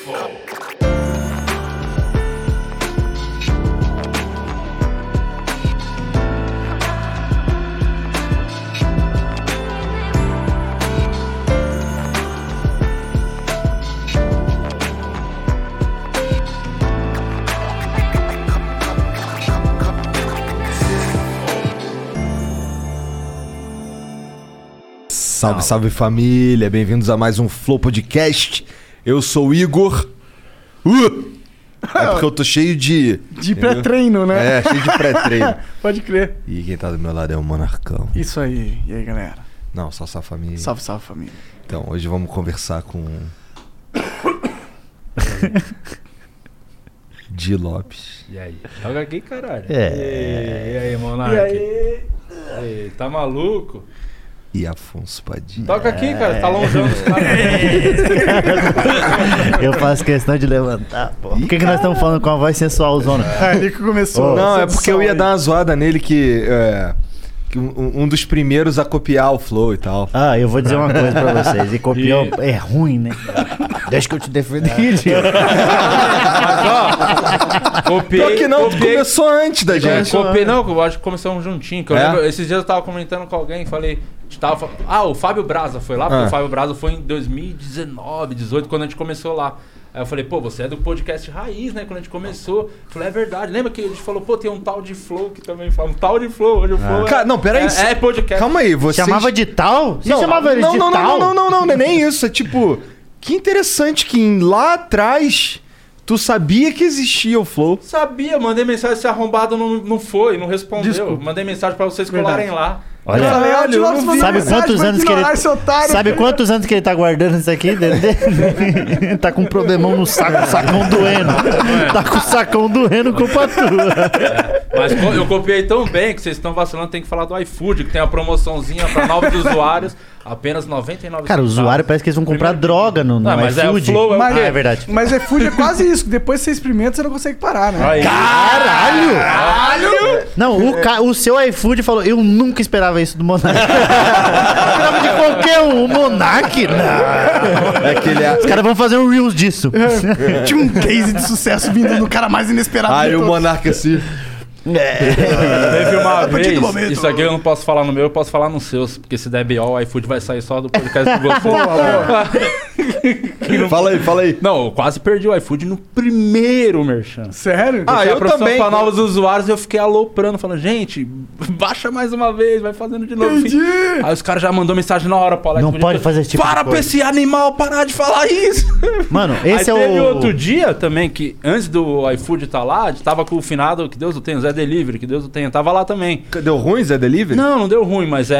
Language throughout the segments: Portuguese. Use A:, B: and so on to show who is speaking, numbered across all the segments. A: successful.
B: Salve, salve família, bem-vindos a mais um Flow Podcast. Eu sou o Igor. Uh! É porque eu tô cheio de.
C: De
B: entendeu?
C: pré-treino, né?
B: É, cheio de pré-treino.
C: Pode crer.
B: E quem tá do meu lado é o Monarcão.
C: Isso aí. E aí, galera?
B: Não, só sua família.
C: Salve, salve, família.
B: Então, hoje vamos conversar com. Di Lopes.
D: E aí? Joga aqui, caralho.
B: É.
D: E aí, Monark? Ei, tá maluco?
B: E Afonso Padilha.
D: Toca aqui, cara.
B: É.
D: Tá longeão os caras.
E: Eu faço questão de levantar, pô. Por que, que nós estamos falando com a voz sensualzona?
C: É, ele que começou.
B: Não,
C: Essa
B: é porque eu
C: edição
B: ia
C: aí.
B: dar uma zoada nele que. é, que um, um dos primeiros a copiar o Flow e tal.
E: Ah, eu vou dizer uma coisa pra vocês. E copião é ruim, né? Deixa que eu te defendi, tio.
D: Copiei.
B: Pior que não, tu
D: copiei.
B: começou antes da
D: É,
B: gente.
D: copiei, não, eu acho que começamos juntinho. que eu
B: É?
D: lembro- esses dias eu tava comentando com alguém, falei. a gente Tava, fa- ah, o Fábio Braza foi lá, porque
B: Ah.
D: o Fábio Braza foi em 2019, 18, quando a gente começou lá. Aí eu falei, pô, você é do podcast Raiz, né? Quando a gente começou. Eu falei, é verdade. Lembra que a gente falou, pô, tem um tal de Flow que também fala. Um tal de Flow, hoje o Flow. é-
B: Ah. Cara, não, peraí.
D: É, é podcast.
B: Calma aí, você.
E: Chamava de tal? Você chamava ele
B: não,
E: de
B: não,
E: tal?
B: Não, não, não, não, não é nem isso. É tipo, que interessante que em- lá atrás tu sabia que existia o Flow.
D: Sabia, mandei mensagem, esse arrombado não, não foi, não respondeu.
C: Desculpa.
D: Mandei mensagem pra vocês
C: Verdade.
D: colarem lá.
E: Olha,
B: Caralho,
C: Ah, Di
B: eu
C: Lopes
B: não
C: mandou
E: sabe
C: mensagem
E: quantos
C: pra
E: anos que ele-
C: ignorar esse otário,
E: sabe
C: cara.
E: quantos anos que ele tá guardando isso aqui? Dedê? tá com um problemão no saco, o sacão doendo. Tá com o sacão doendo, culpa tua.
D: Mas co- eu copiei tão bem que vocês estão vacilando, tem que falar do iFood, que tem a promoçãozinha pra novos usuários, apenas 99
E: Cara, o
D: centavos.
E: usuário parece que eles vão comprar
D: Primeiro-
E: droga no, no
D: Ah, mas é o
E: iFood.
D: Flow, é o-
E: ah, é verdade.
C: Mas é food é quase isso. que Depois que você experimenta, você não consegue parar, né?
D: Aí,
E: Caralho! Não, o, ca- o seu iFood falou, eu nunca esperava isso do Monark. Eu esperava de qualquer um, o Monark? Não.
B: É que ele é.
E: Os caras vão fazer um Reels disso.
C: Tinha um case de sucesso vindo no cara mais inesperado.
B: Aí
C: de
B: o
C: todos.
B: monarca assim.
D: teve uma
C: partir do
D: vez.
C: momento-
D: Isso aqui eu não posso falar no meu, eu posso falar nos seus, porque se der BO, o iFood vai sair só do podcast do vocês.
B: Fala aí, fala aí.
D: não, eu quase perdi o iFood no primeiro merchan.
C: Sério?
B: Ah,
D: Ah,
B: eu
D: eu
B: também.
D: Para novos usuários, eu fiquei aloprando, falando, gente, baixa mais uma vez, vai fazendo de novo.
C: Entendi.
D: Aí os caras já mandou mensagem na hora, Paulo.
E: Não
D: Aí, tipo,
E: pode
D: de-
E: fazer esse tipo
D: Para
E: de
D: pra
E: coisa."
D: esse animal parar de falar isso.
E: Mano, esse
D: Aí
E: é
D: teve
E: o...
D: outro dia também, que antes do iFood tá lá, tava com o finado, que Deus o tenha, o Zé Delivery, que Deus o tenha, tava lá também.
B: Deu ruim, Zé Delivery?
D: Não, não deu ruim, mas é,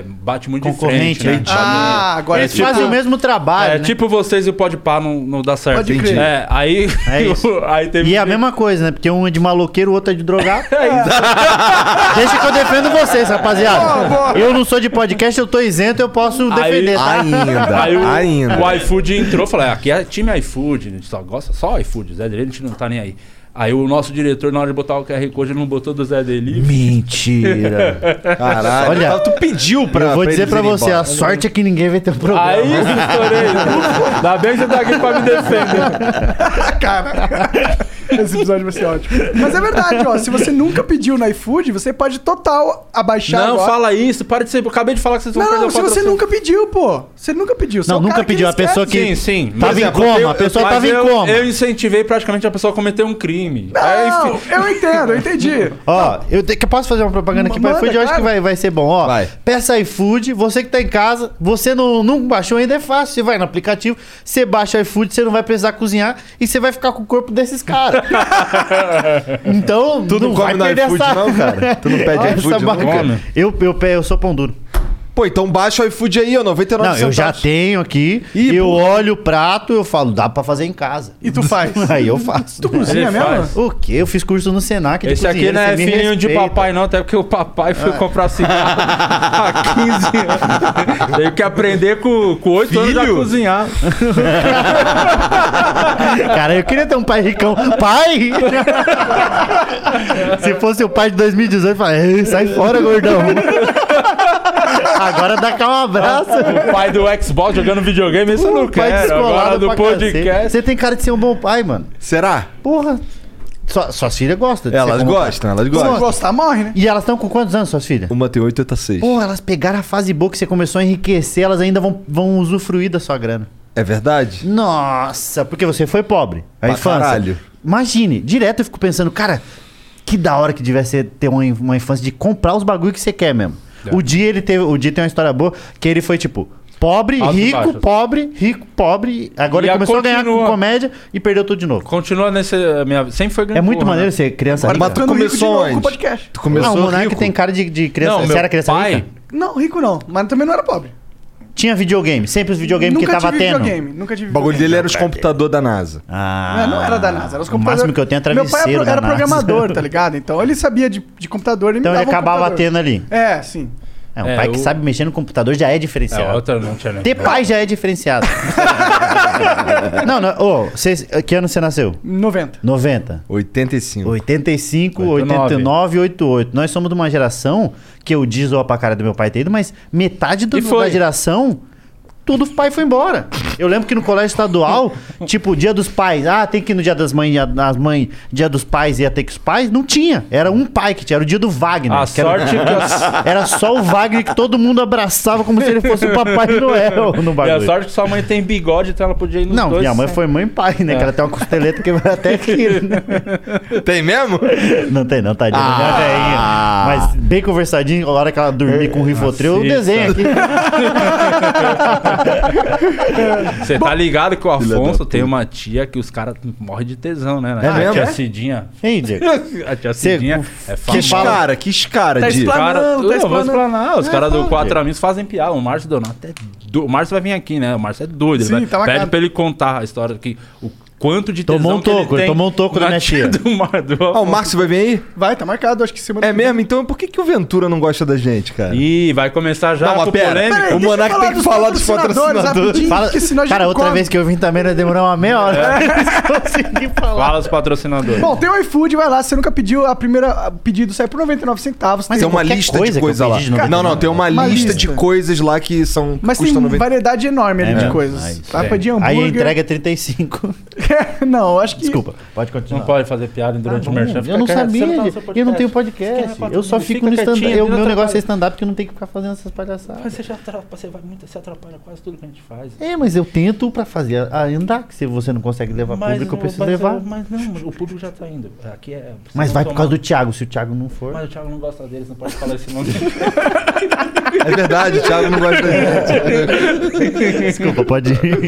D: é- bate muito
E: Concorrente,
D: de frente,
E: né?
C: Ah,
B: É,
C: agora
E: Eles
B: tipo
E: fazem o mesmo trabalho,
D: É,
E: né?
D: tipo vocês e o Podpah não, não dá certo.
C: Pode crer.
D: É, aí...
E: É isso.
D: aí teve
E: E é a
D: um dia-
E: mesma coisa, né? Porque um é de maloqueiro, o outro é de drogado.
D: É isso.
E: Deixa que eu defendo vocês, rapaziada. Eu não sou de podcast, eu tô isento, eu posso
D: Aí-
E: defender, tá?
B: Ainda,
D: Aí o,
B: ainda.
D: o iFood entrou, falei, aqui é time iFood, a gente só gosta só iFood, Zé Delivery a gente não tá nem aí. Aí o nosso diretor, na hora de botar o QR Code, ele não botou do Zé Delivery.
E: Mentira.
B: Caralho.
E: Olha,
B: Então tu pediu pra.
E: eu vou dizer
B: eles
E: pra
B: irem
E: você,
B: embora.
E: a sorte é que ninguém vai ter um problema.
D: Aí eu estourei. Ainda bem que você tá aqui pra me defender.
C: cara. um Esse episódio vai ser ótimo. Mas é verdade, ó. Se você nunca pediu no iFood, você pode total abaixar
D: não,
C: agora.
D: fala isso, para de ser. Eu acabei de falar que vocês vão
C: Não,
D: perder
C: não,
D: o
C: se você
D: patrocínio.
C: nunca pediu, pô. Você nunca pediu. você é
E: Não,
C: o
E: nunca
C: cara que
E: pediu. A
C: eles querem.
E: pessoa que
D: Sim, sim.
E: tava
D: Mas
E: em
D: é,
E: coma,
B: eu-
E: a pessoa
D: Mas
E: tava
D: eu,
E: em coma.
D: eu incentivei praticamente a pessoa a cometer um crime. Aí,
C: Não,
D: enfim,
C: eu entendo, eu entendi.
B: Tá.
E: Ó, eu te- que eu posso fazer uma propaganda aqui
C: Manda,
E: para iFood? Eu acho
C: claro.
E: que vai, vai ser bom. Ó,
B: Vai.
E: peça iFood, você que tá em casa, você não, não baixou ainda, é fácil. Você vai no aplicativo, você baixa o iFood, você não vai precisar cozinhar e você vai ficar com o corpo desses caras. então,
B: Tu não,
E: vai
B: come no
E: perder
B: iFood,
E: essa...
B: não, cara? Tu não pede
E: essa
B: iFood, não?
E: barca-
D: Come.
E: eu, eu, pe- eu sou pão duro.
B: Pô, então baixa o iFood aí, ó, 99
E: Não, eu já
B: centavos.
E: tenho aqui.
B: Ih,
E: eu
B: pô.
E: olho o prato, eu falo, dá pra fazer em casa.
C: E tu faz?
E: Aí eu faço.
C: Tu cozinha
D: Ele
C: mesmo?
D: faz.
E: O quê? Eu fiz curso no Senac. de
D: Esse aqui
E: cozinheiro,
D: não é
E: tipo assim, você me
D: filhinho de
E: respeita.
D: papai, não, até porque o papai foi comprar cigarro há 15 anos. Teve que aprender com, com 8 anos a
B: Filho?
D: cozinhar.
E: Cara, eu queria ter um pai ricão. Pai! Se fosse o pai de 2018, eu falava, "Ei, sai fora, gordão. Agora dá cá um abraço.
D: O pai do Xbox jogando videogame, isso eu não
E: Pai
D: quero. Agora
E: descolado
D: do
E: pra cacete.
D: podcast.
E: Você tem cara de ser um bom pai, mano.
F: Será?
E: Porra. Sua- suas filhas gostam de ser
F: Elas
E: como pai.
F: gostam, Um elas
C: Se não
F: gostam.
C: gostar, morre, né?
E: E elas estão com quantos anos, suas filhas?
F: Uma tem oito, outra seis.
E: Porra, elas pegaram a fase boa que você começou a enriquecer, elas ainda vão, vão usufruir da sua grana.
F: É verdade?
E: Nossa, porque você foi pobre. A
F: Pra
E: infância.
F: caralho.
E: Imagine, direto eu fico pensando, cara, que da hora que tivesse ter uma, uma infância de comprar os bagulho que você quer mesmo.
C: É.
E: O dia ele teve, o dia tem uma história boa que ele foi tipo pobre,
D: Altos e
E: rico,
D: baixos.
E: pobre, rico, pobre.
D: E
E: Agora ele
D: a
E: começou a ganhar
D: continua.
E: com comédia e perdeu tudo de novo.
D: Continua nessa minha. Sempre foi grande
E: É muito
D: porra,
E: maneiro
D: né?
E: ser criança
C: Agora
E: rica.
C: tá ficando rico de
F: Começou
C: novo
F: onde?
C: com o podcast.
F: Tu começou
E: Não, o Monark
F: rico.
E: tem cara de, de criança.
D: Não,
E: você
D: meu
E: era criança
D: pai,
E: rica?
C: Não, rico não. Mas também não era pobre.
E: Tinha videogame, sempre os videogames que tava
C: tive
E: tendo.
C: videogame. Nunca tive
F: O bagulho
C: videogame.
F: dele era os computadores da NASA.
E: Ah,
C: Não, não era da NASA, era os
E: O máximo
C: computadores.
E: que eu tenho é
C: Meu pai era,
E: travesseiro
C: pro-
E: da
C: era
E: NASA.
C: programador, tá ligado? Então ele sabia de, de computador e me
E: Então ele
C: dava um
E: acabava
C: computador.
E: tendo ali.
C: É, sim.
E: É, um
D: É,
E: pai que
D: o-
E: sabe mexer no computador já é
D: É,
E: diferenciado.
D: outra não tinha nem.
E: Ter pai já é diferenciado. não, não. Ô, cê- que ano você nasceu?
C: 90.
E: 90.
F: 85.
E: 85,
D: 89.
E: 89, 88. Nós somos de uma geração que eu diz ó, pra cara do meu pai ter ido, mas metade do,
D: E foi.
E: da geração, tudo o pai foi embora. Eu lembro que no colégio estadual, tipo, dia dos pais, ah, tem que ir no dia das mães, dia- as mães, dia dos pais ia ter que os pais, não tinha. Era um pai que tinha, era o dia do Wagner.
D: A
E: que era-
D: sorte que a-
E: Era só o Wagner que todo mundo abraçava como se ele fosse o Papai Noel
D: E
E: no
D: a
E: bagulho.
D: sorte que sua mãe tem bigode, então ela podia ir nos
E: Não,
D: dois. É.
E: minha mãe foi mãe e pai, né? Que ela tem uma costeleta que vai até aqui. né?
F: Tem mesmo?
E: Não tem não, tá, tadinha. da
C: Ah.
E: minha velhinha. Mas bem conversadinho, a hora que ela
C: É,
E: dormir com o Rivotril, eu
D: Assista.
E: desenho aqui.
D: Você tá ligado que o Afonso tem uma tia que os caras morrem de tesão, né?
E: É
D: a
E: mesmo,
D: tia
E: é?
D: Cidinha.
E: Hein, Diego?
D: A tia Cidinha é
F: Que
D: famosa.
F: cara, que cara
C: Tá
F: de.
C: explanando.
D: Cara,
C: Não, tá
D: eu vou
C: explanando.
D: explanar. Os
E: É,
D: caras do
E: fala,
D: Quatro
E: Diego.
D: Amigos fazem piada. O Márcio Donato é do... O Márcio vai vir aqui, né? O Márcio é doido.
C: Sim,
D: ele
C: tá
D: vai...
C: marcado.
D: Pede pra ele contar a história que o quanto de tesão
E: Tomou um
D: que ele
E: toco, ele
D: tem
E: tomou um toco da
D: na
E: minha tia.
D: Do Mar... do
F: Ah, o
D: Afonso.
F: Márcio vai vir aí?
C: Vai, tá marcado, acho que semana
F: É
C: que vem.
F: mesmo? Então por que, que o Ventura não gosta da gente, cara?
D: Ih, vai começar já
F: Não, mas
D: com
F: pera,
D: polêmica.
F: pera aí. O
C: Deixa eu
F: Monark tem que
C: dos
F: falar dos patrocinadores.
C: rapidinho,
E: Fala-
C: porque Tá senão a gente
E: cara,
C: não
E: outra
C: come. É.
E: vez que eu vim também, nós demoramos uma meia hora. pra conseguir falar.
D: Fala os patrocinadores.
C: Bom, tem o iFood, vai lá. Você nunca pediu a primeira a pedido, sai por 99 centavos.
E: Mas
F: tem
C: tem,
E: eu-
F: é uma
E: qualquer
F: lista
E: coisa
F: de
E: que eu
F: coisa lá.
E: pedi de novo.
F: Não, não, tem uma,
C: Uma
F: lista,
C: lista.
F: de coisas lá que são. que
C: mas tem
F: custam 90.
C: variedade enorme ali
E: É,
C: de
E: né?
C: coisas.
E: Aí,
C: Vai
E: é.
C: pra de hambúrguer.
E: Aí a entrega é 35.
C: não, acho que...
E: Desculpa, pode continuar.
D: Não tá pode fazer piada
E: Ah,
D: durante o
E: bom,
D: merchan.
E: eu
D: fica
E: não
D: quieto,
E: sabia,
D: senta no seu
E: eu não
D: podcast.
E: tenho
D: Fica na
E: podcast.
D: quatro
E: Eu só
D: amigos,
E: fico
D: fica
E: no stand-up.
D: quietinho,
E: Eu-
D: não
E: Meu negócio é
D: atrapalha.
E: stand-up que eu não tenho que ficar fazendo essas palhaçadas.
D: Mas você já atrapalha, você vai muito, você atrapalha quase tudo que a gente faz.
E: É, mas eu tento pra fazer a- andar, que se você não consegue levar público, eu
D: não-
E: preciso
D: mas
E: levar.
D: Mas não, o público já tá indo. Aqui é.
E: Mas
D: não
E: vai
D: toma-
E: por causa do Thiago, se o Thiago não for.
D: um- Mas o Thiago não gosta deles, não pode falar esse nome.
F: É verdade, o Thiago não gosta da gente.
E: Desculpa, pode ir.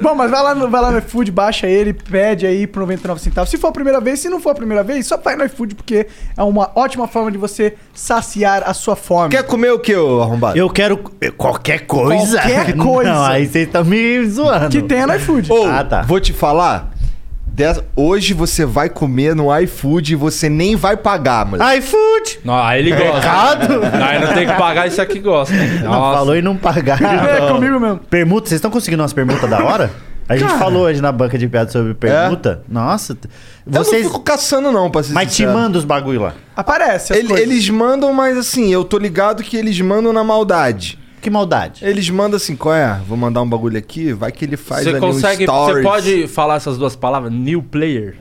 C: Bom, mas vai lá, no, vai lá no iFood, baixa ele, pede aí por 99 centavos. Se for a primeira vez, se não for a primeira vez, só vai no iFood, porque é uma ótima forma de você saciar a sua fome.
F: Quer comer o que, ô arrombado?
E: Eu quero qualquer coisa.
C: Qualquer coisa.
E: Não, aí vocês estão me zoando.
C: Que tenha no iFood.
F: Ou,
E: Ah, tá.
F: vou te falar. dessa- Hoje você vai comer no iFood e você nem vai pagar, mas.
E: Ah, iFood.
D: não, aí ele gosta.
E: Errado.
D: Aí não tem que pagar isso aqui gosta. hein?
E: Não,
D: Nossa.
E: falou e não pagar.
C: É comigo mesmo.
E: Permuta, vocês estão conseguindo umas permutas da hora? A gente falou hoje na banca de piada
D: É?
E: sobre permuta. Nossa. t-
F: Eu
E: então Vocês.
F: não fico caçando, não, pra ser
E: Mas te
F: sincero.
E: manda os bagulho lá.
C: Aparece as
F: Ele-
C: coisas.
F: eles mandam, mas assim, eu tô ligado que eles mandam na maldade.
E: Que maldade.
F: Eles mandam assim, qual é? Vou mandar um bagulho aqui, vai que ele faz
D: Você
F: ali um
D: consegue. Você
F: stories.
D: pode falar essas duas palavras? New player.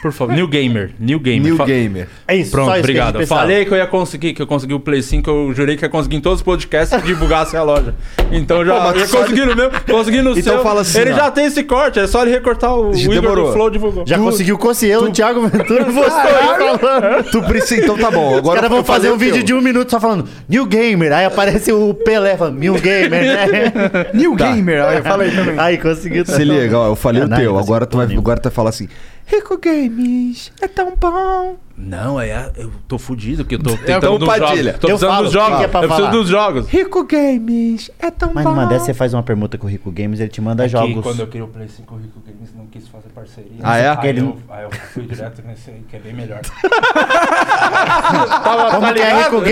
D: Por favor, New Gamer. New Gamer.
F: New
D: Fa-
F: Gamer.
E: É isso.
D: Pronto,
E: só isso que a gente
D: obrigado.
E: pensava.
D: Falei que eu ia conseguir, que eu consegui o Play 5, eu jurei que ia conseguir em todos os podcasts que divulgasse a loja. Então já,
F: Pô, mas
D: já
F: tu sabe-
D: consegui no meu, consegui no
F: Então
D: seu.
F: fala assim,
D: ele
F: ó.
D: já tem esse corte, é só ele recortar o, o Igor
F: Demorou.
D: do Flow divulgou.
E: Já conseguiu o Cossielo, o Thiago Ventura e você aí falando.
F: Tu precisa, então tá bom.
E: Os
F: Agora
E: caras vão
F: eu falei
E: fazer um
F: o
E: vídeo
F: teu.
E: de um minuto só falando New Gamer. Aí aparece o Pelé falando New Gamer, né?
C: New Gamer, aí eu falei também.
E: Aí conseguiu.
F: Se liga, ó, eu falei o
E: um- Caralho,
F: teu.
E: mas é
F: Agora tu vai,
E: nenhuma.
F: agora tu vai falar assim. Rico Games, é tão bom.
D: Não, é, a- eu tô fudido, porque eu tô tentando
F: Então,
D: dos
F: Padilha.
D: jogos. Tô
E: Eu
D: precisando
E: falo,
D: dos
E: o
D: jogos.
E: que é pra
D: eu preciso
E: falar?
D: dos jogos.
F: Rico Games, é tão
E: Mas
F: bom.
E: numa dessa você faz uma permuta com o Rico Games, ele te manda
D: Que
E: Né, jogos.
D: quando eu criei o Play 5, o Rico Games não quis fazer parceria.
F: Ah, é?
D: Aí,
E: Ele-
D: eu, aí eu fui direto nesse aí, que é bem melhor.
C: Tá
E: é, Como que é Rico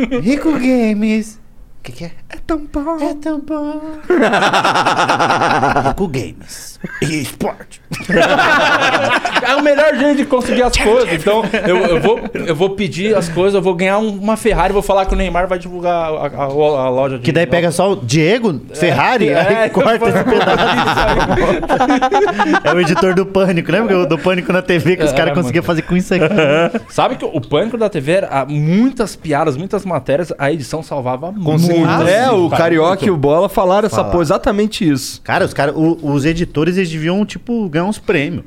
E: Games? Rico Games O que, que é?
F: É tão bom.
E: É tão bom. Rico Games. E esporte.
D: É o melhor jeito de conseguir as coisas. Então, eu, eu vou, eu vou pedir as coisas, eu vou ganhar um- uma Ferrari, vou falar que o Neymar vai divulgar a, a- a loja de.
E: Que daí pega só o Diego, Ferrari,
F: É,
E: aí corta esse pedaço. É o editor do Pânico. Lembra que o do Pânico na TV que os
D: É,
E: caras
D: mano.
E: conseguiam fazer com isso aqui?
D: Sabe que o pânico da TV era ah, muitas piadas, muitas matérias, a edição salvava
E: Ah,
D: muito.
F: É, o Carioca e
D: muito.
F: o Bola falaram essa
E: Falaram.
F: porra, exatamente isso.
E: Cara, os, cara, o- os editores eles deviam, tipo, ganhar uns prêmios.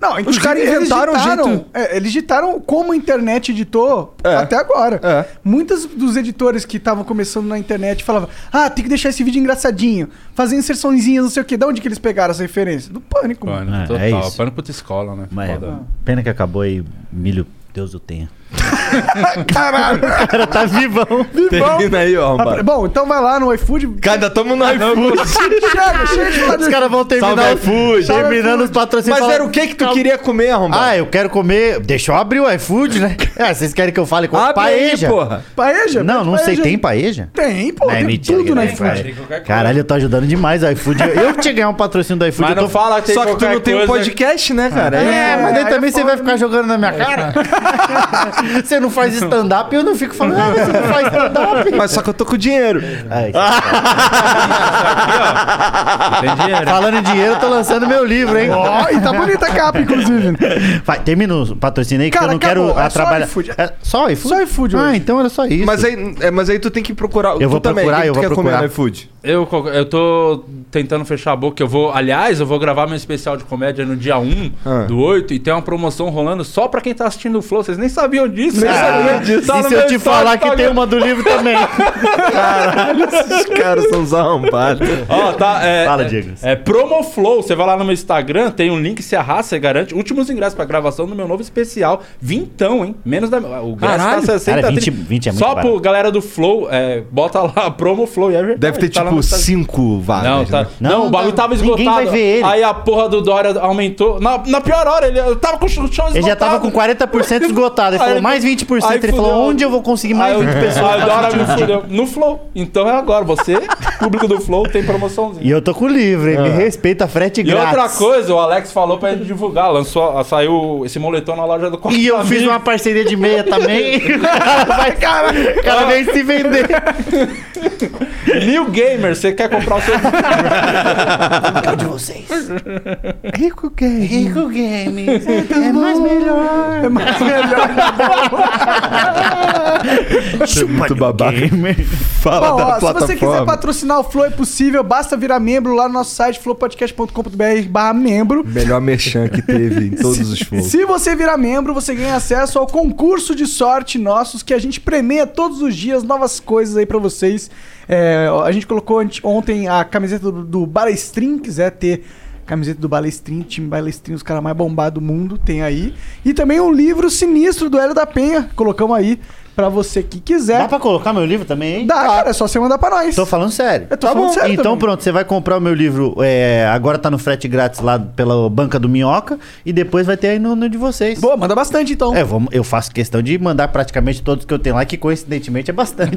C: Não, inclusive,
F: caras
C: eles
F: inventaram um
C: ditaram-
F: jeito-
C: é, eles ditaram como a internet editou
F: É.
C: até agora.
F: É.
C: Muitos dos editores que estavam começando na internet falavam: Ah, tem que deixar esse vídeo engraçadinho, fazer inserçõezinhas, não sei o quê. Da onde que eles pegaram essa referência? Do pânico. mano.
D: Pânico,
E: É,
D: total.
E: é isso.
D: Pânico de escola, né?
E: Mas, é.
D: Foda.
E: pena que acabou aí, milho, Deus o tenha.
C: Caralho.
E: O cara tá vivão.
F: Termina aí, ó.
C: Rapaz,
F: Mano.
C: Bom, então vai lá no iFood.
F: Cada tamo
D: Ah,
F: no
D: assim?
F: iFood.
C: chega, chega de falar
E: Os
C: do
E: caras vão terminar.
F: Salve, iFood.
E: Terminando os patrocínios.
F: Mas
E: falar-
F: era o que que tu queria comer, arrombado?
E: Ah, eu quero comer. Deixa eu abrir o iFood, né? Ah, vocês querem que eu fale com
F: Abre
E: paeja?
F: aí, porra.
C: Paeja?
E: Não,
C: pede
E: não sei,
C: paeja.
E: tem paeja?
C: Tem, pô,
E: Não,
C: tem
E: que
C: tudo no
E: não é
C: iFood.
E: paeja.
D: Qualquer coisa.
E: Caralho, eu tô ajudando demais o iFood. Eu- Eu que tinha que ganhar um patrocínio do iFood.
D: Mas
E: eu tô...
D: não fala que tem
F: Só que tu
D: qualquer
F: não tem um
D: coisa.
F: podcast, né, cara?
E: É,
F: É.
E: mas daí
C: aí
E: também
C: é
E: você vai ficar jogando na minha cara. você não faz stand-up, eu não fico falando, ah, você não faz stand-up.
F: É. Mas só que eu tô com dinheiro.
E: Ai,
D: Tem dinheiro.
E: Falando em dinheiro, eu tô lançando meu livro, hein?
C: Ó, e tá bonita a capa, inclusive.
E: Vai, termina o patrocínio aí, que
C: Cara,
E: eu não
C: acabou,
E: quero
C: é
E: a
C: só
E: trabalhar.
C: iFood.
E: É só iFood?
C: Só iFood
E: Ah,
C: hoje.
E: então era só isso.
F: Mas aí, é, mas aí tu tem que procurar. tu
E: vou
F: também,
E: procurar,
F: o que
E: eu
F: tu
E: vou
F: quer
E: procurar.
F: comer no iFood?
D: Eu, co- eu tô tentando fechar a boca. Eu vou, aliás, eu vou gravar meu especial de comédia no dia 1
F: Ah.
D: do 8 e tem uma promoção rolando só pra quem tá assistindo o Flow. Vocês nem sabiam disso. Tá
E: Ah,
D: Nem
E: e se eu te falar que tem uma do livro também?
F: Esses caras são os arrombados.
D: Ó, tá. É,
E: Fala,
D: é-
E: Diego.
D: É, Promoflow. Você vai lá no meu Instagram, tem um link, se arrasa, você garante. Últimos ingressos pra gravação do meu novo especial. Vintão, hein? Menos da. O ingresso
F: Caralho.
D: tá 60
E: Cara, 20
D: 30.
E: 20 é muito
D: Só
E: barato.
D: pro galera do Flow, é, bota lá Promoflow e é verdade.
F: Deve ter
D: tá lá
F: tipo
D: no Instagram.
F: cinco vagas.
D: Não, tá.
F: né?
E: Ah, Não,
D: Não, o bagulho
E: tá-
D: tava esgotado.
E: ninguém vai ver ele.
D: Aí a porra do Dória aumentou. Na, na pior hora, ele eu tava com o show esgotado.
E: Ele já tava com 40% esgotado. Ele
D: Aí
E: falou mais 20%.
D: aí
E: Ele falou,
D: fudeu.
E: onde eu vou conseguir mais
D: Aí o
E: 20 pessoas?
D: aí o Dória me fudeu. No Flow. Então é agora. Você, público do Flow, tem promoçãozinha.
E: E eu tô com o livro, hein? Me
C: Ah.
E: respeita, frete
D: E
E: grátis.
D: outra coisa, o Alex falou pra ele divulgar, lançou, saiu esse moletom na loja do Quarto
E: E eu
D: Amigo.
E: fiz uma parceria de meia também. o cara vai, cara, o cara vem se vender.
D: New Gamer, você quer comprar o seu...
E: Qual de vocês? Rico Games. Rico Games. É, mais melhor.
C: É mais melhor.
F: Você é muito babaca. Fala
C: Bom,
F: da
C: ó, se
F: plataforma.
C: você quiser patrocinar o Flow, é possível. Basta virar membro lá no nosso site, flowpodcast.com.br barra membro.
F: Melhor merchan que teve em todos os flows.
C: Se você virar membro, você ganha acesso ao concurso de sorte nossos, que a gente premia todos os dias novas coisas aí pra vocês. É, a gente colocou ante- ontem a camiseta do, do Balestrin, quiser ter camiseta do Balestrin, time Balestrin, os caras mais bombados do mundo, tem aí. E também o livro sinistro do Hélio da Penha, colocamos aí pra você que quiser.
E: Dá pra colocar meu livro também, hein?
C: Dá, cara, é só você mandar pra nós.
E: Tô falando sério.
C: Eu tô
F: Tá
C: falando sério
E: Então
C: também.
E: pronto, você vai comprar o meu livro. é, agora tá no frete grátis lá pela Banca do Minhoca. E depois vai ter aí no, no de vocês.
C: Boa, manda bastante então.
E: É, vamos- eu faço questão de mandar praticamente todos que eu tenho lá, que coincidentemente é bastante.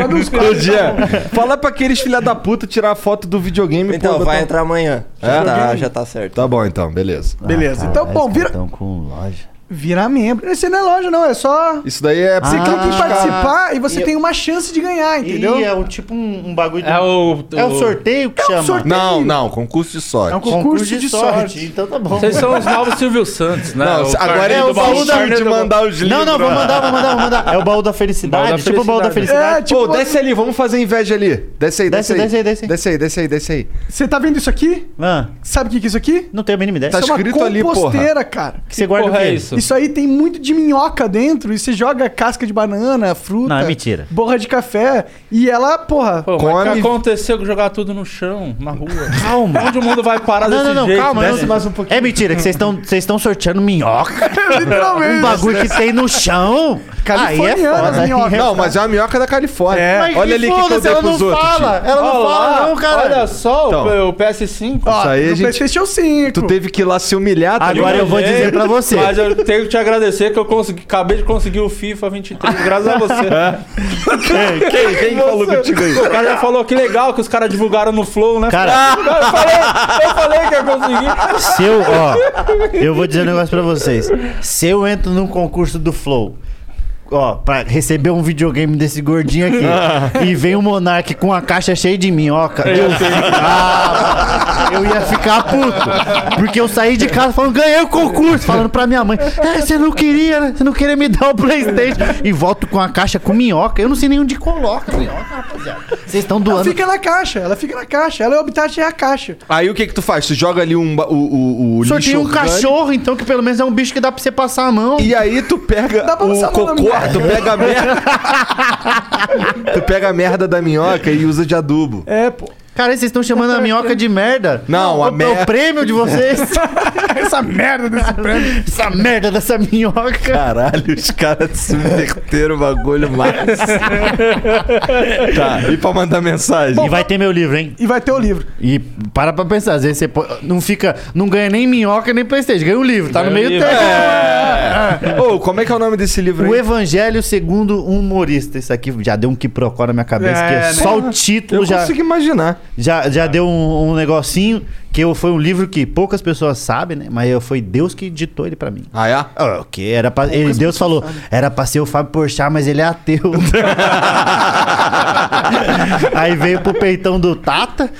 C: Manda uns
F: Ô, Jean, fala pra aqueles filha da puta tirar a foto do videogame.
G: Então,
F: pô,
G: vai
F: botar-
G: entrar amanhã. Já,
F: É?
G: tá, já tá certo.
F: Tá bom então, beleza.
C: Beleza, então, bom, vira-
E: Então com loja.
C: Virar membro. Esse não é loja, não. É só. Você
F: Isso daí é... pra
E: Ah.
C: clica em participar e você
E: E-
C: tem uma chance de ganhar, entendeu?
E: E é um tipo um, um bagulho. de-
D: É o...
E: é o sorteio que chama.
C: um sorteio.
F: Não, não, concurso de sorte.
C: É um concurso, de, sorte.
E: Então tá bom.
D: Vocês são os novos Silvio Santos, né?
F: Não,
D: O
F: agora
D: Carneiro
F: é
E: do
F: o baú da
E: Carneiro
F: de
E: do baú.
F: mandar os livros.
E: Não, não, vou mandar, vou mandar, vou mandar. É o baú da felicidade.
D: Baú da
E: tipo o baú da
C: É,
E: felicidade.
F: Pô,
C: tipo,
F: desce ali, vamos fazer inveja ali. Desce aí, desce,
E: Desce, desce aí, desce aí.
F: Desce aí, desce aí, desce aí.
C: você tá vendo isso aqui?
E: Ah,
C: Sabe o que que é isso aqui?
E: não tenho a mínima ideia.
F: Tá
E: Isso
C: isso é
F: escrito ali, porra.
C: composteira, cara.
E: que você guarda o
D: porra
E: quê?
D: é isso?
C: Isso aí tem muito de minhoca dentro e você joga casca de banana, fruta.
E: Não, é mentira.
C: Borra de café e ela, porra.
D: Pô, mas o
F: Come-
D: que aconteceu com jogar tudo no chão, na rua?
E: Calma.
D: Onde o mundo vai parar
E: Não,
D: desse
E: não, não,
D: jeito?
E: calma.
D: né?
E: não. É mentira, que vocês estão vocês estão sorteando minhoca.
C: Literalmente.
E: Um bagulho que tem no chão. Aí é
C: É Californiana,
E: foda.
C: as minhocas.
F: Não, mas é a minhoca da Califórnia.
B: é,
E: Mas
F: Olha
E: que
F: ali o que, que eu
E: foda-se,
F: dei
E: ela
F: pros
E: não
F: outros.
E: fala. Ela não
D: Olha
E: fala,
D: lá,
E: não, cara.
D: Olha só
F: Então.
D: o, o PS5.
C: Ó,
F: Isso aí a
C: do
F: gente-
C: PlayStation 5.
F: Tu teve que ir lá se humilhar, tá
E: Agora
F: ligado?
E: eu vou dizer pra você.
D: Mas eu tenho que te agradecer que eu consegui, acabei de conseguir o FIFA 23, graças a você.
F: Quem, quem, quem falou contigo aí?
D: O cara já falou que legal que os caras divulgaram no Flow, né?
E: Cara.
D: eu falei, eu falei que eu consegui.
E: Se eu, ó, eu vou dizer um negócio pra vocês. Se eu entro num concurso do Flow, ó, pra receber um videogame desse gordinho aqui, e vem o Monark com a caixa cheia de mim, ó, cara. Eu, ah, eu ia ficar puto. Porque eu saí de casa falando, ganhei o concurso, falando pra minha mãe, é, você não queria, né? Você não queria me dar o Playstation. E volto com a caixa com minhoca. Eu não sei nem onde coloca a minhoca, rapaziada. Vocês estão
C: Ela
E: doando.
C: fica na caixa, ela fica na caixa. Ela é o habitat, é a caixa.
F: Aí o que que tu faz? Tu joga ali um, ba- o, o, o
E: Ah, Sorteio um
F: lixo orgânico,
E: cachorro, então, que pelo menos é um bicho que dá pra você passar a mão.
F: E aí tu pega
C: Dá pra
F: o
C: passar a mão na
F: cocô,
C: minhoca.
F: tu pega a merda. tu pega a merda da minhoca e usa de adubo.
C: É, pô.
E: Cara, vocês estão chamando a minhoca de merda?
F: Não, a
E: Vou dar
F: mer-
E: O prêmio de vocês.
C: Essa merda desse prêmio.
E: Essa merda dessa minhoca.
F: Caralho, os caras subverteram o bagulho mais. tá, e pra mandar mensagem?
E: E vai ter meu livro, hein?
C: E vai ter o livro.
E: E para pra pensar, às vezes você pô- não fica, não ganha nem minhoca nem Playstation, ganha um livro, tá
D: Ganha
E: no
D: um
E: meio do
D: livro.
E: tempo.
B: É.
F: Ô, como é que é o nome desse livro
E: O
F: aí?
E: Evangelho segundo um humorista. Isso aqui já deu um quiprocó na minha cabeça,
C: É,
E: que é
C: né?
E: só o título
F: Eu
E: já,
F: consigo imaginar.
E: já, já deu um, um negocinho, que eu, foi um livro que poucas pessoas sabem, né? Mas eu- foi Deus que ditou ele pra mim.
F: Ah, é?
E: Ah, o quê? Era pra, ele, Deus falou, era pra ser o Fábio Porchat, mas ele é ateu. Aí veio pro peitão do Tata,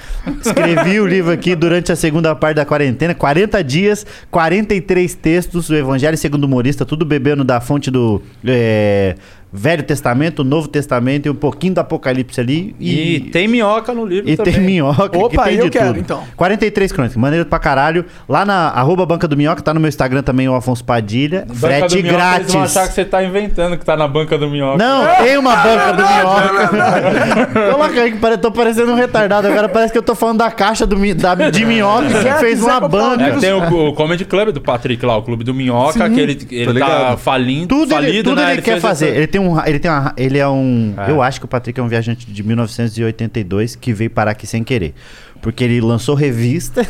E: escrevi o livro aqui durante a segunda parte da quarentena, 40 dias, 43 textos, o Evangelho segundo o humorista, tudo bebendo da fonte do é, Velho Testamento, Novo Testamento e um pouquinho do Apocalipse ali.
D: E, tem minhoca no livro
E: E
D: também.
E: tem minhoca,
C: Opa,
E: que tem
C: eu
E: de
C: quero,
E: tudo.
C: então.
E: 43 crônicas, maneiro pra caralho. Lá na arroba Banca do Minhoca, tá no meu Instagram também, o Afonso Padilha.
D: Banca do
E: frete
D: minhoca, Eles vão
E: grátis.
D: achar que você tá inventando que tá na banca do minhoca.
E: Não, tem uma banca do minhoca. Coloca aí que pare- tô parecendo um retardado. Agora parece que eu tô falando da caixa do, mi- da, de minhoca que
C: Quiser-
E: fez
C: quiser
E: uma
C: comprar um
E: banca.
D: É, tem o, o Comedy Club do Patrick lá, o Clube do Minhoca, que ele, ele tá
F: ligado.
D: falindo.
E: Tudo
D: falido,
E: ele, tudo
D: né?
E: ele, quer
D: fez
E: fazer.
D: essa-
E: Ele tem um. Ele, tem uma, ele é um.
D: É.
E: Eu acho que o Patrick é um viajante de 1982 que veio parar aqui sem querer. Porque ele lançou revista,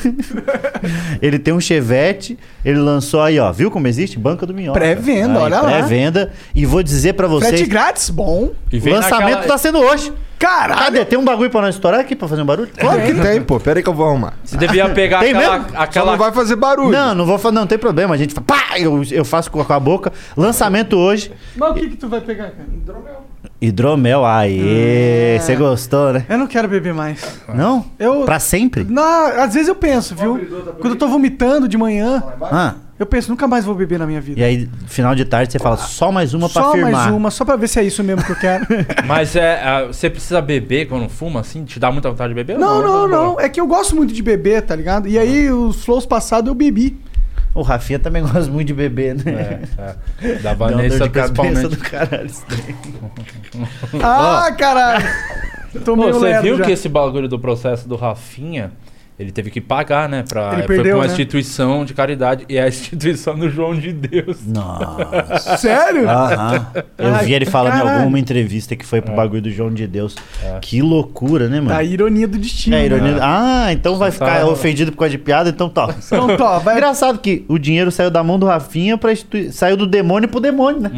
E: ele tem um chevette, ele lançou aí, ó. Viu como existe? Banca do Minhoca.
C: Pré-venda,
E: Aí,
C: olha lá.
E: Pré-venda. E vou dizer pra
C: Frete
E: vocês:
C: grátis, bom.
D: E
E: o
D: vem
E: lançamento
D: naquela-
E: tá sendo hoje.
C: Caralho.
E: Cadê? Tem um bagulho pra nós estourar aqui pra fazer um barulho?
F: Claro que tem, pô. Pera aí que eu vou arrumar.
D: Você devia pegar
E: Tem
D: aquela.
E: mesmo?
F: Só
D: aquela
F: não vai fazer barulho.
E: Não, não vou falar, não tem problema. A gente fala, pá, eu, eu faço com a com a boca. Lançamento hoje.
C: Mas o que, que tu vai pegar, cara? Hidromel.
E: Hidromel,
C: Ah.
E: aê, você gostou, né?
C: Eu não quero beber mais.
E: Não?
C: Eu.
E: Pra sempre?
C: Não, às vezes eu penso, viu? Quando eu tô vomitando de manhã,
E: Ah,
C: eu penso, nunca mais vou beber na minha vida.
E: e aí, final de tarde, você fala só mais uma pra
C: Só
E: firmar.
C: mais uma, só pra ver se é isso mesmo que eu quero.
D: Mas é, ah, você precisa beber quando fuma, assim? Te dá muita vontade de beber? ou
C: não, não, não.
D: Tá
C: É que eu gosto muito de beber, tá ligado? E aí, os flows passados eu bebi.
E: O Rafinha também gosta muito de beber,
D: bom.
E: né?
D: É, é. Da
E: Dá uma
C: tá
D: Vanessa, principalmente.
E: do caralho. Hum.
C: Ah, caralho. Tô
D: Pô,
C: meio
D: você
C: lerdo
D: viu
C: já.
D: que esse bagulho do processo do Rafinha, ele teve que pagar, né? Pra,
C: Ele
D: foi pra
C: perdeu,
D: uma
C: né?
D: instituição de caridade. E é a instituição do João de Deus.
E: Nossa. Ah,
C: Sério?
E: Aham. Eu vi ele falando em
C: Caralho. É.
E: alguma entrevista que foi pro bagulho do João de Deus. Que loucura, né, mano?
C: Da Tá ironia do destino. né?
E: É, ironia. Ah, então vai ficar
D: tá-
E: ofendido por causa de piada, então tá.
C: Então, tá, vai.
E: Engraçado que o dinheiro saiu da mão do Rafinha pra institui... saiu do demônio pro demônio, né?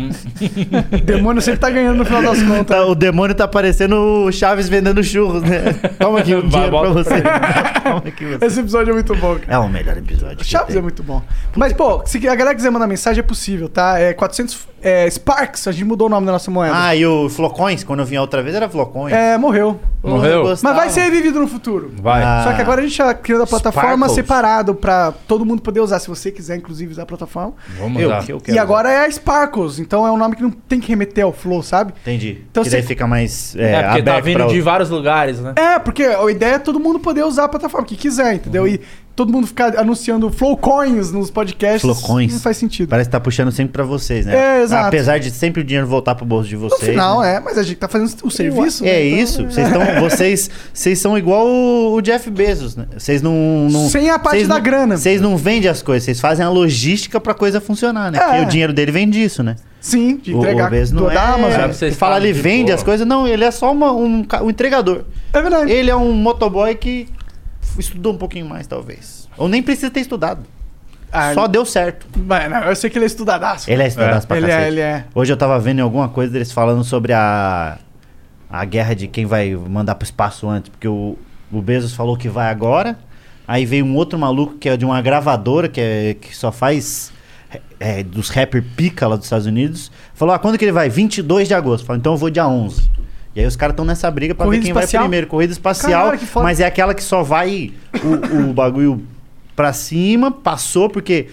C: Demônio sempre tá ganhando no final das contas.
E: Tá- o demônio tá parecendo o Chaves vendendo churros, né? Toma aqui o
D: Vai,
E: dinheiro pra
D: volta
E: você. Toma aqui você.
C: Esse episódio é muito bom, cara.
E: É o melhor episódio. que
C: Chaves
E: tem.
C: é muito bom. Mas, pô, se a galera quiser mandar mensagem, é possível, tá? É 400 é, Sparks, a gente mudou o nome da nossa moeda.
E: Ah, e o Flocões, quando eu vim a outra vez, era Flocões.
C: É, morreu.
D: Morreu?
E: Eu gostava.
C: Mas vai ser revivido no futuro.
D: Vai.
E: Ah.
C: Só que agora a gente já criou a plataforma
E: Sparkles.
C: separado pra todo mundo poder usar, se você quiser, inclusive, usar a plataforma.
D: Vamos
E: Eu,
D: lá.
E: que eu quero.
C: E agora é a Sparkles, então é um nome que não tem que remeter ao Flow, sabe?
E: Entendi.
C: Então
E: que
C: você-
E: daí fica mais é,
D: É, porque
E: aberto
D: tá
E: pra
D: vindo de
E: outro.
D: vários lugares, né?
C: É, porque a ideia é todo mundo poder usar a plataforma que quiser, entendeu?
E: Uhum.
C: E todo mundo ficar anunciando Flowcoins nos podcasts.
E: Flowcoins.
C: Não faz sentido.
E: Parece que tá puxando sempre pra vocês, né?
C: É, exato.
E: Apesar de sempre o dinheiro voltar pro bolso de
C: No
E: vocês.
C: final,
E: né?
C: é, mas a gente tá fazendo o serviço.
E: É
C: né? Então,
E: isso. Vocês estão, vocês, vocês são igual o o Jeff Bezos, né? Vocês não, não-
C: Sem a parte
E: vocês
C: da
E: não-
C: grana.
E: Vocês não vendem as coisas, vocês fazem a logística pra coisa funcionar, né?
C: É.
E: Porque o dinheiro dele vem disso, né?
C: Sim, de
E: O-
C: entregar
E: o Bezos
C: do-
E: não é.
C: da Amazon.
D: Sabe,
E: Você
D: vocês
E: fala
D: falam
E: ele
D: de
E: vende
D: boa.
E: as coisas, não, ele é só uma- um, ca- um entregador.
C: É verdade.
E: Ele é um motoboy que f- estudou um pouquinho mais, talvez. Ou nem precisa ter estudado.
C: Ah,
E: Só deu certo.
C: Mas, não, eu sei que ele é estudadaço.
E: Ele é
D: É.
E: estudadaço pra
C: Ele é,
E: cacete.
C: ele é.
E: Hoje eu tava vendo em alguma coisa deles falando sobre a, a guerra de quem vai mandar pro espaço antes. Porque o, o Bezos falou que vai agora. Aí veio um outro maluco que é de uma gravadora que, é, que só faz é, dos rapper pica lá dos Estados Unidos. Falou, ah, quando que ele vai? 22 de agosto. Falou, então eu vou dia 11. E aí os caras estão nessa briga pra
C: Corrida
E: ver quem
C: espacial?
E: vai primeiro. Corrida espacial,
C: Caralho, que foda.
E: mas é aquela que só vai o, o bagulho pra cima, passou, porque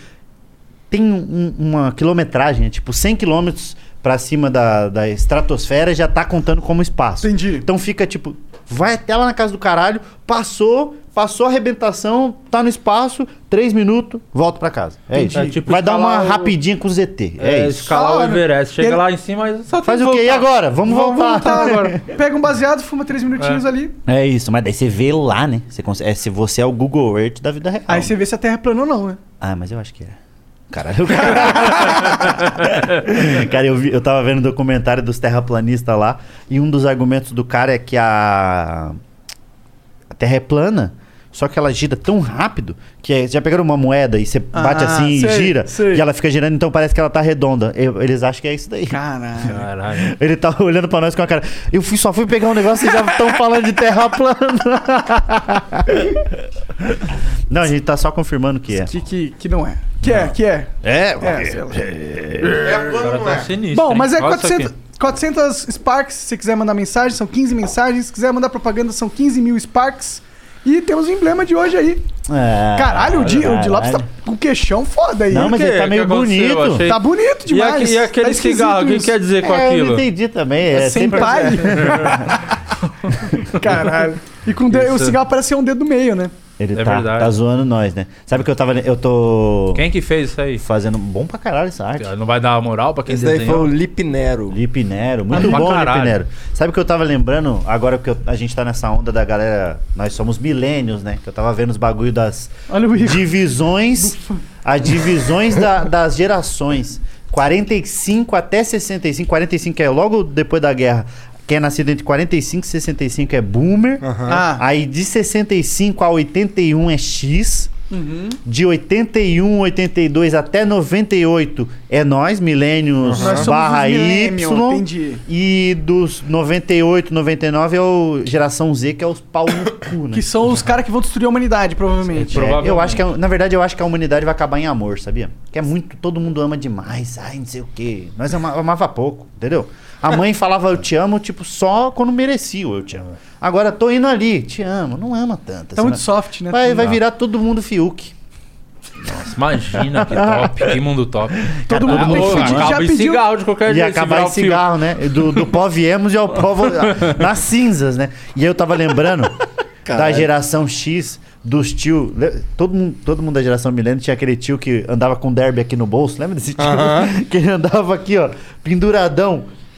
E: tem um- uma quilometragem, é tipo 100 quilômetros pra cima da, da estratosfera já tá contando como espaço.
C: Entendi.
E: Então fica tipo, vai até lá na casa do caralho, passou, passou a arrebentação, tá no espaço, 3 minutos, volta pra casa. É isso.
D: É tipo
E: vai dar uma
D: escalar o-
E: rapidinha com o ZT. É, isso.
D: Escalar o
C: Claro.
D: Everest. Chega
C: Ele-
D: lá em cima e só tem
E: Faz
D: que
E: o quê? E
D: voltar.
E: agora? Vamos,
C: Vamos
E: voltar.
C: voltar agora. Pega um baseado, fuma três minutinhos ali.
E: É isso, mas daí você vê lá, né? Você consegue, é, se você é o Google Earth da vida real.
D: Tá
C: Aí você vê se a Terra é plana ou não, né?
E: Ah, mas eu acho que era. Caralho, cara. cara, eu, vi- eu tava vendo um documentário dos terraplanistas lá, e um dos argumentos do cara é que a, a Terra é plana, só que ela gira tão rápido que é, já pegaram uma moeda e você bate
C: Ah,
E: assim e
C: sei,
E: gira,
C: sei.
E: e ela fica girando, então parece que ela tá redonda. Eu- eles acham que é isso daí.
C: Caralho.
D: Caralho.
E: Ele tá olhando pra nós com a cara. Eu fui, só fui pegar um negócio e já estão falando de terra plana. Não, a gente tá só confirmando que é.
C: Que, que, que não é. Que é, que é.
E: É,
C: É, sei lá.
F: É a
D: O cara tá
F: plano,
D: sinistro.
C: Bom,
D: hein?
C: mas é
D: Olha isso aqui.
C: 400, 400 Sparks, se quiser mandar mensagem, são 15 mensagens. Se quiser mandar propaganda, são 15 mil Sparks. E temos o emblema de hoje aí.
D: Ah,
E: É. né?
C: Caralho, o, Di, o Di Lopes tá
E: Caralho.
C: com o queixão foda aí.
E: Não,
C: hein?
E: mas
D: quê?
E: ele tá
D: É, O que
E: meio
D: aconteceu?
E: bonito.
D: Achei-
C: Tá bonito
D: E,
C: demais.
D: aque- e aquele
C: Tá esquisito
D: cigarro, o que
C: isso.
D: quer dizer com
E: É, eu
D: aquilo?
E: não entendi também. É,
C: Sem
E: sempre-
C: pai? Caralho. E com o dedo- o
D: Isso.
C: cigarro parece ser um dedo do meio, né?
E: Ele
D: É
E: tá,
D: verdade.
E: tá zoando nós, né? Sabe que eu tava. Eu tô.
D: Quem que fez isso aí?
E: Fazendo bom pra caralho essa arte.
D: Não vai dar moral pra quem
F: Esse daí foi
D: desenhou?
F: o Lipnero.
E: Lipe Nero, muito
D: Ah, pra
E: bom, Lipe
D: caralho.
E: Nero. Sabe o que eu tava lembrando, agora que eu- a gente tá nessa onda da galera, nós somos milênios, né? Que eu tava vendo os bagulho das
C: Olha o Igor.
E: divisões, as divisões da- das gerações. 45 até 65, 45 é logo depois da guerra. Quem é nascido entre 45 e 65 é boomer.
C: Ah,
E: Aí de 65 a 81 é X.
C: uhum.
E: De 81, 82 até 98 é nós, milênios
C: Nós somos
E: barra
C: os
E: Y.
C: millennium, entendi.
E: E dos 98, 99 é o geração Z, que é os pau no cu, né?
C: que são os caras que vão destruir a humanidade, provavelmente.
E: É,
D: Provavelmente.
E: eu acho que, a- na verdade, eu acho que a humanidade vai acabar em amor, sabia? Que é muito, todo mundo ama demais, ai, não sei o quê. Nós ama, amava pouco, entendeu? A mãe falava eu te amo, tipo, só quando merecia o eu te amo. Agora tô indo ali, te amo, não ama tanto.
C: Tá
E: assim,
C: muito
E: né?
C: soft, né?
E: Vai, vai virar todo mundo Fiuk.
D: Nossa, imagina que top, que mundo top.
C: Todo mundo
E: Cara, ah,
C: tem
E: ô,
C: fudido,
E: acaba
C: já
D: acaba em
C: pediu.
D: cigarro de qualquer
E: E
D: jeito.
E: acabar em cigarro, né? Do, do pó viemos e ao pó vo- nas cinzas, né? E eu tava lembrando da geração X, dos tio. le- Todo mundo, todo mundo da geração milênio tinha aquele tio que andava com derby aqui no bolso, lembra desse tio? Que ele andava aqui, ó, penduradão.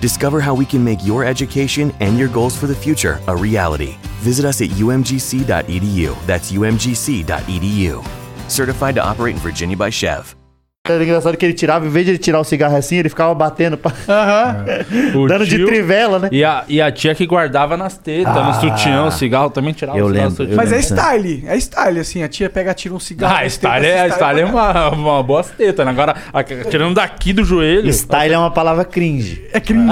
G: Discover how we can make your education and your goals for the future a reality. Visit us at umgc.edu. E That's umgc.edu. E Certified to operate in Virginia by Chev.
E: era engraçado que ele tirava, em vez de ele tirar o cigarro assim, ele ficava batendo, pra-
D: O
E: dando de
D: tio
E: trivela, né?
D: E a, e a tia que guardava nas tetas, no sutiã, o cigarro também tirava
E: eu
D: o cigarro do
E: lembro, eu
D: sutiã.
C: Mas é
E: lembro.
C: style, é style, assim. A tia pega, tira um cigarro.
D: Né? Ah,
C: mas tem
D: style,
C: essa
D: é, style é
C: pra
D: uma, uma boa teta, né? Agora, a- tirando daqui do joelho.
E: Style é uma palavra cringe.
C: caralho. É cringe.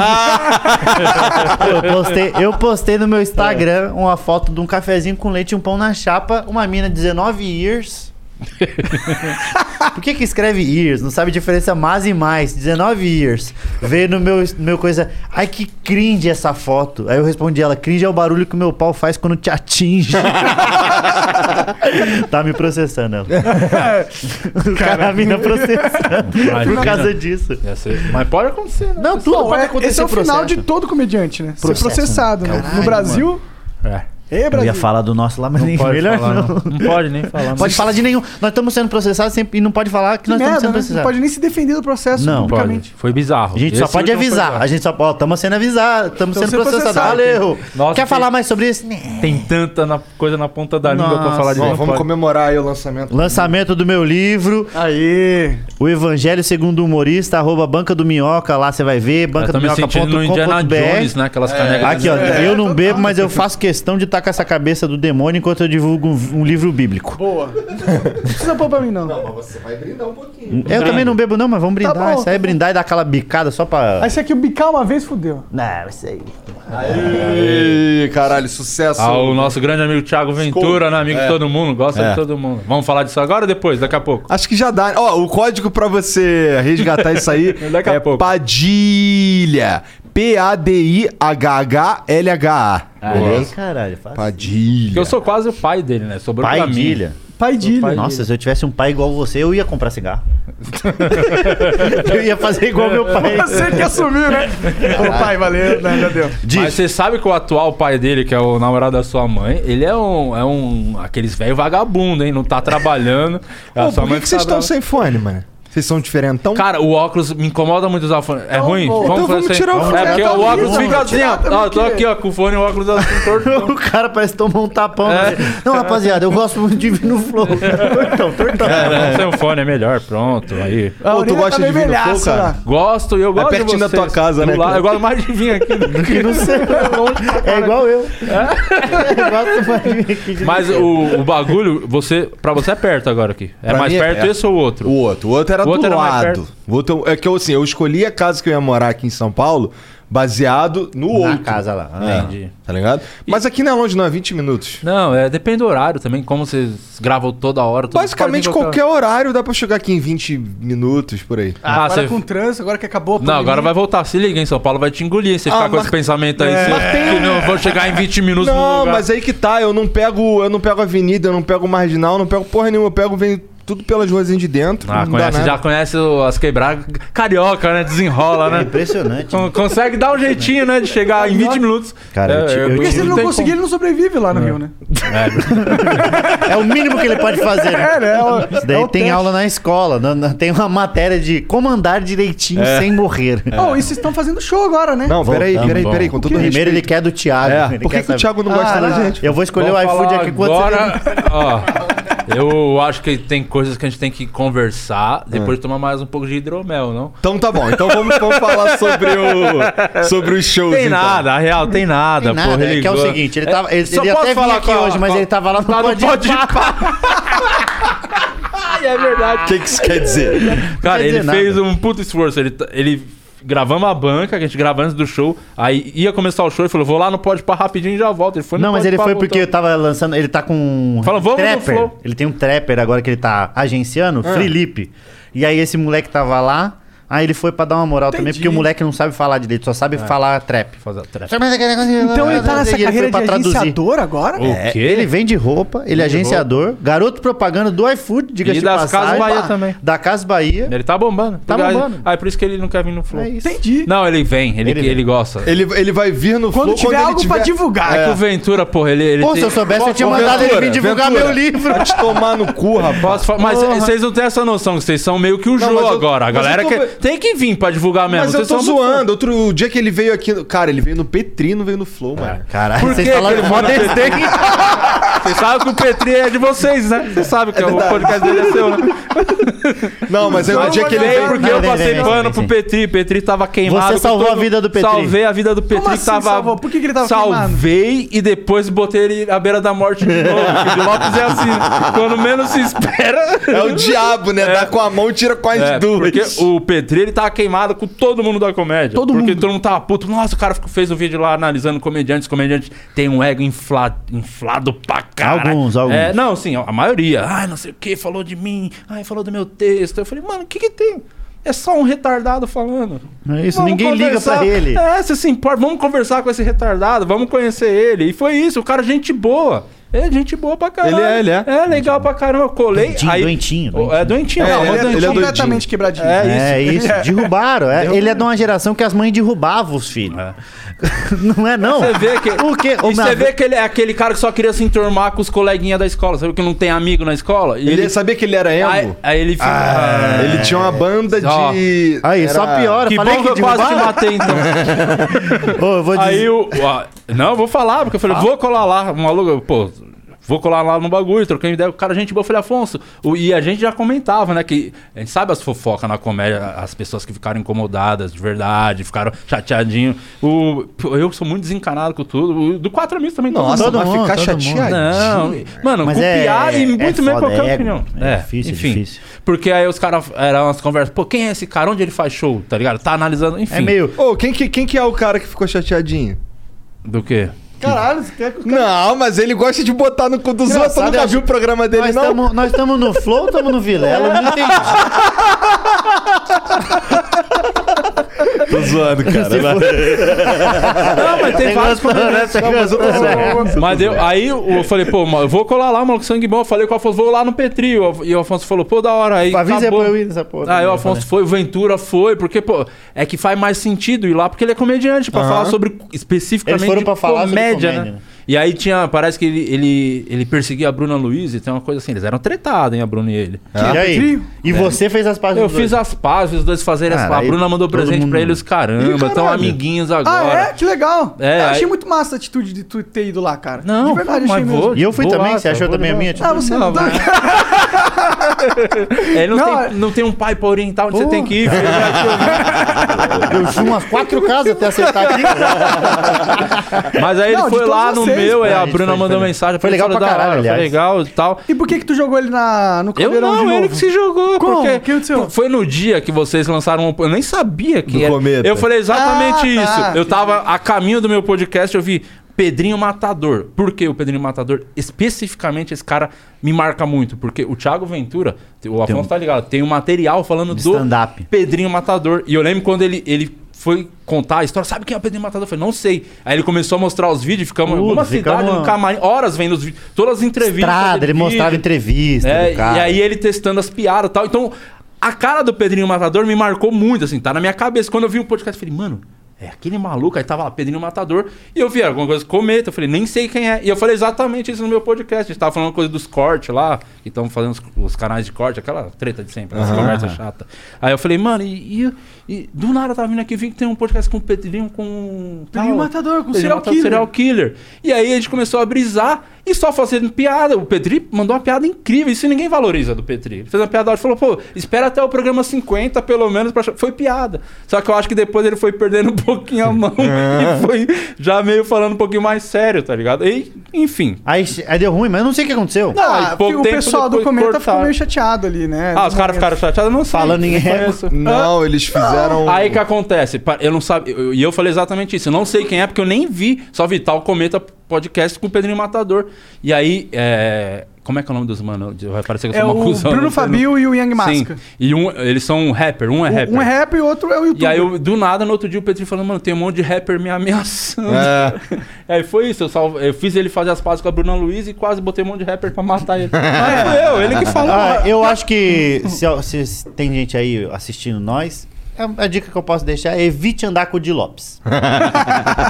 E: Eu postei, eu postei no meu Instagram uma foto de um cafezinho com leite e um pão na chapa, uma mina 19 years Por que que escreve years? Não sabe a diferença mais e mais. 19 years. Veio no meu, no meu coisa. Ai, que cringe essa foto. Aí eu respondi ela: cringe é o barulho que o meu pau faz quando te atinge. tá me processando ela. o cara tá me processando.
D: Imagina.
E: Por causa disso.
D: Ia ser- Mas pode acontecer, né?
E: Não, tudo
C: Bom,
E: pode
C: é-
E: acontecer.
C: esse é o final
E: processo.
C: de todo comediante, né?
E: Processo,
C: Ser
E: né?
C: processado. né?
E: Caralho,
C: no Brasil.
D: É.
C: Ei,
E: Eu
C: Brasil.
E: ia falar do nosso lá, mas nem
D: Pode
E: melhor
D: falar,
E: não.
D: não. Não pode nem falar.
E: Pode falar de nenhum. Nós estamos sendo processados sempre, e não pode falar que
C: Que
E: nós
C: merda,
E: estamos sendo
C: né? Não
E: processados.
C: pode nem se defender do processo
E: Não,
D: Pode.
C: publicamente.
D: Foi bizarro.
E: A gente só
D: Esse
E: pode
D: último foi
E: avisar.
D: bizarro.
E: A gente só. Ó, estamos sendo avisados. Estamos sendo
C: sendo
E: processados.
C: processados.
E: Valeu.
D: Nossa,
E: Quer
D: tem-
E: falar mais sobre isso? Né.
D: Tem tanta na- coisa na ponta da língua pra
E: Nossa.
D: falar de
B: Bom,
D: não
B: vamos
D: pode.
B: comemorar aí o lançamento.
E: Lançamento do meu livro,
C: Aê!
E: O Evangelho segundo o Humorista, arroba Banca do Minhoca. Lá você vai ver, banca
D: Eu tô
E: do
D: me sentindo no Indiana Jones, né? Aquelas canecas.
E: Aqui, ó,
C: É,
E: eu não
C: total.
E: bebo, mas eu faço questão de estar com essa cabeça do demônio enquanto eu divulgo um, um livro bíblico.
C: Boa. Não precisa pôr pra mim, não.
B: Você vai brindar um pouquinho.
E: Eu também não bebo, não, mas vamos brindar.
C: Tá bom,
E: isso aí é brindar e dar aquela bicada só pra.
C: Aí se aqui bicar uma vez, fudeu.
E: Não, isso aí.
B: Ih, caralho, sucesso.
D: Ah, o nosso grande amigo Thiago Ventura, né? Amigo de todo mundo, gosta
B: É.
D: de todo mundo. Vamos falar disso agora ou depois? Daqui a pouco.
B: Acho que já dá. Ó, o código pra você resgatar isso aí
D: Daqui a
B: é
D: pouco.
B: Padilha. P-A-D-I-H-H-L-H-A.
F: Ah, é.
E: Aí, caralho, faz.
B: Padilha.
D: Porque eu sou quase o pai dele, né? Sobrou
E: É. Pai
D: pra mim.
E: Guilha.
C: Pai Dilha.
E: Nossa, se eu tivesse um pai igual você, eu ia comprar cigarro. eu ia fazer igual meu pai.
C: Você que assumiu, né? Ô, pai, valeu. Não, já deu.
D: Mas você sabe que o atual pai dele, que é o namorado da sua mãe, ele é um. É um aqueles velho vagabundo, hein? Não tá trabalhando.
B: Pô,
D: A sua
B: por
D: mãe
B: que, que vocês
D: tá
B: estão
D: brava.
B: sem fone, mano? Vocês são diferentão?
D: Cara, o óculos me incomoda muito usar o fone. É ruim?
C: pô,
B: então vamos
D: fazer
B: tirar o fone.
D: É porque
C: Tá
D: o óculos
C: horrível,
D: fica
C: vamos
D: assim,
C: tirar também,
D: ó. Ó, tô
C: porque-
D: aqui, ó, com o fone e o óculos assim torto.
E: O cara parece tomar um tapão.
D: É.
E: né? Não, rapaziada, eu gosto muito de vir no flow. Então, Tortão, tortão.
D: Cara,
B: né?
D: sem o fone é melhor, pronto. Aí.
C: A
B: Pô, tu
C: orelha tá
B: gosta de
C: meio
B: vir no
C: velhaça
B: flow, cara?
C: lá.
D: Gosto e eu gosto de
B: É pertinho da
D: vocês.
B: tua casa,
D: Do
B: né,
D: lado.
B: cara?
D: Eu gosto mais de vir aqui do que no seu.
E: É igual eu. Eu gosto mais de vir aqui de
D: Mas o, o bagulho, você, pra você é perto agora aqui. É
B: Pra
D: mais
B: mim é
D: perto
B: perto.
D: esse ou o outro?
B: O outro. O outro era
D: O outro
B: do
D: era mais
B: lado.
D: perto.
B: O outro, é que eu, assim, eu escolhi a casa que eu ia morar aqui em São Paulo baseado no
E: Na
B: outro.
E: casa lá.
B: É,
D: Entendi.
B: Tá ligado? Mas aqui não é longe, não, é 20 minutos.
D: Não, é, depende do horário também, como vocês gravam toda hora. tudo,
B: Basicamente,
D: Então, pode vir
B: qualquer horário dá pra chegar aqui em 20 minutos, por aí.
D: Ah,
C: agora
D: você-
C: com trânsito, agora que acabou a
D: Não, agora vai
C: pandemia.
D: voltar. Se liga, hein? São Paulo vai te engolir. Você
B: Ah,
D: ficar com
B: mas-
D: esse pensamento aí.
B: É.
D: você-
B: Mas
D: Que não, vou chegar em 20 minutos no
B: Não,
D: lugar.
B: mas aí que tá, eu não pego, eu não pego avenida, eu não pego marginal, eu não pego porra nenhuma, eu pego vem tudo pelas ruas de dentro.
D: Ah,
B: não
D: conhece,
B: dá né?
D: já
B: nada.
D: conhece o- as quebradas. Carioca, né? Desenrola, né?
E: Impressionante.
D: Con- Consegue dar um jeitinho, né? De chegar em 20 minutos. É,
E: Cara, eu te- eu
C: Porque se ele não
D: tem
C: conseguir, ele não sobrevive lá no Rio, né?
E: É o mínimo que ele pode fazer. né?
C: É, né? É o-
E: Isso daí
C: é o
E: tem
C: teste.
E: aula na escola. na- na- tem uma matéria de como andar direitinho sem morrer.
D: É.
C: Oh, e vocês estão fazendo show agora, né?
B: Não, peraí,
E: Voltamos,
B: peraí,
D: bom.
B: peraí, com todo
E: Primeiro ele
B: respeito.
E: quer do Thiago.
B: É,
E: ele
B: por
E: quer
B: que, que o
E: saber.
B: Thiago não gosta
C: Ah,
B: da
C: não.
B: gente?
E: Eu vou escolher
D: Vamos
E: o iFood
D: falar
E: aqui quando
D: agora, ó, Eu acho que tem coisas que a gente tem que conversar,
E: É.
D: depois tomar mais um pouco de hidromel, não?
B: Então tá bom, então vamos, vamos falar sobre o sobre os shows.
D: Tem
B: então.
D: nada, a real tem nada,
E: Tem nada,
D: porra,
E: é que é o
D: ligou.
E: seguinte, ele, tava, ele,
D: só
E: ele
D: posso
E: até vinha
D: falar
E: aqui
D: com a-
E: hoje, mas
D: com a-
E: ele tava lá no
D: Lá no
E: Pode
D: Pode
E: Pá.
D: Ai, é verdade.
B: O que, que isso quer dizer?
D: Cara,
E: quer
D: ele
E: dizer
D: fez
E: nada.
D: um puto esforço. Ele, t- ele gravamos a banca, que a gente gravava antes do show. Aí ia começar o show e falou: vou lá no Pode Par rapidinho e já volto. Ele foi no
E: Não, mas
D: Pode
E: ele
D: Pá,
E: foi
D: voltou.
E: porque eu tava lançando. Ele tá com. um
D: Fala, vamos no
E: trapper.
D: flow.
E: Ele tem um trapper agora que ele tá agenciando,
B: Ah.
E: Felipe. E aí esse moleque tava lá. Aí ele foi pra dar uma moral também,
C: Entendi.
E: porque o moleque não sabe falar direito, só
B: É.
E: sabe falar trap.
D: Fazer a trap.
E: Então
C: Então ele tá nessa carreira de agenciador agora?
D: O
E: É,
D: quê?
E: ele vende roupa, ele é agenciador, garoto propaganda do iFood, diga
D: E das Casas Bahia
E: pá,
D: também.
E: Da Casa Bahia.
D: Ele tá bombando.
E: Tá
D: Porque-
E: bombando.
D: Ah, é por isso que ele não quer vir no Flow.
E: É isso.
C: Entendi.
D: Não, ele vem, ele,
E: Ele
D: ele,
E: vem.
D: gosta.
B: Ele, ele vai vir no
C: Quando
B: flow
C: tiver
B: ele
C: algo pra divulgar.
D: É que o Ventura, porra, ele. ele
E: Pô,
D: tem-
E: se eu soubesse, eu tinha
B: Ô,
E: mandado ele
B: Ventura,
E: vir divulgar
B: Ventura,
E: meu livro.
B: Vai te tomar no cu, rapaz.
D: Posso falar- Mas
E: Porra.
D: vocês não têm essa noção, que vocês são meio que o jogo
B: mas eu-
D: agora. A
B: mas
D: galera
B: eu tô-
D: que- tem que vir pra divulgar mesmo.
B: Mas eu
D: vocês
B: tô
D: são muito
B: zoando. Outro dia que ele veio aqui. Cara, ele veio no Petri, não veio no Flow, mano.
E: Caralho,
D: Por
E: vocês
D: que
E: falaram
D: que
E: com
D: ele
E: mó
D: mandou ele
E: desdém.
D: Você sabe que o Petri é de vocês, né? Você sabe que o podcast dele é seu, né?
B: Não, mas é o dia que ele
D: Veio
B: veio.
D: porque
E: Não,
D: eu
E: vem,
D: passei
E: vem, vem,
D: pano
E: vem,
D: pro
E: vem.
D: Petri. Petri tava queimado.
E: Você
D: com
E: salvou
D: todo-
E: a vida do Petri.
D: Salvei a vida do Petri.
C: Como
D: que
C: assim
D: tava...
C: salvou? Por que que ele tava
D: Salvei
C: queimado?
D: Salvei e depois botei ele à beira da morte de novo. porque o Lopes é assim. né? Quando menos se espera...
E: É
B: É o diabo, né? Dá com a mão, tira com as
D: É,
B: duas.
D: porque o, Pe- Petri, ele tava queimado com todo mundo da comédia.
C: Todo
D: porque
C: mundo.
D: todo mundo tava puto. Nossa, o cara ficou- fez um vídeo lá analisando comediantes. Comediantes tem um ego inflado, inflado pra caralho.
E: Alguns, alguns.
D: É, não, sim, a maioria. Ai, não sei o que, falou de mim. Ai, falou do meu texto. Eu falei, mano, o que que tem? É só um retardado falando.
E: É isso,
D: Vamos
E: ninguém liga
D: conversar.
E: pra ele.
D: É, você se importa, vamos conversar com esse retardado, vamos conhecer ele. E foi isso, o cara é gente boa. É gente boa pra caralho.
F: Ele é, ele é.
D: É legal pra caramba. Eu colei.
E: Doentinho,
D: aí...
E: doentinho, doentinho.
D: É doentinho.
F: É,
D: não,
F: ele
D: mas
F: é- ele
D: doentinho-
F: é doentinho.
C: completamente quebradinho.
D: É, um-
E: É isso, derrubaram. é. ele é de uma geração que as mães derrubavam os filhos. Não é não?
D: É. Você vê que,
E: O quê?
D: e
E: Ô, minha
D: você vê que ele é aquele cara que só queria se enturmar com os coleguinhas da escola. Sabe que não tem amigo na escola? E
F: Ele,
E: é
F: sabia que ele era emo?
D: aí, aí ele fica.
F: Ah, ele tinha uma banda
D: é. Ó.
F: de.
E: Aí, só piora.
D: Que
E: é." Falei
D: bom que
E: que
D: eu quase te
E: derrubaram.
D: matei, então.
E: Ô, eu vou dizer-
D: Aí eu. ah, Não, eu vou falar, porque eu
E: Ah.
D: falei, vou colar lá. O maluco, pô, vou colar lá no bagulho, troquei uma ideia. O cara, gente boa, eu falei, Afonso. o- e a gente já comentava, né? Que a gente sabe as fofocas na comédia, as pessoas que ficaram incomodadas de verdade, ficaram chateadinho. O, pô, eu sou muito desencanado com tudo. O, do quatro amigos também. todo
F: Nossa,
D: mundo-
E: Todo
F: vai
E: mundo,
F: ficar
E: todo mundo.
F: chateado.
D: não, mano,
E: É Mas
D: com
E: é-
D: piada e
E: é
D: muito menos
E: foda,
D: qualquer
E: é-
D: opinião.
E: é difícil, é difícil.
D: Porque aí os caras eram umas conversas, pô, quem é esse cara? Onde ele faz show? Tá ligado? Tá analisando, enfim.
E: É meio.
F: Ô, quem, que, quem que é o cara que ficou chateadinho?
D: Do quê?
C: Caralho, você quer que o
F: Não, mas ele gosta de botar no cu dos outros.
E: Engraçado,
F: Nunca
E: eu-
F: viu o programa dele,
E: Nós
F: não?
E: tamo- Nós estamos no Flow, estamos no
D: É.
E: Vilela, eu não entendi.
F: Tô zoando, cara.
D: Não, mas tem vários problemas.
E: Você gostou, né?
D: Mas eu, aí eu falei, pô, mano, eu vou colar lá, mano, com sangue bom. Eu falei com o Afonso, vou lá no Petri. E o Af- E o Afonso falou, pô, da hora. Aí
E: Avisa
D: acabou.
E: pra eu ir nessa porra. né?
D: Aí o Afonso foi, o Ventura foi, porque, pô, é que faz mais sentido ir lá, porque ele é comediante, pra falar sobre especificamente
E: Eles foram pra
D: de
E: falar sobre
D: comédia,
E: comédia,
D: né?
E: né?
D: E aí tinha, parece que ele, ele, ele perseguia a Bruna Luiz e tem uma coisa assim, eles eram tretados, hein, a Bruna e ele.
E: E aí? E você fez as páginas
D: Eu
E: dos
D: fiz
E: dois?
D: as pazes, os dois fazerem as
E: Cara,
D: pazes. A
E: aí
D: Bruna mandou
E: todo
D: presente
E: mundo-
D: pra eles, caramba,
C: Ih,
D: tão
C: caralho.
D: amiguinhos
C: Ah,
D: agora.
C: é? Que legal.
D: É,
C: eu achei
D: aí-
C: muito massa a atitude de tu ter ido lá, cara.
D: Não,
C: de verdade,
D: mas
C: achei
D: vou.
E: E eu fui
D: Vou
E: também,
D: lá,
E: você
D: cara,
E: achou
D: vou
E: também a
D: lá.
E: minha?
C: Ah, você é
D: Não,
C: doido.
D: Ele não,
C: Não,
D: tem,
C: é-
D: não tem um pai pra orientar onde você
E: Pô.
D: tem que ir. filho.
E: Tipo, Eu fui umas quatro casas até acertar aqui.
D: Mas aí
C: Não,
D: ele
C: de
D: foi
C: todos
D: lá no
C: vocês,
D: meu, aí
E: né?
D: a
E: Isso
D: Bruna
E: foi-
D: mandou
E: foi-
D: mensagem.
E: foi
D: falei,
E: legal
D: "Isso é
E: pra
D: da hora,
E: caralho,
D: Foi
E: aliás."
D: legal e tal.
C: E por que que tu jogou ele na, no
D: Eu
C: caldeirão de
D: não,
C: novo?
D: ele que se jogou.
C: Como?
D: Porque
C: O que aconteceu?
D: foi no dia que vocês lançaram. um- Eu nem sabia que
F: Do
D: era.
F: Cometa.
D: Eu falei exatamente
C: Ah,
D: isso.
C: tá.
D: Eu tava a caminho do meu podcast, eu vi Pedrinho Matador. Por que o Pedrinho Matador? Especificamente, esse cara me marca muito. Porque o Thiago Ventura, o Afonso tá ligado, tem um material falando
E: De
D: do
E: stand-up.
D: Pedrinho Matador. E eu lembro quando ele, ele foi contar a história. Sabe quem é o Pedrinho Matador? Eu falei, não sei. Aí ele começou a mostrar os vídeos, ficamos em
E: Tudo,
D: uma
E: ficamos-
D: cidade, num camarim, horas vendo os vídeos, todas as entrevistas.
E: Estrada, ele
D: vídeo.
E: mostrava entrevista.
D: É,
E: do cara.
D: e aí ele testando as piadas e tal. Então, a cara do Pedrinho Matador me marcou muito, assim, tá na minha cabeça. Quando eu vi o podcast, eu falei, mano, é aquele maluco. Aí tava lá, Pedrinho Matador. E eu vi alguma coisa, cometa. Eu falei, nem sei quem é. E eu falei exatamente isso no meu podcast. A gente tava falando uma coisa dos cortes lá, que estão fazendo os, os canais de corte, aquela treta de sempre, essa conversa chata. Aí eu falei, mano, e, e- e do nada eu tava vindo aqui, eu vi que tem um podcast com o Pedrinho, com.
C: Pedrinho
D: tal,
C: Tá um Matador, com
D: Pedrinho
C: serial
D: Matador,
C: killer.
D: um serial killer. E aí a gente começou a brisar e só fazendo piada. O Petri mandou uma piada incrível, isso ninguém valoriza do Petri. Fez uma piada da hora, falou, pô, espera até o programa 50, pelo menos, pra... achar- foi piada. Só que eu acho que depois ele foi perdendo um pouquinho a mão e foi já meio falando um pouquinho mais sério, tá ligado? E, enfim.
E: Aí, aí deu ruim, mas eu não sei o que aconteceu.
C: Não,
D: Ah, e pouco
C: o
D: tempo
C: pessoal do
D: depois
C: Cometa ficou
D: cortaram.
C: meio chateado ali, né?
D: Ah, os caras ficaram chateados, eu não sei.
E: Falando em
D: Não
E: ego.
D: conheço.
F: Não, eles fizeram.
D: Aí que acontece, pa- eu não sabia, eu- e eu, falei exatamente isso, eu não sei quem é, porque eu nem vi, só vi tal Cometa Podcast com o Pedrinho Matador. E aí, é, como é que é o nome dos mano? Vai parecer que eu
C: É
D: sou
C: o
D: uma cuzão.
C: Bruno
D: não sei,
C: Fabio
D: não.
C: e o Yang
D: Sim,
C: Masca.
D: e um, eles são um rapper, um é rapper.
C: Um é rap e o outro é o YouTube.
D: E aí, eu, do nada, no outro dia, o Petri falando, mano, tem um monte de rapper me ameaçando.
F: É.
D: Aí foi isso, eu, salvo- eu fiz ele fazer as pazes com a Bruna Luiz e quase botei um monte de rapper pra matar ele.
C: Ah, é.
D: Mas foi eu, ele que falou.
E: Ah, eu acho que se, se- se tem gente aí assistindo nós, é a dica que eu posso deixar é evite andar com o Di Lopes.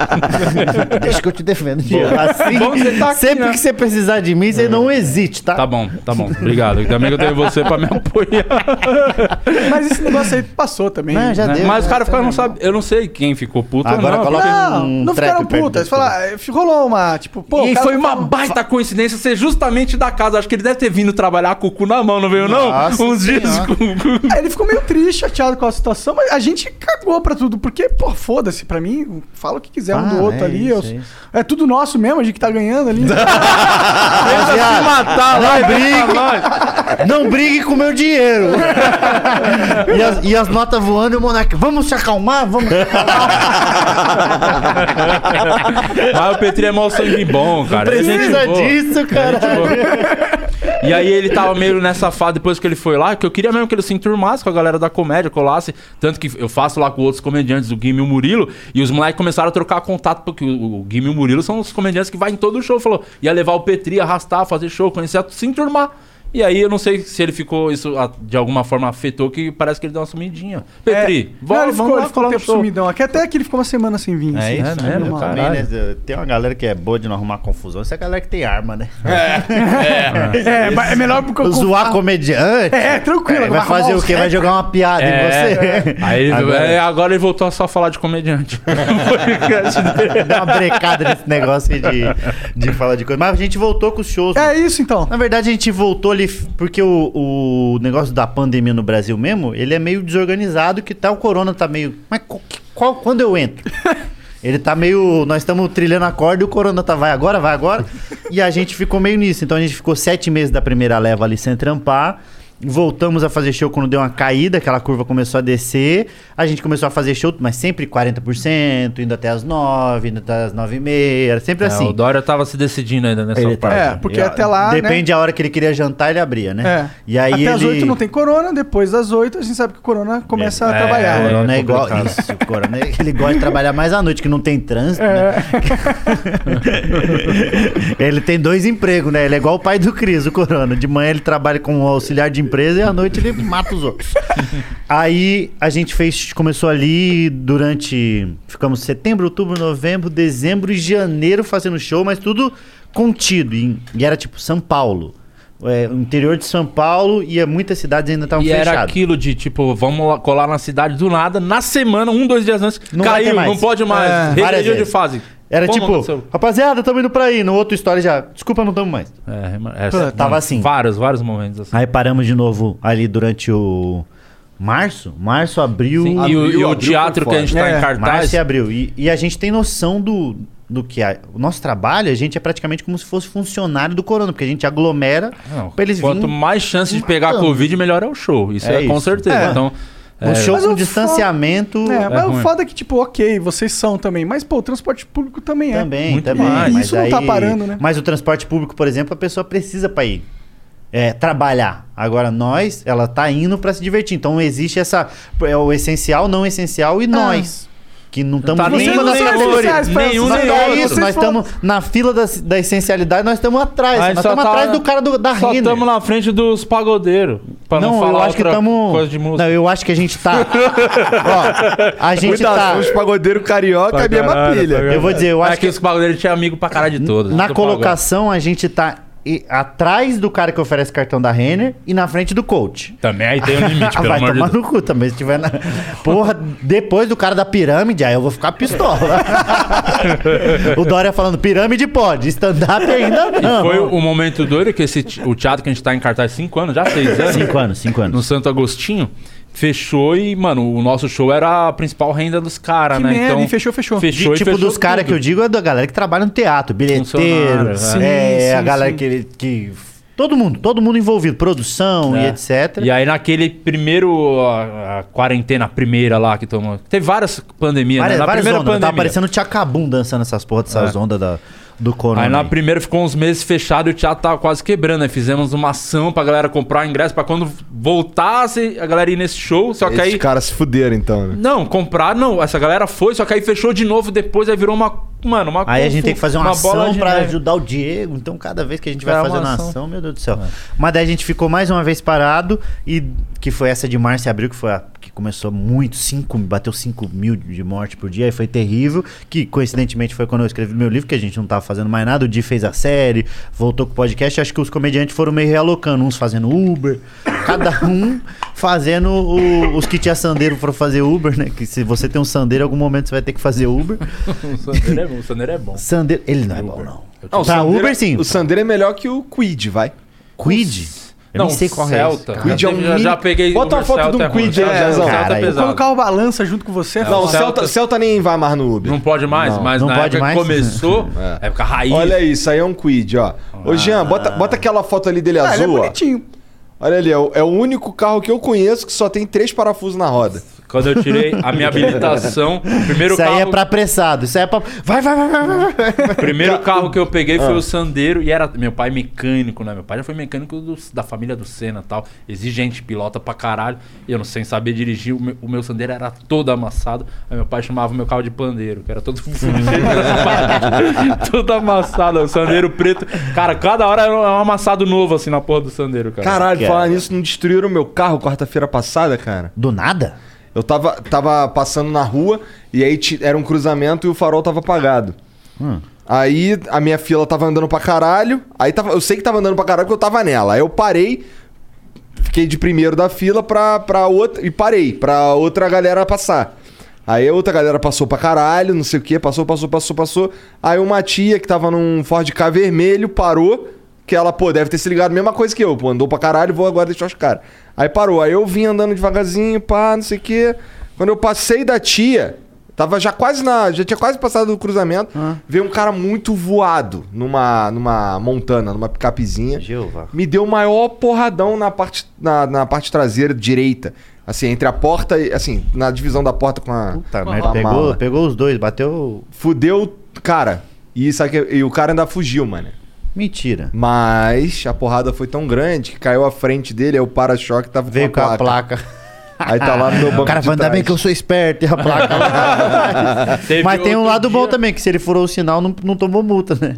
E: Deixa que eu te defendo, Di. Assim,
D: Bom que você tá aqui,
E: sempre
D: né?
E: que você precisar de mim, você não hesite, tá?
D: Tá bom, tá bom, obrigado. Ainda bem que eu tenho você pra me apoiar.
C: Mas esse negócio aí passou também.
E: Não, já
D: né?
E: deu.
D: Mas o cara fica, não sabe. Eu não sei quem ficou puto.
E: Agora
D: ou não,
E: coloca-
D: porque-
C: Não,
E: um
C: não
E: trap
C: ficaram
E: perto né?
C: putas.
E: do
C: Fala, eh, rolou uma, tipo, pô... o
D: e
C: cara
D: foi uma
C: falou-
D: baita coincidência ser justamente da casa. Acho que ele deve ter vindo trabalhar com o cu na mão, não veio, não?
E: Nossa
D: Uns dias
E: Senhora.
D: com o cu.
C: Ah, Ele ficou meio triste, chateado com a situação, mas a gente cagou pra tudo, porque, pô, foda-se, pra mim, fala o que quiser um
E: Ah,
C: do outro
E: é
C: ali.
E: isso,
C: eu-
E: é isso.
C: é tudo nosso mesmo, a gente que tá ganhando ali.
E: Rapaziada,
D: matar
E: não brigue, não brigue com o meu dinheiro. E as, e as notas voando e o Monark, vamos se acalmar, vamos.
D: Mas o Petri é mau sangue bom, cara. Ele é gente
E: Precisa
D: boa.
E: disso, cara.
D: Tipo, E aí ele tava meio nessa fase depois que ele foi lá, que eu queria mesmo que ele se enturmasse com a galera da comédia, colasse. Tanto que eu faço lá com outros comediantes, o Guime e o Murilo, e os moleques começaram a trocar contato, porque o o Guime e o Murilo são os comediantes que vai em todo show. Falou, ia levar o Petri, arrastar, fazer show, conhecer, se enturmar. E aí eu não sei se ele ficou, isso ah, de alguma forma afetou, que parece que ele deu uma sumidinha. Petri,
C: É.
D: volta,
C: Não, ele ficou,
D: vamos
C: ele
D: lá
C: ficou
D: falar
C: um
D: no
C: tempo
D: show. É
C: sumidão. Aqui até que ele ficou uma semana sem vir. assim.
D: isso mesmo,
C: normal.
D: cara.
E: Também, É né, Tem uma galera que é boa de não arrumar confusão. Isso é a galera que tem arma, né?
C: É, mas é melhor porque eu.
E: Zoar comediante.
C: É, tranquilo.
E: É, vai
C: arrumar
E: fazer
C: os
E: o quê? Vai jogar uma piada em você?
D: É, Aí ele- é, agora...
E: Agora-
D: ele voltou a só falar de comediante.
E: Dá uma brecada nesse negócio aí de, de falar de coisa. Mas a gente voltou com os shows.
C: É isso então.
E: Na verdade, a gente voltou ali f- porque o, o negócio da pandemia no Brasil mesmo, ele é meio desorganizado, que tá o corona tá meio... Mas co- que- qual, quando eu entro? Ele tá meio... Nós estamos trilhando a corda e o corona tá vai agora, vai agora. E a gente ficou meio nisso. Então a gente ficou sete meses da primeira leva ali sem trampar. Voltamos a fazer show quando deu uma caída, aquela curva começou a descer. A gente começou a fazer show, mas sempre 40%, indo até as 9, indo até as 9 e meia, sempre
D: É,
E: assim.
D: o Dória tava se decidindo ainda nessa
E: Ele tá-
D: parte.
C: É, porque
E: E, ó,
C: até lá. né,
E: Depende da hora que ele queria jantar, ele abria, né?
C: É.
E: E aí
C: Até
E: ele...
C: às 8 não tem corona, depois das 8 a gente sabe que o corona começa a
E: É,
C: trabalhar.
E: O
C: né?
E: corona é,
D: É
E: igual.
D: complicado.
E: Isso, o corona é- ele gosta de trabalhar mais à noite, que não tem trânsito, né?
C: É.
E: ele tem dois empregos, né? Ele é igual o pai do Cris, o corona. De manhã ele trabalha como auxiliar de empresa e à noite ele mata os outros. Aí a gente fez, começou ali durante. Ficamos setembro, outubro, novembro, dezembro e janeiro fazendo show, mas tudo contido. E, e era tipo São Paulo. É, o interior de São Paulo e é, muitas cidades ainda estavam
D: E era
E: fechadas.
D: aquilo de tipo, vamos lá- colar na cidade do nada, na semana, um, dois dias antes,
E: Não vai ter
D: caiu,
E: mais.
D: não pode
E: É,
D: mais.
E: várias
D: Regrediu de
E: vezes.
D: fase.
E: Era
D: Como
E: tipo,
D: aconteceu?
E: rapaziada, tamo indo pra aí. No outro story já, desculpa, não tamo mais.
D: É, mas- é,
E: Puta, tava assim.
D: Vários, vários momentos assim.
E: Aí paramos de novo ali durante o março, março, abril,
D: Sim, e o, e o
F: abriu,
D: teatro
F: foi
D: que a gente tá
C: É,
D: em cartaz.
E: março e abril. E, e a gente tem noção do, do que é. O nosso trabalho, a gente é praticamente como se fosse funcionário do corona, porque a gente aglomera
D: Não,
E: pra eles
D: quanto
E: virem.
D: mais chance de pegar
E: matando.
D: Covid, melhor é o show. Isso
E: É
D: é, com
E: isso.
D: certeza.
C: É.
D: Então,
E: Um show
C: Mas
E: com
C: eu
E: distanciamento
C: É, mas o
D: ruim.
C: foda é que, tipo, ok, vocês são também. Mas, pô, o transporte público também é.
E: também,
D: muito
E: também.
D: mais.
E: mas
C: Isso não tá parando, né?
E: Mas o transporte público, por exemplo, a pessoa precisa pra ir. é, trabalhar. Agora nós, ela tá indo pra se divertir. Então existe essa é o essencial, não essencial e
C: Ah.
E: nós que não estamos
D: tá
E: nenhuma
D: nenhum nem
E: das
C: É. são
D: outro,
E: categorias.
C: essenciais pra
D: nenhum
C: essa
E: Nós
D: nem
E: tá
C: sociedade.
D: outro.
E: isso, nós
C: Vocês falam-
E: estamos na fila da, da essencialidade, nós estamos atrás.
D: Aí
E: nós
D: só
E: estamos
D: tá-
E: atrás do cara do, da
D: Só
E: Renner.
D: estamos na frente dos pagodeiros. Pra não, falar
E: eu acho que
D: outra
E: tamo...
D: coisa de música.
E: Não, eu acho que a gente tá. Ó, a gente tá.
F: Cuidado, os pagodeiros carioca é a mesma
D: Caralho,
F: pilha.
E: Eu vou dizer, eu
D: É
E: acho
D: que os pagodeiros tinham amigo pra caralho de todos.
E: Na
D: do
E: colocação, a gente tá e- atrás do cara que oferece cartão da Renner e na frente do coach.
D: pagode. Também aí tem um limite, pelo
E: Vai
D: amor de
E: tomar
D: Deus.
E: no cu também, se tiver na... Porra, depois do cara da pirâmide, aí eu vou ficar pistola. o Dória falando, pirâmide pode, stand-up ainda não.
D: Foi o momento doido que esse, te- o teatro que a gente tá em cartaz 5 anos, já 6 anos,
E: Cinco anos, cinco
D: no
E: anos.
D: Santo Agostinho, fechou e, mano, o nosso show era a principal renda dos caras,
C: Que
D: né?
C: merda,
D: então,
C: e fechou, fechou.
E: De
D: fechou e
E: tipo
D: fechou
E: dos caras que eu
D: tudo.
E: digo é da galera que trabalha no teatro, bilheteiro,
D: Funcionário, Sim,
E: é,
C: sim,
E: a galera
C: sim.
E: que, que... Todo mundo, todo mundo envolvido, produção e
D: É.
E: etc.
D: E aí naquele primeiro a, a quarentena primeira lá que tomou. Teve várias pandemias,
E: Várias,
D: né? Na
E: várias
D: primeira
E: ondas. Tá
D: pandemia. É.
E: aparecendo o Tchacabum dançando essas porra dessas ondas da, do corona.
D: Aí na
E: aí.
D: primeira ficou uns meses fechado e o teatro tava quase quebrando, né? Fizemos uma ação pra galera comprar ingresso pra quando voltasse a galera ir nesse show, só que
F: Esses
D: aí
F: caras se fuderam, então. Né?
D: Não, comprar não. Essa galera foi, só que aí fechou de novo depois, aí virou uma. Mano, uma.
E: Aí a gente tem que fazer uma, ação pra
D: ajudar.
E: ajudar o Diego. Então, cada vez que a gente vai
D: É uma
E: fazer uma ação.
D: ação.
E: meu Deus do céu. Mas daí a gente ficou mais uma vez parado, e que foi essa de março e abril, que foi a que começou muito, cinco, bateu 5 mil de morte por dia, e foi terrível. Que coincidentemente foi quando eu escrevi meu livro, que a gente não tava fazendo mais nada. O Di fez a série, voltou com o podcast. Acho que os comediantes foram meio realocando, uns fazendo Uber, cada um fazendo o- os que tinha sandeiro foram fazer Uber, né? Que se você tem um sandeiro, em algum momento você vai ter que fazer Uber.
D: O Sandeiro é bom, o Sandeiro é bom.
E: Sandeiro. Ele não é bom, não.
F: Não, o
E: pra
F: Sandero-
E: Uber, sim.
F: O Sandeiro é melhor que o Quid, vai.
E: Quid? Eu não, sei qual
D: Celta.
E: é. esse, cara.
F: Quid é um
D: Eu já, já
F: mini-
D: peguei.
F: Bota uma
D: Uber
F: foto de um
D: Celta, é ruim.
F: Quid aí,
D: Celta-
F: Jezão.
D: Celta é
E: Caralho.
D: pesado.
C: Quando o carro balança junto com você, é
F: Não, o
C: foda.
F: Celta,
D: Celta-
F: Celta nem vai mais no Uber.
D: Não pode mais, mas
E: não
D: na
E: pode
D: época
E: mais? É.
D: que começou, época raiz.
F: Ah. Olha isso, aí é um Quid, ó. Ô, Jean, bota, bota aquela foto ali dele
C: Ah, ele é
F: azul, ó.
C: bonitinho.
B: Olha ali, é o, é o único carro que eu conheço que só tem três parafusos na roda.
D: Quando eu tirei a minha habilitação, o primeiro
E: Isso
D: carro,
E: aí é pra apressado. Isso aí é pra. Vai, vai, vai, vai, vai, vai.
D: o primeiro carro que eu peguei
E: Ah.
D: foi o Sandero e era meu pai mecânico, né? Meu pai já foi mecânico do- da família do Senna e tal, exigente, pilota pra caralho. E eu não sem saber dirigir, o meu, o meu Sandero era todo amassado. Aí meu pai chamava o meu carro de pandeiro, que era todo fudido, todo amassado, o Sandero preto. Cara, cada hora era um amassado novo assim na porra do Sandero, cara.
B: Caralho,
E: Cara.
B: falar nisso, não destruíram meu carro quarta-feira passada, cara?
E: Do nada?
B: Eu tava, tava passando na rua e aí ti- era um cruzamento e o farol tava apagado. Aí a minha fila tava andando pra caralho. Aí tava, eu sei que tava andando pra caralho porque eu tava nela. Aí eu parei, fiquei de primeiro da fila pra, pra outra. E parei, pra outra galera passar. Aí a outra galera passou pra caralho, não sei o que, passou, passou, passou, passou. Aí uma tia que tava num Ford K vermelho parou, que ela, pô, deve ter se ligado, mesma coisa que eu, pô, andou pra caralho, vou agora deixar os caras. Aí parou, aí eu vim andando devagarzinho, pá, não sei o que. Quando eu passei da tia, tava já quase na. Já tinha quase passado do cruzamento, veio um cara muito voado numa, numa montana, numa picapezinha.
E: Jeová.
B: Me deu o maior porradão na parte, na, na parte traseira direita. Assim, entre a porta e. Assim, na divisão da porta com a.
E: Puta
B: com
E: Tá, merda.
B: a
E: Pegou,
B: mala.
E: pegou os dois, bateu.
B: Fudeu, cara. E, sabe que, e o cara ainda fugiu, mano.
E: Mentira.
B: Mas a porrada foi tão grande que caiu a frente dele, aí o para-choque tava
E: Veio com a placa.
B: Aí tá lá no meu banco.
E: O cara
B: de
E: vai ainda bem
B: trás.
E: que eu sou esperto e a placa. lá.
D: Teve
E: Mas tem um
D: outro
E: lado bom
D: dia-
E: também, que se ele furou o sinal, não, não tomou multa, né?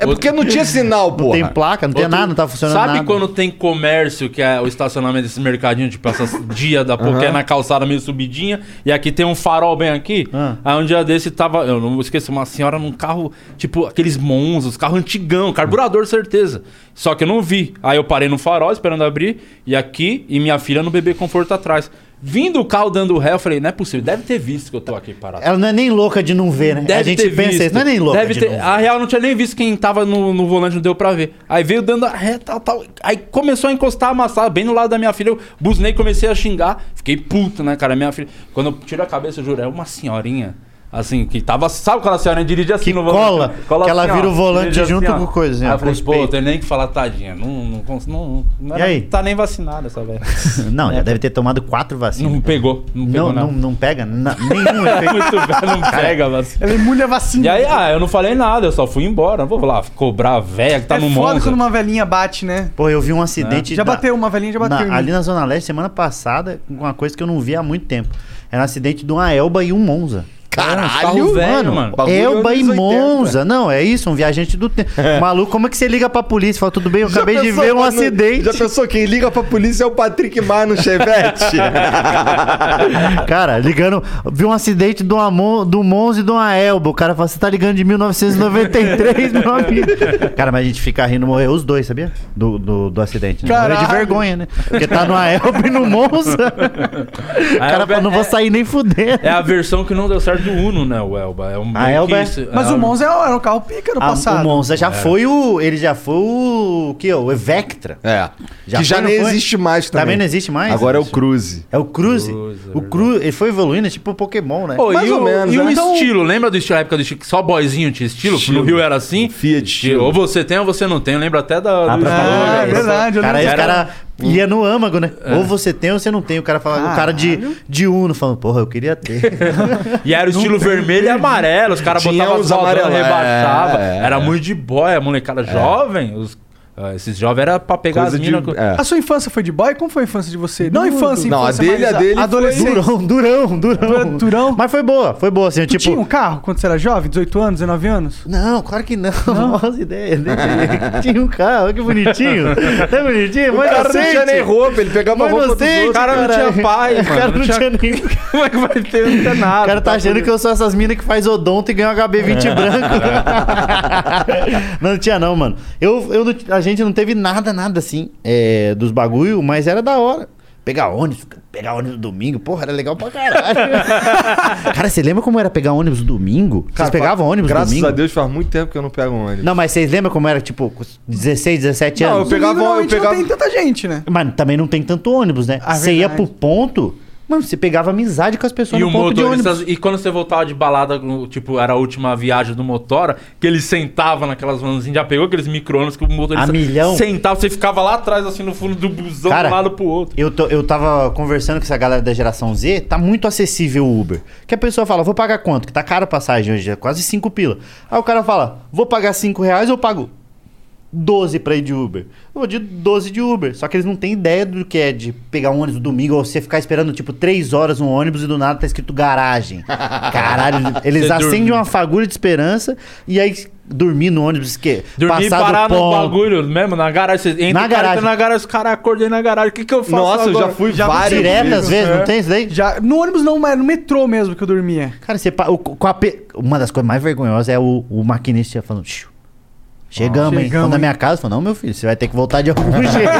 B: É porque não tinha sinal,
E: Não
B: pô.
E: tem placa, não tem
D: Outro-
E: nada, não tá funcionando
D: Sabe
E: nada.
D: quando tem comércio, que é o estacionamento desse mercadinho, tipo, essas dia da porca é na calçada meio subidinha, e aqui tem um farol bem aqui?
E: Ah.
D: Aí um dia desse tava, eu não esqueço, uma senhora num carro, tipo, aqueles monzos, carro antigão, carburador, certeza. Só que eu não vi. Aí eu parei no farol esperando abrir, e aqui, e minha filha no bebê conforto atrás. Vindo o carro dando ré, eu falei, não é possível, deve ter visto que eu tô aqui parado.
E: Ela não é nem louca de não ver, né?
D: Deve
E: a gente
D: ter
E: pensa
D: visto.
E: isso, não é nem louca
D: Deve
E: de
D: ter- Ah.
E: não ver.
D: A real não tinha nem visto quem tava no, no volante, não deu pra ver. Aí veio dando a ré, tal, tal. Aí começou a encostar, amassar bem no lado da minha filha. Eu buzinei, comecei a xingar. Fiquei puto, né, cara? Minha filha. Quando eu tiro a cabeça, eu juro, é uma senhorinha. Assim, que tava. Sabe aquela senhorinha dirige assim
E: Que
D: no
E: cola,
D: né?
E: que ela
D: ó,
E: vira o volante
D: dirige
E: junto
D: ó.
E: com coisa, assim,
D: Aí
E: ó,
D: eu falei,
E: com os
D: pô,
E: peitos.
D: tem nem que falar, tadinha. Não, não, cons- não, não
E: E aí?
D: tá nem vacinada essa velha.
E: Não,
D: É.
E: já deve ter tomado quatro vacinas.
D: Não pegou. Não pegou
E: Não,
D: nada.
E: não, não pega na- nenhum efeito.
D: Muito velho, não pega, vacina.
C: Ela emulha a vacina. É
D: E aí, ah, eu não falei nada, eu só fui embora. Não vou lá cobrar a véia que tá
C: é
D: no
C: foda quando
D: mundo.
C: uma velhinha bate, né?
E: Pô, eu vi um acidente.
C: Já
E: da-
C: bateu, uma velhinha já bateu. em mim.
E: na- ali na Zona Leste, semana passada, com uma coisa que eu não vi há muito tempo. Era um acidente de uma Elba e um Monza. tá
D: Carro
B: Caralho!
D: velho, mano.
B: Bagulho é
E: Elba e
B: anos 80.
E: Monza. Não, é isso, um viajante do tempo. Maluco, como é que você liga pra polícia? e Fala, tudo bem, eu
B: Já
E: acabei de
B: pensou,
E: ver um
B: mano?
E: acidente.
B: Já pensou? Quem liga pra polícia é o Patrick Mar no Chevette.
E: É. Cara, ligando. Vi um acidente do, Amon, do Monza e do Elba. O cara fala, você tá ligando de 1993, meu amigo. Cara, mas a gente fica rindo, morreu os dois, sabia? Do, do, do acidente. Né? Morreu de
C: Caralho.
E: vergonha, né? Porque tá no Elba e no Monza. O cara
C: é-
E: fala, não vou sair nem fuder.
D: É a versão que não deu certo do Uno, né, o Elba? É um
B: Ah,
E: A Elba é-
C: Mas
D: Ah,
C: o Monza é- era um carro pica no
E: A-
C: passado.
E: Ah, o Monza
B: É.
E: já foi o. Ele já foi o. o que? O Evectra.
B: é.
E: Já
B: que já
E: foi, não
B: nem
E: foi?
B: existe mais também.
E: Também não existe mais?
B: Agora é o Cruze.
E: É o Cruze.
D: Cruze, é
E: o Cruze. Ele foi evoluindo, é tipo o Pokémon, né?
D: Pô,
B: Mais
D: e
B: ou
D: o,
B: menos,
D: e o
B: né? Então-
D: estilo, lembra do estilo, a época do estilo, que só boyzinho tinha estilo?
B: Estilo.
D: No Rio era assim?
B: Fiat estilo.
D: Ou você tem ou você não tem, lembra até da...
E: Ah,
D: do
E: pra
D: slogan.
E: falar,
C: Ah, é
E: esse-
C: verdade. eu
E: Cara,
C: lembro.
E: esse cara ia no âmago, né? Ou você tem ou você não tem. O cara fala, o cara de, de Uno falando, porra, eu queria ter.
D: E era o estilo vermelho e amarelo, os caras
B: Tinha
D: botavam
B: uns
D: os amarelo,
B: amarelo,
D: rebaixava.
B: é, é.
D: Era muito de boy, a molecada jovem. os- ah, esses jovens era pra pegar
B: Coisa
D: as
B: de.
D: minas... com-
B: É.
C: A sua infância foi de boy? Como foi a infância de você? Não, infância, infância.
B: Não, a dele-
C: mas
B: a dele foi
C: Adolescente.
E: durão, durão, durão.
C: Dura- durão?
E: Mas foi boa, foi boa, assim,
C: Tu
E: tipo...
C: tinha um carro quando você era jovem? 18 anos, 19 anos?
E: Não, claro que não. Nossa ideia. nem sei. tinha um carro, olha que bonitinho. Não é bonitinho?
B: O
E: Mas
B: cara não tinha nem roupa, ele pegava a
E: Mas
B: roupa dos
E: inocente,
B: outros.
D: O cara não
E: Caralho.
D: tinha pai, mano.
E: O cara não tinha nem...
D: Como é que vai ter? Não tem nada.
E: O cara tá achando que eu sou essas minas que faz odonto e ganha um HB20
B: É.
E: branco. não, não tinha não, mano. Eu, eu não- a gente não teve nada, nada assim é, dos bagulho, mas era da hora. Pegar ônibus, pegar ônibus domingo, porra, era legal pra caralho. cara, você lembra como era pegar ônibus domingo?
B: Cara,
E: vocês pegavam ônibus
B: Graças
E: domingo?
B: a Deus faz muito tempo que eu não pego um ônibus.
E: Não, mas vocês lembram como era, tipo, com 16, 17
B: Não,
E: anos?
B: eu pegava-
C: Domingo, normalmente,
B: eu pegava-
C: não tem tanta gente, né?
B: é
E: Mas também não tem tanto ônibus, né?
C: Ah,
E: Você ia
C: verdade.
E: pro ponto, Mano, você pegava amizade com as pessoas
D: E
E: no
D: o
E: ponto de ônibus.
D: motorista. E quando você voltava de balada, no- tipo, era a última viagem do motora, que ele sentava naquelas vanzinhas, já pegou aqueles micro-ônibus que o motorista
E: A milhão?
D: sentava, você ficava lá atrás, assim, no fundo do busão,
E: Cara,
D: de um lado pro outro.
E: Eu, tô- eu tava conversando com essa galera da geração Z, tá muito acessível o Uber. Que a pessoa fala, vou pagar quanto? Que tá caro a passagem hoje, é quase 5 pila. Aí o cara fala, vou pagar 5 reais ou pago 12 pra ir de Uber? Eu vou de 12 de Uber. Só que eles não têm ideia do que é de pegar um ônibus domingo ou você ficar esperando tipo 3 horas um ônibus e do nada tá escrito garagem. Caralho, eles
D: Você
E: acendem
D: dorme.
E: uma fagulha de esperança e aí dormir no ônibus, que
D: Dormir e
E: passar do
D: parar no
E: ponto.
D: bagulho mesmo, na garagem. Você entra,
E: Na
D: o cara
E: garagem.
D: entra na garagem, os caras acordei na garagem. O que, que eu faço?
B: Nossa, eu
D: agora?
B: já fui várias
E: Direto às
B: vezes.
E: vezes, não tem isso daí?
C: Já, no ônibus não, mas no metrô mesmo que eu dormia.
E: Cara, você pa- o- com a pe- uma das coisas mais vergonhosas é o, o maquinista falando. "Xiu, Chegamos, hein? Quando
C: chegamos,
E: na
C: hein?"
E: minha casa, falou, não, meu filho, você vai ter que voltar de algum jeito.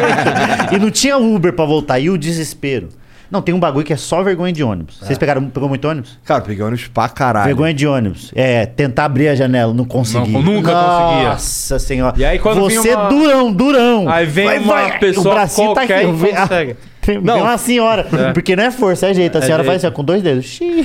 E: e não tinha Uber pra voltar. E o desespero. Não, tem um bagulho que é só vergonha de ônibus.
D: É.
E: Vocês pegaram, pegou muito ônibus?
B: Cara, peguei ônibus pra caralho.
E: Vergonha de ônibus. É, tentar abrir a janela, não conseguia.
D: Não, nunca conseguia.
E: Nossa senhora.
D: E aí, quando
E: Você
D: vinha uma-
E: durão, durão.
D: Aí vem uma pessoa qualquer e
E: tá eu vi-
D: consegue.
E: Tem
B: Não.
E: tem uma senhora. Porque não é força, é jeito. A senhora faz assim, ó, com dois dedos. Xiii.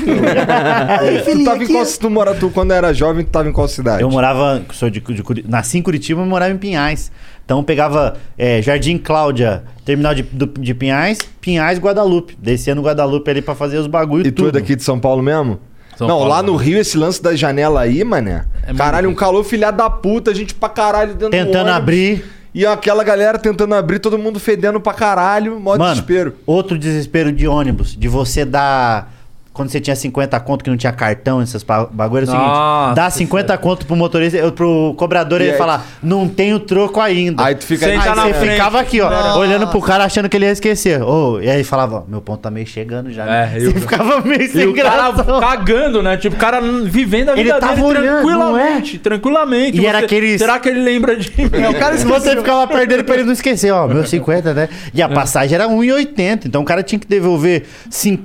B: Tu, tava em qual, tu, mora, tu quando era jovem, tu tava em qual cidade?
E: Eu morava, sou de, de Curi- nasci em Curitiba, mas morava em Pinhais. Então eu pegava é, Jardim Cláudia, terminal de, do- de Pinhais, Pinhais Guadalupe. Descendo Guadalupe ali pra fazer os bagulho
B: E tu é
E: tudo.
B: daqui de São Paulo mesmo?
D: São
B: não,
D: Paulo,
B: lá
D: né?
B: no Rio, esse lance da janela aí, mané. caralho, um calor filha da puta, gente pra caralho dentro do
E: Tentando
B: ônibus.
E: abrir.
B: E aquela galera tentando abrir, todo mundo fedendo pra caralho, mó
E: Mano,
B: desespero.
E: outro desespero de ônibus, de você dar. Quando você tinha 50 conto que não tinha cartão, essas pa- bagulho, é o seguinte:
D: Nossa,
E: dá 50 conto pro motorista, eu- pro cobrador,
B: E
E: ele
B: aí?
E: falar, não tenho troco ainda.
B: Aí tu fica
D: Senta
E: Aí
D: tá na
E: você
D: frente.
E: ficava aqui, ó, olhando pro cara achando que ele ia esquecer. Ô, e aí falava, ó, meu ponto tá meio chegando já. né?"
D: É,
E: você
D: eu-
E: ficava meio
D: E
E: sem
D: o cara
E: graça.
D: cagando, né? Tipo, o cara vivendo a
E: Ele
D: vida
E: tava
D: dele
E: olhando, é?
D: tranquilamente. Tranquilamente.
E: E era aquele-
D: Será que ele lembra de mim?
C: É, o cara
E: Se
C: esqueceu.
E: você ficava perdendo pra ele não esquecer, ó, meu 50, né? E a
D: É.
E: passagem era 1,80, então o cara tinha que devolver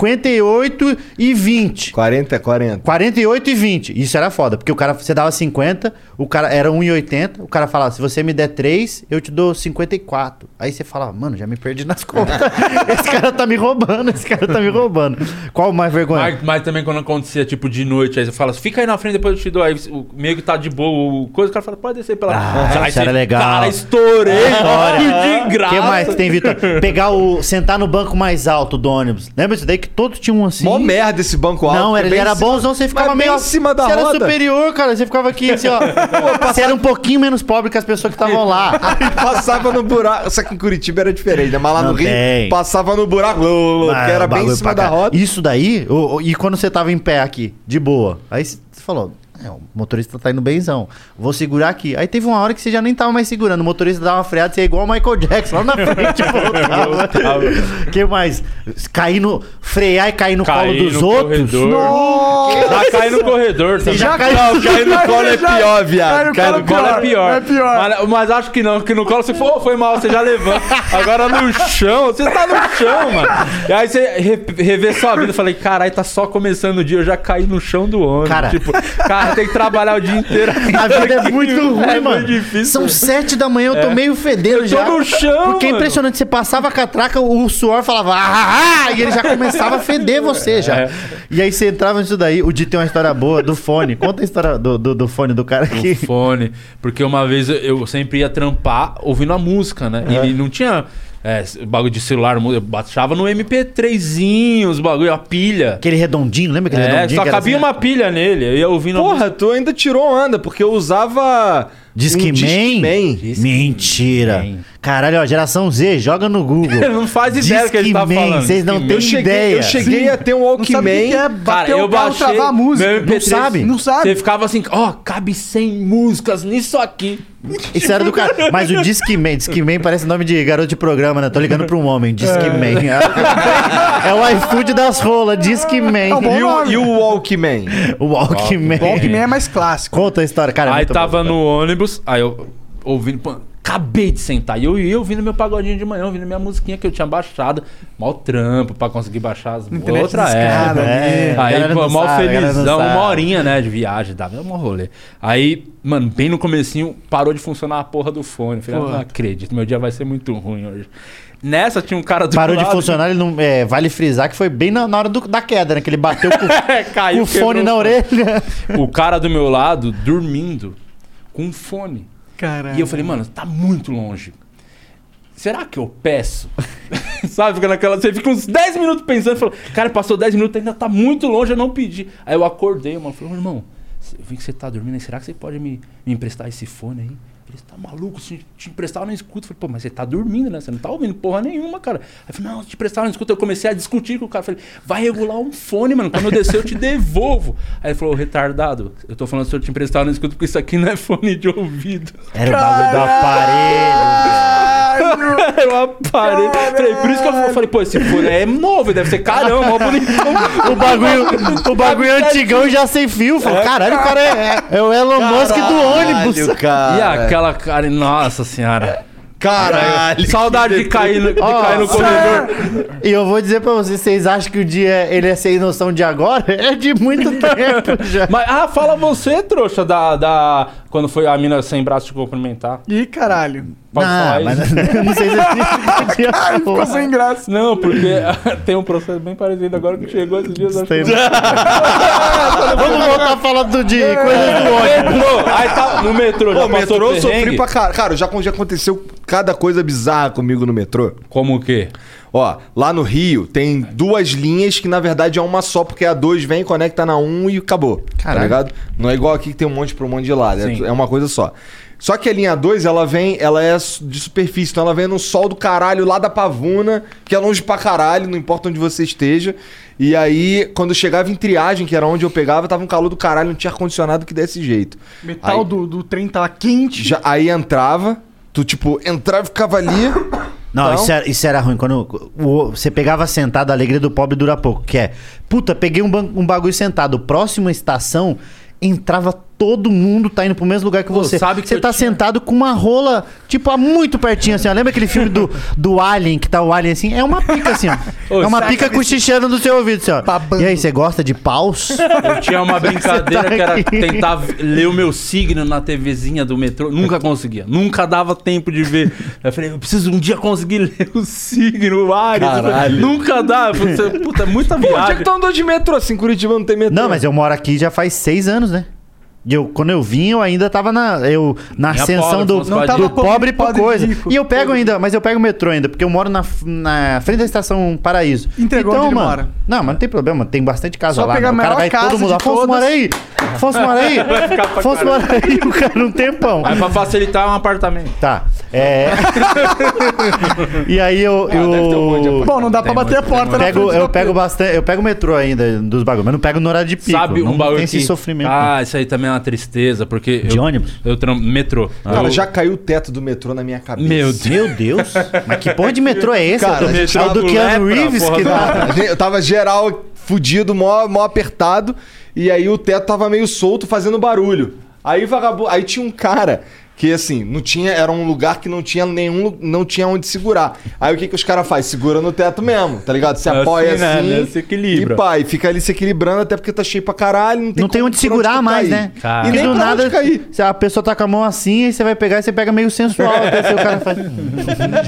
E: 58 e 20.
B: 40 é 40.
E: 48 e 20. Isso era foda, porque o cara você dava 50, o cara era 1,80, o cara falava: "Se você me der 3, eu te dou 54". Aí você fala: "Mano, já me perdi nas contas. esse cara tá me roubando, esse cara tá me roubando". Qual o mais vergonha?
D: Mas, mas também quando acontecia, tipo, de noite, aí você fala, fica aí na frente, depois eu te dou. Aí o meio que tá de boa, o coisa, o cara fala, pode descer pela.
E: Ah,
D: Aí
E: isso era
D: você,
E: legal.
D: Cara, estourei.
B: é
D: de
E: O
D: graça.
E: que mais que tem, Vitor? Pegar o sentar no banco mais alto do ônibus. Lembra disso daí que todos tinham um assim?
B: Mó merda esse banco alto.
E: Não,
B: que
E: era,
B: é
E: ele
B: bem
E: era
B: em cima-
E: bonzão, você ficava
B: mas
E: meio.
B: bem em cima da
E: você era
B: roda.
E: superior, cara. Você ficava aqui assim, ó. Você era um pouquinho menos pobre que as pessoas que estavam lá.
B: Aí passava no buraco. Só que em Curitiba era diferente, né? Mas lá
E: Não
B: no Rio,
E: tem.
B: passava no buraco.
E: Ah,
B: que era bem
E: bagulho
B: em cima
E: pra
B: da
E: caralho.
B: roda.
E: Isso daí, o- o- e quando você tava em pé aqui, de boa, aí você falou, "É, o motorista tá indo benzão, vou segurar aqui. Aí teve uma hora que você já nem tava mais segurando, o motorista dava uma freada, você é igual o Michael Jackson, lá na frente voltava. que mais? Cair no, frear e cair no
D: Cair
E: colo dos
D: no
E: outros?
D: corredor. Já cai no corredor.
E: Você
D: também.
E: já caiu
B: Não, cair no colo é pior,
C: Cair
B: viado.
C: no
B: Cair
C: colo
B: no
D: O colo é pior.
C: É pior.
D: Mas, mas acho que não, que no colo você falou, "Ô, foi mal, você já levanta. Agora no chão, você tá no chão, mano. E aí você re, revê sua vida. Eu falei, caralho, tá só começando o dia, eu já caí no chão do ônibus.
E: Cara.
D: Tipo, cara, tem que trabalhar o dia inteiro.
E: A vida é muito
D: É
E: ruim,
D: muito
E: mano.
D: difícil.
E: São sete da manhã, eu
D: É.
E: tô meio fedendo
D: Eu tô
E: já.
D: no chão,
E: Porque é
D: mano.
E: impressionante, você passava a catraca, o suor falava, ah, ah, ah", e ele já começava a feder você já.
D: É.
E: E aí você entrava nisso daí, o Di tem uma história boa do fone. Conta a história do, do, do fone do cara
D: o
E: aqui.
D: fone. Porque uma vez eu- eu sempre ia trampar ouvindo a música, né? E não tinha é, c- bagulho de celular, mu- eu baixava no MP3zinho, os bagulho, a pilha.
E: Aquele redondinho, lembra aquele
D: É,
E: redondinho?
D: só
E: que era
D: cabia
E: assim?
D: uma pilha nele, eu ia ouvindo a
B: Porra, tu ainda tirou onda, porque eu usava.
E: Disque
B: um
E: Man?
B: Discman.
E: Mentira. Caralho, ó, geração Z, joga no Google.
D: Não faz ideia do que a gente tá
E: Discman,
D: falando.
E: Vocês não
D: Discman.
E: têm
B: Eu cheguei,
E: ideia.
B: eu cheguei a ter um
C: Não sabe o que
B: Walkman.
C: que é bater
E: um
C: o carro, travar a música.
D: meu
C: Não
D: MP3,
E: sabe?
C: Não sabe.
D: Você ficava assim, ó, cabe 100 músicas nisso aqui.
E: Isso era do cara. Mas o Discman, Discman parece nome de garoto de programa, né? Tô ligando pra um homem, Discman. É, o iFood das rolas, Discman.
D: Tá
C: É um bom
B: E o,
C: nome.
B: e o Walkman?
E: o Walkman.
C: Walkman é mais clássico.
E: Conta a história, cara. é
D: aí
E: muito
D: tava
E: bom.
D: no ônibus, aí eu ouvindo, pô, acabei de sentar. E eu ia ouvindo meu pagodinho de manhã, ouvindo minha musiquinha que eu tinha baixado. Mal trampo pra conseguir baixar as é.
C: Internet
D: outra
C: discada,
D: era.
E: né? A
D: Aí,
E: galera
D: pô,
E: não
D: mal
E: sabe, a galera não
D: felizão,
E: sabe.
D: uma horinha, né, de viagem, dava um rolê. Aí, mano, bem no comecinho, parou de funcionar a porra do fone. Falei, ah, não acredito, meu dia vai ser muito ruim hoje. Nessa tinha um cara do
E: Parou
D: meu
E: de
D: lado.
E: funcionar, ele não. é, vale frisar que foi bem na, na hora do- da queda, né? Que ele bateu com,
D: É,
E: com
D: caiu.
E: o fone
D: quebrou
E: na orelha.
D: O cara do meu lado dormindo com um fone.
C: Caralho.
D: E eu falei, mano, tá muito longe. Será que eu peço? Sabe, fica naquela. Você fica uns 10 minutos pensando, falou, cara, passou 10 minutos, ainda tá muito longe, eu não pedi. Aí eu acordei, mano, falei, ô, irmão, eu vi que você tá dormindo aí, será que você pode me, me emprestar esse fone aí? Ele tá maluco, se te emprestar eu não escuto. Eu Falei, pô, mas você tá dormindo, né? Você não tá ouvindo porra nenhuma, cara. Aí eu falei, não, se te emprestar eu não escuto. Eu comecei a discutir com o cara. Eu Falei, vai regular um fone, mano. Quando eu descer, eu te devolvo. Aí ele falou, retardado, eu tô falando se eu te emprestar eu não escuto, porque isso aqui não é fone de ouvido.
E: Era o bagulho do aparelho.
D: Eu aparei. Falei, por isso que eu falei, pô, esse fone é novo, deve ser carão, mó bonitão.
E: O bagulho, o bagulho
D: é assim.
E: antigão já sem fio. Falou, caralho, o cara é, é o Elon Musk do ônibus.
D: E
F: cara.
D: aquela cara, nossa senhora.
F: Caralho.
D: Saudade de cair no, de cair no
E: Nossa.
D: corredor.
E: E eu vou dizer pra vocês, vocês acham que o dia ele é sem noção de agora? É de muito tempo já.
D: Mas, ah, fala você, trouxa, da, da. Quando foi a mina sem braço te cumprimentar.
C: Ih, caralho.
D: Pode falar isso?
E: eu não sei se eu podia
C: Ficou
E: falar.
C: sem graça.
D: Não, porque tem um processo bem parecido agora que chegou esses dias. acho que-
E: Tem- um- Vamos voltar falando de coisas do ônibus.
D: Metrô, aí tá no metrô, já
B: Pô,
D: passou
B: metrô eu
D: perrengue?
B: sofri pra caralho. Cara, já, já aconteceu cada coisa bizarra comigo no metrô.
D: Como o quê?
B: Ó, lá no Rio tem duas linhas que na verdade é uma só, porque a 2 vem, conecta na 1 um e acabou. Tá
E: Caralho.
B: ligado? Não é igual aqui que tem um monte pra um monte de lado. É,
D: Sim.
B: é uma coisa só. Só que a linha 2, ela vem, ela é de superfície, então ela vem no sol do caralho lá da Pavuna, que é longe pra caralho, não importa onde você esteja. E aí, quando eu chegava em triagem, que era onde eu pegava, tava um calor do caralho, não tinha ar-condicionado que desse jeito.
C: Metal
B: Aí-
C: do, do trem tava quente.
B: Já, aí entrava, tu tipo, entrava e ficava ali.
E: Não,
B: Então-
E: isso, era, isso era ruim. Quando o- você pegava sentado, a alegria do pobre dura pouco. Que é, puta, peguei um, ban- um bagulho sentado. Próxima estação, entrava todo mundo, tá indo pro mesmo lugar que você.
D: sabe que
E: você
D: eu
E: tá
D: tinha-
E: sentado com uma rola, tipo, há muito pertinho, assim. ó. Lembra aquele filme do, do Alien, que tá o Alien assim? É uma pica, assim, ó.
D: Ô,
E: é uma
D: saca
E: pica
D: desse-
E: cochichando no seu ouvido, assim, ó.
C: Babando.
E: E aí, você gosta de paus?
D: Eu tinha uma brincadeira
E: Você tá
D: que era
E: aqui.
D: tentar v- ler o meu signo na TVzinha do metrô. Nunca conseguia. Nunca dava tempo de ver. Eu falei, eu preciso um dia conseguir ler o signo, o Ares.
F: Caralho.
D: Nunca dá. Eu falei, "Você- Puta, é muita
B: Onde é que
D: viagem.
E: tá
B: tu andou de metrô? Assim, Curitiba não tem metrô.
E: Não, mas eu moro aqui já faz seis anos, né? E eu, quando eu vim, eu ainda tava na, eu, na
D: Minha
E: ascensão
D: pobre,
E: do,
D: Afonso Padilha.
E: do
D: Não
C: tava
E: pobre pra
C: pobre,
E: coisa.
C: rico,
E: e eu pego
C: pobre.
E: ainda, mas eu pego o metrô ainda, porque eu moro na, na frente da estação Paraíso. Então,
C: Entregou onde ele
E: mano,
C: mora.
E: Não, mas não tem problema, tem bastante casa
C: Só
E: lá.
C: pegar
E: né?
C: a
E: O cara
C: maior
E: vai
C: casa
E: todo mundo.
C: de
E: Afonso
C: todas."
E: mora aí! Afonso mora aí! Afonso mora aí, o cara não tem pão.
D: Aí pra facilitar é um apartamento.
E: Tá. É. e aí eu. eu...
D: deve ter um monte de apartamento.
C: Bom, não dá pra
D: Tem
C: bater a
D: muito, tem
C: porta, né? na
E: Eu pego,
C: frente
E: eu
C: da-
E: pego bastante, eu pego o metrô ainda dos bagulhos, mas não pego no horário de pico.
D: Sabe
E: não
D: um bagulho
E: tem
D: que...
E: esse sofrimento.
D: Ah, isso aí também é uma tristeza, porque...
E: De
D: eu,
E: ônibus?
D: Eu tram... Metrô.
B: Cara,
D: Ah. Eu-
B: já caiu o teto do metrô na minha cabeça.
D: Meu Deus.
E: Meu Deus! Mas que porra de metrô é esse?
B: Cara,
E: é
B: a
E: do-
D: gente
E: é o do
D: tava
E: Keanu
D: lepra,
E: Reeves
D: porra
E: que
D: do-
E: dá.
B: A gente- Eu tava geral fudido, mó, mó apertado, e aí o teto tava meio solto, fazendo barulho. Aí vagabundo, aí tinha um cara que assim, não tinha, era um lugar que não tinha nenhum, lu- não tinha onde segurar. Aí o que que os caras fazem? Segura no teto mesmo, tá ligado? Se
D: Assim,
B: apoia assim,
D: né, né? Se equilibra.
B: E pai, fica ali se equilibrando até porque tá cheio pra caralho, não tem
E: Não tem
B: como-
E: onde
B: por
E: segurar
B: tu
E: mais,
B: cair.
E: né?
D: Cara.
E: E
B: E nem
E: do
B: pra
E: nada,
B: onde cair.
E: se a pessoa tá com a mão assim, aí você vai pegar e você pega meio sensual. até o cara faz. "Hum,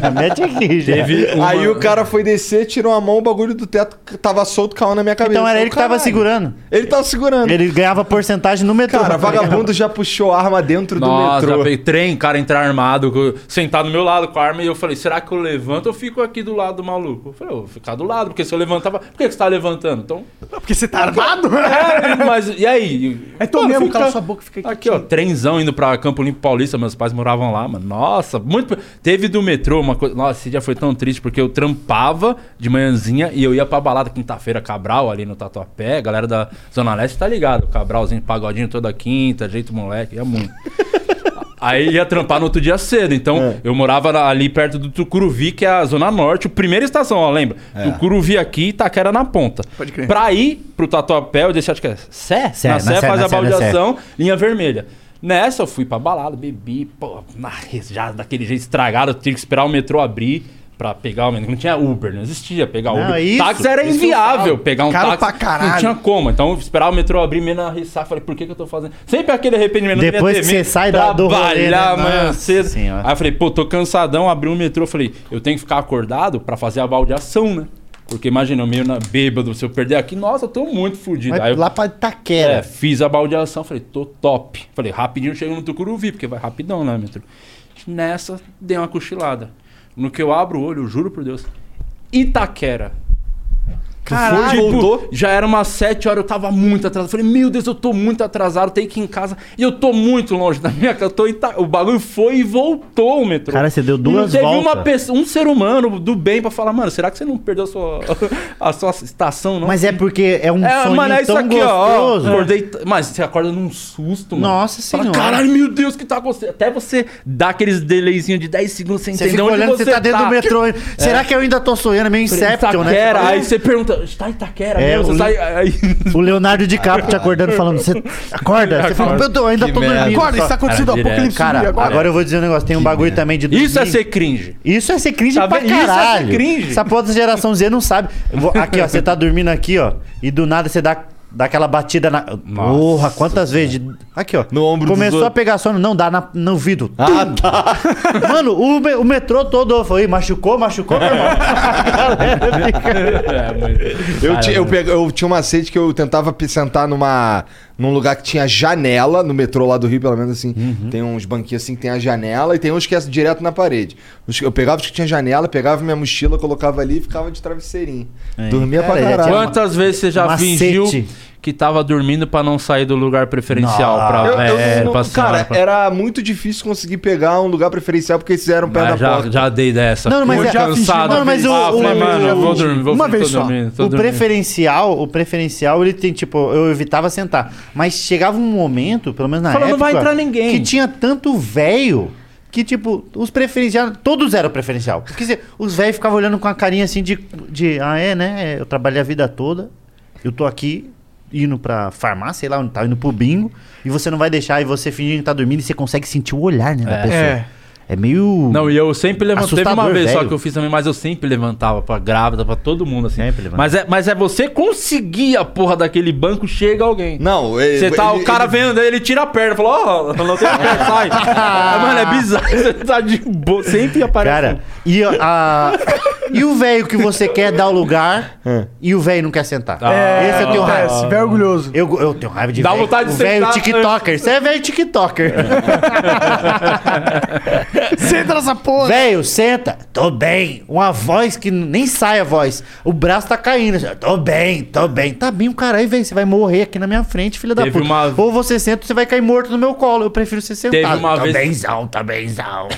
E: já mete aqui, já.
D: Teve uma-
B: Aí o cara foi descer, tirou a mão, o bagulho do teto tava solto, caiu na minha cabeça.
E: Então era
B: Eu,
E: ele que tava
B: "Caralho."
E: segurando.
B: Ele tava segurando.
E: Ele ganhava porcentagem no metrô.
B: Cara, vagabundo já puxou arma dentro
D: Nossa,
B: do
D: já
B: metrô.
D: peguei trem, cara entrar armado, co- sentado do meu lado com a arma, e eu falei, será que eu levanto ou fico aqui do lado do maluco? Eu falei, eu vou ficar do lado, porque se eu levantava. Por que que você tá levantando? Então.
C: Porque você tá armado?
D: É, mas. E aí?
C: É tu
D: Mano,
C: mesmo,
D: fica-
C: cala sua boca e fica
D: Aqui, ó, trenzão indo pra Campo Limpo Paulista, meus pais moravam lá, mano. Nossa, muito. Teve do metrô uma coisa. Nossa, esse dia foi tão triste, porque eu trampava de manhãzinha e eu ia pra balada quinta-feira, Cabral, ali no Tatuapé. A galera da Zona Leste tá ligado. Cabralzinho, pagodinho toda quinta, jeito moleque, ia muito. Aí ia trampar no outro dia cedo. Então,
E: É.
D: eu morava na- ali perto do Tucuruvi, que é a Zona Norte, a primeira estação, ó, lembra?
E: É.
D: Tucuruvi aqui e Itaquera na ponta.
C: Pode crer.
D: Pra ir pro Tatuapé, eu deixei, acho que é Sé?
E: Sé,
D: na
E: na
D: Sé
E: Sé,
D: faz
E: na
D: a
E: Sé, na
D: baldeação, linha vermelha. Nessa, eu fui pra balada, bebi, pô, na, já daquele jeito estragado, eu tive que esperar o metrô abrir. Pra pegar o menino. Não tinha Uber, não existia pegar
E: Não,
D: Uber.
E: isso,
D: táxi era
E: isso eu
D: inviável
E: falo.
D: pegar um
C: Caro
D: táxi.
C: pra caralho.
D: Não tinha como. Então eu esperava o metrô abrir, menina rissar. Falei, por que, que eu tô fazendo? Sempre aquele arrependimento. devia
E: Depois
D: ter
E: que você
D: vindo
E: sai da- do rolê, né?
D: Trabalhar amanhã
E: Nossa
D: cedo.
E: Senhora.
D: Aí eu falei, pô, tô cansadão. Abri um metrô. Falei, eu tenho que ficar acordado pra fazer a baldeação, né? Porque imagina, eu meio na bêbado. Se eu perder aqui, nossa, eu tô muito fudido. Aí eu-
E: Mas lá pra
D: é,
E: Itaquera.
D: fiz a baldeação, falei, tô top. Falei, rapidinho chego no Tucuruvi, porque vai rapidão, né, metrô? Nessa, dei uma cochilada. No que eu abro o olho, eu juro por Deus, Itaquera.
C: Caralho,
D: Tipo,
C: voltou?
D: Já era umas 7 horas, eu tava muito atrasado. Falei, meu Deus, eu tô muito atrasado, tenho que ir em casa. E eu tô muito longe da minha casa. eu tô em Ita- O bagulho foi e voltou o metrô.
E: Cara, você deu
D: E
E: duas
D: não teve
E: voltas.
D: uma pessoa, um ser humano do bem pra falar, mano, será que você não perdeu a sua, a sua estação, não?
E: Mas é porque é um
D: É,
E: soninho
D: mano, é isso
E: tão
D: aqui, ó,
E: gostoso.
D: ó. Acordei. t- Mas você acorda num susto, mano.
E: É. Nossa
D: Fala,
E: Senhora.
D: Caralho, meu Deus, o que tá acontecendo? Até você dar aqueles delayzinhos de 10 segundos sem
E: Você
D: entender
E: fica
D: onde É.
E: olhando, você tá dentro do metrô. Será que eu ainda tô sonhando? É meio Inception, né? Você
D: Itaquera,
E: fala,
D: aí você pergunta, está em Itaquera
E: É,
D: mesmo? Você
E: o-
D: sai- aí-
E: O Leonardo DiCaprio te acordando falando, você acorda? Você fala, meu Deus, eu ainda
F: Que
E: tô
F: merda.
E: dormindo.
C: Acorda,
E: só."
C: está acontecendo
D: Cara,
C: o apocalipse
E: Cara,
C: zumbi
E: agora, eu vou dizer um negócio, tem um bagulho também de dormir.
D: Isso é ser cringe.
E: Isso é ser cringe
D: Tá
E: pra
D: vendo? Isso é ser
E: caralho.
D: cringe.
E: Essa porra da geração Z não sabe. Eu vou- Aqui, ó, você tá dormindo aqui, ó, e do nada você dá, dá aquela batida na. Porra, quantas vezes? de- Aqui, ó.
F: No ombro dos
E: Começou a
F: outros.
E: pegar sono, não, dá na, no vidro. Ah, tá. Mano, o, me- o metrô todo foi, machucou, machucou, meu irmão. A galera fica-
D: É, mas...
B: Eu, ti- eu, pego- eu tinha uma sede que eu tentava pe- sentar numa, num lugar que tinha janela, no metrô lá do Rio, pelo menos assim. Tem uns banquinhos assim que tem a janela e tem uns que é direto na parede. Os que- Eu pegava os que tinha janela, pegava minha mochila, colocava ali e ficava de travesseirinho. Dormia
E: Cara,
B: pra
E: já
B: caralho.
E: tinha
D: Quantas vezes você já
E: Macete.
D: fingiu que tava dormindo pra não sair do lugar preferencial pra
B: Eu- eu
D: velho,
B: não-
D: pra
B: cara, é
D: senhora, pra-
B: era muito difícil conseguir pegar um lugar preferencial porque eles fizeram perto
D: Ah,
B: da
D: já,
B: porta.
D: já dei dessa.
E: Não, mas
D: Muito
E: é-
D: cansado.
E: Não, mas o-
D: ah,
E: o-
D: falei,
E: o-
D: mano, eu vou dormir, vou
C: uma
D: dormir,
C: vez
D: tô
C: só.
D: dormindo, tô
E: O
D: dormindo.
E: preferencial, o preferencial, ele tem, tipo, eu evitava sentar. Mas chegava um momento, pelo menos na
D: Falou,
E: época...
D: não vai entrar ninguém.
E: Que tinha tanto velho que, tipo, os preferenciais... Todos eram preferencial. Quer dizer, os velhos ficavam olhando com a carinha assim de, de... Ah, é, né? Eu trabalhei a vida toda. Eu tô aqui indo pra farmácia, sei lá onde tá, indo pro bingo. E você não vai deixar, e você fingindo que tá dormindo, e você consegue sentir o olhar, né, da pessoa.
C: É.
E: É. meio...
D: Não, e eu sempre levantei. Teve uma
E: Tipo, Assustador,
D: vez só
E: velho.
D: que eu fiz também, mas eu sempre levantava pra grávida, pra todo mundo, assim.
E: Sempre levantava.
D: mas, é, mas é você conseguir a porra daquele banco, chega alguém.
B: Não, eh, ele-
D: Você tá,
B: ele-
D: o cara
B: ele-
D: vendo, ele tira a perna, fala, ó, não tem a perna, sai. Ah, Mano, é bizarro, você tá de boa, sempre aparece. um
E: Cara, e, a- a- e o velho que você quer dar o lugar e o velho não quer sentar.
D: É. Ah,
E: Esse é eu tenho
C: acontece,
E: raiva.
C: velho orgulhoso.
E: Eu, eu tenho raiva de
D: Dá
E: velho.
D: vontade de
E: O velho
D: sentar
E: tiktoker. Você é velho tiktoker.
C: Senta nessa porra.
E: velho, senta. Tô bem. Uma voz que nem sai a voz. O braço tá caindo. assim, Tô bem, tô bem. Tá bem o caralho, velho. Você vai morrer aqui na minha frente, filha da
D: Teve
E: puta.
D: uma-
E: Ou você senta ou você vai cair morto no meu colo. Eu prefiro ser sentado.
D: uma
E: tá
D: vez-
E: bemzão, tá bemzão.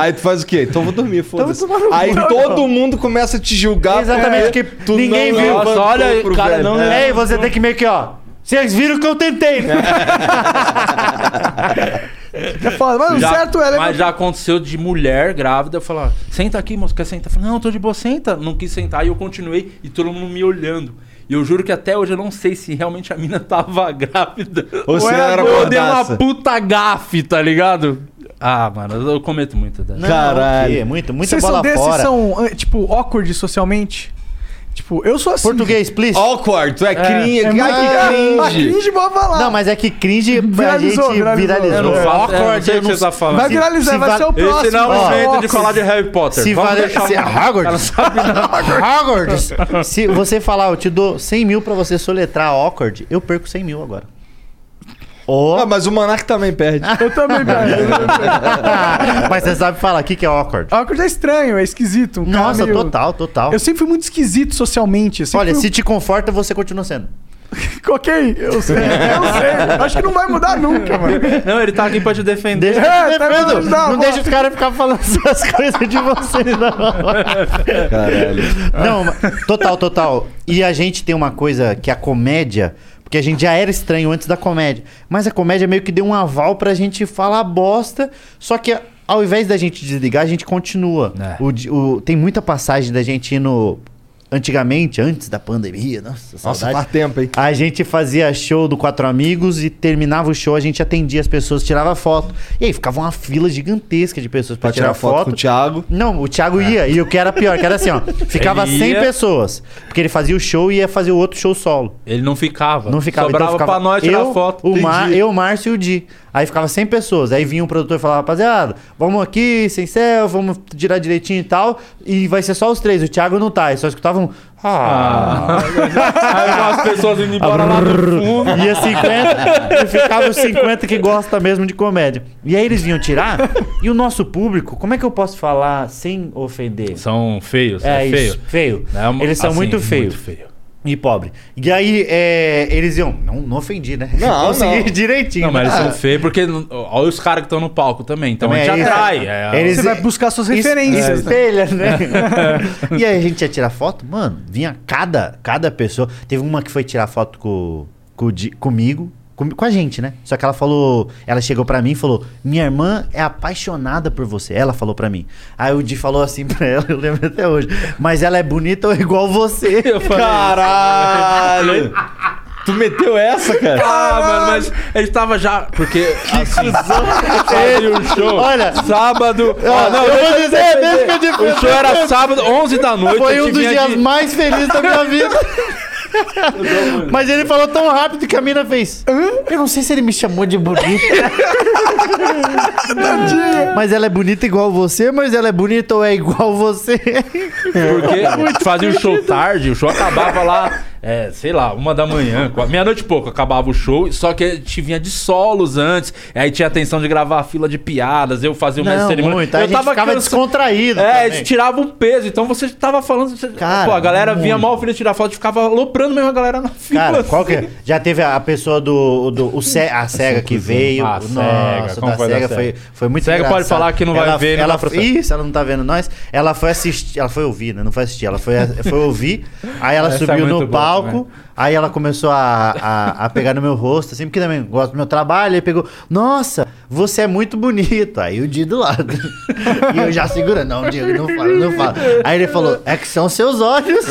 B: Aí tu faz o quê? Então eu vou dormir, foda-se.
C: tomar no cu,
B: Aí
C: não.
B: todo mundo começa a te julgar.
E: Exatamente,
B: porque
E: porque
B: tu
E: ninguém
B: não
E: viu.
B: levantou
D: Nossa, olha,
B: pro
D: cara,
B: velho.
D: não-
E: É, e você tem que meio que, ó. Vocês viram que eu tentei.
C: É foda.
E: Tá
C: Mas o
D: Já-
C: certo é...
D: Mas já aconteceu de mulher grávida eu falar, senta aqui, moço, quer sentar? Eu falei, não, tô de boa, senta. Não quis sentar e eu continuei e todo mundo me olhando. E eu juro que até hoje eu não sei se realmente a mina tava grávida.
B: Ou se ela era
D: eu dei uma
B: gordaça.
D: puta gafe, tá ligado? Ah, mano, eu cometo muito dessa.
E: Não,
B: Caralho.
E: o quê? Muito, muita
C: Vocês são
E: bola
C: desses que
E: fora.
C: são, ah, tipo, awkward socialmente? Tipo, eu sou assim.
E: Português, please.
B: Awkward, tu é, cringe.
C: É muito
B: Ai,
C: Ah,
B: que cringe.
C: cringe, bora falar.
E: Não, mas é que cringe a gente
C: Viralizou,
E: viralizou.
C: viralizou.
D: Eu não
C: É,
D: faço, eu não
E: Awkward,
D: sei o
E: eu
D: que
E: não
D: você tá falando.
C: Vai
E: se-
C: viralizar,
E: se
C: vai
E: va-
C: ser o
D: Esse
C: próximo.
D: não é o
E: ó,
D: momento de
C: awkward.
D: falar de Harry Potter.
E: Se
D: Vamos
E: vale-
D: deixar
E: se-
D: uma-
E: Hagrid?
D: Ela sabe não.
E: Awkward. Se você falar, eu te dou 100 mil pra você soletrar awkward, eu perco 100 mil agora.
B: Ah,
E: Ó,
B: mas o Monark também perde.
D: Ah.
C: Eu também, cara.
E: mas você sabe falar, o que, que é awkward?
C: Awkward é estranho, é esquisito. um cara
E: Nossa,
C: meio-
E: total, total.
C: Eu sempre fui muito esquisito socialmente. eu sempre
E: Olha,
C: fui- um
E: se te conforta, você continua sendo.
C: Ok, eu sei. Eu sei. Acho que não vai mudar nunca, mano.
D: Não, ele tá aqui pra te defender.
E: Deixa,
C: É, tá
E: Fernando,
C: vendo?
E: não
C: Não,
E: deixa os caras ficar falando essas coisas de vocês, não.
B: Caralho.
E: Não, mas- total, total. E a gente tem uma coisa que é a comédia. Porque a gente já era estranho antes da comédia. Mas a comédia meio que deu um aval pra gente falar bosta. Só que ao invés da gente desligar, a gente continua.
D: É.
E: O di- o- tem muita passagem da gente ir no. antigamente, antes da pandemia, nossa,
B: Nossa,
E: saudade.
B: faz tempo, hein?
E: A gente fazia show do Quatro Amigos e terminava o show, a gente atendia as pessoas, tirava foto. E aí ficava uma fila gigantesca de pessoas pra,
B: Pra tirar foto, com o Thiago.
E: Não, o Thiago ia. E o que era pior, que era assim, ó. Ficava
D: Ele
E: 100
D: ia.
E: pessoas. Porque ele fazia o show e ia fazer o outro show solo.
D: Ele não ficava.
E: Não ficava.
D: Sobrava
E: então ficava
D: pra nós tirar
E: eu,
D: foto.
E: O Mar,
D: Entendi.
E: eu, o Márcio e o Di. Aí ficava 100 pessoas. Aí vinha um produtor e falava, rapaziada, vamos aqui, sem céu, vamos tirar direitinho e tal. E vai ser só os três. O Thiago não tá. Aí só escutava um... Ah.
D: Aí as pessoas indo embora lá do fundo.
E: E as 50, e ficava os 50 que gosta mesmo de comédia. E aí eles vinham tirar, e o nosso público, como é que eu posso falar sem ofender?
D: São feios,
E: É,
D: é,
E: isso,
D: feio.
E: feio.
D: É uma-
E: Eles são
D: assim,
E: muito feios.
D: feio.
E: E pobre. E aí, é, eles iam. Não, não ofendi, né?
B: Não,
E: Consegui
B: não.
E: direitinho.
D: Não, mas eles
E: Ah,
D: são feios porque não- olha os caras que estão no palco também. Então
E: Também
D: a gente
E: é isso.
D: atrai. é,
E: Eles-
C: Você vai buscar suas
E: es-
C: referências. né?
E: Espelha, né? e aí a gente ia tirar foto, mano, vinha cada, cada pessoa. Teve uma que foi tirar foto com, com, o Di- comigo, com, com a gente, né? Só que ela falou, ela chegou pra mim e falou: Minha irmã é apaixonada por você. Ela falou pra mim. Aí o Di falou assim pra ela, eu lembro até hoje. Mas ela é bonita ou igual você?
D: Eu falei,
B: Caralho! tu meteu essa, cara?
D: Ah, mano, mas ele tava já. Porque. Assim, fazia o show.
E: Olha.
D: Sábado.
E: Ah,
D: Ó, não,
E: eu vou
D: deixa
E: dizer,
D: defender.
E: deixa eu defender.
D: O show era sábado, 11 da noite.
E: Foi
D: eu
E: um dos
D: vinha
E: dias
D: de-
E: mais felizes da minha vida. Mas ele falou tão rápido que a mina fez. Eu não sei se ele me chamou de bonita. mas ela é bonita igual você, mas ela é bonita ou é igual você?
D: Porque fazia o show tarde, o show acabava lá, é, sei lá, uma da manhã, qua- meia-noite e pouco acabava o show, só que a gente vinha de solos antes, aí tinha a tensão de gravar a fila de piadas, eu fazia o mestre de cerimônia.
E: muito. Aí
D: eu
E: a gente ficava
D: cansa-
E: descontraído.
D: É,
E: também.
D: isso tirava um peso, então você tava falando. você-
E: Cara,
D: pô, a galera vinha
E: muito.
D: mal filha tirar foto e ficava aloprando mesmo a galera na fila.
E: Cara,
D: assim.
E: qual que é? Já teve a a pessoa do. do o Ce- a SEGA que veio.
D: Ah,
E: nossa,
D: Sega, como
E: da
D: foi da Sega?
E: SEGA foi, foi muito
D: Sega pode
E: engraçado.
D: falar que não vai
E: Ela-
D: ver, não
E: Ela,
D: dá pra
E: foi- isso, ela não tá vendo nós. Ela foi assistir. Ela foi ouvir, né? Não foi assistir. Ela foi, foi ouvir. Aí ela
D: Essa é
E: subiu
D: muito
E: no
D: boa
E: palco.
D: também.
E: Aí ela começou a, a, a pegar no meu rosto, assim, porque também gosto do meu trabalho. Aí pegou, nossa, você é muito bonito. Aí o Di do lado. E eu já segurando, não, Diego, não fala, não fala. Aí ele falou, é que são seus olhos.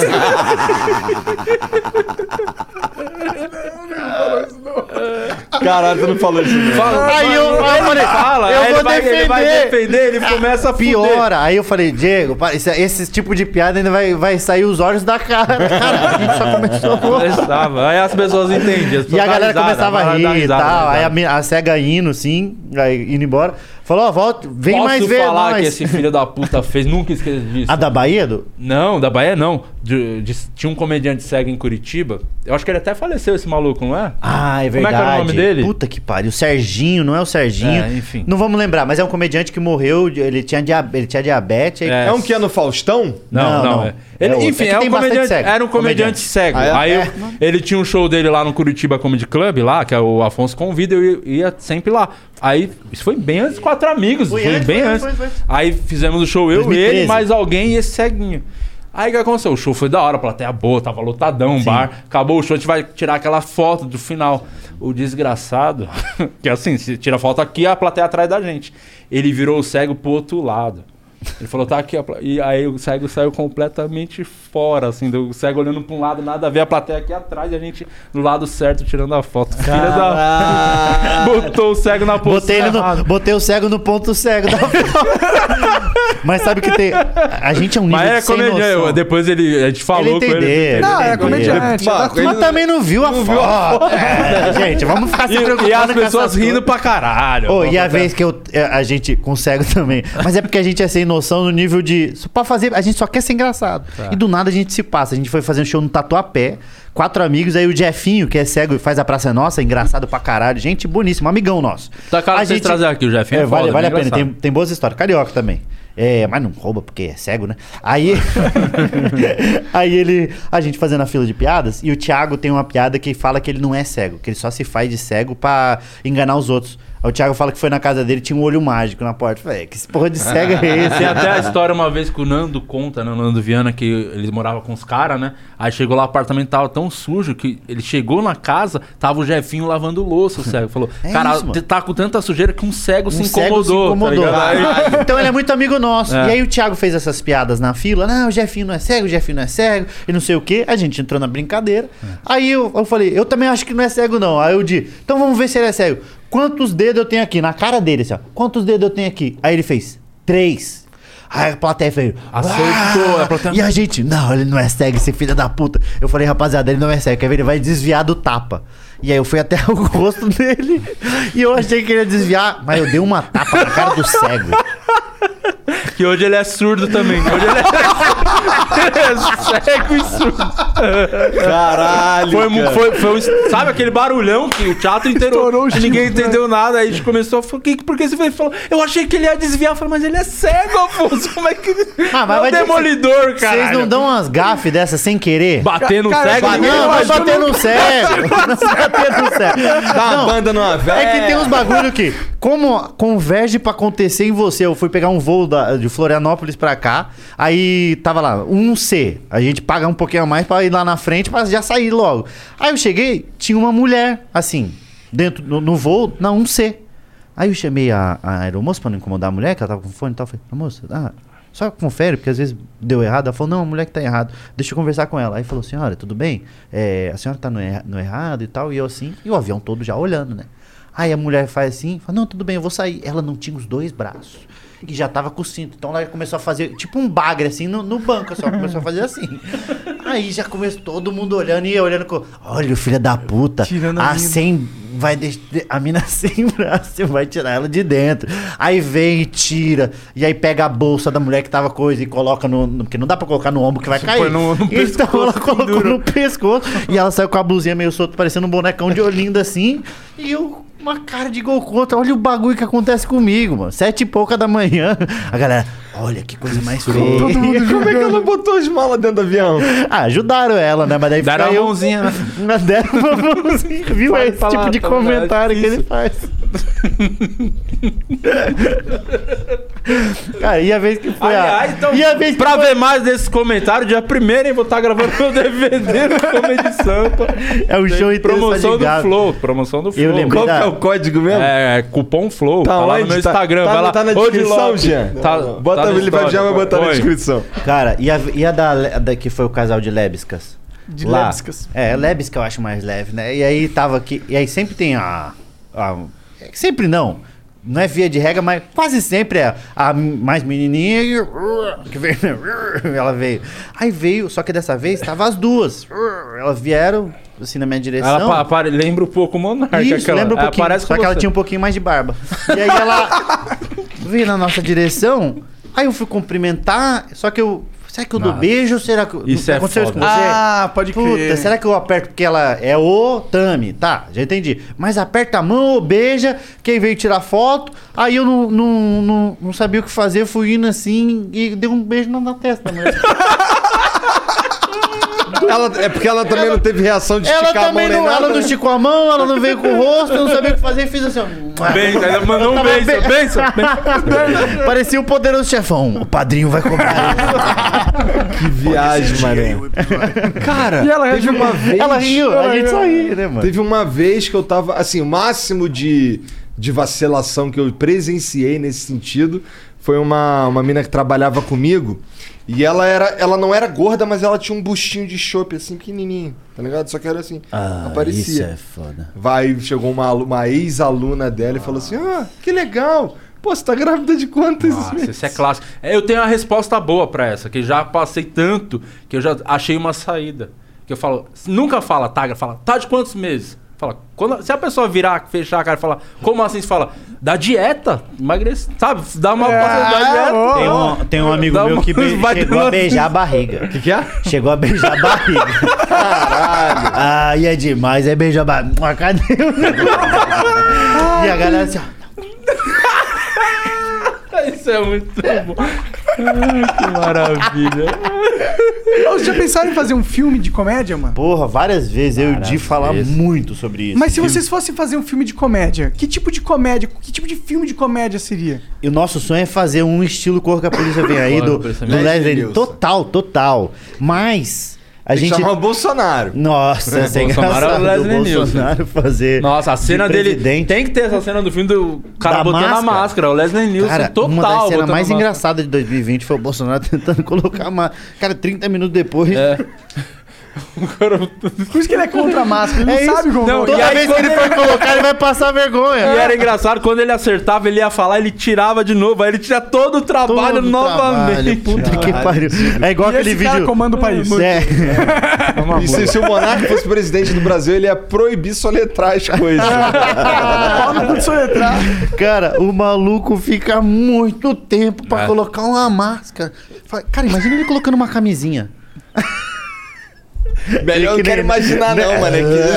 B: Caralho, tu não falou isso. né?
D: Fala,
E: Aí
D: vai,
E: eu-
D: vai,
E: eu falei,
D: fala,
E: eu
D: aí ele
E: vou
D: vai- Ele vai
E: defender. Ah,
D: defender, ele começa a fuder.
E: Piora. Aí eu falei, Diego, para, esse, esse tipo de piada ainda vai, vai sair os olhos da cara. Cara, a gente só começou a
D: Começava. Aí as pessoas entendiam. as
E: E
D: pessoas
E: a galera
D: davam risada,
E: começava a
D: davam
E: rir e
D: risada, né, davam
E: tal. Aí
D: risada.
E: a, mi- a cega indo, assim, aí indo embora. Falou, ó, volta, vem
D: Posso
E: mais ver
D: falar
E: nós.
D: que esse filho da puta fez? Nunca esqueço disso.
E: A da Bahia, do?
D: Não, da Bahia não. De- de- tinha um comediante cego em Curitiba. Eu acho que ele até faleceu, esse maluco, não é?
E: Ah, é
D: Como é
E: verdade.
D: que era o nome dele?
E: Puta que pariu. O Serginho, não é o Serginho.
D: É, enfim.
E: Não vamos lembrar, mas é um comediante que morreu, ele tinha, dia- ele tinha diabetes. aí-
D: É.
B: É um que é no Faustão?
D: Não,
E: Não,
D: não.
E: não.
D: é. Ele-
E: É outro.
D: enfim,
E: É que
D: é um
E: tem bastante
D: comediante,
E: cego.
D: era um comediante
E: Comediante.
D: cego.
B: Ah, é?
D: Aí eu-
B: É.
D: ele tinha um show dele lá no Curitiba Comedy Club, lá, que é o Afonso Convida, eu ia, ia sempre lá. Aí, isso foi bem antes, quatro amigos. Foi,
E: Foi antes,
D: bem
E: foi,
D: antes.
E: foi, foi.
D: Aí fizemos o show, eu,
E: 2013.
D: ele, mais alguém e esse ceguinho. Aí o que aconteceu? O show foi da hora, a plateia boa, tava lotadão, o bar. Acabou o show, a gente vai tirar aquela foto do final. O desgraçado, que assim, se tira foto aqui, a plateia atrás da gente. Ele virou o cego pro outro lado. Ele falou, tá aqui, a pla- e aí o cego saiu completamente fora, assim, do o cego olhando pra um lado, nada a ver, a plateia aqui atrás e a gente no lado certo tirando a foto. Filha da. Botou o cego na posição.
E: Botei, ele no-
D: errada.
E: botei o cego no ponto cego da Mas sabe que tem. A gente é um nível
D: Mas é
E: de sem
D: comediante,
E: noção.
D: eu- depois ele, a gente falou com ele.
E: entender.
D: ele
C: Não, é
D: entendeu.
C: comediante.
B: Ele-
C: é da
B: Marco,
E: Mas
B: ele-
E: também não viu a foto. É, gente, vamos ficar se
D: E,
E: preocupando.
D: e as
E: com
D: pessoas
E: essas
D: rindo
E: coisas.
D: pra caralho.
E: Ô, e a vez que eu, é, a gente consegue também. Mas é porque a gente é sem noção no nível de. só Pra fazer, a gente só quer ser engraçado.
D: Tá.
E: E do nada a gente se passa. A gente foi fazer um show no Tatuapé, quatro amigos, aí o Jefinho, que é cego e faz a Praça é Nossa, engraçado pra caralho. Gente boníssimo, amigão nosso.
D: Tá cara
E: a
D: de vocês trazer aqui o Jefinho,
E: É,
D: é
E: vale,
D: foda,
E: vale a
D: bem
E: pena, tem,
D: engraçado.
E: tem boas histórias. Carioca também. É, mas não rouba porque é cego, né? Aí. aí ele. A gente fazendo a fila de piadas e o Thiago tem uma piada que fala que ele não é cego, que ele só se faz de cego pra enganar os outros. Aí o Thiago fala que foi na casa dele tinha um olho mágico na porta. Eu Falei, que esse porra de cega é esse?
D: Tem até a história uma vez que o Nando conta, né? O Nando Viana, que ele morava com os caras, né? Aí chegou lá, o apartamento tava tão sujo que ele chegou na casa, tava o Jefinho lavando louça, o cego. Falou,
E: É
D: cara,
E: isso, mano.
D: te- tá com tanta sujeira que um cego se
E: Um cego
D: incomodou. tá ligado? Aí-
E: então ele é muito amigo nosso.
D: É.
E: E aí o Thiago fez essas piadas na fila. Não, o Jefinho não é cego, o Jefinho não é cego. E não sei o quê. A gente entrou na brincadeira.
D: É.
E: Aí eu, eu falei, eu também acho que não é cego não. Aí eu disse, então vamos ver se ele é cego. Quantos dedos eu tenho aqui? Na cara dele, assim, ó. Quantos dedos eu tenho aqui? Aí ele fez, três. Aí a plateia fez...
D: Acertou, É
E: "Ah!"
D: a plateia-
E: E a gente, não, ele não é cego, esse filho da puta. Eu falei, rapaziada, ele não é cego. Quer ver? Ele vai desviar do tapa. E aí eu fui até o rosto dele e eu achei que ele ia desviar, mas eu dei uma tapa na cara do cego.
D: Que hoje ele é surdo também. Hoje ele é, cego e surdo.
B: Caralho.
D: Foi, mu- foi, foi um- sabe aquele barulhão que o teatro inteiro.
C: Estourou o
D: e ninguém
C: chifre,
D: entendeu nada. Aí a gente começou a falar: "Que- por que você fez?" Ele falou? Eu achei que ele ia desviar. Eu falei, mas ele é cego, Afonso. Como é que. é
E: Ah, mas
D: um
E: vai dizer-
D: demolidor, cara.
E: Vocês não dão umas gafes dessas sem querer?
D: Bater no
C: Cara,
D: cego.
E: Não,
D: ninguém
E: não é
D: vai-
E: bater no cego. Não é bater no cego.
B: Dá uma
E: Não,
B: banda numa velha.
E: É que tem uns bagulho que, como converge pra acontecer em você, eu fui pegar um voo da- de Florianópolis pra cá, aí tava lá, 1C. A gente paga um pouquinho a mais pra ir lá na frente pra já sair logo. Aí eu cheguei, tinha uma mulher, assim, dentro no, no voo, um na 1C. Aí eu chamei a, a aeromoça pra não incomodar a mulher, que ela tava com fone e tal. Eu Falei, moça, ah, só confere, porque às vezes deu errado. Ela falou, não, a mulher que tá errado. Deixa eu conversar com ela. Aí falou, senhora, tudo bem? É, a senhora tá no, erra- no errado e tal. E eu assim, e o avião todo já olhando, né? Aí a mulher faz assim, fala, não, tudo bem, eu vou sair. Ela não tinha os dois braços. E já tava com o cinto. Então ela começou a fazer tipo um bagre assim no, no banco, só começou a fazer assim. Aí já começou todo mundo olhando e eu olhando com. Olha, o filho da puta.
C: Tirando a
E: a
C: mina.
E: sem vai deix- a mina sem braço, você vai tirar ela de dentro. Aí vem e tira, e aí pega a bolsa da mulher que tava coisa e coloca no, no- porque não dá pra colocar no ombro que vai cair.
D: põe no- no
E: então
D: pescoço,
E: ela colocou no pescoço e ela saiu com a blusinha meio solta, parecendo um bonecão de Olinda assim, e eu uma cara de gol contra. Olha o bagulho que acontece comigo, mano. Sete e pouca da manhã, a galera, olha que coisa mais feia.
B: Como é que ela botou as malas dentro do avião? É
E: Ah, ajudaram ela, né? Mas daí
D: Deram
E: fica
D: a
E: eu-
D: mãozinha, né?
E: Mas Deram uma mãozinha. Viu? É esse
D: falar,
E: tipo de
D: tá
E: comentário que
D: ligado?
E: ele faz. Cara, e a vez que foi
D: Aliás,
E: a...
D: então,
E: E a vez que
D: pra ver mais desses comentários, dia 1 hein? Vou estar gravando meu DVD no Comedy Sampa.
E: É um
D: Tem
E: show inteiro só
D: Promoção
E: de
D: do
E: gado.
D: Flow. Promoção do Flow.
E: lembrei
B: Qual que é
E: da-
B: o código mesmo?
D: É, é, cupom Flow. Tá,
B: Tá
D: lá no
B: onde?
D: meu
B: Tá-
D: Instagram.
B: tá
D: vai
B: na-
D: lá.
B: tá na
D: Ô,
B: descrição,
D: Diloque.
B: Jean?
D: Tá,
B: Bota,
D: tá na
B: ele vai
D: história,
B: já vai botar na
D: põe.
B: descrição.
E: Cara, e a, e a da, le- da que foi o casal de Lebescas?
C: De Lebescas.
E: É, Lebesca eu acho mais leve, né? E aí tava aqui... E aí sempre tem a... a- sempre não. Não é via de regra, mas quase sempre é a mais menininha e... Que veio... Ela veio. Aí veio, só que dessa vez tava as duas. Elas vieram, assim, na minha direção.
D: Ela pa- pa- lembra um pouco o Monarca.
E: Isso,
D: aquela.
E: lembra um
D: Ela
E: pouquinho.
D: parece
E: só
D: com
E: que ela
D: você.
E: tinha um pouquinho mais de barba. E aí ela veio na nossa direção, aí eu fui cumprimentar, só que eu... Será que eu dou
D: Nossa.
E: beijo? Será que...
D: Isso é
E: aconteceu isso
D: foda.
E: com você?
C: Ah, pode
E: Puta,
C: crer.
E: será que eu aperto porque ela é o Tami? Tá, já entendi. Mas aperta a mão, beija, quem veio tirar foto, aí eu não, não, não, não sabia o que fazer, fui indo assim e dei um beijo na, na testa da mulher.
B: Ela- é porque ela também não teve reação de
E: Ela
B: esticar a mão
E: também
D: né?
B: nem
E: não,
B: nada.
E: ela não esticou a mão, ela não veio com o rosto, eu não sabia o que fazer, fiz assim, ó.
D: Benção, ela mandou um
E: Tava
D: benção,
E: bem-
D: benção,
E: Parecia o poderoso chefão. O padrinho vai cobrar.
B: Que viagem, mano. Cara,
C: E ela
B: teve
C: reagiu.
B: uma vez...
E: Ela riu, a gente só ri, né, mano?
B: Teve uma vez que eu tava, assim, o máximo de, de vacilação que eu presenciei nesse sentido foi uma, uma mina que trabalhava comigo e ela era ela não era gorda, mas ela tinha um bustinho de chope assim pequenininho, tá ligado? Só que era assim, aparecia.
E: Ah, é foda.
B: Vai, chegou uma, alu- uma ex-aluna dela e falou assim: "Ah, que legal. Pô, você tá grávida de quantos
D: Nossa,
B: meses?"
D: isso é clássico. É, Eu tenho uma resposta boa pra essa, que já passei tanto que eu já achei uma saída. Que eu falo, nunca fala, tá? Fala, tá de quantos meses? Fala, quando- se a pessoa virar, fechar a cara e falar, como assim? Você fala, da dieta, emagrece, sabe? Dá uma passada da dieta.
E: Tem um, tem um amigo
D: Dá
E: meu
D: uma-
E: que be-
D: vai
E: chegou
D: dando-
E: a beijar a barriga.
B: O que, que é?
E: Chegou a beijar a barriga. Caralho. Ai, é demais. É beijar a barriga. Cadê o negócio? E a galera assim, ó.
D: Isso é muito bom. Ai, que maravilha.
C: Vocês já pensaram em fazer um filme de comédia, mano?
E: Porra, várias vezes eu e o Di
D: Várias
E: falar
D: vezes.
E: muito sobre isso.
C: Mas se
E: Que
C: vocês fossem fazer um filme de comédia, que tipo de comédia, que tipo de filme de comédia seria?
E: E o nosso sonho é fazer um estilo Cor que a Polícia Vem Aí
D: Corra
E: do,
D: que a Polícia
E: do
D: Vem Aí.
E: Leslie.
B: Wilson.
E: Total, total. Mas a
B: Tem que
E: gente...
B: chamar o Bolsonaro.
E: Nossa, essa é
D: Bolsonaro é o
E: engraçado
D: Leslie
E: o
D: Nielsen.
E: Bolsonaro fazer...
D: Nossa, a
E: de
D: cena dele.
E: presidente.
D: Tem que ter essa cena do filme do cara
E: Da
D: botando a
E: máscara.
D: máscara. O Leslie Nielsen
E: Cara,
D: total.
E: uma das cenas
D: botando
E: mais
D: a máscara.
E: engraçadas de 2020 foi o Bolsonaro tentando colocar uma... Cara, 30 minutos depois...
D: É.
C: Um Por isso que ele é contra a máscara, ele não
E: É isso.
C: sabe como.
D: Não,
E: Toda
D: E aí,
E: vez que
D: quando
E: ele for colocar, ele vai passar vergonha.
D: E é era engraçado, quando ele acertava, ele ia falar, ele tirava de novo. Aí ele tira todo o
E: Todo
D: trabalho novamente.
E: trabalho, Puta que pariu. É igual
C: E
E: aquele
C: esse
E: vídeo.
C: cara comanda o país.
E: É.
B: E se, se o Monarca fosse presidente do Brasil, ele ia proibir soletrar as coisas.
C: Pau no cu de soletrar.
E: Cara, o maluco fica muito tempo
D: É.
E: pra colocar uma máscara. Fala, Cara, imagina ele colocando uma camisinha.
B: Melhor eu não
E: que
B: quero
E: nem-
B: imaginar, não, mano. É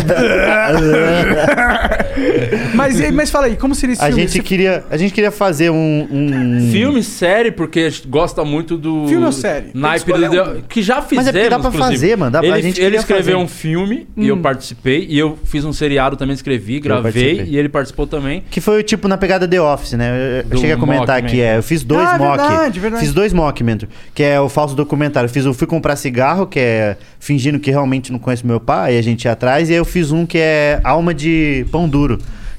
B: que-
C: Mas, e- mas fala aí, como seria esse
E: A
C: filme?
E: gente
C: Esse
E: queria, a gente queria fazer um, um-
D: Filme, série, porque a gente gosta muito do.
C: Filme ou série?
D: Naipe
C: Tem que
D: do
C: escolher um.
D: The- Que já fizemos.
E: Mas é porque dá pra
D: inclusive.
E: fazer, mano, dá pra-
D: ele,
E: a gente
D: ele
E: queria
D: escreveu
E: fazer. Hum.
D: um filme e eu participei. E eu fiz um seriado também, escrevi, gravei.
E: participei.
D: E ele participou também.
E: que foi tipo na pegada The Office, né? Eu- Eu
D: Do
E: cheguei a comentar
D: Mockman.
E: aqui, é, eu fiz dois
C: Ah,
E: mock.
C: verdade, verdade.
E: Fiz dois mock, mentor, que é o falso documentário. Eu fiz o fui comprar cigarro, que é fingindo que realmente não conheço meu pai, e a gente ia atrás, e aí eu fiz um que é alma de pão duro,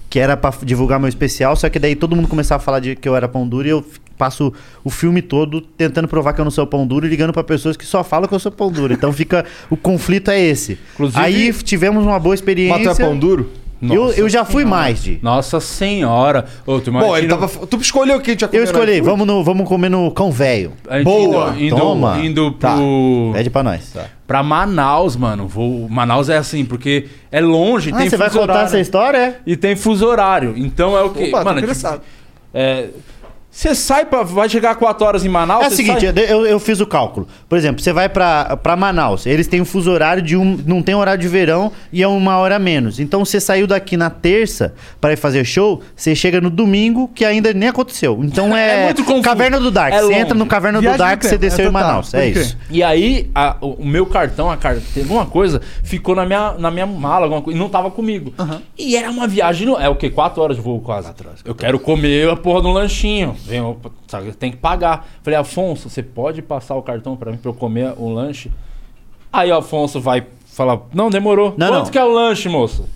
E: que era pra divulgar meu especial, só que daí todo mundo começava a falar de que eu era pão duro e eu f- passo o filme todo tentando provar que eu não sou pão duro e ligando pra pessoas que só falam que eu sou pão duro. Então fica o conflito é esse.
D: Inclusive-
E: aí tivemos uma boa experiência.
B: Mas tu é pão duro?
E: Eu,
D: Nossa
E: eu já fui mais de.
D: Nossa senhora. Ô, tu
B: Bom, ele
C: tá
D: imagina-
B: tava. Tu escolheu quem tinha
E: Eu escolhi, vamos, no, vamos comer no cão velho.
D: a gente
B: Boa,
D: Indo, indo,
E: toma.
D: indo
E: Tá.
D: pro. Tá.
E: Pede pra nós.
D: Pra Manaus, mano. Vou... Manaus é assim, porque é longe,
E: Ah,
D: tem né?
E: você vai
D: fuso
E: contar
D: horário.
E: essa história? é?
D: E tem fuso horário. Então é o quê?
C: Opa, tô
D: mano,
C: interessado.
D: é, Você sai pra. Vai chegar 4 horas em Manaus?
E: É o
D: você
E: seguinte,
D: sai-
E: eu, eu fiz o cálculo. Por exemplo, você vai pra, pra Manaus, eles têm um fuso horário de um. Não tem horário de verão e é uma hora a menos. Então você saiu daqui na terça pra ir fazer show, você chega no domingo, que ainda nem aconteceu. Então é.
D: É muito confuso.
E: Caverna do Dark.
D: É
E: você
D: longe.
E: entra no Caverna
C: Viagem
E: do
C: no
E: Dark, você
C: tempo, é
E: desceu em
C: total.
E: Manaus.
C: Pode
E: É
C: crer.
E: isso.
D: E aí, a- o o meu cartão, a carteira, alguma coisa, ficou na minha, na minha mala, alguma coisa, e não tava comigo. E era uma viagem, no- é o quê? Quatro horas de voo quase. Eu quero comer a porra de um lanchinho. Vem, eu- sabe, tem que pagar. Falei, Afonso, você pode passar o cartão pra mim pra eu comer o lanche? Aí o Afonso vai falar, não, demorou.
E: Não,
D: Quanto
E: não.
D: que é o lanche, moço?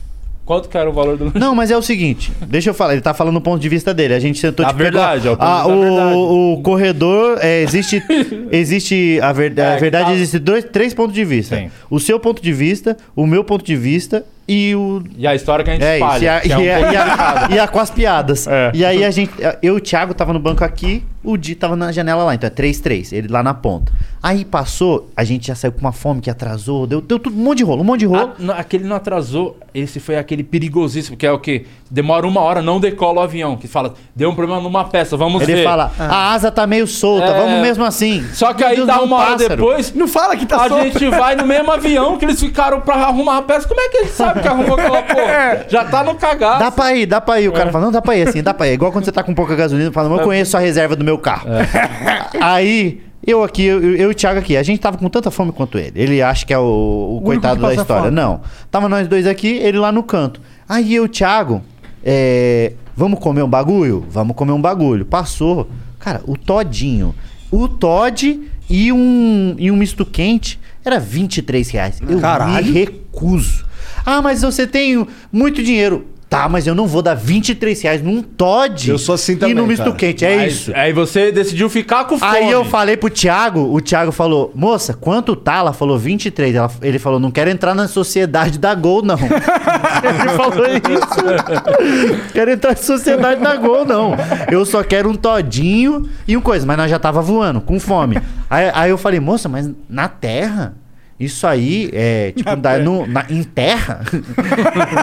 D: Quanto que era o valor do lanche?
E: Não, mas é o seguinte, deixa eu falar, ele tá falando do ponto de vista dele. A gente sentou
D: Da
E: de perto da-
D: verdade, é o ponto
E: Ah,
D: da
E: o,
D: verdade.
E: o corredor é, existe existe a, ver- a
D: É, que
E: verdade
D: tá-
E: existe dois, três pontos de vista.
D: Sim.
E: O seu ponto de vista, o meu ponto de vista e o
D: E a história que a gente
E: é isso,
D: espalha.
E: e a,
D: que é
E: e,
D: um
E: a,
D: pouco-
E: e, a, e a com as piadas.
D: É.
E: E aí a gente. Eu e o Thiago tava no banco aqui, o Di tava na janela lá, então é 3-3, ele lá na ponta. Aí passou, a gente já saiu com uma fome que atrasou, deu, deu tudo, um monte de rolo, um monte de rolo.
D: Ah, não, aquele não atrasou, esse foi aquele perigosíssimo, que é o que demora uma hora, não decola o avião, que fala, deu um problema numa peça, vamos
E: Ele
D: ver.
E: fala,
C: Ah.
E: a asa tá meio solta,
D: É.
E: vamos mesmo assim.
D: Só que aí
E: Deus,
D: dá
E: não,
D: uma hora
E: pássaro.
D: depois,
C: Não fala que tá
D: a
C: só.
D: gente vai no mesmo avião que eles ficaram pra arrumar a peça. Como é que ele sabe que arrumou aquela porra? Já tá no cagaço.
E: É. Dá pra ir, dá pra ir. O cara fala, não, dá pra ir assim, dá pra ir. É Igual quando você tá com pouca gasolina, fala,
D: É.
E: mas eu conheço a reserva do meu carro. Aí, eu aqui, eu, eu e o Thiago aqui, a gente tava com tanta fome quanto ele. Ele acha que é o, o coitado
C: que
E: da
C: passa
E: história.
C: fome.
E: Não. Tava nós dois aqui, ele lá no canto. Aí eu, e o Thiago, é, vamos comer um bagulho? Vamos comer um bagulho. Passou. Cara, o todinho. O Todd e um, e um misto quente era 23 reais. Eu me recuso. Ah, mas você tem muito dinheiro. Tá, mas eu não vou dar 23 reais num Todd.
B: Eu sou assim
E: E
B: também,
E: no misto
B: cara.
E: quente, é
D: Mas
E: isso.
D: Aí você decidiu ficar com fome.
E: Aí eu falei pro Thiago, o Thiago falou, moça, quanto tá? Ela falou 23. Ela- ele falou, não quero entrar na sociedade da Gol, não. ele falou isso. quero entrar na sociedade da Gol, não. Eu só quero um todinho e um coisa. Mas nós já tava voando, com fome. Aí, aí eu falei, moça, mas na terra? Isso aí é tipo dá no, na, em terra.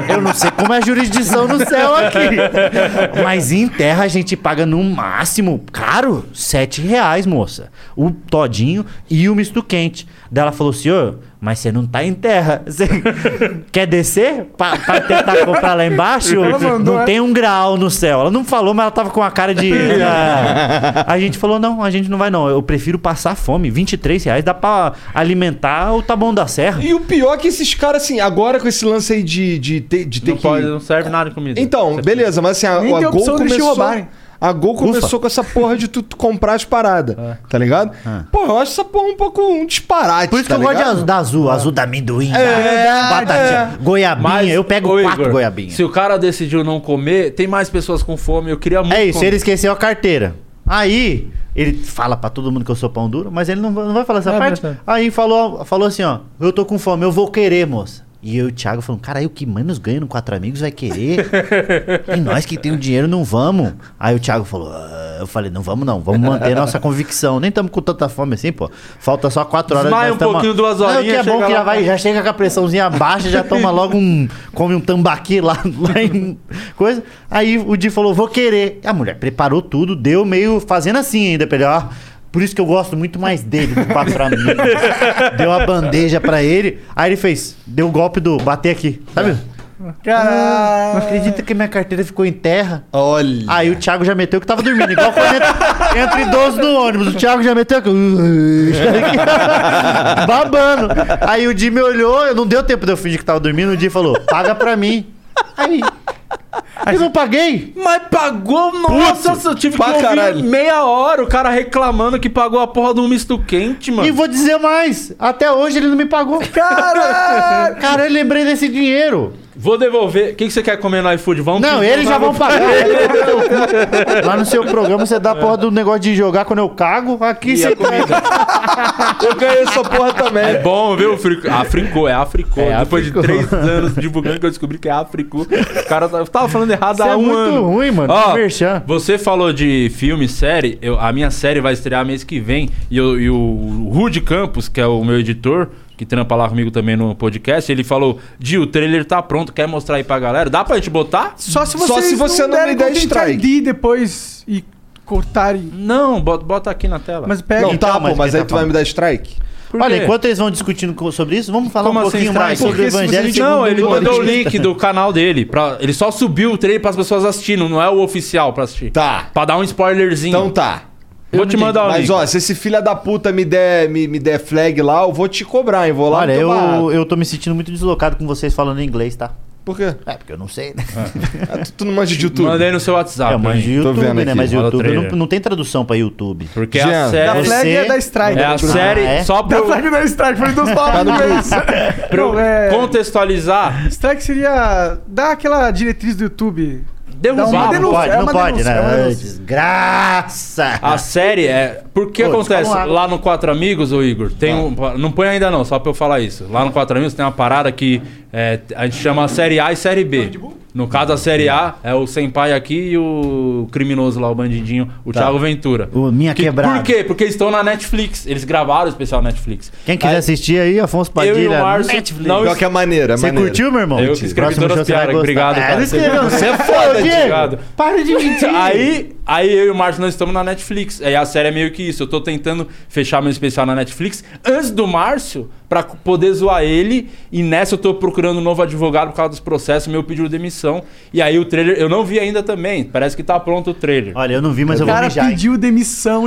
E: Eu não sei como é a jurisdição no céu aqui. Mas em terra a gente paga no máximo, caro, sete reais, moça. O todinho e o misto quente. Daí ela falou, senhor, mas você não tá em terra. Você quer descer pra, pra tentar comprar lá embaixo?
D: Ela mandou,
E: não
D: é?
E: tem um grau no céu. Ela não falou, mas ela tava com a cara de... Ah. a gente falou, não, a gente não vai não. Eu prefiro passar fome. 23 reais dá pra alimentar o Taboão da Serra.
B: E o pior é que esses caras, assim, agora com esse lance aí de, de, ter- de ter
H: Não,
B: que.
H: pode, não serve nada de comida.
B: Então,
H: Você-
B: beleza, mas assim, a,
D: Nem
B: a
D: tem
B: Gol
D: opção deles te
B: começou.
D: roubarem.
B: A Gol começou com essa porra de tu, tu comprar as paradas, tá ligado? Pô, eu acho essa porra um pouco um disparate.
E: Por isso
B: tá
E: que eu gosto de
B: ligado? É
E: azul, da azul, azul da amendoim,
B: verdade,
E: da batatinha, goiabinha.
H: Mas,
E: eu pego
H: ô,
E: quatro
H: Igor,
E: goiabinhas.
H: Se o cara decidiu não comer, tem mais pessoas com fome. Eu queria muito.
E: É isso,
H: comer.
E: ele esqueceu a carteira. Aí, ele fala pra todo mundo que eu sou pão duro, mas ele não, vai- não vai falar essa
H: É
E: parte.
H: verdade.
E: Aí falou, falou assim, ó, eu tô com fome, eu vou querer, moça. E eu e o Thiago falando, caralho, o que menos ganha no Quatro Amigos vai querer? e nós que tem o dinheiro não vamos. Aí o Thiago falou, "Ah", eu falei, não vamos não, vamos manter a nossa convicção. Nem estamos com tanta fome assim, pô. Falta só quatro horas.
H: Desmaia
E: nós
H: um
E: tamo-
H: pouquinho, duas
E: Não, o que é
H: horinhas,
E: bom
H: chega
E: que já
H: lá.
E: vai, já chega com a pressãozinha baixa, já toma logo um. come um tambaqui lá, lá em coisa. Aí o Di falou, vou querer. A mulher preparou tudo, deu meio fazendo assim ainda pra ele, ó. Por isso que eu gosto muito mais dele do quatro amigos. Deu a bandeja pra ele. Aí ele fez, deu o golpe do bater aqui, sabe? Ah, não acredita que minha carteira ficou em terra?
B: Olha.
E: Aí o Thiago já meteu que tava dormindo, igual quando entra, entra idoso no ônibus. O Thiago já meteu que. Babando. Aí o Di me olhou, não deu tempo de eu fingir que tava dormindo. O Di falou: paga pra mim. Aí. Eu não paguei?
H: Mas pagou, nossa, eu tive que
B: pra
H: ouvir
B: caralho.
H: meia hora o cara reclamando que pagou a porra de um misto quente, mano.
E: E vou dizer mais: até hoje ele não me pagou. Caralho! Cara, eu lembrei desse dinheiro.
H: Vou devolver. O que, que você quer comer no iFood? Vamos
E: Não,
H: pedir,
E: eles já
H: mas
E: vão
H: vou-
E: pagar. Lá no seu programa você dá a porra do negócio de jogar quando eu cago. Aqui você tá. tem.
B: Eu ganhei essa porra também.
H: É bom, viu? Frico... Africô, é Africô.
E: É
H: Depois
E: Africô.
H: de três anos divulgando que eu descobri que é Africô. O cara tava, eu tava falando errado
E: Isso
H: há
E: é
H: um
E: muito
H: ano.
E: ruim, mano.
H: Ó,
E: Merchan.
H: você falou de filme, série. Eu- a minha série vai estrear mês que vem. E, eu- e o Rude Campos, que é o meu editor, que trampa lá comigo também no podcast, ele falou: Di, o trailer tá pronto, quer mostrar aí pra galera? Dá pra gente botar?
D: Só se vocês
B: Só se você não me der
D: content
B: strike.
D: ID depois e cortarem.
C: É,
B: tá,
E: um
D: assim é
B: Tá.
D: um
B: Então
E: tá? É, né?
F: Ah,
D: tá
E: É né?
C: é
D: é
C: é-
D: Tá
E: um né?
D: é- um- é, é
F: é
B: É
E: É,
D: É, É,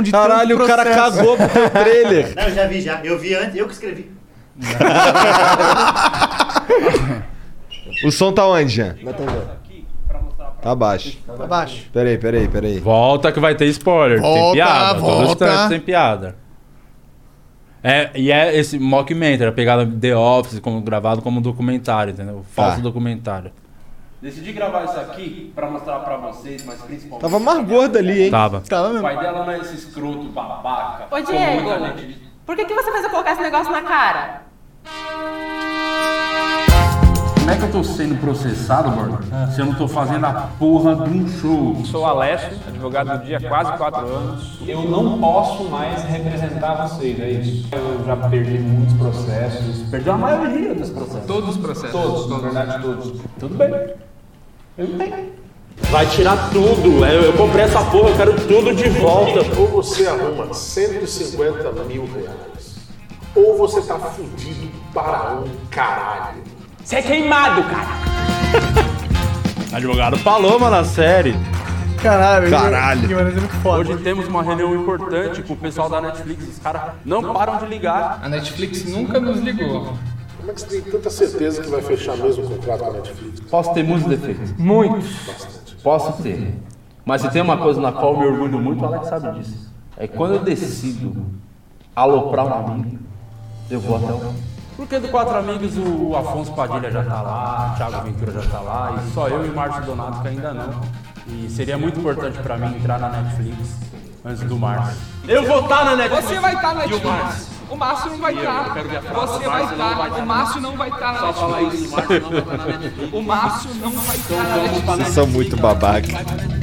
F: tá
B: Tá
D: um tá É, é um
I: ou você tá fudido para um caralho.
J: Você é queimado, cara.
D: Advogado Paloma na série.
C: Caralho,
F: Caralho.
C: Guimarães é muito foda.
D: Hoje temos uma reunião importante com o pessoal da Netflix. Os caras não param de ligar.
K: A Netflix nunca nos ligou.
I: Como é que você tem tanta certeza que vai fechar mesmo o contrato com a Netflix?
D: Posso ter muitos defeitos?
K: Muitos.
D: Posso ter. Mas se tem uma coisa na qual eu me orgulho muito, o Alex sabe disso. É que quando eu decido aloprar um amigo, eu vou até o. Porque do Quatro Amigos o Afonso Padilha já tá lá, o Thiago Ventura já tá lá, e só eu e o Márcio Donato que ainda não. E seria muito importante pra mim entrar na Netflix antes do Márcio. Eu vou estar na Netflix!
K: Você vai estar na
D: E o Márcio?
K: Netflix. O Márcio não vai estar.
D: quero ver a frase.
K: Você
D: O
K: vai
D: Márcio não vai tá.
K: estar.
D: estar.
K: O Márcio não vai estar na Netflix.
D: tá
K: O Márcio não vai tá. estar
D: Então
K: na Netflix.
F: Vocês são muito babaca.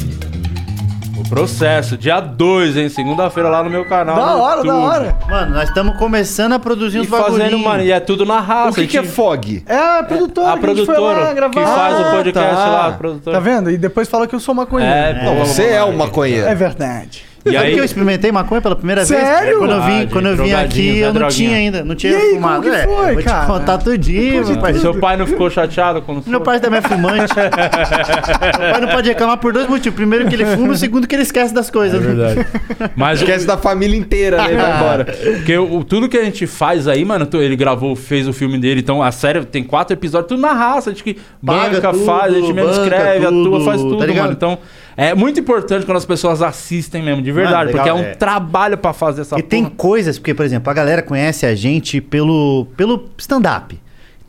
D: O processo, dia 2, hein? Segunda-feira lá no meu canal.
C: Da
D: no
C: hora, da
D: YouTube.
C: hora.
E: Mano, nós estamos começando a produzir
D: E
E: uns
D: fazendo,
E: bagulhinhos.
D: mano, e é tudo na raça.
F: O que, que é
D: gente-
F: fog?
C: É a produtora,
D: a
C: que gente foi lá
D: produtora que,
C: gravar.
D: faz
C: Ah,
D: o podcast
F: tá.
D: lá, a
C: Tá
D: produtora.
C: vendo? E depois fala que eu sou maconheiro.
D: É,
F: Não, você é um maconheiro.
C: É verdade.
D: E
E: Sabe
D: aí,
E: que eu experimentei maconha pela primeira vez?
C: Sério?
E: Quando eu vim,
D: Verdade,
E: quando eu vim
D: drogadinho,
E: aqui,
D: né,
E: eu não
D: droguinha?
E: tinha ainda. Não tinha
C: E aí,
E: fumado.
C: como que
E: É,
C: foi,
E: vou
C: cara?
E: te contar tudinho, meu pai.
D: seu pai não ficou chateado quando
E: Meu pai também é fumante. Meu pai não pode reclamar por dois motivos. Primeiro que ele fuma, o segundo que ele esquece das
D: É
E: coisas. né?
D: Mas
B: Esquece da família inteira, né?
D: Ah.
B: Vai embora.
D: porque o, o- tudo que a gente faz aí, mano, tu- ele gravou, fez o filme dele, então a série tem quatro episódios, tudo na raça, a gente que
E: Paga
D: banca,
E: tudo,
D: faz, a gente mesmo
E: banca
D: escreve,
E: tudo,
D: atua, faz
E: tá
D: tudo,
E: ligado?
D: mano. Então, é muito importante quando as pessoas assistem mesmo, de verdade,
E: Mano,
D: porque é
E: legal,
D: um
E: é.
D: trabalho pra fazer essa
E: E tem coisas, porque, por exemplo, a galera conhece a gente pelo, pelo stand-up.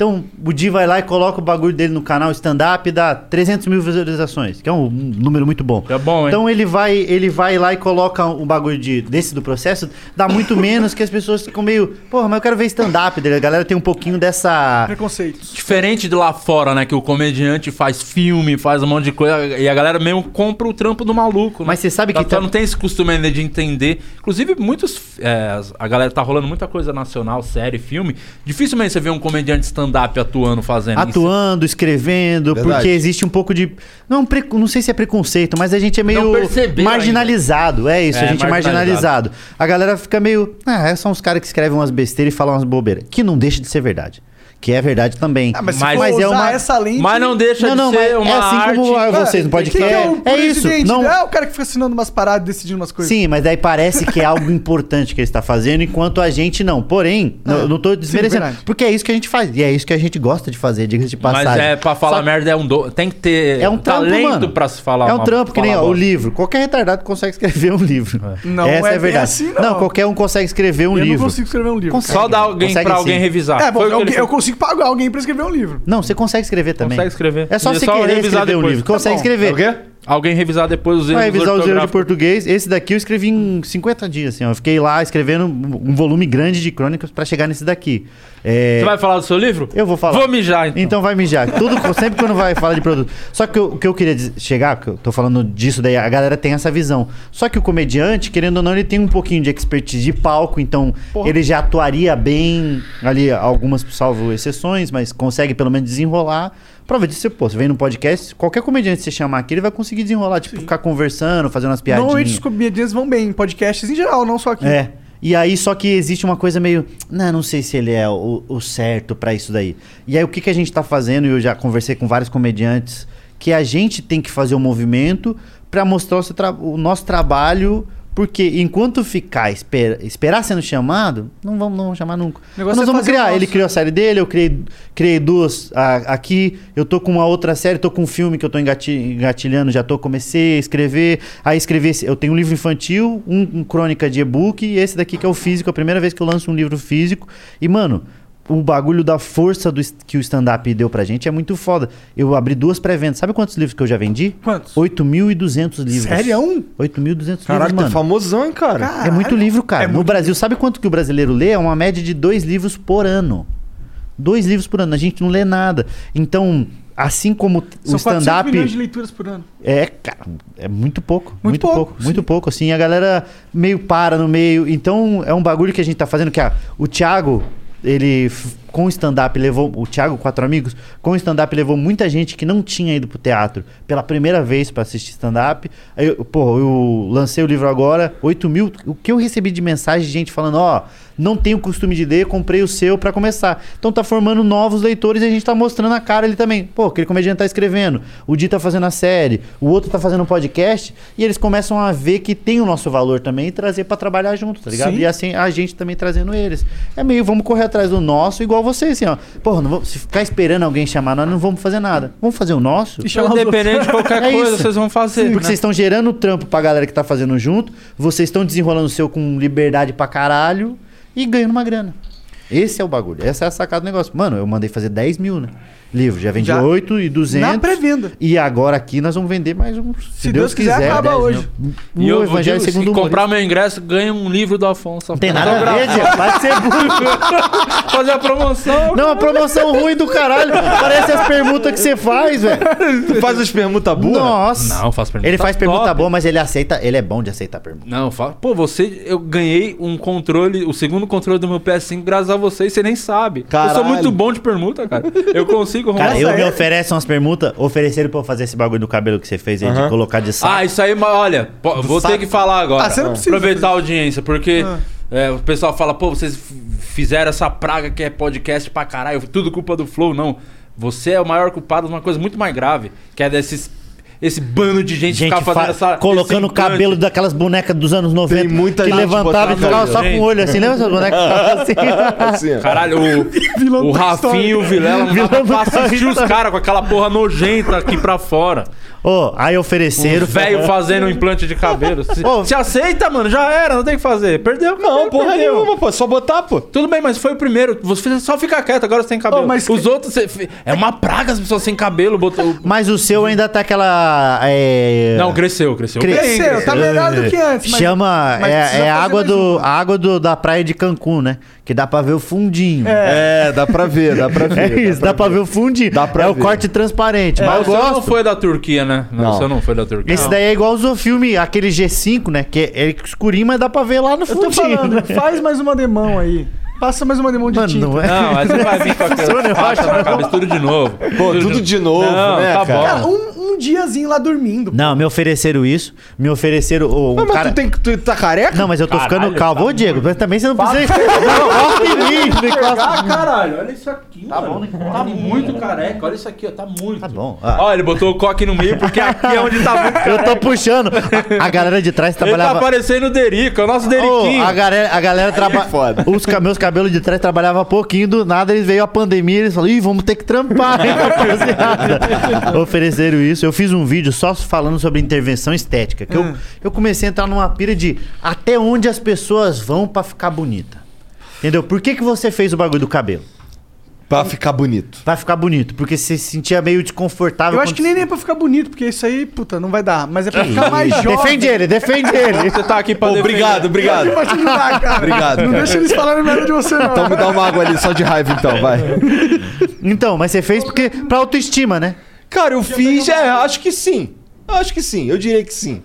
E: Então, o Di vai lá e coloca o bagulho dele no canal stand-up e dá 300 mil visualizações, que é um, um número muito bom.
D: É bom, hein?
E: Então, ele vai, ele vai lá e coloca o bagulho de, desse do processo, dá muito menos que as pessoas ficam meio... Porra, mas eu quero ver stand-up dele. A galera tem um pouquinho dessa...
C: Preconceitos.
D: Diferente de lá fora, né? Que o comediante faz filme, faz um monte de coisa e a galera mesmo compra o trampo do maluco. né?
E: Mas você sabe que
D: Tá- tá-
E: tam-
D: não tem esse costume ainda de entender. Inclusive, muitos. é, as- a galera tá rolando muita coisa nacional, série, filme. Dificilmente você vê um comediante stand-up atuando, fazendo isso.
E: Atuando, escrevendo,
F: Verdade.
E: porque existe um pouco de. Não, preco- não sei se é preconceito, mas a gente é meio
D: perceberam
E: marginalizado. É isso,
D: É,
E: a gente é
D: marginalizado.
E: marginalizado. A galera fica meio. Ah, são uns caras que escrevem umas besteiras e falam umas bobeiras. Que não deixa de ser verdade. Que é verdade também.
C: Ah, mas, se
D: Mas-
C: for
E: mas é
C: usar
E: uma-
C: essa lente...
D: Mas não deixa
E: não, não,
D: de
E: mas
D: ser
E: é
D: uma
E: assim
D: arte.
E: como ah,
C: Cara,
E: vocês não pode
C: quem que é,
E: é,
C: o
E: é isso.
C: presidente?
E: Não,
C: É o cara que fica assinando umas paradas, decidindo umas coisas.
E: Sim, mas daí parece que é algo importante que ele está fazendo, enquanto a gente não. Porém, não- eu não estou desmerecendo.
C: É. verdade.
E: porque é isso que a gente faz. E é isso que a gente gosta de fazer, diga-se de
D: Mas
E: passagem.
D: é pra falar
E: Só-
D: merda, é um do... tem que ter
E: É um trampo,
D: talento
E: mano.
D: Tá pra se falar
E: É um
D: uma-
E: trampo, que nem
D: falar
E: ó, o
D: bosta.
E: livro. Qualquer retardado consegue escrever um livro.
C: Não
E: Essa
C: é
E: é,
C: bem
E: a verdade.
C: assim, não.
E: não. qualquer um consegue escrever um
C: eu
E: livro.
C: não consigo escrever um livro.
E: Consegue.
D: Só dá alguém
E: Consegue
D: pra
E: sim.
D: alguém revisar.
C: É, bom,
D: Foi o que
C: eu,
D: ele
C: eu consigo pagar alguém pra escrever um livro.
E: Não, você consegue escrever também.
D: Consegue escrever.
E: É só
D: É
E: você
D: só
E: querer
D: revisar
E: escrever um
D: depois.
E: livro.
D: Tá
E: Consegue
D: bom.
E: escrever.
B: O quê?
D: Alguém revisar depois os erros
E: Vai revisar os erros de
D: ortográficos.
E: português. Esse daqui eu escrevi em 50 dias, assim. ó. Eu fiquei lá escrevendo um um volume grande de crônicas pra chegar nesse daqui. É,
D: Você vai falar do seu livro?
E: Eu vou falar.
D: Vou mijar, então.
E: Então vai mijar. Tudo, sempre quando vai falar de produto. Só que eu- o que eu queria dizer- chegar, que eu tô falando disso daí, a galera tem essa visão. Só que o comediante, querendo ou não, ele tem um pouquinho de expertise de palco, então ele já atuaria bem ali, algumas salvo exceções, mas consegue pelo menos desenrolar. Prova disso, pô, você vem num podcast, qualquer comediante que você chamar aqui, ele vai conseguir desenrolar, tipo, ficar conversando, fazendo umas piadinhas.
C: Normalmente os comediantes vão bem em podcasts em geral, não só aqui.
E: É. E aí, só que existe uma coisa meio. Não, não sei se ele é o, o certo pra isso daí. E aí, o que, que a gente tá fazendo, e eu já conversei com vários comediantes, que a gente tem que fazer um movimento pra mostrar o, seu tra- o nosso trabalho. Porque enquanto ficar, esper- esperar sendo chamado, não vamos, não vamos chamar nunca.
C: O negócio
E: Nós
C: é
E: vamos
C: fazer o
E: criar.
C: nosso.
E: Ele criou a série dele, eu criei, criei duas ah, aqui. Eu tô com uma outra série, tô com um filme que eu tô engati- engatilhando, já tô comecei a escrever. Aí escrevi, esse- eu tenho um livro infantil, um, um crônica de e-book e esse daqui que é o físico, é a primeira vez que eu lanço um livro físico. E mano, o bagulho da força do, es- que o stand-up deu pra gente é muito foda. Eu abri duas pré-vendas. Sabe quantos livros que eu já vendi?
C: Quantos?
E: 8.200 livros.
C: Sério? É um?
E: 8.200 livros,
B: Caraca, tu é
E: mano.
B: famosão, hein, cara?
E: É muito livro, cara. no Brasil, sabe quanto que o brasileiro lê? É uma média de dois livros por ano. Dois livros por ano. A gente não lê nada. Então, assim como t- o
C: São 400
E: stand-up.
C: milhões de leituras por ano.
E: É, cara, é muito pouco. Muito,
C: pouco,
E: pouco. muito pouco, assim. A galera meio para no meio. Então, é um bagulho que a gente tá fazendo. Que a- o Thiago, ah, ele f- com o stand-up levou. O Thiago, quatro amigos, com o stand-up levou muita gente que não tinha ido pro teatro pela primeira vez pra assistir stand-up. Aí, eu, porra, eu lancei o livro agora, 8 mil. O que eu recebi de mensagem de gente falando, ó, não tenho costume de ler, comprei o seu pra começar. Então tá formando novos leitores e a gente tá mostrando a cara ali também. Pô, aquele comediante tá escrevendo, o Di tá fazendo a série, o outro tá fazendo um podcast, e eles começam a ver que tem o nosso valor também e trazer pra trabalhar junto, tá ligado?
C: Sim.
E: E assim a gente também trazendo eles. É meio, vamos correr atrás do nosso, igual vocês, assim, ó. Porra, não vamos, se ficar esperando alguém chamar, nós não vamos fazer nada. Vamos fazer o nosso?
C: E chamar os outros.
D: Independente de qualquer
E: É
D: coisa,
E: isso.
D: vocês vão fazer.
E: Porque
D: né?
E: vocês estão gerando trampo pra galera que tá fazendo junto, vocês estão desenrolando o seu com liberdade pra caralho e ganhando uma grana. Esse é o bagulho, essa é a sacada do negócio. Mano, eu mandei fazer 10 mil, né? Livro, já vendi
C: Já.
E: 8 e 200.
C: Na pré-venda.
E: E agora aqui nós vamos vender mais um. Se,
C: Deus quiser, acaba
E: 10
C: hoje.
E: mil.
D: E
E: O
D: eu vou
E: Evangelho
D: digo, se
E: é segundo o
D: comprar
E: humorista.
D: meu ingresso, ganha um livro do Afonso.
E: Não tem nada a ver, Diego. Vai ser burro.
D: Fazer a promoção.
E: Não, a promoção ruim do caralho. Parece as permutas que você faz, velho.
F: Tu faz as permutas burras?
E: Nossa.
D: Não, faz pergunta.
E: Ele faz pergunta
D: Tá top.
E: boa, mas ele aceita, ele é bom de aceitar pergunta.
D: Não, fala. Pô, você. Eu ganhei um controle, o segundo controle do meu PS5, graças a você, e você nem sabe. Eu sou
F: Caralho.
D: muito bom de permuta, cara. Eu consigo arrumar.
E: Cara, eu me
C: é-
E: oferecem umas permutas, ofereceram pra eu fazer esse bagulho do cabelo que você fez aí, de colocar de saco.
D: Ah, isso aí, mas olha, po- vou
E: saco.
D: ter que falar agora.
C: Ah, você não precisa
D: Aproveitar a audiência, porque
C: Ah.
D: é, o pessoal fala, pô, vocês f- fizeram essa praga que é podcast pra caralho, tudo culpa do Flow. Não. Você é o maior culpado de uma coisa muito mais grave, que é desses. Esse bando de gente,
E: gente
D: ficar fazendo
E: fa-
D: essa.
E: colocando o
D: esse implante.
E: cabelo daquelas bonecas dos anos 90
F: Tem muita
E: que
F: gente
E: levantava e
F: botando
E: ficava
D: cabelo.
E: só com o olho assim, lembra essas bonecas que ficavam assim?
B: Assim, ó.
D: Caralho, o, o Rafinha e o Vilela não
E: Vilão
D: dava
E: do
D: pra assistir
E: Toy
D: os
E: Story.
D: caras com aquela porra nojenta aqui pra fora.
E: Ô, aí ofereceram.
D: O velho fazendo um implante de cabelo. Se,
E: Ô.
D: se aceita, mano, já era, não tem o que fazer. Perdeu,
F: Não,
D: perdeu,
F: porra
D: perdeu.
F: nenhuma, pô. É Só botar, pô.
D: Tudo bem, mas foi o primeiro. Você só fica quieto, agora você tem cabelo.
C: Ô, mas-
D: Os outros. você fi- É uma praga as pessoas sem cabelo. Botou...
E: Mas o seu ainda tá aquela. É...
D: Não, cresceu, cresceu.
E: Cresceu.
D: Bem,
C: Cresceu, tá melhor do que antes. mas-
E: Chama.
C: mas
E: é
C: precisa
E: é a
C: fazer
E: água,
C: mais
E: do, a água do, da praia de Cancún, né? Que dá pra ver o fundinho. É.
F: É, dá pra ver, dá pra ver. É dá
E: isso, dá pra ver o fundinho.
F: Dá pra
E: é o
F: ver.
E: corte
C: É,
E: transparente.
D: Mas
E: mas eu
D: o seu
E: gosto.
D: não foi da Turquia, né? Não,
F: Não.
D: o seu não foi da Turquia.
E: Esse daí é igual o filme, aquele G5, né? Que é, é escurinho, mas dá pra ver lá no
C: Eu tô
E: fundinho.
C: falando,
E: né?
C: faz mais uma demão aí. Passa mais uma demão de
E: Mano,
C: tinta.
E: não é.
D: Não, mas você vai vir com aquela faixa na cabeça, tudo de novo.
F: Pô, tudo de novo,
D: Não,
F: né, cara?
D: tá bom.
C: Cara, um, um diazinho lá dormindo.
E: Não, me ofereceram isso. Me ofereceram. ô, um
F: Mas
E: cara...
F: tu, tem, que- tu tá careca?
E: Não, mas eu tô
D: Caralho,
E: ficando calvo.
D: tá
E: Ô, Diego, mas também você não precisa. Não, corta em mim. não encosta-
D: Ah, caralho, olha isso aqui, tá mano. tá muito careca, olha isso aqui, ó, tá muito.
E: Tá bom. ah.
D: Ó, ele botou o coque no meio porque aqui é onde tá muito
E: Eu
D: careca.
E: tô puxando. A, a galera de trás
D: Ele tá
E: trabalhava.
D: parecendo o Derico, é o nosso
E: Ô,
D: Deriquinho.
E: a galera, a galera trabalha.
F: foda.
E: Os ca- meus cabelos de trás trabalhava pouquinho, do nada eles veio a pandemia, eles falaram, ih, vamos ter que trampar, hein, rapaziada?" Ofereceram isso. Eu fiz um vídeo só falando sobre intervenção estética. Que eu, eu comecei a entrar numa pira de até onde as pessoas vão pra ficar bonita. Entendeu? Por que, que você fez o bagulho do cabelo?
F: Pra ficar bonito.
E: Pra ficar bonito, porque você se sentia meio desconfortável.
C: Eu acho
E: quando
C: que nem nem é pra ficar bonito, porque isso aí, puta, não vai dar. Mas é pra ficar mais
E: você-
C: jovem.
E: Defende ele, defende ele.
D: Você tá aqui pra
F: Pô,
D: defender.
F: obrigado, obrigado.
C: Vai te ajudar, cara.
F: Obrigado,
C: Não
F: cara.
C: deixa eles falarem merda de você, não.
F: Então me dá uma água ali só de raiva, então, vai.
E: Então, mas você fez porque pra autoestima, né?
F: Cara, eu fiz, é, acho que sim. Acho que sim, eu diria que sim.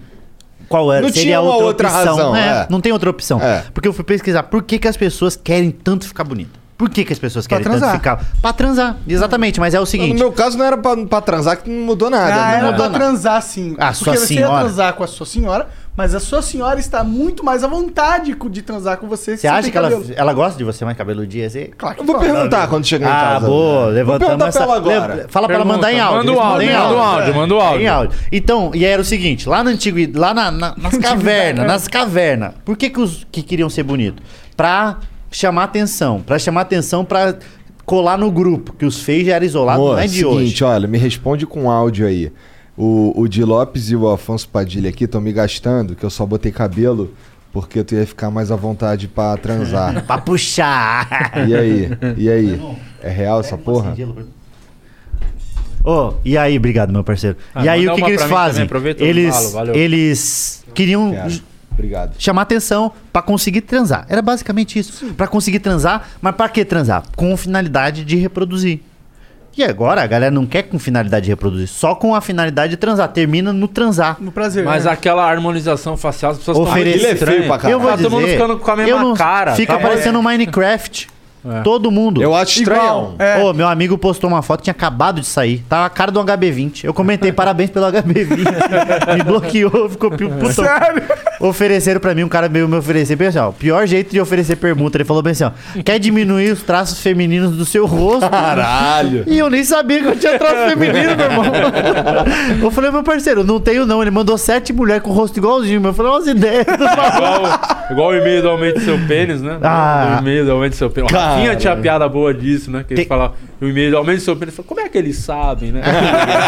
E: Qual é? era?
F: Não tinha uma outra razão,
E: É,
F: é.
E: Não tem outra opção.
F: É.
E: Porque eu fui pesquisar por que, que as pessoas querem tanto ficar bonita. Por que, que as pessoas
C: Pra
E: querem tanto
C: transar.
E: ficar. Pra transar, exatamente. Mas é o
F: No
E: seguinte.
F: meu caso não era pra, pra transar que não mudou nada.
C: Ah,
F: né?
C: era
E: Não,
C: pra
E: não.
C: transar, sim.
E: Ah, sua
C: você ia
E: senhora.
C: transar com a sua senhora, mas a sua senhora está muito mais à vontade co- de transar com você.
E: Você acha que ela, ela gosta de você mais cabeludinha assim?
C: Claro
F: Eu
C: que
F: vou
C: não.
F: perguntar quando chegar em
E: Ah,
F: casa. né?
E: boa, levantamos
F: perguntar
E: essa...
F: pra ela agora.
E: Lev- Fala pra ela
D: Pergunta.
E: mandar em áudio.
D: Manda o
E: eles
D: áudio,
E: mandam em
D: manda o áudio, manda o
E: Mandam
D: áudio.
E: em Então, e era o seguinte, lá na antiguidade, lá na- na- nas cavernas, nas cavernas, por que que os que queriam ser bonitos? Pra chamar atenção, pra chamar atenção, pra colar no grupo, que os feios já eram isolados,
F: Amor,
E: não é de hoje.
F: seguinte, olha, me responde com áudio aí. O, o Di Lopes e o Afonso Padilha aqui estão me gastando, que eu só botei cabelo porque tu ia ficar mais à vontade pra transar.
E: Pra puxar.
F: e aí? E aí? É real essa porra?
E: Ô, e aí, obrigado, meu parceiro.
D: Ah,
E: e aí,
D: manda
E: o que,
D: uma
E: que eles
D: pra mim também,
E: fazem?
D: aproveita, eu falo,
E: Eles,
D: valeu.
E: eles queriam
F: Cara, obrigado.
E: chamar atenção pra conseguir transar. Era basicamente isso. Pra conseguir transar, mas pra que transar? Com finalidade de reproduzir. E agora a galera não quer com finalidade de reproduzir, só com a finalidade de transar. Termina no transar.
C: No prazer.
D: Mas
C: né?
D: aquela harmonização facial, as pessoas
E: Oferece-
F: Ele
D: muito
F: é feio
D: estranhas.
F: pra caralho.
E: Eu vou
D: Tá todo
E: dizer,
D: mundo ficando com a
E: eu
D: mesma
E: não-
D: cara.
E: Fica
D: tá É.
E: parecendo um Minecraft. Todo mundo.
B: Eu acho estranho.
C: É.
E: Ô, meu amigo postou uma foto, tinha acabado de sair. Tava a cara do HB20. Eu comentei, parabéns pelo HB20. me bloqueou, ficou pi- puto.
C: Sério?
E: Ofereceram pra mim, um cara veio me oferecer. Bem assim, ó, o pior jeito de oferecer permuta. Ele falou bem assim, ó. Quer diminuir os traços femininos do seu rosto?
B: Caralho.
E: E eu nem sabia que eu tinha traço feminino, meu irmão. Eu falei, meu parceiro, não tenho não. Ele mandou sete mulheres com o rosto igualzinho. Eu falei, umas ideias do maluco.
D: Igual, igual o e-mail do aumento do seu pênis, né?
E: Ah.
D: o e-mail do aumento do seu pênis. O Rafinha tinha piada boa disso, né? Que ele fala, o e-mail do aumento do seu pênis. Fala, Como é que eles sabem, né?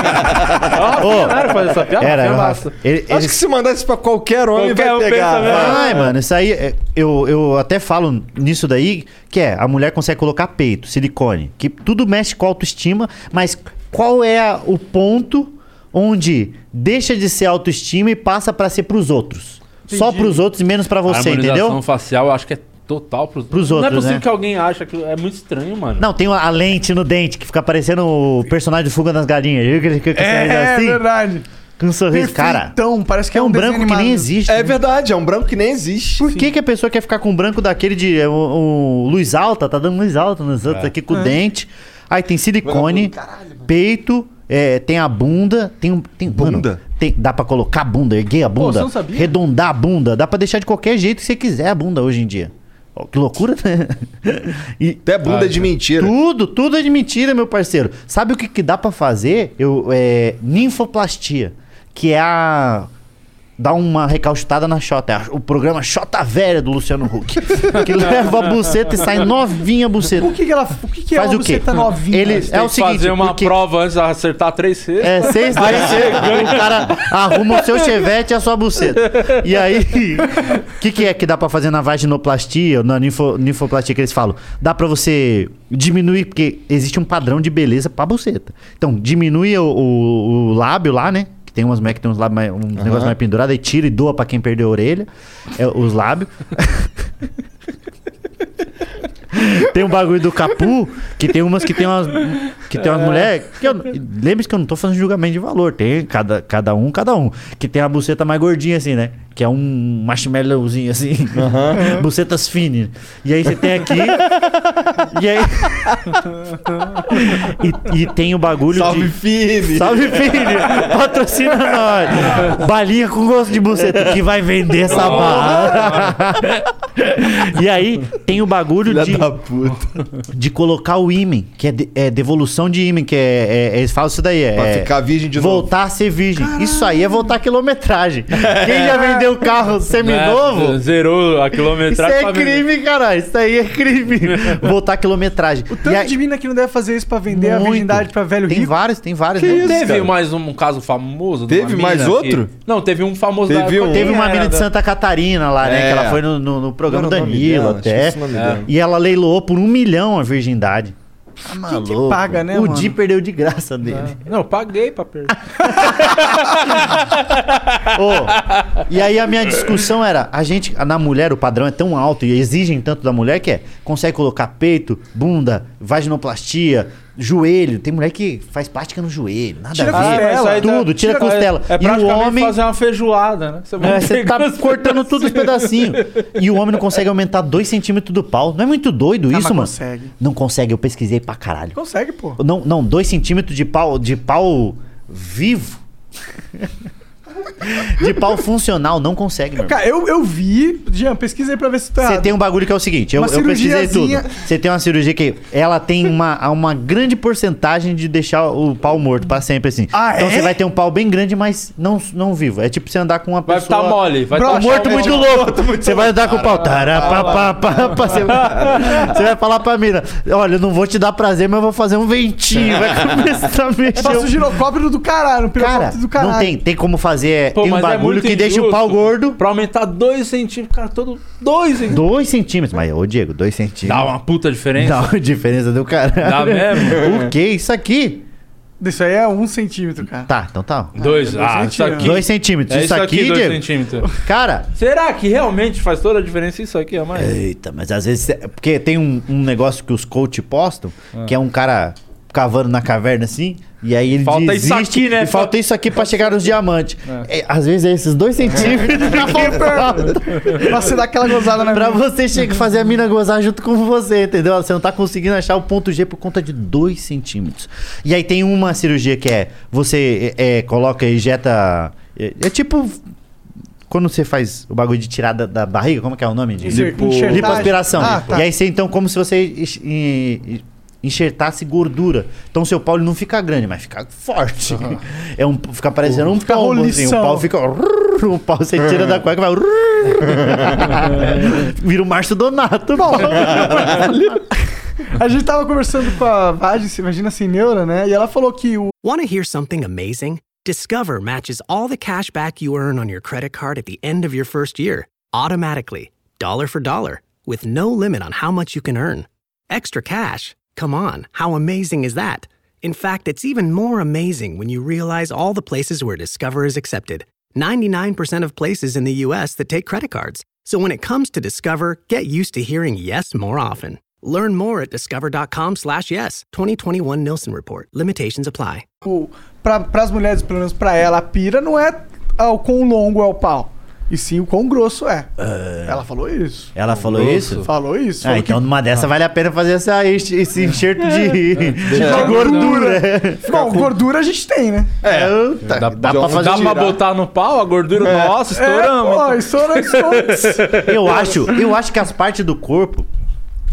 D: Ah,
E: Ô,
D: o Rafinha fazer essa piada?
E: Era,
D: Rafinha é
E: Então, eu-
D: massa.
E: ele-
B: Acho
E: ele-
B: que se mandasse pra qualquer homem
D: Qualquer um
B: vai pegar.
D: pensa mesmo.
B: vai.
E: Ai, mano, isso aí, é- eu, eu até falo nisso daí, que é, a mulher consegue colocar peito, silicone, que tudo mexe com a autoestima, mas qual é a- o ponto onde deixa de ser autoestima e passa pra ser pros outros? Só pros outros e menos pra você,
D: a harmonização
E: entendeu?
D: facial eu acho que é total pros,
E: Pros
D: Não é
E: outros,
D: possível
E: né?
D: que alguém acha que é muito estranho, mano.
E: Não, tem a lente no dente que fica parecendo o personagem do Fuga nas Galinhas. Viu que ele fica com um sorriso
C: É,
E: assim?
C: verdade.
E: Com um sorriso, cara.
C: Então, parece que
E: É um
C: desenho
E: branco que nem
C: animado.
E: existe.
B: É
E: né?
B: verdade, é um branco que nem existe.
E: Por que, que a pessoa quer ficar com um branco daquele de. é, O, o luz alta, tá dando luz alta nos
C: É.
E: outros aqui com o dente. Aí tem silicone, peito, é, tem a bunda, tem um. Tem, bunda? dá pra colocar a bunda, erguer a bunda,
C: você não sabia?
E: redondar a bunda, dá pra deixar de qualquer jeito que você quiser a bunda hoje em dia. Ó, que loucura, né? E
F: é
B: Até bunda de mentira.
E: tudo, tudo é de mentira, meu parceiro. Sabe o que, que dá pra fazer? Eu, é, ninfoplastia, que é a. Dá uma recalchutada na Xota. É a- o programa Xota Velha do Luciano Huck. que leva a buceta e sai novinha a buceta.
C: O que, que ela. O que, que
E: Faz
C: é
E: o quê?
C: Tá novinha?
E: Ele
D: Tem
E: é o
D: que
E: seguinte.
D: fazer uma
E: porque
D: prova antes de acertar três vezes.
E: É, seis, dois, o cara arruma o seu chevette e a sua buceta. E aí, o que, que é que dá pra fazer na vaginoplastia, na ninfo- ninfoplastia que eles falam? Dá pra você diminuir, porque existe um padrão de beleza pra buceta. Então, diminui o, o- o lábio lá, né? Que Tem umas mulheres que tem uns lábios mais, um negócio mais pendurado, aí tira e doa pra quem perdeu a orelha, é, os lábios. Tem um bagulho do Capu, que tem umas que tem umas. Que tem umas mulheres. Lembre-se que eu não tô fazendo julgamento de valor. Tem cada, cada um, cada um. Que tem a buceta mais gordinha, assim, né? Que é um marshmallowzinho assim. Bucetas fine. E aí você tem aqui. e aí. e, e tem o bagulho de.
B: Fini.
E: Salve, filho! Patrocina nós! Balinha com gosto de buceta que vai vender essa barra. e aí, tem o bagulho de,
B: puta.
E: de colocar o ímen, que é, de- é devolução de ímen, que é, é- Eles falam isso daí, é.
B: Pra ficar virgem de novo.
E: Voltar a ser virgem. Isso aí é voltar a quilometragem. Quem já vendeu carro seminovo,
B: Né?
D: É, Zerou a
E: isso
D: quilometragem.
E: é
D: pra vender.
E: crime, caralho. Isso aí é crime. Voltar a quilometragem.
C: O tanto de mina que não deve fazer isso pra vender a
E: Muito.
C: virgindade pra velho
E: Tem
C: rico.
E: vários, tem vários.
B: Que
E: né?
B: isso,
D: Teve
B: cara.
D: mais um caso famoso. de
B: Teve
D: uma mina
B: mais
D: que-
B: outro?
D: Não, teve um famoso da
B: Teve
D: época.
B: um.
E: Teve uma
D: Quem
E: mina
D: era
E: de
D: da-
E: Santa Catarina lá, né?
B: É.
E: Que ela foi no, no- no programa
B: Não era o nome
E: Danilo
B: dela,
E: até.
B: esqueci o nome dela.
E: E ela leiloou por um milhão a virgindade.
C: Quem que paga, né,
E: o
C: mano? É.
E: Di perdeu de graça dele.
D: Não, eu paguei pra perder.
E: Ah, Ô, e aí a minha discussão era, a gente, na mulher o padrão é tão alto e exigem tanto da mulher que é, consegue colocar peito, bunda, vaginoplastia, joelho. Tem mulher que faz prática no joelho, nada
C: Tira
E: a ver.
C: costela.
D: isso Ah, aí dá-
E: tudo, tira, costela.
D: É, é
E: e o
D: praticamente
E: homem
D: fazer uma feijoada, né? Você,
E: É,
D: vai
E: você tá
D: pegando-
E: cortando tudo os pedacinhos. E o homem não consegue aumentar 2 centímetros do pau. Não é muito doido isso,
C: Ah, mas
E: mano?
C: consegue.
E: Não consegue, eu pesquisei pra caralho.
C: Consegue, pô.
E: Não, não, 2 centímetros de pau, de pau vivo. de pau funcional, não consegue, meu irmão.
C: Cara, eu, eu vi. Jean, pesquisa aí pra ver se tá
E: Você
C: errado.
E: tem um bagulho que é o seguinte, eu,
C: Uma
E: eu pesquisei tudo.
C: cirurgiazinha.
E: Você tem uma cirurgia que ela tem uma, uma grande porcentagem de deixar o pau morto pra sempre, assim.
C: Ah,
E: então
C: é?
E: você vai ter um pau bem grande, mas não, não vivo. É tipo você andar com uma
D: Vai
E: pessoa...
D: ficar mole. Vai
C: Bro,
D: tá
E: Tá morto muito louco. Você vai andar com o pau. Tarapapapapa. Você vai- você vai falar pra mina: Olha, eu não vou te dar prazer, mas eu vou fazer um ventinho. Vai começar a mexer.
C: Faço o
E: o-
C: girocóptero do caralho, o
E: Cara,
C: pirocóptero do caralho.
E: não tem, tem como fazer.
D: Pô,
E: tem um
D: mas é
E: bagulho
D: muito
E: que deixa o
D: injusto.
E: pau gordo.
D: Pra aumentar 2 centímetros, cara, todo 2 centímetros.
E: dois centímetros. Mas, ô Diego, dois
D: Dá
E: centímetros.
D: uma puta
E: Dá
D: diferença.
E: uma diferença do caralho.
D: Dá mesmo?
E: O que? Isso aqui?
C: Isso aí é um centímetro, cara.
E: Tá, então tá.
D: 2, ah,
C: dois
D: isso aqui.
E: Dois centímetros.
D: É
E: isso, aqui,
D: dois
E: Diego.
D: centímetros.
E: Cara,
D: Será que realmente faz toda a diferença isso aqui, a
E: É.
D: mais?
E: Eita, mas às vezes. Porque tem um, um negócio que os coach postam, que é um cara. cavando na caverna assim, e aí ele
D: Falta
E: desiste,
D: isso aqui, né?
E: e falta isso aqui pra chegar nos diamantes. É, às vezes é esses dois centímetros que falta
C: Pra você dar aquela gozada na
E: pra você chegar e fazer a mina gozar junto com você, entendeu? Você não tá conseguindo achar o ponto G por conta de dois centímetros. E aí tem uma cirurgia que é, você é, é, coloca e injeta... É, é tipo... Quando você faz o bagulho de tirar da, da barriga, como que é o nome? disso?
C: Lipo-
E: Lipoaspiração.
C: Ah, tá.
E: E aí você, então, como se você enx- en- enxertasse gordura. Então seu pau ele não fica grande, mas fica forte. É um, fica parecendo um pau. Assim, o
C: rolição. É.
E: pau fica... O pau você tira da cueca e vai... Vira o Márcio Donato. pau.
C: A gente tava conversando com a Vage, se imagina sem neura, né? E ela falou que o
L: Want to hear something amazing? Discover matches all the cash back you earn on your credit card at the end of your first year automatically, dollar for dollar, with no limit on how much you can earn. Extra cash? Come on, how amazing is that? In fact, it's even more amazing when you realize all the places where Discover is accepted 99% of places in the US that take credit cards. So when it comes to Discover, get used to hearing yes more often. Learn more at discover.com slash yes. 2021 Nielsen Report. Limitations apply.
C: o, pra, pras mulheres, pelo menos pra ela, a pira não é ah, o quão longo é o pau, e sim o quão grosso é. Ela falou isso.
E: Ela falou isso?
C: Falou isso.
E: Ah, É.
C: falou
E: então numa dessa vale a pena fazer essa, enx- esse enxerto de, de
C: que...
E: gordura.
C: Bom, gordura a gente tem, né?
E: É, tá, dá, pra fazer
D: Dá
E: um
D: pra botar no pau a gordura? Nossa, estouramos.
C: É, pô, estouramos. estouramos.
E: Eu acho, eu acho que as partes do corpo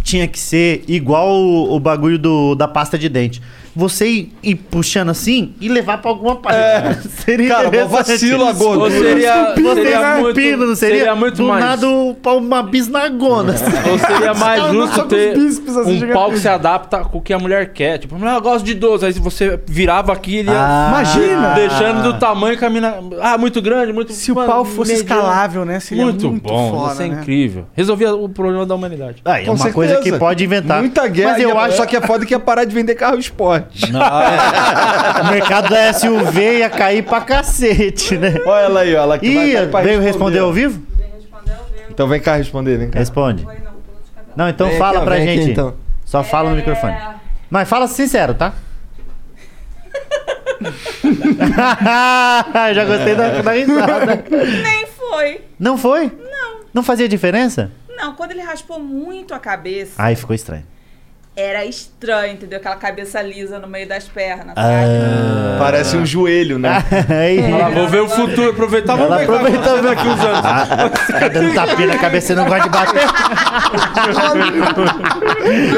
E: tinha que ser igual o, o bagulho do, da pasta de dente. Você ir, ir puxando assim e levar pra alguma parte. Seria
B: É. Cara, mó
E: interessante.
B: vacilo a
D: Ou
B: gordura.
D: seria,
E: Você
D: seria
E: esculpindo,
D: muito,
E: não seria?
D: muito
E: do
D: mais.
E: nada o pau- uma bisnagona. assim.
D: Ou seria mais
C: Ela
D: justo
C: só com os
D: ter
C: bíceps, assim,
D: um
C: gigante.
D: pau que se adapta com o que a mulher quer. Tipo, ah, eu gosto de 12. Aí você virava aqui ele ia...
C: Imagina!
D: Deixando do tamanho que a mina... Ah, muito grande, muito...
C: Se o
D: mano,
C: pau fosse
D: mediano.
C: escalável, né? Seria
D: muito, bom,
C: foda,
D: isso é
C: né?
D: incrível. Resolvia o problema da humanidade.
E: Ah, é
B: Com
E: uma coisa
B: certeza.
E: que pode inventar.
B: Muita guerra.
E: Mas
B: e
E: eu
B: a-
E: acho
B: Só que é foda que ia parar de vender carro esporte.
E: o mercado da SUV ia cair pra cacete, né?
B: Olha ela aí, ó. Ela que
E: Ih,
B: cair pra
E: veio responder ao vivo?
B: Então vem cá responder, vem cá.
E: Responde. Não, então
B: Vem
E: fala
B: aqui, ó,
E: pra
B: vem aqui,
E: gente.
B: então.
E: Só fala no microfone. Mas fala sincero, tá? Já gostei da, da risada.
M: Nem foi.
E: Não foi?
M: Não.
E: Não fazia diferença?
M: Não, quando ele raspou muito a cabeça,
E: Aí ficou estranho.
M: era estranho, entendeu? Aquela cabeça lisa no meio das pernas,
E: Ah.
M: sabe?
B: Parece um joelho, né?
E: Aí
D: Ah, vou ver o futuro, aproveitar, vou
E: ela
D: pegar
E: aproveitou
D: agora daqui uns anos.
E: Tá dando tapinha na cabeça, você não gosta de bater.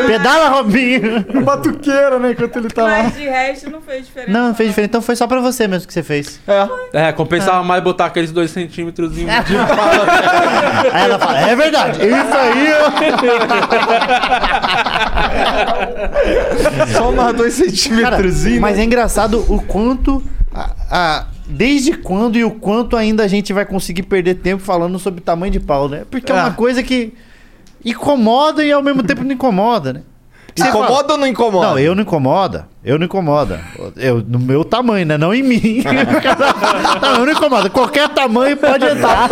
E: Pedala, Robinho.
C: Batuqueira, né? Enquanto ele tá lá.
M: Mas de resto não fez diferença.
E: Então, Não, não fez diferença. Então foi só pra você mesmo que você fez.
D: É, compensava mais botar aqueles dois centímetros em...
E: Aí ela fala, é verdade. Isso aí, ó.
B: Só mais dois
E: Cara,
B: centímetrozinhos.
E: mas é engraçado o quanto. a- a- desde quando e o quanto ainda a gente vai conseguir perder tempo falando sobre tamanho de pau, né? Porque é uma coisa que incomoda e ao mesmo tempo não incomoda, né? Porque você fala-
B: Incomoda ou não incomoda?
E: Não, eu não incomoda. Eu não incomoda. Eu, no meu tamanho, né? Não em mim. não, eu não incomodo. Qualquer tamanho pode entrar.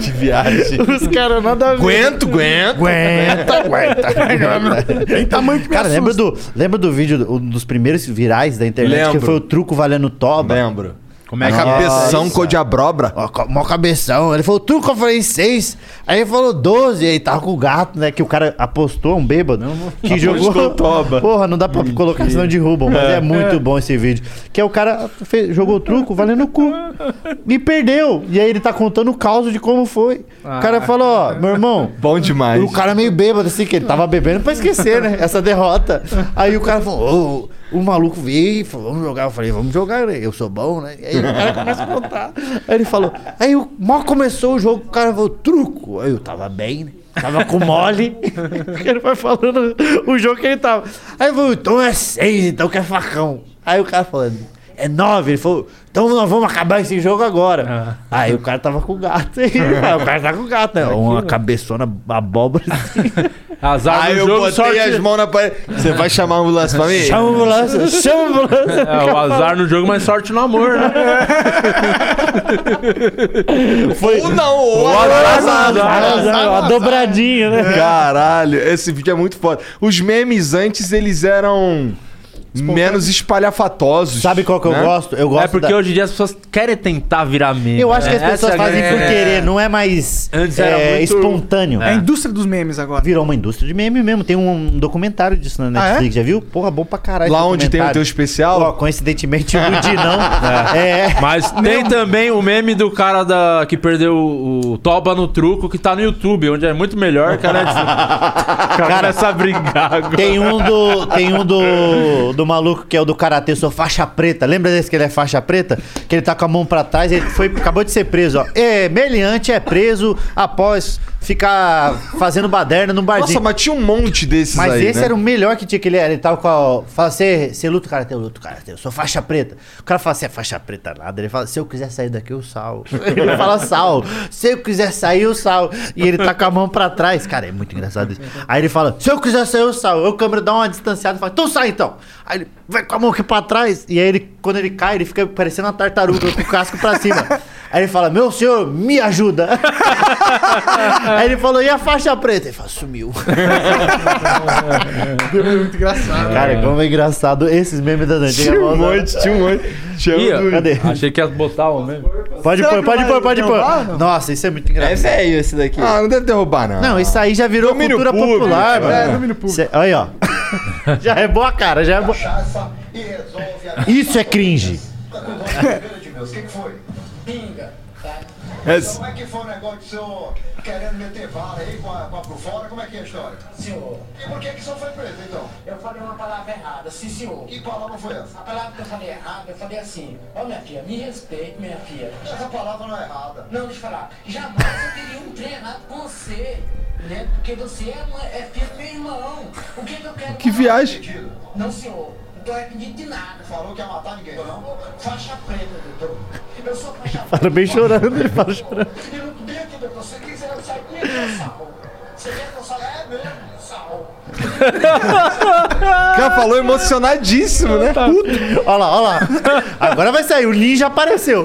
B: Que viagem.
E: Os caras nada a ver.
B: aguento, aguento.
E: Aguenta, aguenta. Tem tamanho que Cara, lembra do, lembra do vídeo, do- um dos primeiros virais da internet,
B: Lembro.
E: que foi o truco valendo toba?
B: Lembro.
E: Como
B: É cabeção cor de abrobra.
E: Ó, co- Mó cabeção. Ele falou, truco, eu falei seis. Aí ele falou 12. Aí tava com o gato, né? Que o cara apostou, um bêbado. que jogou.
B: toba.
E: Porra, não dá pra colocar, senão derrubam. Mas é, muito bom esse vídeo. Que é o cara fe- jogou o truco valendo o cu. E perdeu. E aí ele tá contando o caos de como foi. o cara falou, ó, meu irmão,
B: Bom demais.
E: e o cara meio bêbado, assim, que ele tava bebendo pra esquecer, né? Essa derrota. Aí o cara falou, ô, o maluco veio e falou, vamos jogar. Eu falei, vamos jogar, né? Eu sou bom, né? E aí o cara começa a contar. Aí ele falou, aí o- mal começou o jogo, o cara falou, truco. Aí eu tava bem, né? Tava com mole. ele vai falando o jogo que ele tava. Aí eu falei, então é seis, então que é facão. Aí o cara falando. é nove. Ele falou, então nós vamos acabar esse jogo agora. Aí o cara tava com o gato. Aí, o cara tava com o gato, né? Ah. Uma cabeçona abóbora assim.
D: Azar
B: Aí
D: do
B: eu
D: jogo,
B: botei
D: sorte-
B: as mãos na parede. Você vai chamar a ambulância pra mim?
E: Chama a ambulância, chama a ambulância.
D: É, o azar no jogo, mas sorte no amor, né?
B: Ou não, ou
E: Azar,
B: atrasado.
E: azar, uma dobradinha, né?
B: Caralho, esse vídeo é muito foda. Os memes antes, eles eram menos espalhafatosos.
E: Sabe qual que eu
B: né?
E: gosto? Eu gosto
D: É porque
E: da-
D: hoje em dia as pessoas querem tentar virar meme.
E: Eu acho que as
D: né?
E: pessoas
D: Essa é a
E: fazem por
D: grande-
E: querer, não é mais
D: Antes
E: é,
D: era muito-
E: espontâneo.
C: É a indústria dos memes agora.
E: Virou uma indústria de meme mesmo. Tem um documentário disso na
C: Ah, é?
E: Netflix, já viu? Porra, bom pra caralho.
B: Lá
E: esse
B: onde tem o
E: documentário.
B: teu especial.
E: Ó, coincidentemente, o Dinão. é.
D: Mas tem também o meme do cara da, que perdeu o, o Toba no truco, que tá no YouTube, onde é muito melhor que a Netflix. O cara começa a brigar agora.
E: Tem um, do, tem um do, do maluco que é o do Karatê, sou faixa preta. Lembra desse que ele é faixa preta? Que ele tá com a mão pra trás, ele foi, acabou de ser preso, ó. É, meliante é preso após ficar fazendo baderna num barzinho.
B: Nossa, mas tinha um monte desses
E: Mas
B: aí,
E: esse
B: né?
E: era um o melhor que tinha, que ele era. Ele tava com a. Fala, você você luta karatê, eu luto karatê, eu sou faixa preta. O cara fala, você é faixa preta nada. Ele fala, se eu quiser sair daqui, eu salvo. Ele fala, sal. Se eu quiser sair, eu salvo. E ele tá com a mão pra trás. Cara, é muito engraçado isso. Aí ele fala, se eu quiser sair, eu salvo. Aí o câmera dá uma distanciada e fala, então sai então. Aí ele vai com a mão aqui pra trás. E aí ele, quando ele cai, ele fica parecendo uma tartaruga com o casco pra cima. Aí ele fala, meu senhor, me ajuda. Aí ele falou, e a faixa preta? Ele fala, sumiu.
C: Muito engraçado.
E: Cara, como é engraçado esses memes da antiga
B: Tinha um
E: moda.
B: monte, tinha um monte. Tinha
D: Ih, ó,
B: um do...
E: Cadê?
D: Achei que ia botar o meme.
E: Pode
C: Será
E: pôr,
C: que
E: pode
C: vai
E: pôr, pode
C: derrubar, não?
E: pôr. Nossa, isso é muito engraçado.
N: velho esse daqui.
B: Ah, não deve derrubar, não.
E: Não, isso aí já virou
B: Domínio
E: cultura
B: público,
E: popular,
B: é,
E: mano.
C: domínio público.
E: Cê- Olha aí, ó. já é boa cara, já é boa. Isso é cringe.
B: Esse-
N: Como é que foi o negócio do senhor querendo meter vara aí com a, com a por fora? Como é que é a história? Senhor. E por que que o senhor foi preso, então? Eu falei uma palavra errada, sim, senhor. Que palavra foi essa? A palavra que eu falei errada, eu falei assim, ó minha filha, me respeite, minha filha. Essa palavra não é errada. Não, deixa eu falar. Jamais eu teria um treinado com você, né? Porque você é, uma, é filho do meu irmão. O que que eu quero...
B: Que
N: falar?
B: viagem.
N: Não, senhor. Não tô arrependido de nada. Falou que ia matar ninguém, não? Faixa preta, doutor. Eu sou faixa preta.
E: Fala bem chorando, ele fala chorando.
N: E no dentro de você, quem será que sai comigo? É Sal. Você quer que eu saia? É mesmo, Sal.
B: O cara falou emocionadíssimo, né? Puta,
E: Olha lá, olha lá. Agora vai sair, o ninja apareceu.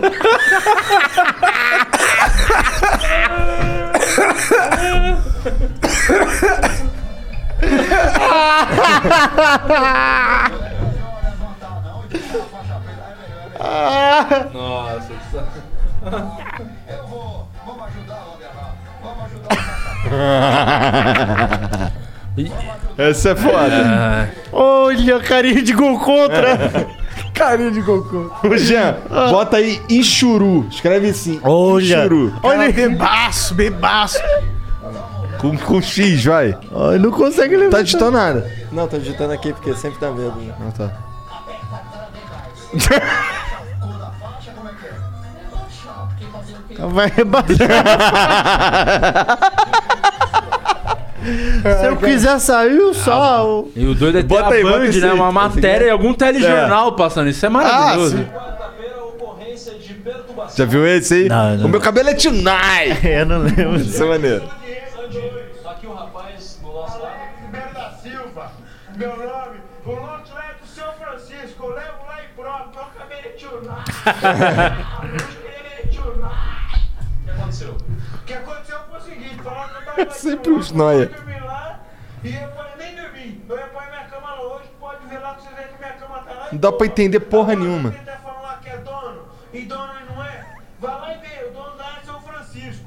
D: Nossa,
N: Eu vou. Vamos ajudar, Valderrama. Vamos ajudar o Sal.
B: essa é foda.
E: Ah. Olha, carinha de gol contra.
C: Carinha de Goku.
B: É. Ô, Jean,
E: Ah.
B: bota aí Ichuru. Escreve assim.
E: Olha.
B: Ichuru.
C: Olha, bebaço, bebaço.
B: Com, com X, vai.
E: Ai, não consegue
B: Tá
E: levantar.
B: digitando nada.
N: Não, tô digitando aqui porque sempre dá medo. Né?
B: Ah, tá.
E: Então Vai rebaixar. Se eu quiser sair, o sol.
D: E o doido é ter
B: Bota
D: a
B: aí, bota
D: Band,
B: esse
D: né?
B: aí.
D: Uma matéria e algum telejornal passando. Isso é
E: Ah,
D: maravilhoso.
B: Já viu esse aí?
E: Não, não.
B: O meu cabelo é Tunai.
E: É, não lembro.
B: Isso é maneiro.
N: Alexander da Silva. Meu nome, o lote lá é do São Francisco. Eu levo lá em prova, meu cabelo é tchuná. O que aconteceu foi o seguinte: falaram que eu tava
B: É sempre uns noia.
N: dormi lá. E eu falei, nem dormi. Eu ia pôr minha cama lá hoje, pode ver lá que vocês veem que minha cama tá lá. em
B: Não dá pra
N: cima.
B: entender porra nenhuma.
N: Ele tá falando lá que é dono, e dono ele não é. Vai lá e vê, o dono lá é São Francisco.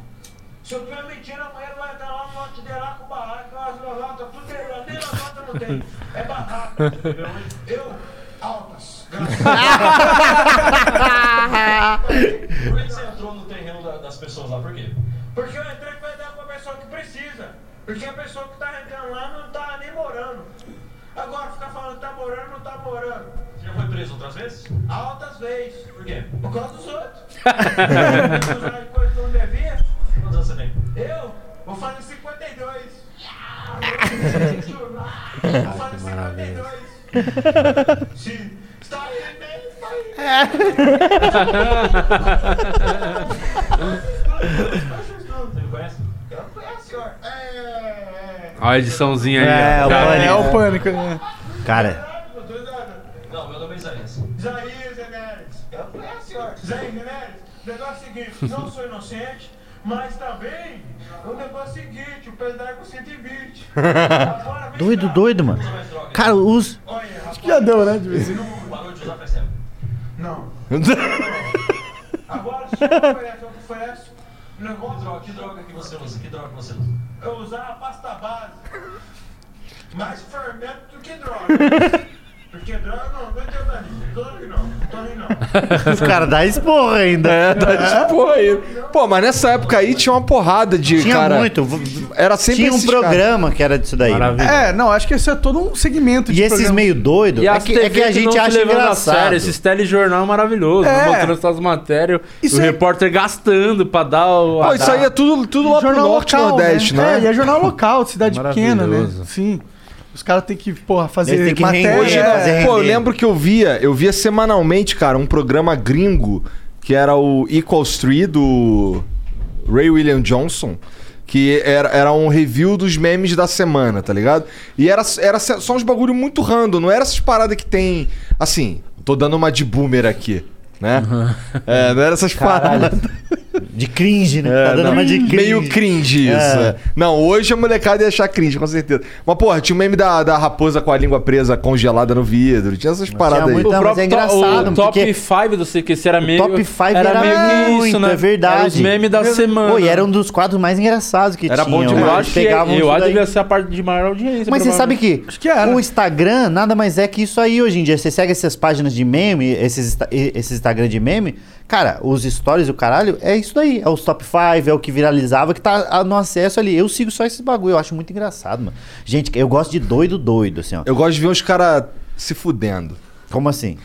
N: Se eu tiver mentindo, amanhã ele vai entrar lá no lote dele lá com barraca, as lavatas, tudo dele lá, nem lavata não tem. É barraca. entendeu? Eu, altas, graças a
M: Ah,
N: Deus. Por que você entrou no terreno das pessoas lá? Por quê? Porque eu entrei pra dar pra pessoa que precisa. Porque a pessoa que tá entrando lá não tá nem morando. Agora fica falando, tá morando, não tá morando. Você já foi preso outras vezes? Altas vezes. Por quê? Por causa dos outros. Usar de coisa que eu não devia. Quantos anos você tem? Eu? Vou fazer 52. Vou fazer 52. Sim. Está aí, né? Está aí. É,
D: Olha a ediçãozinha aí.
E: É,
D: ó.
E: o
D: Cara,
E: pânico.
C: É o pânico, né?
E: Cara,
N: Não, meu nome é Isaías. Isaías Neneres. Eu não conheço, senhor. Isaías Neneres, o negócio é o seguinte, não sou inocente, mas também o negócio é o seguinte, o peso da água é 120.
E: doido, doido, mano. Cara, os.
C: Acho que já deu, né? De vez em quando.
N: Não parou de usar percebe. Não. Agora, se eu oferece, eu ofereço. o Negócio, droga, que droga que você usa? Que droga que você usa? Eu usava pasta base. Mais fermento do que droga. Porque droga não, não tem daninho. Droga não, Tony não.
E: Os caras dá esporra ainda. É,
B: Pô, aí- pô, mas nessa época aí tinha uma porrada de
E: Tinha
B: cara.
E: muito.
B: Era sempre
E: Tinha um
B: esses caras.
E: programa que era disso daí. mano.
D: Maravilha.
C: É, não, acho que esse é todo um segmento de
E: E esses
C: programa.
E: meio doido,
D: E
E: é
D: as
E: que, é
D: TV
E: que a
D: não
E: gente
D: se
E: acha
D: levando a
E: engraçado.
D: sério, esses telejornal maravilhoso,
C: É.
D: mostrando essas matérias,
C: Isso
D: o
C: é-
D: repórter gastando pra dar o.
B: Pô, isso aí é tudo, tudo lá pro
C: jornal
B: norte
C: local,
B: nordeste,
C: né?
B: né?
C: É, e é jornal local, de cidade pequena, né?
D: Maravilhoso.
C: Sim. Os caras têm que, porra,
E: Eles
C: fazer
E: têm que
B: Hoje,
E: É,
C: matéria.
B: não,
E: fazer
B: pô, eu
E: render.
B: lembro que eu via, eu via semanalmente, cara, um programa gringo que era o Equal Street do Ray William Johnson, que era, era um review dos memes da semana, tá ligado? E era, era só uns bagulho muito random, não era essas paradas que tem. Assim, tô dando uma de boomer aqui, né? É, não era essas paradas.
E: De cringe, né?
B: É,
E: tá dando
B: não.
E: uma de cringe.
B: Meio cringe isso.
E: É.
B: é. Não, hoje a molecada ia achar cringe, com certeza. Mas, porra, tinha o meme da, da raposa com a língua presa congelada no vidro. Tinha essas paradas aí.
E: muito- Não, mas é
D: to-
E: engraçado,
D: o top
E: porque
D: 5 do CQC era meio.
E: top five era
D: que
E: muito, é verdade.
D: Era os memes da semana.
E: Pô, e era um dos né? quadros mais engraçados que
D: Era
E: tinha.
D: bom demais. Eu acho que eu acho que devia
E: acho
D: ser a parte de maior audiência.
E: Mas você sabe que,
C: que era.
E: o Instagram nada mais é que isso aí hoje em dia. Você segue essas páginas de meme, esses, insta- esses Instagram de meme. Cara, os stories e o caralho, é isso daí. É os top 5, é o que viralizava, que tá ah, no acesso ali. Eu sigo só esses bagulho, eu acho muito engraçado, mano. Gente, eu gosto de doido, doido, assim, ó.
B: Eu gosto de ver uns caras se fudendo.
E: Como assim?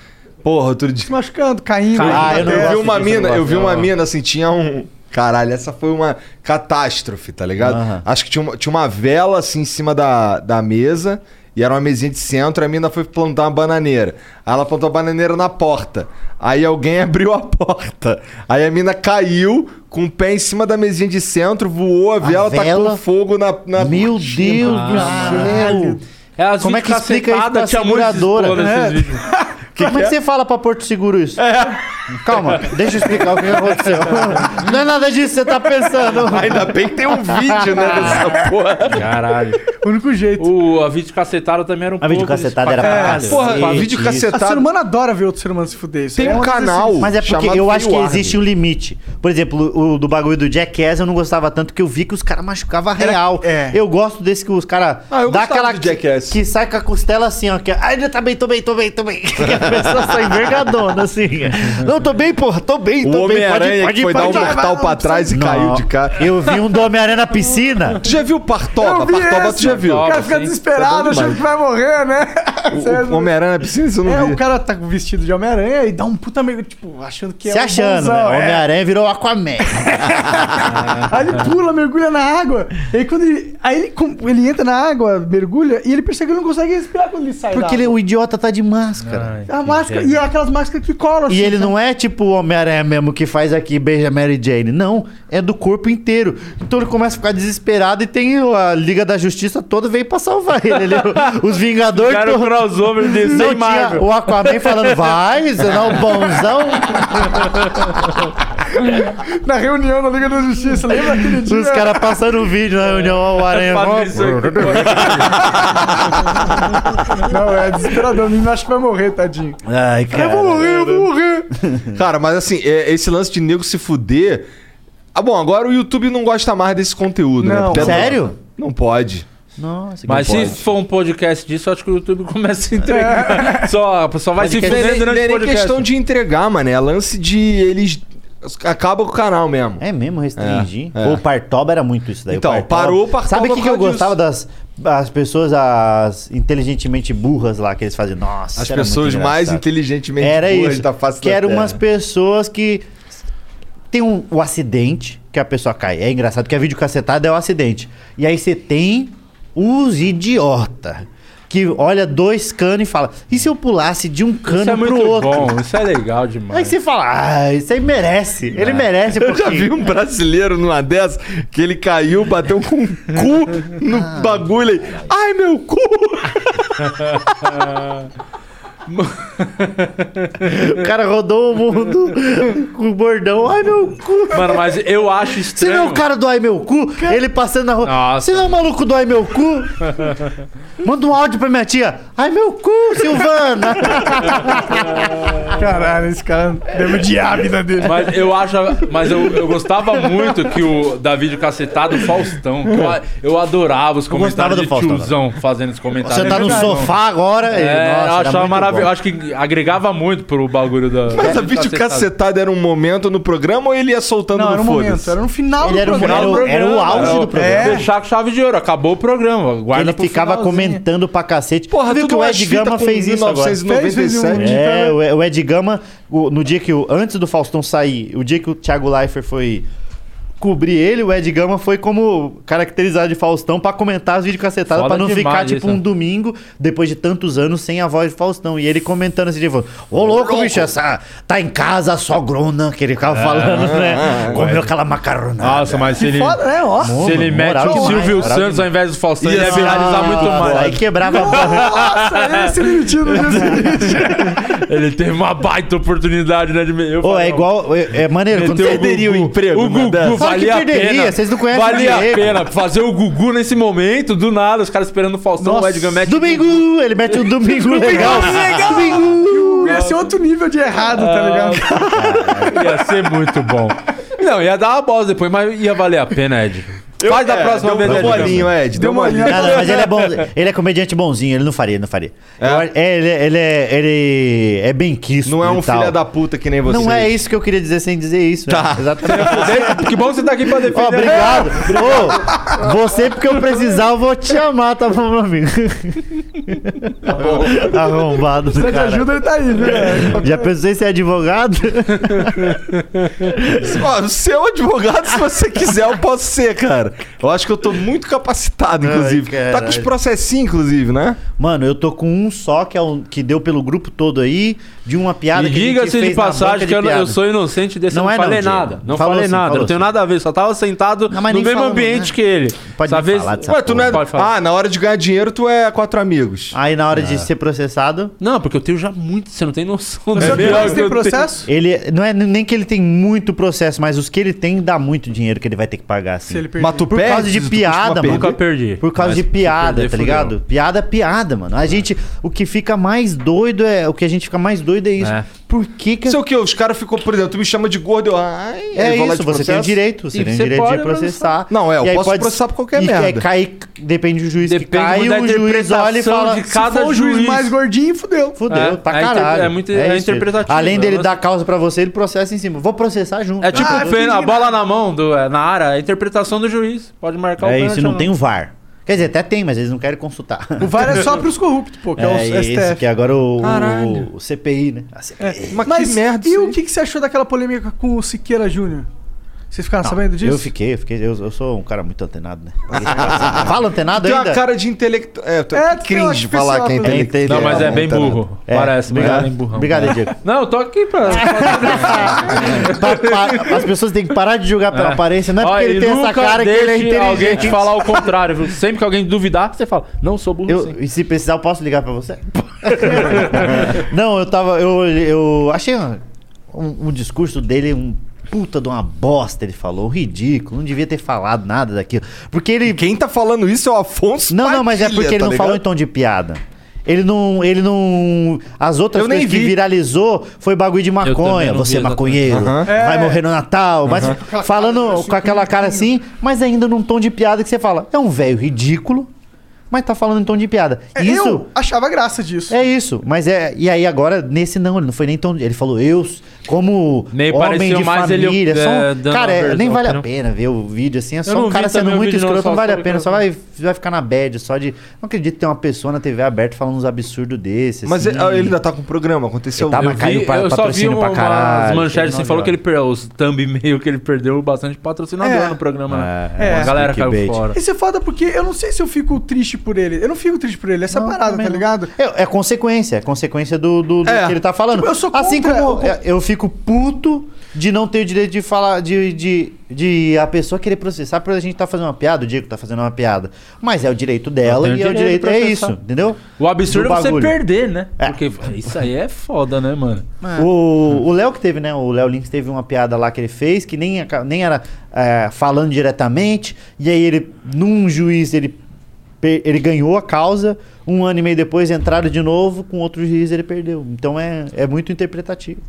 B: Porra, outro dia.
C: Se machucando, caindo.
E: Ah, eu não
B: Eu vi
E: gosto
B: uma
E: disso, eu
B: mina,
E: não
B: eu
E: gosto,
B: vi uma
E: não.
B: mina assim, tinha um. Caralho, essa foi uma catástrofe, tá ligado?
E: Aham.
B: Acho que tinha uma, tinha uma vela assim em cima da, da mesa. E era uma mesinha de centro, a mina foi plantar uma bananeira. Aí ela plantou a bananeira na porta. Aí alguém abriu a porta. Aí a mina caiu com o pé em cima da mesinha de centro, voou a vela,
E: vela?
B: tacou fogo na. na
E: Meu
B: cortina.
E: Deus do céu!
D: É as
E: Como é que
D: vídeos
E: explica isso
D: cacetadas,
E: pra
D: tinha muito esses
E: seguradora?
D: porra nesses
E: É.
D: vídeos.
E: Como é que você fala pra Porto Seguro isso?
B: É.
E: Calma, deixa eu explicar o que aconteceu. Não é nada disso que você tá pensando.
B: Ainda bem que tem um vídeo, né, dessa porra.
D: Caralho.
C: O único jeito.
D: O, a vídeo cacetada também era um
E: A
D: pouco
E: videocacetada
D: desse-
E: era pra caralho.
B: Porra,
E: Sim,
B: vídeo
E: isso.
C: A
B: cacetado.
C: ser humano adora ver outro ser humano se fuder. Isso
B: Tem
C: aí é
B: um
C: uma coisa
B: canal.
E: Mas é porque
B: chamado
E: eu acho que
B: Free Warner.
E: existe um limite. Por exemplo, o do bagulho do Jackass eu não gostava tanto que eu vi que os caras machucavam real.
C: é.
E: Eu gosto desse que os caras
B: Ah, eu
E: dá
B: gostava
E: aquela
B: do
E: que,
B: Jackass.
E: que sai com a costela assim, ó. Que, Ai, eu tô bem, tô bem, tô bem, tô bem. Que a pessoa sai envergadona assim. Não, tô bem, porra, tô bem,
B: O
E: tô bem.
B: Homem-Aranha que foi dar um mortal pra trás e
E: Não,
B: caiu de cara.
E: Eu vi um do Homem-Aranha na piscina.
B: Tu já viu o Partoba?
C: Eu vi
B: Partoba tu
C: essa,
B: já viu.
C: O cara
D: Óbvio,
C: fica
D: sim.
C: desesperado,
B: Tá bom
C: achando
B: demais.
C: que vai morrer, né?
B: O, o Homem-Aranha na piscina, isso eu não
C: É,
B: vi.
C: o cara tá vestido de Homem-Aranha e dá um puta meio, tipo, achando que é
E: Se
C: um
E: achando,
C: bonzão,
E: né?
C: é.
E: Homem-Aranha virou Aquaman.
C: Aí ele pula, mergulha na água. E aí quando ele. Aí ele, com- ele entra na água, mergulha, e ele percebe que ele não consegue respirar quando ele sai. da
E: Porque ele,
C: água.
E: o idiota tá de máscara.
D: Ai,
C: A
D: que
C: máscara.
D: gênio.
C: E é aquelas máscaras que colam. assim,
E: E ele não é tipo o Homem-Aranha mesmo que faz aqui e beija a Mary Jane. Não, é do corpo inteiro. Então ele começa a ficar desesperado e tem a Liga da Justiça toda veio pra salvar ele. ele os Vingadores.
D: Cara, o
E: todo-
D: um crossover de
E: Não
D: sem
E: tinha
D: Marvel.
E: o Aquaman falando, vai, senão o um bonzão.
C: Na reunião da Liga da Justiça, lembra aquele dia?
E: Os caras passando o vídeo na reunião, ó, o Aranha.
D: Fala
E: ó,
D: isso aqui.
C: Não, é desesperador. O menino acha que vai morrer, tadinho.
E: Ai, cara.
C: eu vou morrer.
B: Cara, mas assim, é- esse lance de nego se fuder. Ah, bom, agora o YouTube não gosta mais desse conteúdo, né?
C: Não.
B: Porque é do-
E: Sério?
B: Não pode.
E: Nossa,
D: Mas se
E: pode.
D: for um podcast disso, acho que o YouTube começa a entregar. Só, só vai se fuder
B: não
D: durante
B: é nem
D: o podcast.
B: questão de entregar, mano. É lance de eles. Acaba com o canal mesmo.
E: É mesmo restringir.
B: É, é.
E: O Partoba era muito isso daí.
B: Então,
E: Partoba-
B: parou o Partoba
E: Sabe o que,
B: por
E: que eu
B: causa
E: gostava das as pessoas as inteligentemente burras lá que eles faziam? Nossa,
B: As
E: era muito
B: pessoas mais
E: engraçado.
B: inteligentemente
E: Era
B: burras tá
E: isso.
B: da face
E: que
B: da
E: eram
B: Terra.
E: umas pessoas que tem um, o acidente que a pessoa cai. É engraçado que a videocacetada é o acidente. E aí você tem os idiota. que olha dois canos e fala: e se eu pulasse de um cano
D: Isso é
E: pro
D: muito
E: outro?
D: bom, isso é legal demais.
E: Aí você fala, ah, isso aí merece. Ele
D: É.
E: merece.
B: Eu já
E: porque-
B: vi um brasileiro numa dessa que ele caiu, bateu com o cu no bagulho aí. Ai, meu cu!
E: O cara rodou o mundo com o bordão. Ai, meu cu.
D: Mano, mas eu acho
E: é um Você é um
D: estranho.
E: vê o cara do Ai Meu Cu? Ele passando na rua.
D: Nossa.
E: Você vê o maluco do Ai Meu Cu? Manda um áudio pra minha tia. Ai Meu Cu, Silvana.
D: Tá
C: Caralho, esse cara deve odiar a vida dele.
D: Mas eu acho. Mas eu, eu gostava muito que o Davi de cacetado Faustão. que Eu, eu adorava os
E: gostava
D: comentários
E: do
D: de
E: Faustão,
D: tiozão fazendo os comentários.
E: Você tá no sofá agora.
D: É,
E: Nossa,
D: eu
E: era
D: achava
E: muito
D: maravilhoso.
E: bom.
D: Acho que agregava muito pro bagulho da.
B: Mas a
D: do
B: vídeo cacetada era um momento no programa ou ele ia soltando
C: Não,
B: no
C: era um
B: foda-se?
C: momento, era no final
E: Ele
C: do
E: era um-
C: programa.
E: era o- era o auge
D: Era o-
E: do programa.
D: é. Fechar com chave de ouro. Acabou o programa. Guarda
E: Ele
D: pro
E: ficava
D: finalzinho. é
E: comentando pra cacete.
B: Porra, é
E: Viu que o Ed Gama fez um isso agora.
B: 1997.
E: É, o E- o Ed Gama, o- no dia que o, antes do Faustão sair, o dia que o Thiago Leifert foi cobrir ele, o Ed Gama foi como caracterizado de Faustão pra comentar os vídeos cacetados,
D: Foda
E: pra não
D: demais
E: ficar tipo
D: isso.
E: um domingo depois de tantos anos sem a voz de Faustão. E ele comentando assim, tipo, ô louco, bicho, essa tá em casa só grona, que ele
D: É.
E: ficava falando, né? Comeu aquela macarronada.
D: Nossa, mas se ele.
C: Foda, né? Ó.
D: Ah, Se ele mete
E: Moral
D: o
E: demais,
D: Silvio
E: moral
D: Santos ao invés do Faustão, ele ia
B: Isso.
D: viralizar muito
E: Ah,
D: mais.
E: Aí quebrava a barra.
C: Nossa, ele ia ser demitido né? no dia seguinte.
D: Ele teve uma baita oportunidade, né? De... Eu
E: Ô,
D: falei,
E: é igual. É, é maneiro, quando
D: Meteu
E: você
B: perderia o
D: Gugu.
B: emprego,
D: O
B: né,
D: Gugu
B: dessa?
E: Fala que
D: valia a
E: perderia,
D: pena.
E: vocês não conhecem
D: Valia
E: o
D: a
E: Diego.
D: pena fazer o Gugu nesse momento, do nada, os caras esperando o Faustão, o Edgar mete.
E: Domingo! Ele mete um domingo legal.
C: Domingo! Ia ser outro nível de errado, tá ligado?
D: Ah, Ia ser muito bom. Não, ia dar uma bosta depois, mas ia valer a pena, Ed. Faz da próxima
B: é, deu
D: vez,
B: uma
D: Ed. Gama.
B: bolinha, Ed. Deu uma bolinha.
E: Não, não, mas ele é bom. Ele é comediante bonzinho, ele não faria, ele não faria.
B: É?
E: Eu- É, ele, ele é. Ele é bem quisto.
B: Não é um
E: e tal.
B: filho da puta que nem você.
E: Não é isso que eu queria dizer sem dizer isso. Tá. Exatamente.
D: Que bom que você tá aqui pra defender.
E: Ó, obrigado. Ô, você, porque eu precisar, eu vou te amar, tá bom, meu amigo? Arrombado. do
C: Se te
E: cara.
C: ajuda, ele tá aí, viu?
E: Já pensei em ser advogado?
B: Ó, seu advogado, se você quiser, eu posso ser, cara. Eu acho que eu tô muito capacitado,
E: Ai,
B: inclusive. tá com os
E: caralho.
B: processinhos, inclusive, né?
E: Mano, eu tô com um só que, é o que deu pelo grupo todo aí, de uma piada
D: E
E: que a gente
D: diga-se de
E: fez na banca
D: passagem
E: de
D: que eu, não- eu
E: piada.
D: sou inocente desse,
E: Não
D: não, não
E: é não,
D: falei
E: Diego.
D: nada. Não
E: Falou
D: falei
E: sim,
D: nada,
E: falou
D: não tenho
E: sim.
D: nada a ver, só tava sentado
E: Não, mas
D: no
E: nem
D: mesmo
E: falamos,
D: ambiente
E: né?
D: que ele.
E: Pode
D: Essa
E: nem
D: vez...
E: falar Ah, dessa
D: Ué,
E: porra.
D: tu não é...
E: Pode
B: Ah, na hora de ganhar dinheiro, tu é quatro amigos.
E: Aí na hora de ser processado,
D: Não, porque eu tenho já muito, você não tem noção.
C: Você
D: do
C: tem
D: pior
C: mais
D: que
C: tem
D: eu tenho.
C: processo?
E: ele não é nem que ele tem muito processo, mas os que ele tem dá muito dinheiro que ele vai ter que pagar assim.
C: Se ele perder.
B: Mas tu
E: Por
B: perde,
E: causa de
B: tu
E: piada,
B: costuma
E: mano.
D: Nunca
B: perder?
D: perdi.
E: Por causa
D: Mas
E: de
D: se
E: piada,
D: perder,
E: tá
D: fudeu.
E: ligado? Piada é piada, mano. A gente, o que fica mais doido é, o que a gente fica mais doido é isso.
D: É.
E: Por que que
B: Sei o que, os caras ficam, por exemplo, tu me chama de gordo, eu. Ai,
E: É
B: eu vou lá
E: isso,
B: de
E: você tem o
B: processo.
E: direito, você
D: E
E: tem o
D: você
E: direito de
D: pode
E: processar.
B: Não, é, eu
E: E aí
B: posso
E: pode-
B: processar por qualquer
E: e
B: merda.
E: aí cai- depende do juiz que
D: Depende
E: cai,
D: muito da
E: o juiz olha e fala,
D: interpretação de cada
C: Se for o juiz,
D: juiz.
C: mais gordinho, fudeu.
E: fudeu,
D: É,
E: pra
D: é inter-
E: caralho.
D: é muito- é
E: isso.
D: interpretativo,
E: Além
D: né?
E: dele
D: Mas-
E: dar causa pra você, ele processa em cima. Vou processar junto.
D: É tipo
C: Ah,
D: o
C: eu
D: pênalti, a
C: entendi
D: bola na mão, do, é, na área, a interpretação do juiz. Pode marcar o
E: é isso,
D: pênalti.
E: e não
D: ou
E: tem o VAR. Quer dizer, até tem, mas eles não querem consultar.
C: O VAR é só pros corruptos, pô, que é,
E: É,
C: o
E: isso,
C: STF.
E: que agora o,
B: Caralho.
E: o CPI, né? A CPI.
B: Mas,
C: Mas
B: que merda.
C: e
B: isso
C: o
B: aí.
C: que, que você achou daquela polêmica com o Siqueira Júnior? Vocês ficaram sabendo disso?
E: Eu fiquei, eu fiquei, eu, eu sou um cara muito antenado, né? Fala antenado
B: Tem uma
E: ainda?
B: cara de intelectual. É, tu
C: É,
B: é
C: tu tem uma
B: cringe falar que é
C: pessoa-
B: intelectual.
D: Não, mas é bem
B: tá ligado?
D: burro.
E: É,
D: Parece, mas é
E: obrigado.
D: bem burrão.
E: Obrigado, Diego.
D: Não, eu tô aqui pra.
E: Pa- pa- As pessoas têm que parar de julgar pela aparência, não é
D: Ó,
E: porque
D: e
E: ele tem essa
D: nunca
E: cara que ele é
D: deixe alguém te
E: inteligente.
D: falar o contrário, viu? Sempre que alguém duvidar, você fala, não sou burro sim.
E: Eu, e se precisar, eu posso ligar pra você? não, eu tava. Eu, eu achei um, um discurso dele um puta de uma bosta, ele falou. Ridículo, não devia ter falado nada daquilo. Porque ele.
B: Quem tá falando isso é o Afonso
E: Não, não, mas é
B: Padilha,
E: porque ele
B: tá
E: não
B: ligado?
E: falou em tom de piada. Ele não. Ele não. As outras
B: Eu nem
E: coisas que
B: vi.
E: viralizou foi bagulho de
D: também
E: maconha.
D: não
E: Você
D: vi
E: é
D: exatamente.
E: maconheiro,
B: É.
E: vai morrer no Natal. Mas falando com aquela cara assim, mas ainda num tom de piada que você fala. É um velho ridículo, mas tá falando em tom de piada.
C: É,
E: Isso.
C: Eu achava graça disso.
E: É isso, mas é. E aí agora, nesse não, ele não foi nem tão. Ele falou, eu, como
D: Meio
E: homem
D: pareceu
E: de
D: mais ele,
E: família. só um-
D: é, dando uma
E: cara, é, nem
D: versão
E: vale
D: que
E: a
D: não-
E: pena ver o vídeo assim. É só
D: não
E: um
D: vi
E: cara sendo
D: também o
E: muito
D: vídeo, não,
E: escroto,
D: só
E: não vale a
D: tô
E: pena. Só vai,
D: ligado.
E: vai ficar na bad, só de. Não acredito que tem uma pessoa na TV aberta falando uns absurdos desses.
B: Mas
E: assim.
B: ele ele ainda tá com o programa, aconteceu.
E: Ele tá,
D: Eu
E: mas caiu
D: vi-
E: pa-
D: eu só vi
E: patrocínio pra
D: umas
E: caralho,
D: manchetes assim,
E: teve
D: falou
E: nove
D: que ele perdeu os thumb meio que ele perdeu bastante patrocinador
C: É.
D: no programa. né?
E: É,
D: a galera caiu
E: clickbait.
D: fora.
C: Isso é foda porque eu não sei se eu fico triste por ele. Eu não fico triste por ele, essa parada, tá ligado?
E: É, é consequência, é consequência do, do, do
C: É.
E: que ele tá falando.
C: Tipo, eu sou
E: assim
C: contra-
E: como
C: eu-
E: eu, eu fico puto de não ter o direito de falar, de, de, de a pessoa querer processar porque a gente tá fazendo uma piada, o Diego tá fazendo uma piada. Mas é o direito dela
D: Eu
E: e
D: tenho
E: é o
D: direito
E: direito,
D: de
E: é
D: processar.
E: isso, entendeu?
D: O absurdo é
E: Do
D: você
E: bagulho.
D: perder, né? Porque isso aí é foda, né, mano?
B: É.
E: O o Léo que teve, né? O Léo Lins teve uma piada lá que ele fez, que nem, aca- nem era é, falando diretamente, e aí ele, num juiz, ele, pe- ele ganhou a causa, um ano e meio depois entraram de novo, com outro juiz ele perdeu. Então é, é muito interpretativo.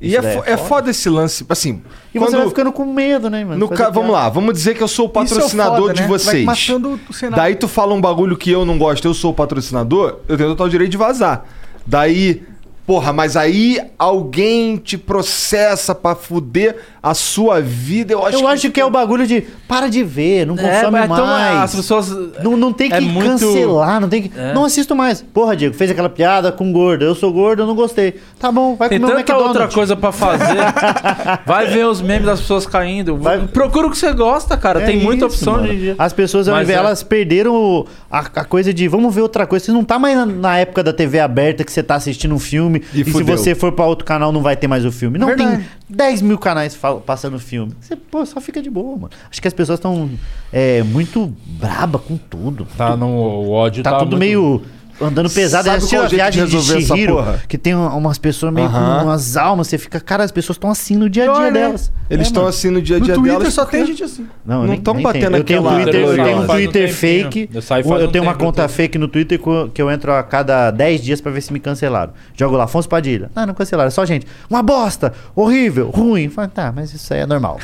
B: E
E: Isso
B: é,
E: daí
B: fo- é foda. esse lance, assim.
E: E você vai ficando com medo, né, mano?
B: No
E: Fazer
B: ca-
E: piada.
B: Vamos lá, vamos dizer que eu sou o
E: Isso é o
B: patrocinador
E: foda,
B: de
E: né? Vai
B: vocês.
E: matando o cenário.
B: Daí tu fala um bagulho que eu não gosto, eu sou o patrocinador, eu tenho total direito de vazar. Daí, porra, mas aí alguém te processa pra fuder a sua vida, eu acho
E: Eu acho que é o bagulho de para de ver, não
B: É,
E: consome
B: mas é tão-
E: mais.
B: as pessoas-
E: não, não tem que
B: é muito-
E: cancelar, não tem que.
B: É.
E: Não assisto mais. Porra, Diego, fez aquela piada com gordo. Eu sou gordo, eu não gostei. Tá bom, vai
D: Tem
E: comer um
D: tanta
E: McDonald's.
D: outra coisa pra fazer. Vai ver os memes das pessoas caindo. Procura o que você gosta, cara.
E: É
D: Tem muita
E: isso,
D: opção
E: mano.
D: de. de-
E: As pessoas, ao
D: Mas
E: invés,
D: é-
E: elas perderam o- a, a coisa de vamos ver outra coisa. Você não tá mais na, na época da TV aberta que você tá assistindo um filme e, se
B: fudeu.
E: você for pra outro canal não vai ter mais o filme. Não
B: Verdade.
E: tem 10 mil canais fal- passando filme. Você, pô, só fica de boa, mano. Acho que as pessoas estão é, muito braba com tudo.
D: Tá no o ódio
E: Tá,
D: tá
E: tudo
D: muito-
E: meio andando pesado.
D: Sabe
E: Já assistiu
D: qual é
E: a
D: o jeito de
E: viagem de,
D: resolver essa
E: Chihiro,
D: porra?
E: que tem um- umas pessoas meio
B: Aham.
E: com umas almas. Você fica, cara, as pessoas estão assim no dia a
C: Pior,
E: dia
C: né?
E: delas.
B: Eles
E: É,
B: estão
E: mano.
B: assim no dia a dia
C: No Twitter
B: delas
C: só
B: porque-
C: tem gente assim.
E: Não, eu
B: Não
E: nem-
B: tão
E: nem
B: batendo
E: tenho. Eu tenho um
B: aquela
E: Twitter, eu tenho um
B: gloriosa.
E: Twitter
B: Faz um tempinho.
E: fake.
B: Eu saí
E: um-
B: faz
E: eu
B: um
E: tenho uma
B: tempo,
E: conta fake no Twitter co- que eu entro a cada 10 dias pra ver se me cancelaram. Jogo lá, Afonso Padilha. Ah, não cancelaram, é só gente. Uma bosta, horrível, ruim. Fala, tá, mas isso aí é normal.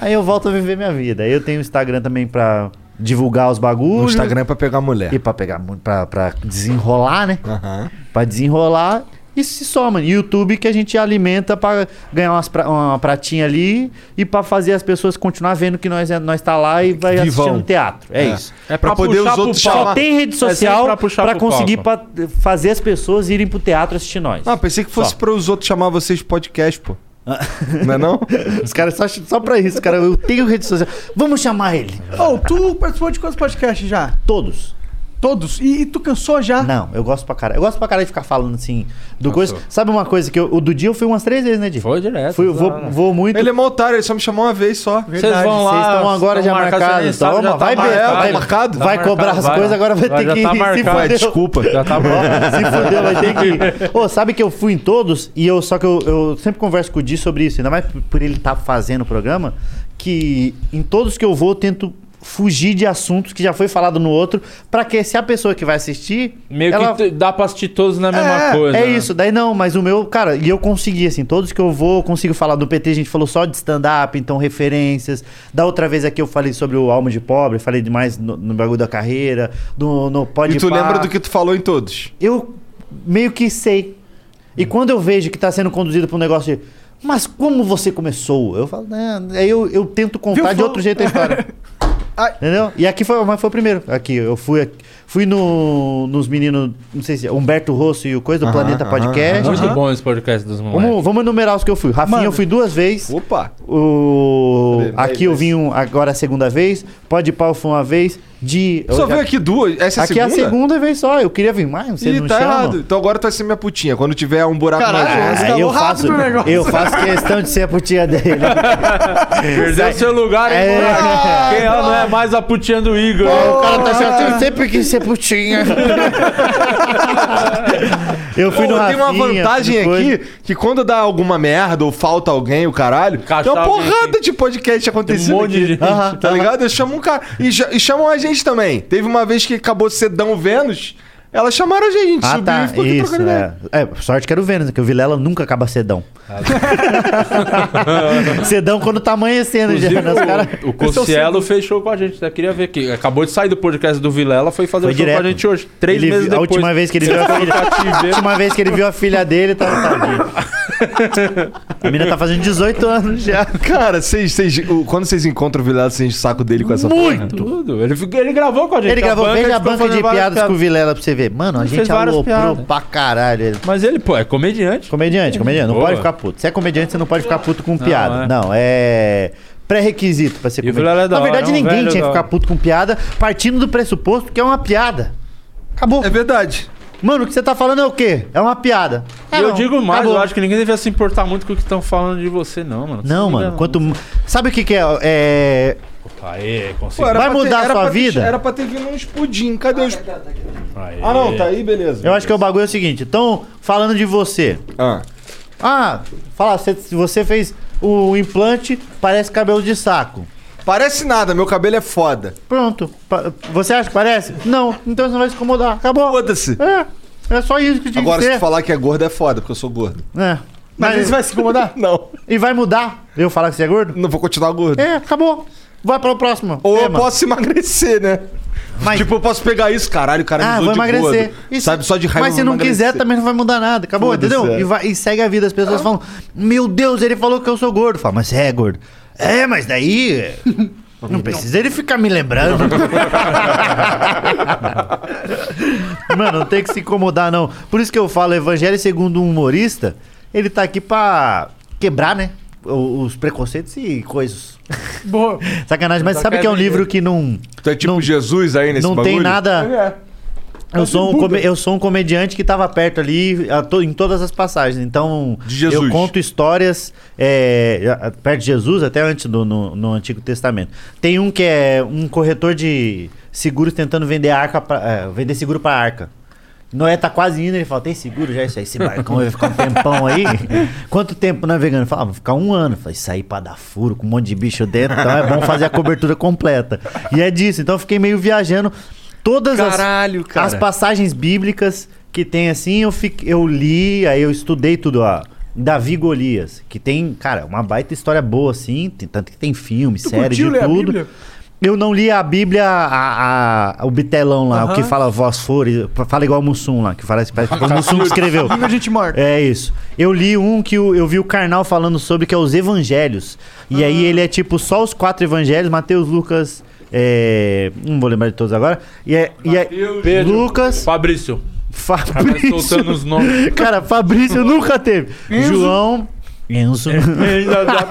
E: aí eu volto a viver minha vida. Aí eu tenho o Instagram também pra divulgar os bagulhos.
B: O Instagram é pra pegar mulher.
E: E pra pegar, mu- pra, pra desenrolar, né? Pra desenrolar e se soma. YouTube que a gente alimenta pra ganhar umas pra- uma pratinha ali e pra fazer as pessoas continuar vendo que nós, é, nós tá lá e vai
B: Vivão.
E: assistir no teatro. É,
B: É.
E: isso.
B: É pra poder
E: puxar
B: os
E: pro
B: outros
E: palco.
B: chamar-
E: Só tem rede
B: É sempre
E: social
B: pra
E: pra,
B: puxar pro
E: conseguir pa- fazer as pessoas irem pro teatro assistir nós.
B: Ah, pensei que fosse
E: Só. Ah.
B: pra os outros chamar vocês de podcast, pô. não é não?
E: Os caras só, só pra isso, cara. Eu tenho rede social. Vamos chamar ele.
C: Ô, tu participou de quantos podcasts já?
E: Todos.
C: Todos? E, e tu cansou já?
E: Não, eu gosto pra caralho. Eu gosto pra caralho de ficar falando assim do coisa. Sabe uma coisa que eu, o do dia eu fui umas três vezes, né, Di? Foi
D: direto. tá.
E: Fui, vou, vou muito.
B: Ele é mó otário, ele só me chamou uma vez só.
E: Vocês vão lá. Vocês estão agora já marcados. Toma, vai ver.
B: Tá
E: vai,
B: marcado?
E: Vai cobrar as coisas, agora vai ter que ir.
B: Vai, desculpa.
E: Ó, Se fudeu, vai ter que ir. Ô, sabe que eu fui em todos e eu só que eu, eu sempre converso com o Di sobre isso, ainda mais por- por ele estar fazendo o programa, que em todos que eu vou eu tento fugir de assuntos que já foi falado no outro, pra que se a pessoa que vai assistir,
D: Meio
E: ela-
D: que tu- dá pra assistir todos na mesma
E: é,
D: coisa.
E: É
D: né?
E: isso, daí não, mas o meu, cara, e eu consegui, assim, todos que eu vou, eu consigo falar do PT, a gente falou só de stand-up, então referências. Da outra vez aqui eu falei sobre o Alma de Pobre, falei demais no, no bagulho da carreira, do, no pode
B: E tu
E: Pá.
B: lembra do que tu falou em todos?
E: Eu meio que sei.
B: Hum.
E: E quando eu vejo que tá sendo conduzido pra um negócio de. Mas como você começou? Eu falo, né? Aí eu, eu tento contar de outro jeito a história. Entendeu? E aqui foi, mas foi o primeiro. Aqui, eu fui, aqui- fui no, nos meninos, não sei se é Humberto Rosso e o Coisa do
D: Aham,
E: Planeta
D: aham,
E: Podcast.
D: aham. Muito bom esse podcast dos moleques.
E: Vamos, vamos enumerar os que eu fui. Rafinha,
D: Manda.
E: eu fui duas vezes.
B: Opa!
E: O...
B: Vai,
E: Aqui eu
B: vai.
E: vim um- agora a segunda vez. Pode pau eu fui uma vez. De...
B: Só
E: eu-
B: veio aqui duas. Essa é a
E: então Aqui é a
B: segunda?
E: segunda vez só. Eu queria vir mais, você
B: Ih,
E: não
B: tá
E: chama.
B: errado. Então agora tu vai ser minha putinha. Quando tiver um buraco
E: Caralho,
B: na
E: ah, eu, faço, eu faço questão de ser a putinha dele.
D: Perdeu seu lugar, hein,
E: É.
D: moleque? Quem é, não é mais a putinha do Igor.
E: O cara tá certo, eu sempre quis ser putinha. Eu fui no
B: Tem uma
E: Rafinha,
B: vantagem
E: fui
B: aqui, que quando dá alguma merda ou falta alguém, o caralho, tem uma
E: alguém
B: porrada de podcast acontecendo
E: Tem um monte de
B: aqui.
E: gente.
B: Aham, tá
E: Aham.
B: ligado? Eu chamo um cara... E, cha- e chamam a gente também. Teve uma vez que acabou Sedão Vênus, elas chamaram a gente, a gente
E: Ah,
B: subiu
E: tá.
B: e ficou aqui
E: Isso,
B: trocando ideia.
E: é. é. Sorte que era o Vênus, né, que o Vilela nunca acaba cedão. cedão quando tá amanhecendo já. Né? Os cara-
D: o, o
E: Eles são
D: Cossielo fechou com a gente, né? Queria ver que acabou de sair do podcast do Vilela, foi fazer
E: Foi
D: o show
E: direto.
D: com a gente hoje. Três
E: Ele
D: meses
E: viu-
D: depois.
E: A última vez que ele viu a filha,
D: tá
E: a última vez que ele viu a filha dele, tava tadinho. A menina tá fazendo 18 anos já.
B: Cara, vocês, vocês- o- quando vocês encontram o Vilela, vocês enchem o saco dele com essa
E: Muito.
D: Tudo. Ele, ficou- ele gravou com a gente.
E: né? Ele
D: na
E: gravou,
D: banca,
E: veja a
D: ficou
E: banca de
D: fazendo
E: piadas,
D: várias
E: com o Vilela pra você ver. Mano, a
D: Ele
E: gente
D: fez várias
E: aloprou
D: piadas.
E: pra caralho. ele.
D: Mas ele, pô, é comediante.
E: Comediante, comediante. Não
D: Boa.
E: pode ficar puto. Se é comediante, você não pode ficar puto com
D: Não,
E: piada.
D: é.
E: Não, é... pré-requisito pra ser
O: o velho
E: comediante.
O: é da
E: Na
O: hora, é
E: verdade,
O: um
E: ninguém
O: velho
E: tinha que
O: da
E: ficar
O: hora.
E: puto com piada, partindo do pressuposto que é uma piada. Acabou. É
B: verdade.
E: Mano, o que você tá falando é o quê? É uma piada.
D: E
E: É,
D: eu
E: não.
D: digo mais,
E: Acabou.
D: eu acho que ninguém devia se importar muito com o que estão falando de você, não, mano.
E: Não, mano. Quanto... Sabe o que que é? É...
D: Aê,
E: Pô, era Vai pra ter- mudar a era sua pra ter- vida?
B: era
E: era
B: pra ter vindo uns pudim. Cadê os.
D: Ah,
B: Ah, não, tá aí, beleza.
E: Eu acho que o bagulho é o seguinte. Então, falando de você.
B: Ah.
E: Ah, fala, se se você fez o implante, parece cabelo de saco.
B: Parece nada, meu cabelo é foda.
E: Pronto. Pa- Você acha que parece? Não. Então você não vai se incomodar. Acabou.
B: Foda-se.
E: É. É só isso que tinha
B: Agora,
E: que
B: se
E: ser.
B: tu falar que é gordo, é foda, porque eu sou gordo.
E: É.
B: Mas isso vai se incomodar? Não.
E: E vai mudar? Eu falar que você é gordo?
B: Não, vou continuar gordo.
E: É, acabou. Vai para o próximo.
B: Ou
E: tema.
B: eu posso emagrecer, né? Tipo, eu posso pegar isso, caralho, o cara
E: Ah,
B: me
E: vou
B: zoou de
E: emagrecer.
B: gordo.
E: E se-
B: Sabe, só de raiva
E: Mas se
B: eu
E: não
B: vou emagrecer.
E: quiser, também não vai mudar nada. Acabou,
B: Foda-se,
E: entendeu?
B: é. Ah.
E: E, vai- e segue a vida. As pessoas falam: Meu Deus, ele falou que eu sou gordo. Fala, mas você é gordo. É, mas daí. Não precisa ele ficar me lembrando. Mano, não tem que se incomodar, não. Por isso que eu falo, Evangelho segundo um humorista, ele tá aqui pra quebrar, né? o- Os preconceitos e coisas.
C: Boa.
E: Sacanagem, mas
B: Só
E: sabe
B: quer
E: que é um
B: viver.
E: livro que não.
B: Tu é tipo Jesus aí nesse
E: não
B: bagulho?
E: tem nada-
C: Ele é.
E: Eu sou, um
C: Buda.
E: come- eu sou um comediante que estava perto ali a to- em todas as passagens. Então, eu conto histórias é, a- perto de Jesus, até antes do no, no Antigo Testamento. Tem um que é um corretor de seguros tentando vender arca pra, é, vender seguro para arca. Noé tá quase indo, ele fala, tem seguro já isso aí, esse barcão vai ficar um tempão aí. Quanto tempo navegando? Fala, "Ah, vou ficar um ano. Fala, isso aí pra dar furo com um monte de bicho dentro, então é bom fazer a cobertura completa. E é disso, então eu fiquei meio viajando. Todas as-
D: Caralho, cara.
E: as passagens bíblicas que tem assim, eu, fiquei, eu li, aí eu estudei tudo, ó. Davi e Golias, que tem, cara, uma baita história boa, assim, tem- tanto que tem filme, série, de
C: curtiu ler a
E: tudo.
C: Bíblia?
E: eu não li a Bíblia, a- a- o bitelão lá, o que
C: Aham.
E: fala vós fores, fala igual o Mussum lá, que fala, parece que o Mussum que escreveu.
C: Viva a gente morta.
E: É isso. Eu li um que o- eu vi o Karnal falando sobre, que é os evangelhos. E
C: Ah.
E: aí ele é tipo só os quatro evangelhos, Mateus, Lucas. é, não vou lembrar de todos agora. E é, e é Lucas.
D: Fabrício.
E: Fabrício.
D: Tá soltando os nomes.
E: Cara, Fabrício nunca teve. João. Enzo.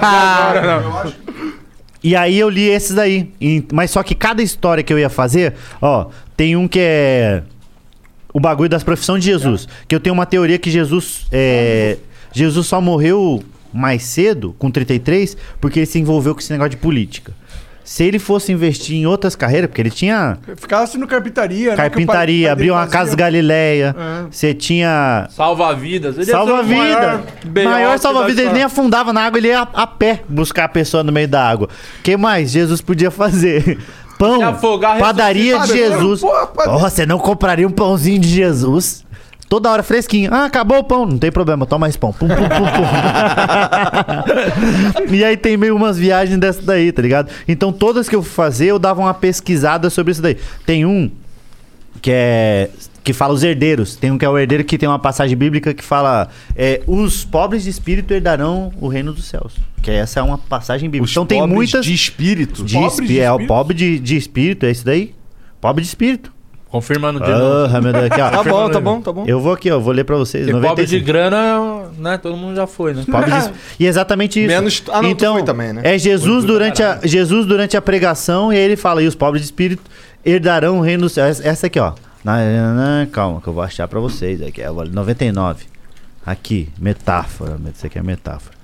E: E aí eu li esses daí. E- mas só que cada história que eu ia fazer, ó, tem um que é o bagulho das profissões de Jesus. Que eu tenho uma teoria que Jesus é, Jesus só morreu mais cedo, com 33, porque ele se envolveu com esse negócio de política. Se ele fosse investir em outras carreiras, porque ele tinha
C: Ficava assim no carpintaria. né, que o pai-
E: carpintaria,
C: pai dele
E: abriu uma
C: fazia.
E: casa Galileia,
C: É.
E: você tinha
D: Salva vidas. Ele ia ser
E: Salva
D: o maior
E: vida.
D: B.O.
E: Maior, salva vida.
D: da
E: Ele nem
D: história.
E: afundava na água, ele ia a pé buscar a pessoa no meio da água. O que mais Jesus podia fazer? Pão,
D: Se afogar,
E: padaria de
D: ressuscitar,
E: Jesus.
D: né? Pô,
E: Ó, você não compraria um pãozinho de Jesus? Toda hora fresquinho. Ah, acabou o pão. Não tem problema, toma mais pão. Pum, pum, pum, pum. e aí tem meio umas viagens dessa daí, tá ligado? Então todas que eu fui fazer, eu dava uma pesquisada sobre isso daí. Tem um que é que fala os herdeiros. Tem um que é o herdeiro que tem uma passagem bíblica que fala é, os pobres de espírito herdarão o reino dos céus. Que essa é uma passagem bíblica. então tem
B: pobres
E: muitas
B: de espírito?
E: De
B: Pobres de
E: espí- É o
B: espírito?
E: pobre de, de espírito, é isso daí? Pobre de espírito.
D: Confirmando de
E: é- Ah,
D: novo.
E: meu Deus, aqui, ó.
D: Tá bom, tá bom, tá bom.
E: Eu vou aqui, ó, vou ler pra vocês.
D: Porque pobre de
E: 95.
D: grana, né? Todo mundo já foi, né?
E: Pobre de- E é exatamente isso.
D: Menos- ah, não, tu
E: então,
D: foi também, né?
E: É
D: Foi
E: Jesus
D: pra
E: durante, a, Jesus durante a pregação, e aí ele fala: e os pobres de espírito herdarão o reino do céu. Essa essa aqui, ó. Na- na- na- Calma, que eu vou achar pra vocês aqui. Agora, 99. Aqui, metáfora. Isso aqui é metáfora.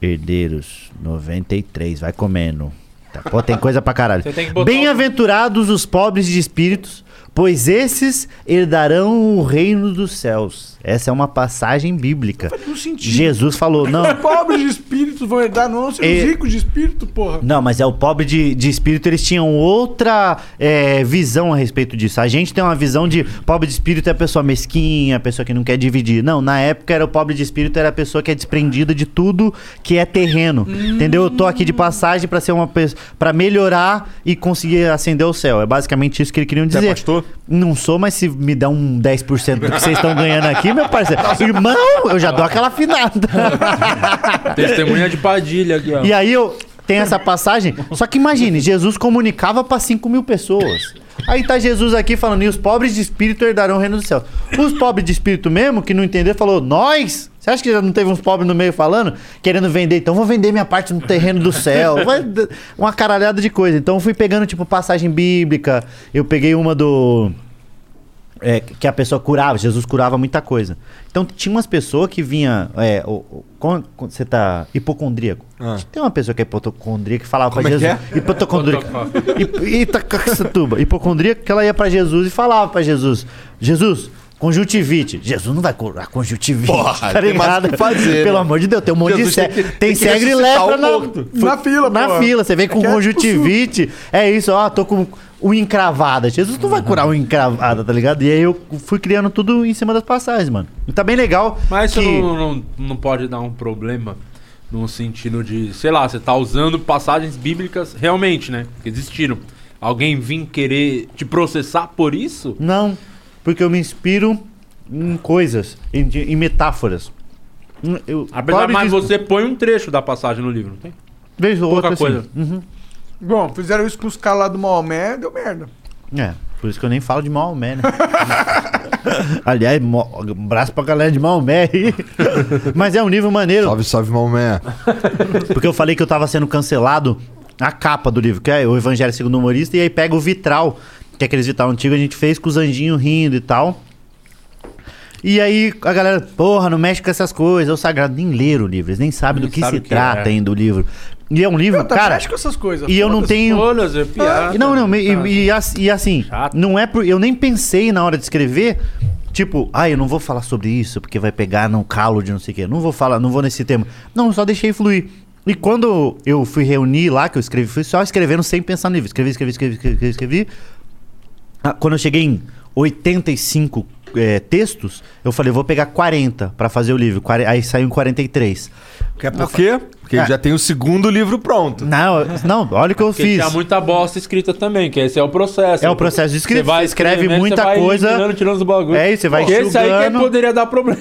E: Herdeiros, 93. Vai comendo. Tá, Pô, tem coisa pra caralho.
D: Você tem que botar um-
E: Bem-aventurados os pobres de espíritos, pois esses herdarão o reino dos céus. Essa é uma passagem bíblica.
D: um
C: Não senti.
E: Jesus falou, não.
C: Os pobres de espírito vão herdar, não, são
E: E-
C: os ricos de espírito, porra.
E: Não, mas é o pobre de, de espírito, eles tinham outra é, visão a respeito disso. A gente tem uma visão de pobre de espírito é a pessoa mesquinha, a pessoa que não quer dividir. Não, na época era o pobre de espírito, era a pessoa que é desprendida de tudo que é terreno. Entendeu? Eu tô aqui de passagem pra ser uma pessoa. para melhorar e conseguir acender o céu. É basicamente isso que eles queriam dizer. Você Não sou, mas se me dá um 10% do que vocês estão ganhando aqui, meu parceiro. Irmão, eu já dou aquela afinada.
D: Testemunha de Padilha aqui, ó.
E: E aí eu tem essa passagem. Só que imagine, Jesus comunicava pra 5 mil pessoas. Aí tá Jesus aqui falando, e os pobres de espírito herdarão o reino do céu. Os pobres de espírito mesmo, que não entenderam, falou, nós, Você acha que já não teve uns pobres no meio falando, querendo vender? Então vou vender minha parte no terreno do céu. Vai- uma caralhada de coisa. Então eu fui pegando, tipo, passagem bíblica. Eu peguei uma do. é, que a pessoa curava, Jesus curava muita coisa. Então tinha umas pessoas que vinha. É, o- o- quando, quando você tá hipocondríaco. Tem uma pessoa que é hipocondríaca que falava
N: Ah. Como
E: pra
N: é que
E: Jesus.
N: é?
E: Hipocondríaca. Eita, cacatuba. Hipocondríaca que ela ia pra Jesus e falava pra Jesus: Jesus. Conjuntivite. Jesus não vai curar conjuntivite.
N: Porra,
E: tá
N: tem mais
E: ligado?
N: o que fazer,
E: Pelo
N: né?
E: amor de Deus, tem um monte
N: Jesus
E: de cego.
N: tem
E: Tem,
N: que- tem que
E: cego e
N: ressuscitar
E: lepra
N: o
E: na,
N: morto.
E: na fila. Na
N: porra.
E: fila. Você vem com
N: É que é
E: conjuntivite. É isso, ó, tô com um encravada. Jesus não vai
D: Uhum.
E: curar um encravada, tá ligado? E aí eu fui criando tudo em cima das passagens, mano. E tá bem legal.
D: Mas isso
E: que...
D: não, não, não pode dar um problema no sentido de, sei lá, você tá usando passagens bíblicas realmente, né? Que existiram. Alguém vir querer te processar por isso?
E: Não, porque eu me inspiro em coisas, em, em metáforas. Hum, Eu,
D: Apesar
E: pode
D: mais
E: disso-
D: você põe um trecho da passagem no livro, não tem?
E: Vez ou
D: pouca
E: outra,
D: coisa.
E: Assim. Uhum.
C: Bom, fizeram isso com os caras lá do Maomé, deu merda.
E: É, por isso que eu nem falo de Maomé, né? Aliás, mo- um abraço pra galera de Maomé aí. Mas é um nível maneiro. Salve, salve, Maomé. Porque eu falei que eu tava sendo cancelado a capa do livro, que é o Evangelho segundo o humorista, e aí pega o vitral, que é aqueles vitral antigos que a gente fez com os anjinhos rindo e tal. E aí a galera, porra, não mexe com essas coisas, é o sagrado. Nem leram o livro, eles nem sabem do que
D: sabe
E: se
D: o que
E: trata
D: é.
E: ainda o livro. E é um livro,
C: Tá,
E: cara.
C: mexe com essas coisas.
E: E eu não
C: foda-se.
E: tenho.
D: Olhas, é piada.
E: E Não, não, e, e- e as- e assim, não é por. Eu nem pensei na hora de escrever, tipo, ah, eu não vou falar sobre isso, porque vai pegar no calo de não sei o quê. Não vou falar, não vou nesse tema. Não, eu só deixei fluir. E quando eu fui reunir lá, que eu escrevi, fui só escrevendo sem pensar no livro. Escrevi, escrevi, escrevi, escrevi, escrevi. Ah, Quando eu cheguei em 85 eh, textos, eu falei, eu vou pegar 40 pra fazer o livro. Quare- Aí saiu em 43.
B: Que é por quê? Porque já tem o segundo livro pronto.
E: Não, eu- não, olha o que eu
D: Porque
E: fiz.
D: tinha muita bosta escrita também, que esse é o processo.
E: É o processo de escrita,
D: Você vai
E: você escreve
D: escrevendo,
E: muita
D: você vai
E: coisa.
D: eliminando, tirando os bagulhos.
E: É isso, você vai
D: Porque Esse aí que
E: enxugando.
D: poderia dar problema.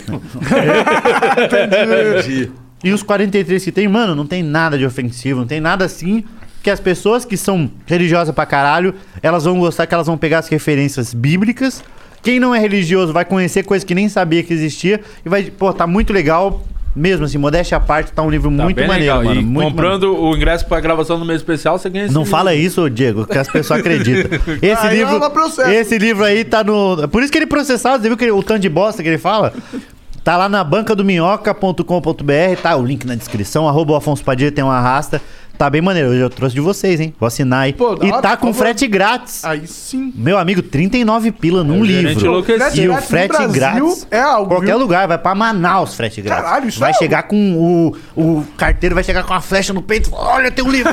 E: Entendi. E os 43 que tem, mano, não tem nada de ofensivo, não tem nada assim que as pessoas que são religiosas pra caralho, elas vão gostar que elas vão pegar as referências bíblicas. Quem não é religioso vai conhecer coisas que nem sabia que existia e vai, pô, tá muito legal. Mesmo assim, modéstia à parte, tá um livro muito
D: Bem
E: maneiro,
D: legal.
E: mano.
D: E
E: Muito maneiro.
D: comprando o ingresso pra gravação no mês especial, você ganha esse
E: Não
D: livro.
E: fala isso, Diego, que as pessoas acreditam. Esse,
C: é
D: Aí rola
E: livro,
D: processo.
E: esse livro aí tá no. Por isso que ele é processado, você viu que ele- o tanto de bosta que ele fala? Tá lá na banca do minhoca.com.br, tá o link na descrição, arroba o Afonso Padilha tem uma arrasta. Tá bem maneiro, hoje eu trouxe de vocês, hein? Vou assinar aí.
C: dá
E: e
C: lá,
E: tá
C: por
E: com
C: favor.
E: frete grátis.
C: Aí sim.
E: Meu amigo, 39 pila num
D: É, o gerente
E: livro.
D: enlouqueceu.
E: E o
D: Frete
E: frete
D: grátis no Brasil
E: grátis.
C: É algo.
E: Qualquer
C: viu?
E: lugar, vai pra Manaus frete grátis.
C: Caralho, isso
E: Vai
C: é
E: chegar com o, o carteiro, vai chegar com uma flecha no peito e falar, olha, tem um livro.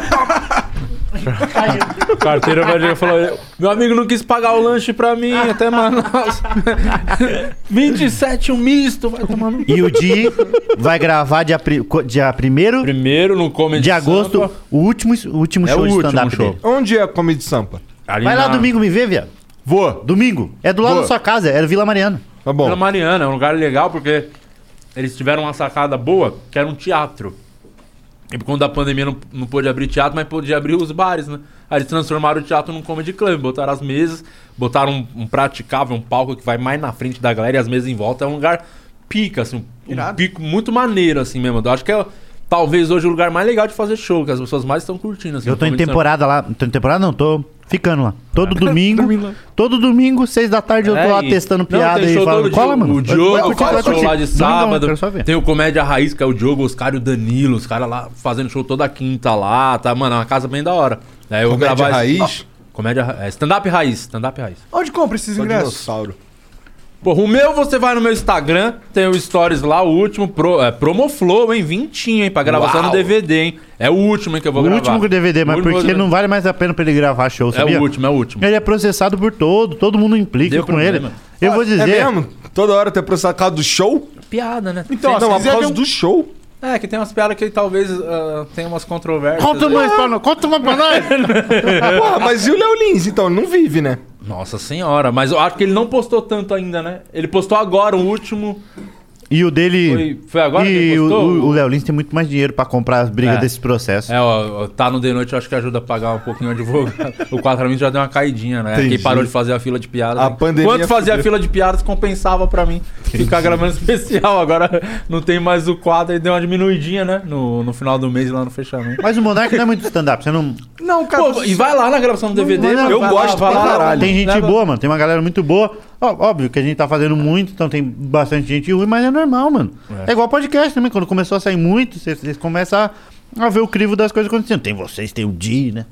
D: O carteiro vai chegar e falar: Meu amigo não quis pagar o lanche pra mim, até Manaus. 27 um misto, vai tomar no.
E: E o Di vai gravar dia, pri- co- dia primeiro,
D: primeiro no Comedy
E: de agosto,
D: Sampa.
E: o último, o último
B: É
E: show
B: o
E: de
B: último
E: stand-up
B: show.
E: dele.
B: Onde é a Comedy Sampa?
E: Vai lá domingo me ver, viado.
B: Vou.
E: Domingo. É do lado
D: Boa.
E: da sua casa, é Vila Mariana.
B: Tá
D: Vila Mariana, é um lugar legal porque eles tiveram uma sacada boa, que era um teatro. E por conta da pandemia não, não pôde abrir teatro, mas podia abrir os bares, né? Aí eles transformaram o teatro num comedy club, botaram as mesas, botaram um, um praticável, um palco que vai mais na frente da galera e as mesas em volta. É um lugar pica, assim, um, um pico muito maneiro, assim mesmo. Eu acho que é talvez hoje o lugar mais legal de fazer show, que as pessoas mais estão curtindo. Assim,
E: Eu tô em
D: Comedy Central.
E: temporada lá. Tô em temporada não, tô ficando lá. Todo domingo, todo domingo, seis da tarde, eu tô
D: É,
E: lá
D: e-
E: testando
D: Não,
E: piada
D: tem
E: e
D: show
E: falando,
D: todo
E: cola,
D: dia.
E: mano.
D: O
E: Vai- vai
D: Diogo
E: curtir, vai
D: faz show
E: curtir.
D: lá de
E: Domingão,
D: sábado.
E: quero só ver.
D: Tem o Comédia Raiz, que é o Diogo, Oscar e o Danilo. Os caras lá fazendo show toda quinta lá, tá? Mano, é uma casa bem da hora. Daí eu vou
B: Comédia
D: gravar esse-
B: Raiz?
D: Ó, Comédia Ra- é, Stand-up Raiz. Stand-up Raiz.
C: Onde compra esses
B: Sou
C: ingressos?
B: dinossauro.
D: Porra, o meu você vai no meu Instagram, tem o Stories lá, o último, pro, é, Promoflow, hein? Vintinho, hein? Pra gravação
E: Uau.
D: no DVD, hein? É o último, hein, que eu vou
E: o
D: gravar.
E: último que o DVD, mas
D: O último
E: porque
D: que eu-
E: não vale mais a pena pra ele gravar show, sabia?
D: o último, é o último.
E: Ele é processado por todo, todo mundo implica
B: Deu
E: com
B: problema.
E: ele. Eu vou dizer...
B: É mesmo? Toda hora tem processado por causa do show?
D: Piada, né?
B: Então,
D: Sim,
B: não,
D: se
B: mas
D: quiser
B: por causa
D: ver um-
B: do show.
D: É, que tem umas piadas que talvez ah, tenha umas controvérsias.
E: Conta
D: aí.
E: mais pra nós, conta mais pra nós.
B: Porra, mas e o Léo Lins, então? Ele não vive, né?
D: Nossa senhora, mas eu acho que ele não postou tanto ainda, né? Ele postou agora o último.
E: E o dele.
D: Foi- foi agora que
E: e
D: ele
E: o-
D: postou?
E: o, o Léo Lins tem muito mais dinheiro pra comprar as brigas
D: É.
E: desses processos.
D: É, ó, ó, tá no The Noite, eu acho que ajuda a pagar um pouquinho o advogado. o 4 amigos já deu uma caidinha, né?
E: Entendi.
D: Quem parou de fazer a fila de piadas.
E: A
D: né?
E: pandemia
D: Enquanto fazia a
E: fudeu.
D: fila de piadas, compensava pra mim ficar gravando especial. Agora não tem mais o quadro e deu uma diminuidinha, né? No, no final do mês lá no fechamento.
E: Mas o Monark não é muito stand-up, você não.
C: Não,
D: cara. e vai lá na gravação do DVD,
E: Não,
D: mano,
E: eu
D: vai lá,
E: gosto
D: vai
E: pra
D: lá,
E: caralho. Tem gente
D: Leva-
E: boa, mano. Tem uma galera muito boa. Ó, óbvio que a gente tá fazendo muito, então tem bastante gente ruim, mas é normal, mano. É,
D: É.
E: igual podcast também. Quando começou a sair muito, vocês vocês começam a, a ver o crivo das coisas acontecendo. Tem vocês, tem o Di, né?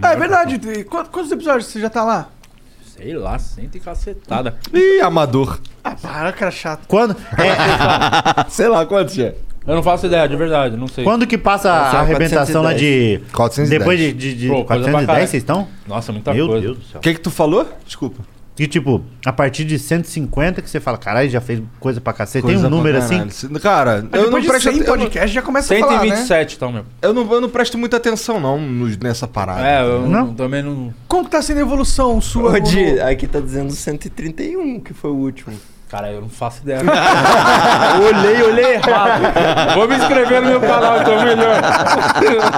C: Ah, é verdade. E quant- Quantos episódios você já tá lá?
D: Sei lá, senta e cacetada.
E: Ih, amador.
C: Ah, para, cara chato.
E: Quando? é,
D: sei lá quantos é. Eu não faço ideia, de verdade, não sei.
E: Quando que passa
D: Eu sei,
E: a arrebentação lá de.
D: 410.
E: Depois de, de, de
D: Pô, coisa pra
E: 410,
D: caralho.
E: vocês estão?
D: Nossa, muita
E: Meu
D: coisa.
E: Deus do céu.
D: Que que
E: tu falou? Desculpa. Que tipo, a partir de 150 que você fala, caralho, já fez coisa pra cacete. Tem
F: Coisa
E: um
F: pra
E: número
F: caralho.
E: assim?
F: Se- Cara, eu não presto eu não-
E: né?
C: né?
D: então, meu.
F: Eu não, eu não presto muita atenção, não, nos- nessa parada.
D: É, eu não? também não.
C: Como que tá sendo a evolução sua?
O: Ô, Di,
C: no-
O: aqui tá dizendo 131, que foi o último.
D: Cara, eu não faço ideia.
O: olhei, olhei errado.
D: Vou me inscrever no meu canal, então melhor.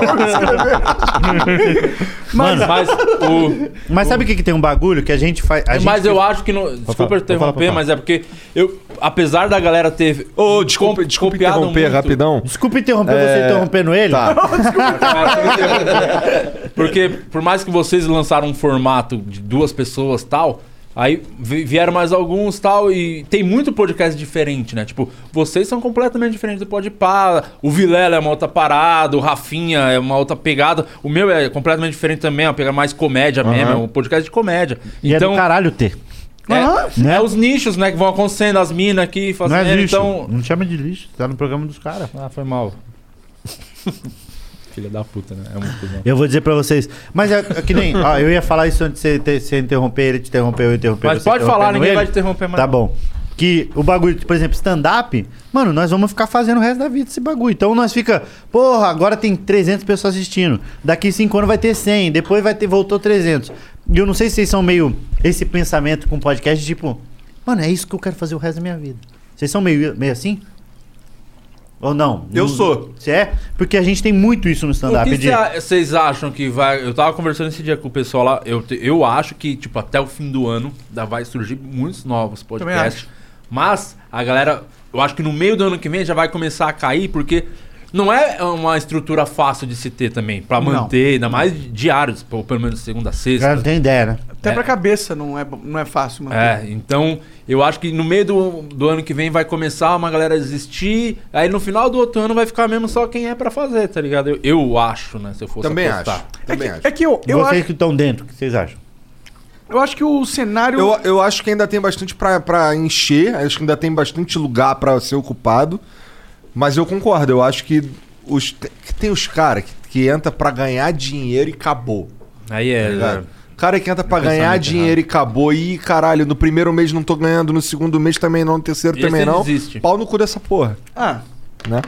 D: Vou me inscrever.
E: Mas,
D: Mano, mas o-
E: mas sabe o que, que tem um bagulho que a gente faz. A gente
D: mas eu
E: fez-
D: acho que não.
E: falar,
D: Desculpa
E: pode falar, pode
D: interromper,
E: falar.
D: mas é porque eu, apesar da galera ter. Ô, desculpa, desculpa
F: interromper rapidão.
E: Desculpa interromper
F: É, tá.
E: você interrompendo ele.
D: Porque por mais que vocês lançaram um formato de duas pessoas tal, aí vi- vieram mais alguns tal e tem muito podcast diferente, né? Tipo, vocês são completamente diferentes do Podpah, o Vilela é uma outra parada, o Rafinha é uma outra pegada, o meu é completamente diferente também, é uma pegada mais comédia mesmo, é um podcast de comédia. Então,
E: E é do caralho ter.
D: É, é os nichos, né, que vão acontecendo, as minas aqui
E: Não
D: fazendo,
E: é lixo.
D: então...
E: Não chama de lixo, tá no programa dos caras.
D: Ah, foi mal. Filha da puta, né? É muito cuzão.
E: Eu vou dizer pra vocês. Mas é, é que nem. ó, eu ia falar isso antes de você, ter- você interromper, ele te interrompeu, eu interromper.
D: Mas
E: você tá
D: pode falar,
E: interrompendo
D: ninguém
E: ele.
D: vai te interromper mais
E: Tá
D: não.
E: bom. Que o bagulho, por exemplo, stand-up, mano, nós vamos ficar fazendo o resto da vida esse bagulho. Então nós fica, porra, agora tem 300 pessoas assistindo. Daqui 5 anos vai ter 100, depois vai ter, voltou 300. E eu não sei se vocês são meio esse pensamento com podcast, tipo, mano, é isso que eu quero fazer o resto da minha vida. Vocês são meio, meio assim? Ou não?
D: Eu
E: Não-
D: sou.
E: Você é? Porque a gente tem muito isso no
D: O
E: stand-up.
D: que
E: de-
D: vocês acham que vai. Eu tava conversando esse dia com o pessoal lá. Eu, te- eu acho que, tipo, até o fim do ano ainda vai surgir muitos novos podcasts. Mas a galera. Eu acho que no meio do ano que vem já vai começar a cair, porque não é uma estrutura fácil de se ter também, pra
C: Não.
D: manter, ainda mais diários, pô, pelo menos segunda a
E: O
D: sexta.
E: cara não tem ideia, né?
C: Até
D: É.
C: Tá pra cabeça não é, não é fácil, mano.
D: É, então eu acho que no meio do, do ano que vem vai começar uma galera a desistir, aí no final do outro ano vai ficar mesmo só quem é pra fazer, tá ligado? Eu, eu acho, né? Se eu fosse
F: Também
D: apostar.
F: acho. Também acho.
C: É que eu, eu,
E: Vocês
C: acho,
E: que estão dentro, o que vocês acham?
C: eu acho que o cenário.
F: Eu, eu acho que ainda tem bastante pra, pra encher, acho que ainda tem bastante lugar pra ser ocupado. Mas eu concordo, eu acho que, os, que tem os caras que, que entra pra ganhar dinheiro e acabou. tá
D: Aí é.
F: ligado? Cara que entra pra
D: Pensamento
F: ganhar dinheiro e acabou. Ih, caralho, no primeiro mês não tô ganhando, no segundo mês também não, no terceiro
D: Esse
F: também não.
D: desiste.
F: Pau no cu dessa porra,
C: Ah,
F: né?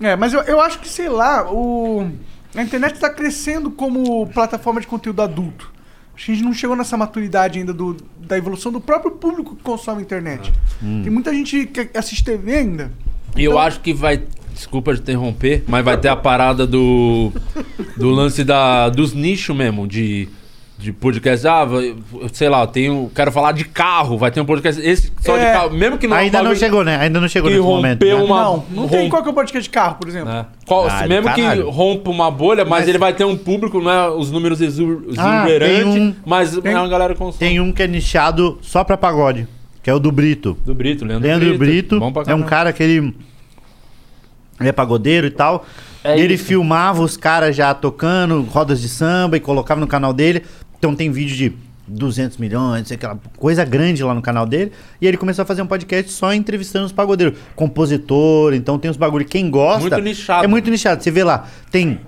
C: é, mas eu, eu acho que, sei lá, o. A internet tá crescendo como plataforma de conteúdo adulto. Acho que a gente não chegou nessa maturidade ainda do, da evolução do próprio público que consome a internet.
D: Ah.
C: Tem muita gente que assiste TV ainda.
D: E eu acho que vai. Desculpa de interromper, mas vai ter a parada do. Do lance da, dos nichos mesmo, de. De podcast, ah, vai- sei lá, eu tenho, quero falar de carro, vai ter um podcast esse só de
C: É.
D: carro, mesmo que não um
E: Ainda não chegou, né? Ainda não chegou
D: que
E: nesse momento. né?
D: rompeu uma- É.
C: Não, não tem
D: rompe-
C: qual que é o podcast de carro, por exemplo.
D: Qual-
E: Ah, do
D: mesmo que
E: caralho.
D: rompa uma bolha, mas, ele vai ter um público, não é os números exu-
E: Ah, tem
D: exuberantes,
E: um-
D: mas é uma galera com
E: Tem um que é nichado só pra pagode, que é o do Brito.
D: Do Brito, Leandro,
E: Leandro Brito,
D: Bom pra
E: é um
D: caramba.
E: cara que ele, ele é pagodeiro e tal.
D: É
E: e ele
D: isso.
E: filmava os caras já tocando rodas de samba e colocava no canal dele. Então tem vídeo de 200 milhões, sei aquela coisa grande lá no canal dele. E ele começou a fazer um podcast só entrevistando os pagodeiros. Compositor, então tem uns bagulho. Quem gosta.
D: Muito nichado.
E: É muito nichado. Você vê lá, tem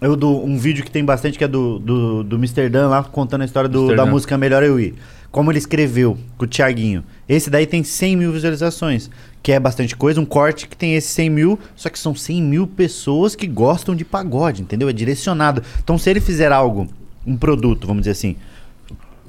E: eu do um vídeo que tem bastante, que é do, do, do Mr. Dan lá, contando a história do-
D: Mr.
E: da
D: Dan.
E: música Melhor Eu Ir. Como ele escreveu com o Thiaguinho. Esse daí tem 100 mil visualizações, que é bastante coisa. Um corte que tem esses 100 mil, só que são 100 mil pessoas que gostam de pagode, entendeu? É direcionado. Então, se ele fizer algo, um produto, vamos dizer assim,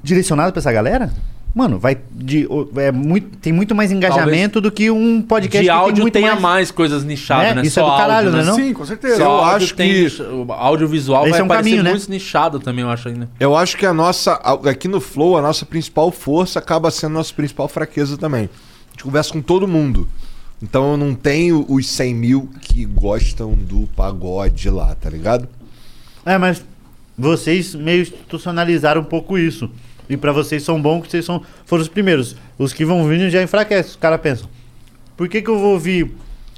E: direcionado pra essa galera, Mano, vai de, é muito, tem muito mais engajamento do que um podcast
D: de
E: que
D: áudio
E: muito
D: tenha mais... coisas nichadas, né?
E: Né? Isso é do caralho, né, não? Sim,
F: com certeza.
D: Só
F: Eu
D: áudio
F: acho
D: tem
F: que-
D: nicho- o audiovisual
E: Esse
D: vai
E: é um
D: parecer
E: caminho, né?
D: muito nichado também, eu acho né? ainda.
F: Eu acho que a nossa. Aqui no Flow, a nossa principal força acaba sendo a nossa principal fraqueza também. A gente conversa com todo mundo. Então eu não tenho os 100 mil que gostam do pagode lá, tá ligado?
E: É, mas vocês meio institucionalizaram um pouco isso. E pra vocês são bons que vocês são, foram os primeiros. Os que vão vindo já enfraquecem. Os caras pensam, por que, que eu vou ouvir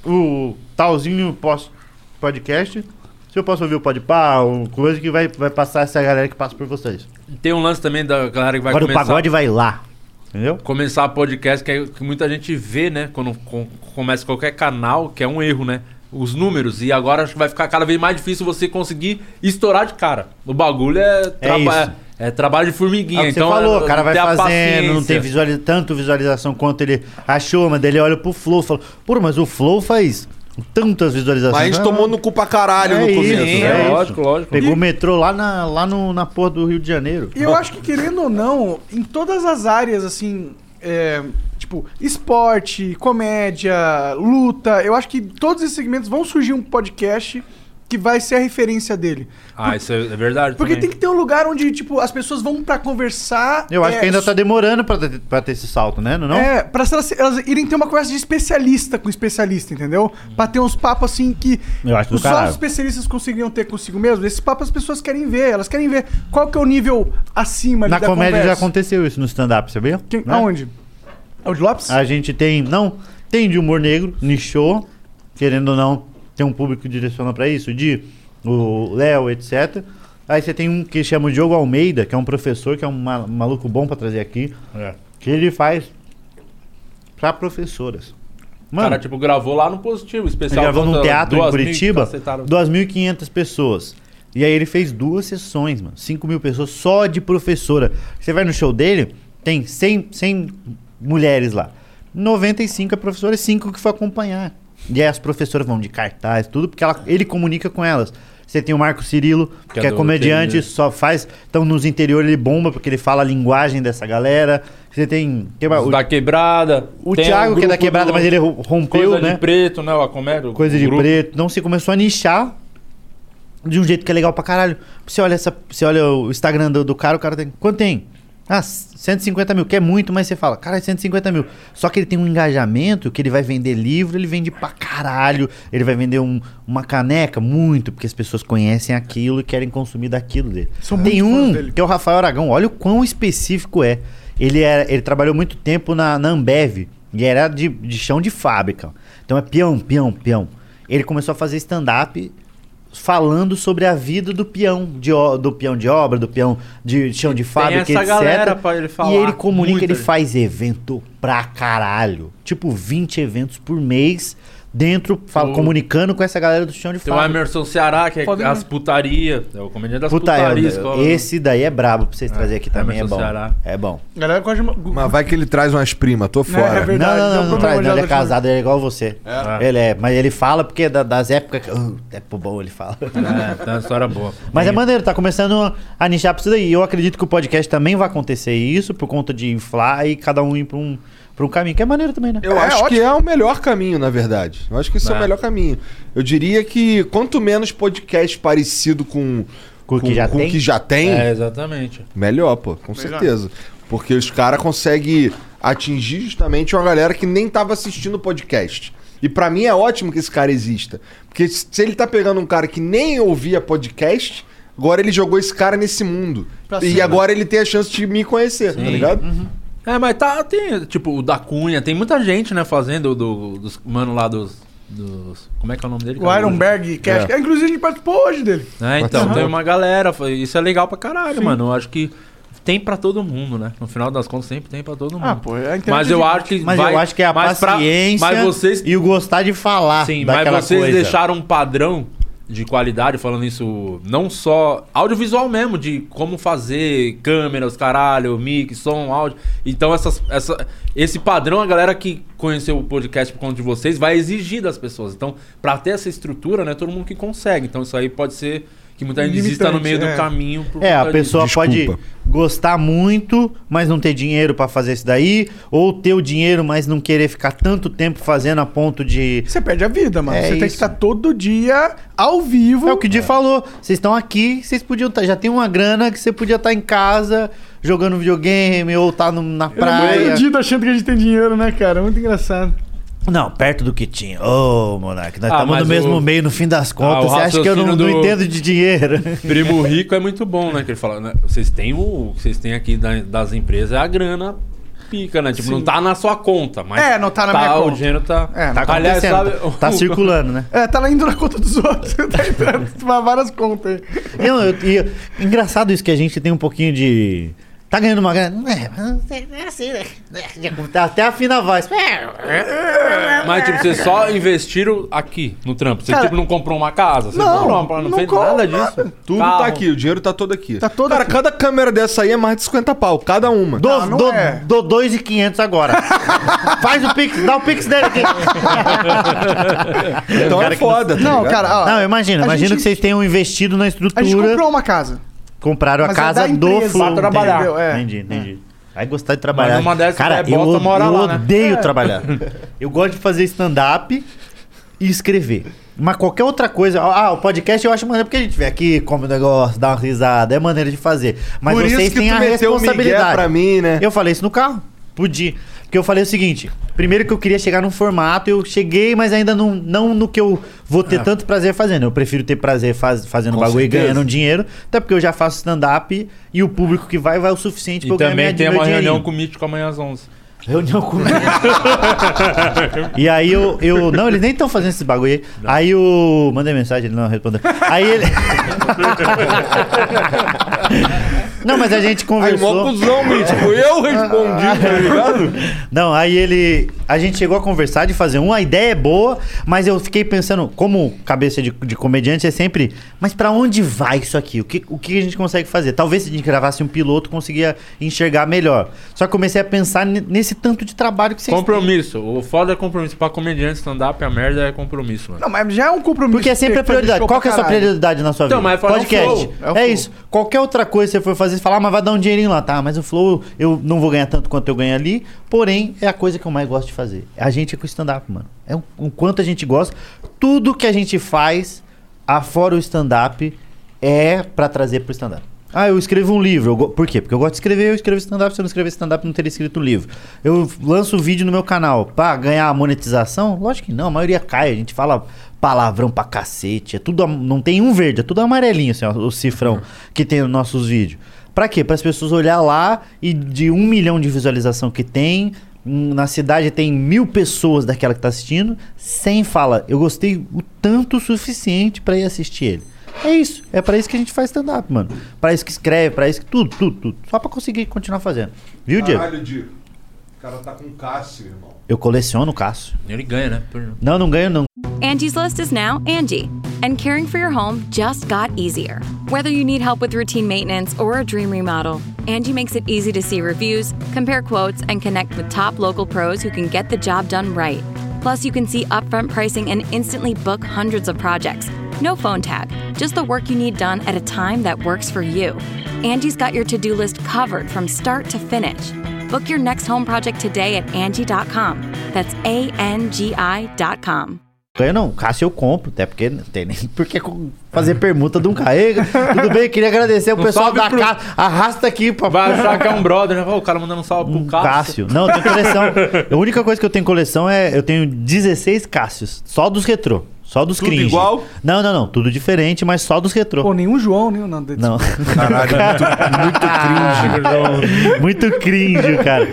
E: o talzinho pos- podcast se eu posso ouvir o podpá, ou coisa que vai, vai passar essa galera que passa por vocês?
D: Tem um lance também da galera que vai
E: Agora
D: começar...
E: o pagode vai lá. Entendeu? É
D: Começar podcast, que, é, que muita gente vê, né? Quando com- começa qualquer canal, que é um erro, né? Os números. E agora acho que vai ficar cada vez mais difícil você conseguir estourar de cara. O bagulho é,
E: isso.
D: é trabalho de formiguinha.
E: É o que
D: então,
E: você falou,
D: é-
E: o cara vai
D: ter a
E: fazendo, não
D: paciência.
E: tem visualiza tanto visualização quanto ele achou, mas daí ele olha pro Flow e fala, pô, mas o Flow faz tantas visualizações.
F: Mas a gente tomou no cu pra caralho no começo,
E: isso,
F: né?
E: é
F: Lógico,
E: isso.
F: lógico.
E: Pegou
F: E-
E: o metrô lá na, lá no, na porra do Rio de Janeiro.
C: E eu acho que, querendo ou não, em todas as áreas, assim, é, tipo, esporte, comédia, luta, eu acho que todos esses segmentos vão surgir um podcast que vai ser a referência dele.
D: Ah, isso é é verdade.
C: Porque
D: também.
C: tem que ter um lugar onde, tipo, as pessoas vão pra conversar.
E: Eu acho
C: é,
E: que ainda tá demorando pra ter, pra ter esse salto, né? Não, não?
C: É, pra elas, elas irem ter uma conversa de especialista com especialista, entendeu? Pra ter uns papos assim que
E: Eu acho do
C: só
E: caralho.
C: os especialistas conseguiriam ter consigo mesmo. Esses papos as pessoas querem ver, elas querem ver qual que é o nível acima ali
E: Na
C: da
E: comédia já
C: conversa.
E: aconteceu isso no stand-up, sabia?
C: Quem-
E: Né?
C: Aonde? É o de Lopes?
E: A gente tem, não, tem de humor negro, nichou, querendo ou não, tem um público que direciona pra isso, de o Léo, etc. Aí você tem um que chama o Diogo Almeida, que é um professor, que é um ma- maluco bom pra trazer aqui,
D: É.
E: que ele faz pra professoras.
D: O cara, tipo, gravou lá no positivo,
E: Ele
D: especial.
E: gravou num
D: conta
E: teatro em
D: duas mil
E: Curitiba,
D: cacetadas.
E: 2.500 pessoas. E aí ele fez duas sessões, mano. 5 mil pessoas só de professora. Você vai no show dele, tem 100, 100 mulheres lá. 95 é professora e 5 que foi acompanhar. E aí as professoras vão de cartaz, tudo, porque ela- ele comunica com elas. Você tem o Marco Cirilo, que,
D: é
E: é
D: do
E: comediante,
D: TNG.
E: só faz. Então nos interiores ele bomba, porque ele fala a linguagem dessa galera. Você tem. tem
D: Os da quebrada.
E: o
D: tem um
E: Thiago, que é da
D: grupo
E: quebrada,
D: do-
E: mas ele ro- rompeu,
D: Coisa
E: né?
D: de preto, né? A comédia. o
E: coisa de
D: grupo.
E: preto. Então você começou a nichar de um jeito que é legal pra caralho. Você olha, essa, você olha o Instagram do, do cara, o cara tem. Quanto tem? Ah, 150 mil, que é muito, mas você fala, cara, 150 mil. Só que ele tem um engajamento que ele vai vender livro, ele vende pra caralho, ele vai vender um- uma caneca, muito, porque as pessoas conhecem aquilo e querem consumir daquilo dele. tem um que é o Rafael Aragão, olha o quão específico é. Ele, era, ele trabalhou muito tempo na, na Ambev e era de, de chão de fábrica. Então é peão, peão, peão. Ele começou a fazer stand-up falando sobre a vida do peão, de, o- do peão de obra, do peão de chão de fábrica,
D: essa
E: etc.
D: galera pra ele falar.
E: e ele comunica,
D: Muita
E: ele
D: gente.
E: faz evento pra caralho. Tipo, 20 eventos por mês dentro, fala-
D: O-
E: comunicando com essa galera do chão de
D: Tem o
E: fábrica.
D: Emerson Ceará, que é
E: Foda, né?
D: as putaria. É o comediante das
E: Puta, é,
D: putarias. qual é o nome?
E: esse daí é brabo pra vocês trazer aqui também, é
D: Emerson
E: bom.
D: Ceará.
E: É bom.
C: Galera gosta de uma-
F: Mas vai que ele traz umas primas, tô fora.
E: Não, é não,
D: um
E: não, não, traz, não, ele é casado, ele é igual você.
D: É.
E: Ele é, mas ele fala porque é da- das épocas. que- Uh, tempo bom, ele fala.
D: É, tem uma história boa.
E: Mas é maneiro, tá começando a nichar pra isso daí. Eu acredito que o podcast também vai acontecer isso, por conta de inflar e cada um ir pra um, pra um caminho, que é maneiro também, né?
F: Eu acho que é o melhor caminho, na verdade. Eu acho que isso é,
E: É.
F: o melhor caminho. Eu diria que quanto menos podcast parecido com,
E: com,
F: com o que já tem,
D: É, exatamente.
F: melhor, pô, com
D: Melhor.
F: certeza. Porque os caras conseguem atingir justamente uma galera que nem tava assistindo o podcast. E pra mim é ótimo que esse cara exista. Porque se ele tá pegando um cara que nem ouvia podcast, agora ele jogou esse cara nesse mundo.
D: Pra
F: e
D: cima.
F: agora ele tem a chance de me conhecer, tá
D: Sim.
F: ligado?
D: É, mas tá, tem, tipo, o da Cunha, tem muita gente, né, fazendo do, dos mano lá dos, dos- Como é que é o nome dele?
C: O Ironberg, que acho
D: É.
C: que- inclusive a gente participou hoje dele.
D: É, então,
E: Uhum.
C: Aham.
D: tem uma galera, foi- isso é legal pra caralho, mano. Eu acho que tem pra todo mundo, né? No final das contas, sempre tem pra todo mundo.
E: Ah, pô, a internet
D: Hum. mas eu
E: existe.
D: acho que.
E: Mas
D: vai-
E: eu acho que é a
D: mas pra-
E: paciência
D: mas vocês.
E: e o gostar de falar
D: Sim, mas
E: daquela
D: vocês
E: coisa.
D: deixaram um padrão de qualidade, falando isso não só audiovisual mesmo, de como fazer câmeras, caralho, mic, som, áudio. Então essas, essa, esse padrão a galera que conheceu o podcast por conta de vocês vai exigir das pessoas. Então, pra ter essa estrutura, né, todo mundo que consegue. Então isso aí pode ser Que muita gente desista no meio
E: é.
D: do caminho. por
E: É, a
D: conta disso.
E: pessoa pode gostar muito, mas não ter dinheiro pra fazer isso daí, ou ter o dinheiro, mas não querer ficar tanto tempo fazendo a ponto de
C: Você perde a vida, mano.
E: É
C: você tem que
E: isso.
C: estar todo dia ao vivo.
E: É o que o Di falou. Vocês estão aqui, vocês podiam tá, já tem uma grana que você podia estar em casa jogando videogame ou tá no- na
C: Eu é
E: praia.
C: iludido achando que a gente tem dinheiro, né, cara? Muito engraçado.
E: Não, perto do que tinha. Ô, Monark, nós
D: Ah,
E: estamos
D: mas
E: no mesmo
D: o-
E: meio, no fim das
D: Ah,
E: contas.
D: o
E: você acha que eu não,
D: raciocínio
E: não
D: do-
E: entendo de dinheiro?
D: Primo rico é muito bom, né? Que ele fala, né? Vocês têm o, o que vocês têm aqui da- das empresas é a grana pica, né? Tipo, não tá na sua conta, mas.
C: É, não tá na minha
D: o
C: conta.
D: dinheiro tá.
C: É,
E: Tá acontecendo, tá circulando, né?
C: É, tá lá indo na conta dos outros. tá entrando pra várias contas aí.
E: Não, eu- e- engraçado isso que a gente tem um pouquinho de. Tá ganhando uma grana. É,
N: É assim, né?
E: Até afina a voz. É,
D: Mas, tipo, vocês só investiram aqui no trampo. Você,
E: Cara,
D: tipo, não comprou uma casa, você
F: não,
D: comprou uma, não,
F: não
D: fez
F: compra
D: nada disso.
F: Tudo
D: Carro.
F: tá aqui, o dinheiro tá todo aqui.
C: Tá todo
F: Cara,
C: aqui.
F: cada câmera dessa aí é mais de 50 pau, cada uma.
E: Dou,
C: não
E: dou,
C: é.
E: dou 2,500 agora. Faz o pix, dá o pix dele aqui.
F: Então é foda, tá
C: Não,
F: ligado?
C: cara, ó.
E: Não, é imagina,
C: a
E: imagina
C: gente-
E: que vocês tenham investido na
C: A gente
E: estrutura,
C: comprou uma casa.
E: compraram a
C: Mas é
E: casa
C: da
E: do
C: empresa,
E: Flow.
D: pra trabalhar.
E: entendeu?
C: É.
E: Entendi, entendi. Vai gostar de trabalhar.
D: Mas numa dessas,
E: Cara,
D: é
E: eu,
D: bosta morar
E: eu
D: lá, né?
E: odeio
D: É.
E: trabalhar. Eu gosto de fazer stand-up e escrever. Mas qualquer outra coisa. Ah, o podcast eu acho maneiro porque a gente vem aqui, come o negócio, dá uma risada. É maneira de fazer. Mas
F: Por isso
E: vocês
F: que
E: têm
F: tu
E: a
F: meteu o migué
E: responsabilidade.
F: pra mim, né?
E: Eu falei isso no carro. Podia. Porque eu falei o seguinte: primeiro que eu queria chegar num formato, eu cheguei, mas ainda não, não no que eu vou
D: Ah.
E: ter tanto prazer fazendo. Eu prefiro ter prazer faz- fazendo
F: Com
E: bagulho e
F: certeza.
E: ganhando dinheiro, até porque eu já faço stand-up e o público que vai vai o suficiente pra
D: E
E: Tipo, eu ganhar
D: também
E: minha,
D: tem
E: meu
D: uma
E: dinheirinho.
D: reunião com o Mítico amanhã às 11.
E: Reunião com E aí eu, eu. Não, eles nem estão fazendo esse bagulho aí. Aí o. Mandei mensagem, ele não respondeu. Aí ele. não, mas a gente
F: Aí, mó
E: conversou.
F: cuzão, Mítico. Eu
E: Ah,
F: respondi, tá ligado?
E: Não, aí ele. A gente chegou a conversar de fazer um, a ideia é boa, mas eu fiquei pensando, como cabeça de, de comediante é sempre, mas pra onde vai isso aqui? O que, o que a gente consegue fazer? Talvez se a gente gravasse um piloto, conseguia enxergar melhor. Só que comecei a pensar ne- nesse tanto de trabalho que vocês
D: Compromisso. O foda é compromisso. Pra comediante stand-up, a merda é compromisso, mano.
C: Não, mas já é um compromisso.
E: Porque é sempre a
C: fazer
E: prioridade.
C: show
E: Qual
C: pra
E: que é a sua
C: caralho.
E: prioridade na sua vida?
D: Então, mas fala, é o
E: Podcast.
D: flow,
E: É,
C: é o flow.
E: isso. Qualquer outra coisa que você for fazer, você fala, ah, mas vai dar um dinheirinho lá, tá? Mas o flow, eu não vou ganhar tanto quanto eu ganho ali. Porém, é a coisa que eu mais gosto de fazer. A gente é com stand-up, mano. É o, o quanto a gente gosta. Tudo que a gente faz, afora o stand-up, é pra trazer pro stand-up. Ah, eu escrevo um livro. Eu go- Por quê? Porque eu gosto de escrever, eu escrevo stand-up. Se eu não escrever stand-up, eu não teria escrito um livro. Eu lanço um vídeo no meu canal pra ganhar a monetização? Lógico que não, a maioria cai. A gente fala palavrão pra cacete. É tudo, am- não tem um verde, é tudo amarelinho, assim, ó, o cifrão que tem nos nossos vídeos. Pra quê? Para as pessoas olhar lá e de um milhão de visualização que tem, hum, na cidade tem mil pessoas daquela que tá assistindo, sem fala, eu gostei o tanto suficiente pra ir assistir ele. É isso, é pra isso que a gente faz stand-up, mano. Pra isso que escreve, pra isso que tudo, tudo, tudo. Só pra conseguir continuar fazendo. Viu, Diego?
F: Caralho, Di. O cara tá com Cássio, irmão.
E: Eu coleciono o Cássio.
D: Ele ganha, né? Por-
E: Não, não ganho, não.
P: Angie's list is now Angie, and caring for your home just got easier. Whether you need help with routine maintenance or a dream remodel, Angie makes it easy to see reviews, compare quotes, and connect with top local pros who can get the job done right. Plus, you can see upfront pricing and instantly book hundreds of projects. No phone tag, just the work you need done at a time that works for you. Angie's got your to do list covered from start to finish. Book your next home project today at Angie.com. That's A N G I.com.
E: Ganho não, Cássio eu compro, até porque não tem nem por que co- fazer permuta de um carrega. Tudo bem, queria agradecer o
D: Não
E: pessoal
D: sobe
E: da
D: pro-
E: Cássio. Arrasta aqui pra
D: Vai achar que é um brother, né? Ó, O cara mandando um salve pro Cássio.
E: Cássio. Não, eu tenho coleção. a única coisa que eu tenho coleção é. Eu tenho 16 Cássios. Só dos retrô. Só dos
F: Tudo
E: cringe.
F: igual?
E: Não, não, não. Tudo diferente, mas só dos retrô.
C: Pô, nenhum João, nenhum nada.
E: Não.
F: Caralho,
C: é
E: muito, muito cringe. muito cringe, cara.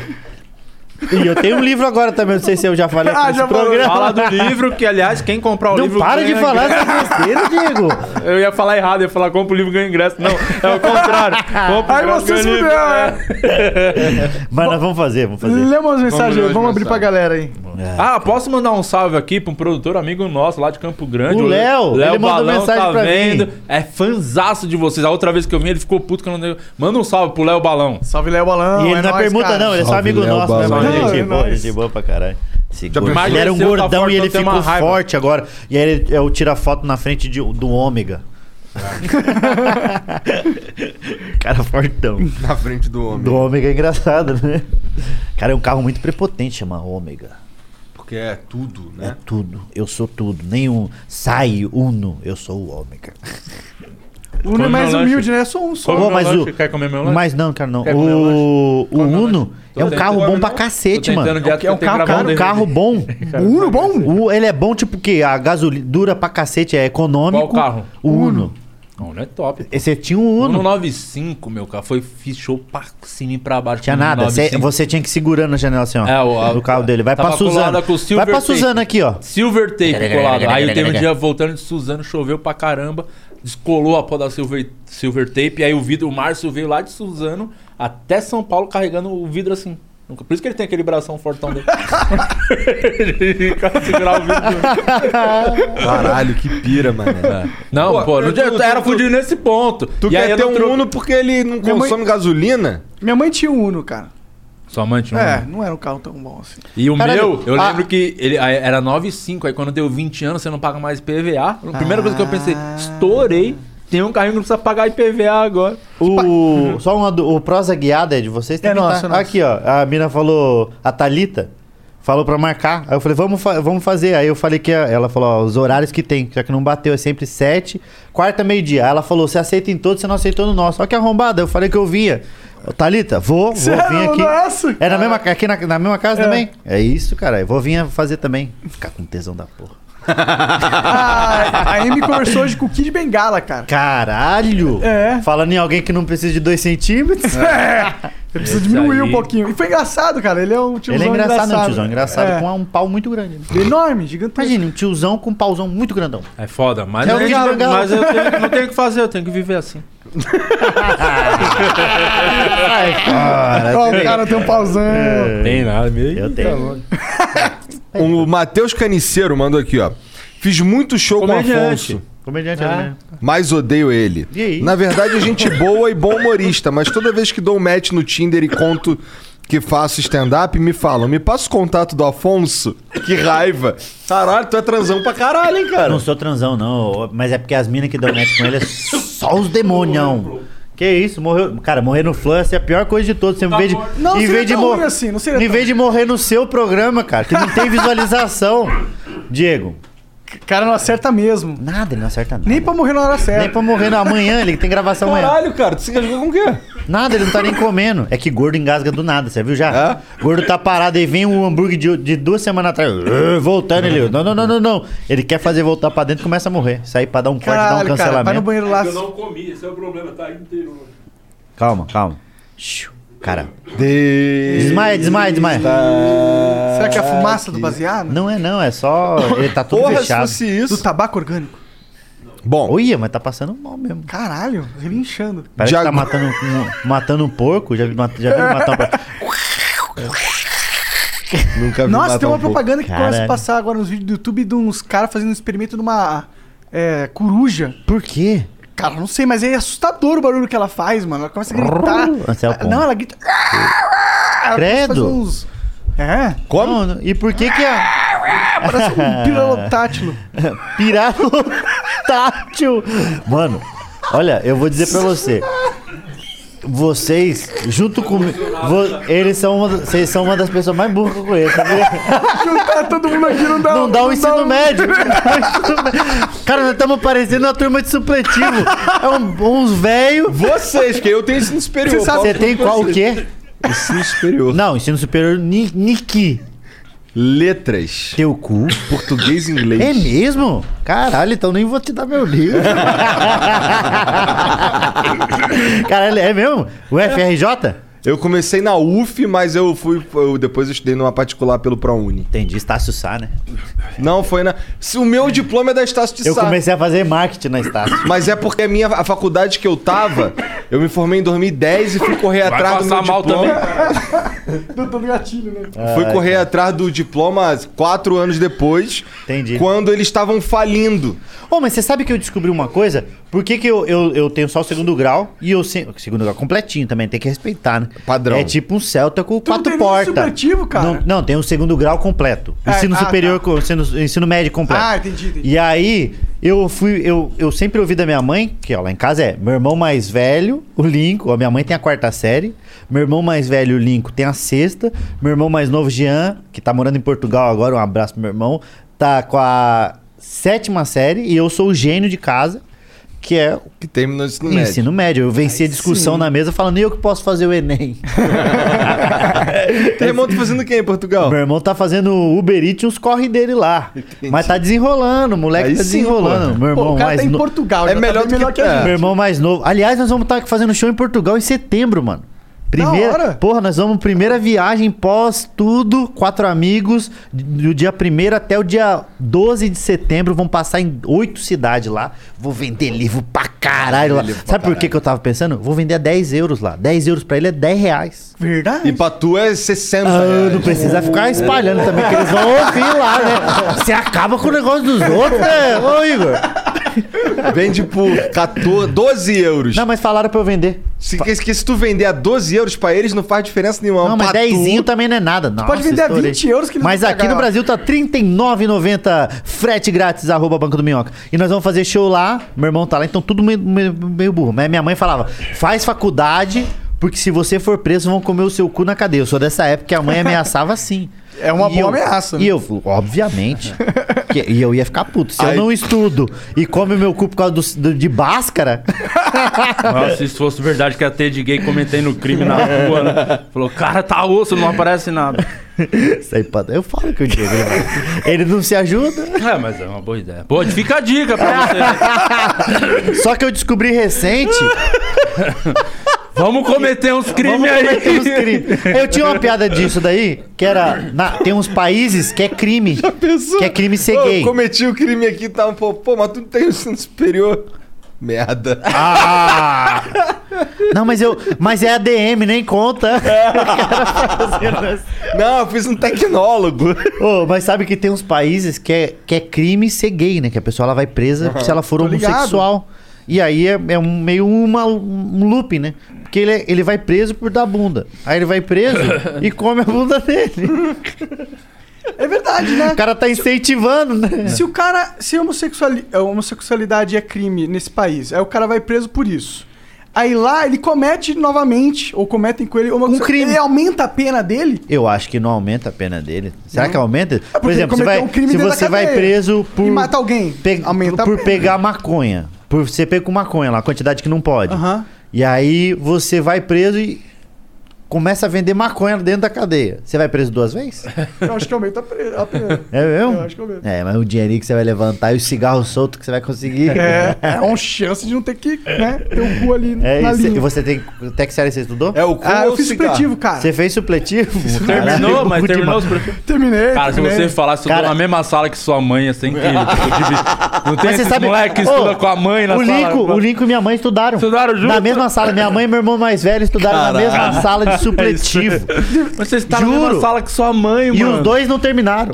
E: E eu tenho um livro agora também, não sei se eu já falei
C: Ah,
E: aqui nesse
C: já falou.
D: Fala do livro, que aliás, quem comprar o
E: Não
D: livro.
E: para de
D: ganha
E: falar essa besteira, Diego.
D: Eu ia falar errado, ia falar compra o livro ganha ingresso. Não, é o contrário. Compra o
C: Aí
D: ingresso,
C: você
D: ganha
C: se
D: livro. É.
C: fudeu, né?
E: Mas nós vamos fazer, vamos fazer.
C: Lê umas mensagens aí,
F: ler
C: vamos
F: as
C: abrir pra
F: mensagens.
C: galera aí.
D: Ah, posso mandar um salve aqui pra um produtor amigo nosso lá de Campo Grande.
E: O Léo, ele mandou
D: Balão
E: mensagem pra mim.
D: É fanzaço de vocês. A outra vez que eu vim, ele ficou puto que eu não dei. Manda um salve pro Léo Balão.
C: Salve, Léo Balão.
E: E ele não é
C: nóis,
E: permuta,
C: cara.
E: não, ele é só
F: Salve,
E: amigo
F: Léo
E: nosso, né?
F: Balão.
E: Mas
C: Não,
E: gente
C: é
E: boa,
C: nóis.
E: gente boa pra caralho. Esse
F: Já
E: gordo.
D: emagreceu,
E: Ele era um
D: tá
E: gordão
D: forte,
E: e ele
D: então tem
E: ficou
D: uma raiva.
E: forte agora. E aí ele, eu tiro a foto na frente de- do ômega. Cara fortão.
B: Na frente do homem.
E: Do ômega é engraçado, né? Cara, é um carro muito prepotente chamar ômega.
B: Porque é tudo, né?
E: É tudo. Eu sou tudo. Nenhum sai, uno, eu sou o ômega.
C: O Uno é
D: Come
C: mais
D: meu lanche.
C: humilde, né? É só um só.
D: Come
E: Pô,
D: meu
E: mas
D: lanche,
E: o-
D: quer comer meu lanche?
E: Mas não, cara, não.
D: Quer comer meu
E: O, o
D: Come meu
E: Uno
D: lanche. Tô
E: é um
D: tentando-
E: carro bom pra
D: Tô
E: cacete,
D: tentando
E: mano.
D: dieta,
E: É um
D: tentei gravar
E: carro,
D: um
E: carro bom.
D: Cara,
E: Uno é bom? O, ele é bom tipo que a gasolina dura pra cacete, é econômico.
D: Qual carro?
E: O Uno.
D: Uno é top. pô.
E: Você tinha um Uno.
D: 195, meu carro. Foi, fechou pra cima e pra baixo. Um
E: Tinha
D: com
E: nada. Cê-
D: 195.
E: você tinha que ir segurando a janela assim, ó.
D: É, o- a-
E: do carro dele. Vai pra
D: tava
E: Suzana.
D: colada com o
E: Vai
D: Silver
E: pra
D: Tape.
E: Suzana aqui, ó.
D: Silver tape colado. Aí eu teve um dia voltando de Suzano, choveu pra caramba, descolou a pó da silver, silver tape. Aí o vidro, o Márcio veio lá de Suzano até São Paulo carregando o vidro assim. Nunca- Por isso que ele tem aquele bração fortão dele. ele fica segurar o vidro.
B: Caralho, que pira, mano.
D: É. Não, pô, não tinha- era fudido nesse ponto.
B: É. Tu
D: E aí
B: quer
D: eu
B: ter
D: não
B: um
D: tro-
B: Uno porque ele não
C: Minha mãe-
B: consome gasolina?
C: Minha mãe tinha um Uno, cara.
D: Sua mãe
E: Uhum.
D: tinha um
C: É,
D: Uno?
C: não era um carro tão bom assim.
D: E o
C: Caralho,
D: meu, eu
C: ah.
D: lembro que ele aí era 9,5, aí quando deu 20 anos você não paga mais IPVA. A primeira coisa que eu pensei, estourei, tem um carrinho que não precisa pagar IPVA agora.
E: O, Uhum. só uma do, o prosa guiada é de vocês também,
D: nosso,
E: tá?
D: é nosso.
E: Aqui, ó. A mina falou, a Thalita falou pra marcar. Aí eu falei, vamos, fa- vamos fazer. Aí eu falei que a- ela falou, ó, os horários que tem, já que não bateu, é sempre sete, quarta, meio-dia. Aí ela falou, você aceita em todos, você não aceitou no nosso. Olha que arrombada, eu falei que eu vinha. Ô, Thalita, vou, vou
C: Sério?
E: vir aqui.
C: Nossa,
E: é na mesma, aqui na, na mesma casa
C: É.
E: também? É isso, cara. Eu vou vir fazer também. Ficar com tesão da porra.
C: A, a Amy Ah, conversou hoje com o Kid Bengala, cara.
E: Caralho!
C: É.
E: Falando em alguém que não precisa de dois centímetros.
C: É. Eu preciso diminuir um pouquinho. E foi engraçado, cara. Ele é um tiozão
E: Ele é engraçado,
C: engraçado.
E: não, tiozão. Engraçado
C: É.
E: com um pau muito grande. né?
C: Enorme, gigantesco.
E: Imagina, um tiozão com um pauzão muito grandão.
D: É foda, mas,
E: É
D: eu,
E: o Kid Bengala.
D: mas eu tenho- não tenho o que fazer, eu tenho que viver assim.
C: Ó, o cara tem um pauzão.
D: Tem nada, meu.
E: É. Eu tenho. um
B: O Matheus Caniceiro mandou aqui, ó. Fiz muito show com o
D: Comediante.
B: Afonso.
E: Comediante
D: Ah.
E: era mesmo.
B: Mas odeio ele.
E: E aí?
B: Na verdade, é gente boa e bom humorista, mas toda vez que dou um match no Tinder e conto que faço stand-up, me falam, me passa o contato do Afonso. Que raiva. Caralho, tu é transão pra caralho, hein, cara?
E: Não sou transão, não. Mas é porque as minas que dão match com ele é só os demônios. Que isso, morreu. Cara, morrer no Flush é a pior coisa de todos. Você, em vez de,
C: tá Não
E: em
C: seria
E: vez de
C: tão
E: morrer
C: ruim assim, não seria
E: Em
C: tão
E: vez de morrer no seu programa, cara, que não tem visualização. Diego,
C: O cara não acerta mesmo.
E: nada, ele não acerta nada.
C: Nem pra morrer na hora certa.
E: Nem pra morrer na manhã, ele tem gravação amanhã.
B: Caralho, cara, tu se engasgou com o quê?
E: Nada, ele não tá nem comendo. É que gordo engasga do nada, você viu já? Gordo tá parado, aí vem um hambúrguer de, de duas semanas atrás, uh, voltando ele. Não, não, não, não, não. Ele quer fazer voltar pra dentro começa a morrer. Sair pra dar um corte, dar um
C: Caralho, cara. Vai no
E: cancelamento.
C: banheiro lá.
Q: Eu não comi, esse é o problema, tá inteiro.
E: calma, calma. Xiu, Cara. Desmaia, desmaia, desmaia.
C: Será que é a fumaça do baseado?
E: Não é não, é só. Ele tá tudo
B: Porra, se
E: fechado.
B: fosse isso.
C: Do tabaco orgânico.
B: Bom,
E: Olha, mas tá passando mal mesmo.
C: Caralho, relinchando.
E: Parece que tá
B: Diago-
E: matando um, matando um porco. Já, vi- já viu matar um porco.
B: nunca vi
C: Nossa,
B: matar
C: tem uma
B: um porco.
C: propaganda que começa a
E: Caralho.
C: passar agora nos vídeos do YouTube de uns caras fazendo um experimento de uma é, coruja.
E: Por quê?
C: Cara, não sei, mas é assustador o barulho que ela faz, mano. Ela começa a
E: Brrr,
C: gritar.
E: Anselmo Ponte.
C: Não, ela grita. Ela começa a fazer
E: Credo.
C: uns- É,
E: Como? e por que que a.
C: parece um pirolotátil.
E: Pirata tátil. Mano, olha, eu vou dizer pra você. Vocês, junto comigo. Eles são uma, vocês são uma das pessoas mais burras que eu conheço. sabia?
C: Juntar todo mundo aqui não dá
E: Não dá o ensino
C: um-
E: médio. Não dá o ensino médio. Cara, nós estamos parecendo uma turma de supletivo. É um, uns velho.
B: Vocês, que eu tenho ensino superior.
C: Você sabe-
B: Paulo,
E: Você tem qual é? o quê?
B: Ensino superior.
E: Não, ensino superior ni- Niki.
B: Letras.
E: Teu cu.
B: Português e
E: É
B: inglês.
E: mesmo? Caralho, então nem vou te dar meu livro. Caralho, é mesmo? O FRJ?
B: Eu comecei na UF, mas eu fui. eu- depois eu estudei numa particular pelo ProUni.
E: Entendi, Estácio Sá, né?
B: Não, foi na. se O meu diploma é da Estácio de
E: Eu
B: Sá.
E: comecei a fazer marketing na Estácio.
B: Mas é porque a minha a faculdade que eu tava, eu me formei em 2010 e fui correr
D: Vai
B: atrás do meu
D: passar mal
B: diploma.
D: também.
C: Deu todo gatilho, né?
B: Fui correr atrás do diploma quatro anos depois.
E: Entendi.
B: Quando eles estavam falindo.
E: Ô, mas você sabe que eu descobri uma coisa? Por que, que eu, eu, eu tenho só o segundo grau e eu sempre. Segundo grau completinho também, tem que respeitar, né?
B: Padrão.
E: É tipo um Celta com
C: não
E: quatro
C: tem nem
E: portas.
C: supletivo, cara?
E: Não, não, tem o segundo grau completo.
C: É,
E: Ensino
C: ah,
E: superior,
C: tá.
E: com- ensino, ensino médio completo.
C: Ah, entendi, entendi.
E: E aí, Eu fui, eu, eu sempre ouvi da minha mãe, que ó, lá em casa é meu irmão mais velho, o Lincoln. A minha mãe tem a quarta série, meu irmão mais velho, o Lincoln, tem a sexta, meu irmão mais novo, Jean, que tá morando em Portugal agora, um abraço pro meu irmão, tá com a sétima série e eu sou o gênio de casa, que é o
B: que terminou o ensino
E: ensino
B: médio.
E: médio. Eu venci a discussão na mesa falando, e eu que posso fazer o Enem.
B: Teu irmão tá fazendo o que em Portugal?
E: Meu irmão tá fazendo Uber Eats e uns corre dele lá. Mas tá desenrolando, o moleque
B: Aí
E: tá
B: sim,
E: desenrolando.
B: pô.
E: Meu
B: Pô,
E: irmão
B: o cara
E: mais
B: tá em
E: no-
B: Portugal, É já tá melhor bem do que- melhor que a é. gente.
E: Meu irmão mais novo. Aliás, nós vamos estar fazendo show em Portugal em setembro, mano. Primeira,
C: hora.
E: porra, nós vamos primeira viagem pós tudo, quatro amigos, do dia 1 até o dia 12 de setembro, vão passar em oito cidades lá. Vou vender livro pra caralho lá. Sabe por que que eu tava pensando? Vou vender a 10 euros lá. 10 euros pra ele é 10 reais.
C: Verdade.
B: E pra tu é 60
E: Ah,
B: reais.
E: não precisa ficar espalhando também, que eles vão ouvir lá, né? Você acaba com o negócio dos outros, né? Ô, Igor.
B: Vende por 14, 12 euros.
E: Não, mas falaram pra eu vender.
B: Se, que, que se tu vender a 12 euros pra eles, não faz diferença nenhuma.
E: Não, mas
B: Pra tu-
E: 10 também não é nada. Nossa,
B: pode vender a 20 euros que eles
E: Mas
B: vão
E: aqui
B: pagar.
E: no Brasil tá R$39,90 frete grátis, arroba Banco do Minhoca. E nós vamos fazer show lá, meu irmão tá lá, então tudo meio, meio, meio burro. Mas minha mãe falava, faz faculdade, porque se você for preso vão comer o seu cu na cadeia. Eu sou dessa época que a mãe ameaçava assim.
C: É uma
E: E
C: boa
E: eu-
C: ameaça, né?
E: E eu, obviamente. que- e eu ia ficar puto. Se
D: Aí-
E: eu não estudo e come meu cu por causa do- do- de báscara,
D: Nossa, se isso fosse verdade, que ia ter de gay cometendo um crime na rua, né? Falou, cara, tá osso, não aparece nada.
E: Isso aí pra- eu falo que o Diego. ele vai- Ele não se ajuda.
D: É, mas é uma boa ideia. Pô, fica a dica pra você.
E: Só que eu descobri recente.
D: Vamos cometer uns crimes
E: Vamos
D: aí.
E: cometer uns crimes. Eu tinha uma piada disso daí, que era. na- tem uns países que é crime. Que é crime ser
B: Ô,
E: gay.
B: Eu cometi o crime aqui, tá um pouco. Pô, mas tu não tem o ensino superior. Merda.
E: Ah! Não, mas eu. Mas é ADM, nem conta.
B: Não, eu fiz um tecnólogo.
E: Ô, mas sabe que tem uns países que é, que é crime ser gay, né? Que a pessoa ela vai presa
B: Aham.
E: se ela for
B: Tô ligado.
E: homossexual. E aí é, é um- meio uma, um loop, né? Porque ele, é- ele vai preso por dar bunda. Aí ele vai preso e come a bunda dele.
C: É verdade, né?
E: O cara tá incentivando, né?
C: Se o cara. Se a homossexuali- a homossexualidade é crime nesse país, aí o cara vai preso por isso. Aí lá ele comete novamente, ou cometem com ele um
E: crime.
C: Ele aumenta a pena dele?
E: Eu acho que não aumenta a pena dele. Será
C: Não. É
E: que aumenta? por
C: porque
E: exemplo, você
C: cometeu
E: vai,
C: um crime
E: se
C: dentro da
E: você vai
C: cadeia.
E: preso por
C: E mata alguém.
E: pe-
C: aumenta a
E: por
C: pena.
E: pegar maconha, por ser pego com maconha lá, a quantidade que não pode.
C: Aham.
E: E aí você vai preso e começa a vender maconha dentro da cadeia. Você vai preso duas vezes?
C: Eu acho que aumenta a pre- a pena.
E: É mesmo?
C: Eu acho que aumenta.
E: É, mas o dinheirinho que você vai levantar e o cigarro solto que você vai conseguir.
C: É, é uma chance de não ter que né, ter o cu ali
E: É
C: na
E: isso.
C: linha.
E: E você um tem. Até que série você estudou?
B: É o cu
C: Ah,
B: ou
C: eu fiz
B: cigarro?
C: supletivo, cara.
E: Você fez supletivo?
D: Terminou,
E: Caralho,
D: mas
E: cu de
D: terminou
E: ma-
D: os pre-
C: Terminei.
D: Cara, se
C: terminei.
D: você falasse, eu tô na mesma sala que sua mãe, ia ser incrível. Não tem
E: Mas você
D: esses
E: sabe,
D: moleque que estuda
E: Ô,
D: com a mãe na
E: o
D: sala.
E: Lincoln, o Lincoln e minha mãe estudaram.
D: Estudaram junto? É
E: Na mesma sala. Minha mãe e meu irmão mais velho estudaram na mesma sala de supletivo.
D: Mas você está na
E: Juro.
D: mesma sala que sua mãe,
E: E
D: mano.
E: os dois não terminaram.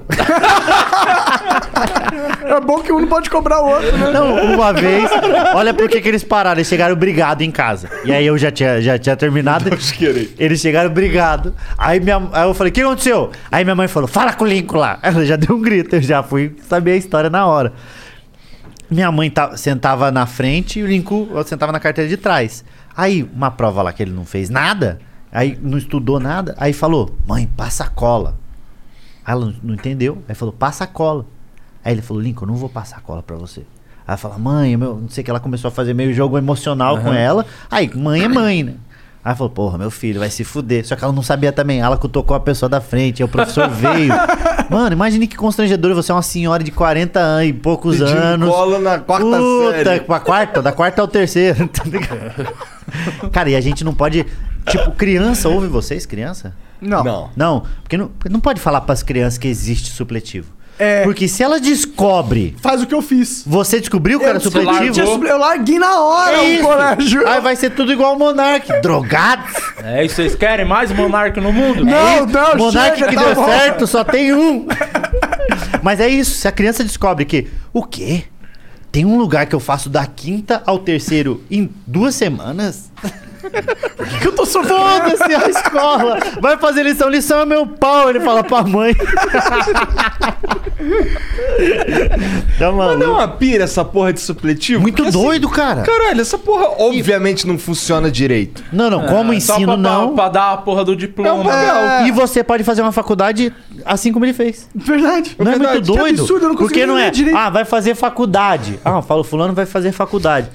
C: É bom que um não pode cobrar o outro, né?
E: Não, Então, uma vez. Olha por que que eles pararam. Eles chegaram brigado em casa. E aí eu já tinha, já tinha terminado. Eles chegaram brigado. Aí, minha, aí eu falei: O que aconteceu? Aí minha mãe falou: Fala com o Lincoln lá. Ela já deu um grito. Eu já fui saber a história na hora. Minha mãe ta- sentava na frente e o Lincoln sentava na carteira de trás. Aí, uma prova lá que ele não fez nada, aí não estudou nada, aí falou: Mãe, passa a cola. Aí ela não- não entendeu, aí falou: Passa a cola. Aí ele falou: Lincoln, eu não vou passar a cola pra você. Aí ela fala: Mãe, meu, não sei o que. Ela começou a fazer meio jogo emocional com
D: Aham.
E: ela. Aí, mãe é mãe, né? Aí ela falou, porra, meu filho, vai se fuder. Só que ela não sabia também. Ela cutucou a pessoa da frente, aí o professor veio. Mano, imagine que constrangedor você é uma senhora de 40 anos e poucos
B: Pedindo
E: anos.
B: cola na quarta
E: Puta,
B: série.
E: pra quarta, da quarta ao terceiro, tá ligado? Cara, e a gente não pode. Tipo, criança, ouve vocês, criança?
C: Não.
E: Não, porque não, não pode falar pras crianças que existe supletivo.
C: É.
E: Porque se ela descobre.
C: Faz o que eu fiz.
E: Você descobriu que era
C: descobri que
E: supletivo?
C: tinha suple- Eu larguei na hora
E: É
C: o
E: isso.
C: colégio.
E: Aí vai ser tudo igual o Monark. Drogados.
D: É isso, vocês querem mais monarca no mundo?
C: Não,
E: É isso.
C: não,
E: Monark
C: chega,
E: que
C: tá
E: deu
C: bom.
E: certo, só tem um. Mas é isso, se a criança descobre que o quê? Tem um lugar que eu faço da quinta ao terceiro em duas semanas? Por que, que eu tô sofrendo? Foda-se a escola. Vai fazer lição, lição é meu pau, ele fala pra mãe.
B: Tá Mas não assim, é uma pira essa porra de supletivo?
E: Então, Muito
B: Porque,
E: doido, cara.
B: Caralho, essa porra obviamente não funciona direito.
E: Não, não, como
B: É, só
E: ensino
B: pra-
E: não.
D: Pra dar a porra do
E: É um
D: diploma.
E: papel. E você pode fazer uma faculdade assim como ele fez.
C: Verdade.
E: Não é,
C: Verdade.
E: muito
C: Que
E: doido?
C: absurdo, eu não consigo
E: Porque não
C: nem
E: é.
C: ler direito.
E: Ah, vai fazer faculdade. Ah, fala, fulano vai fazer faculdade.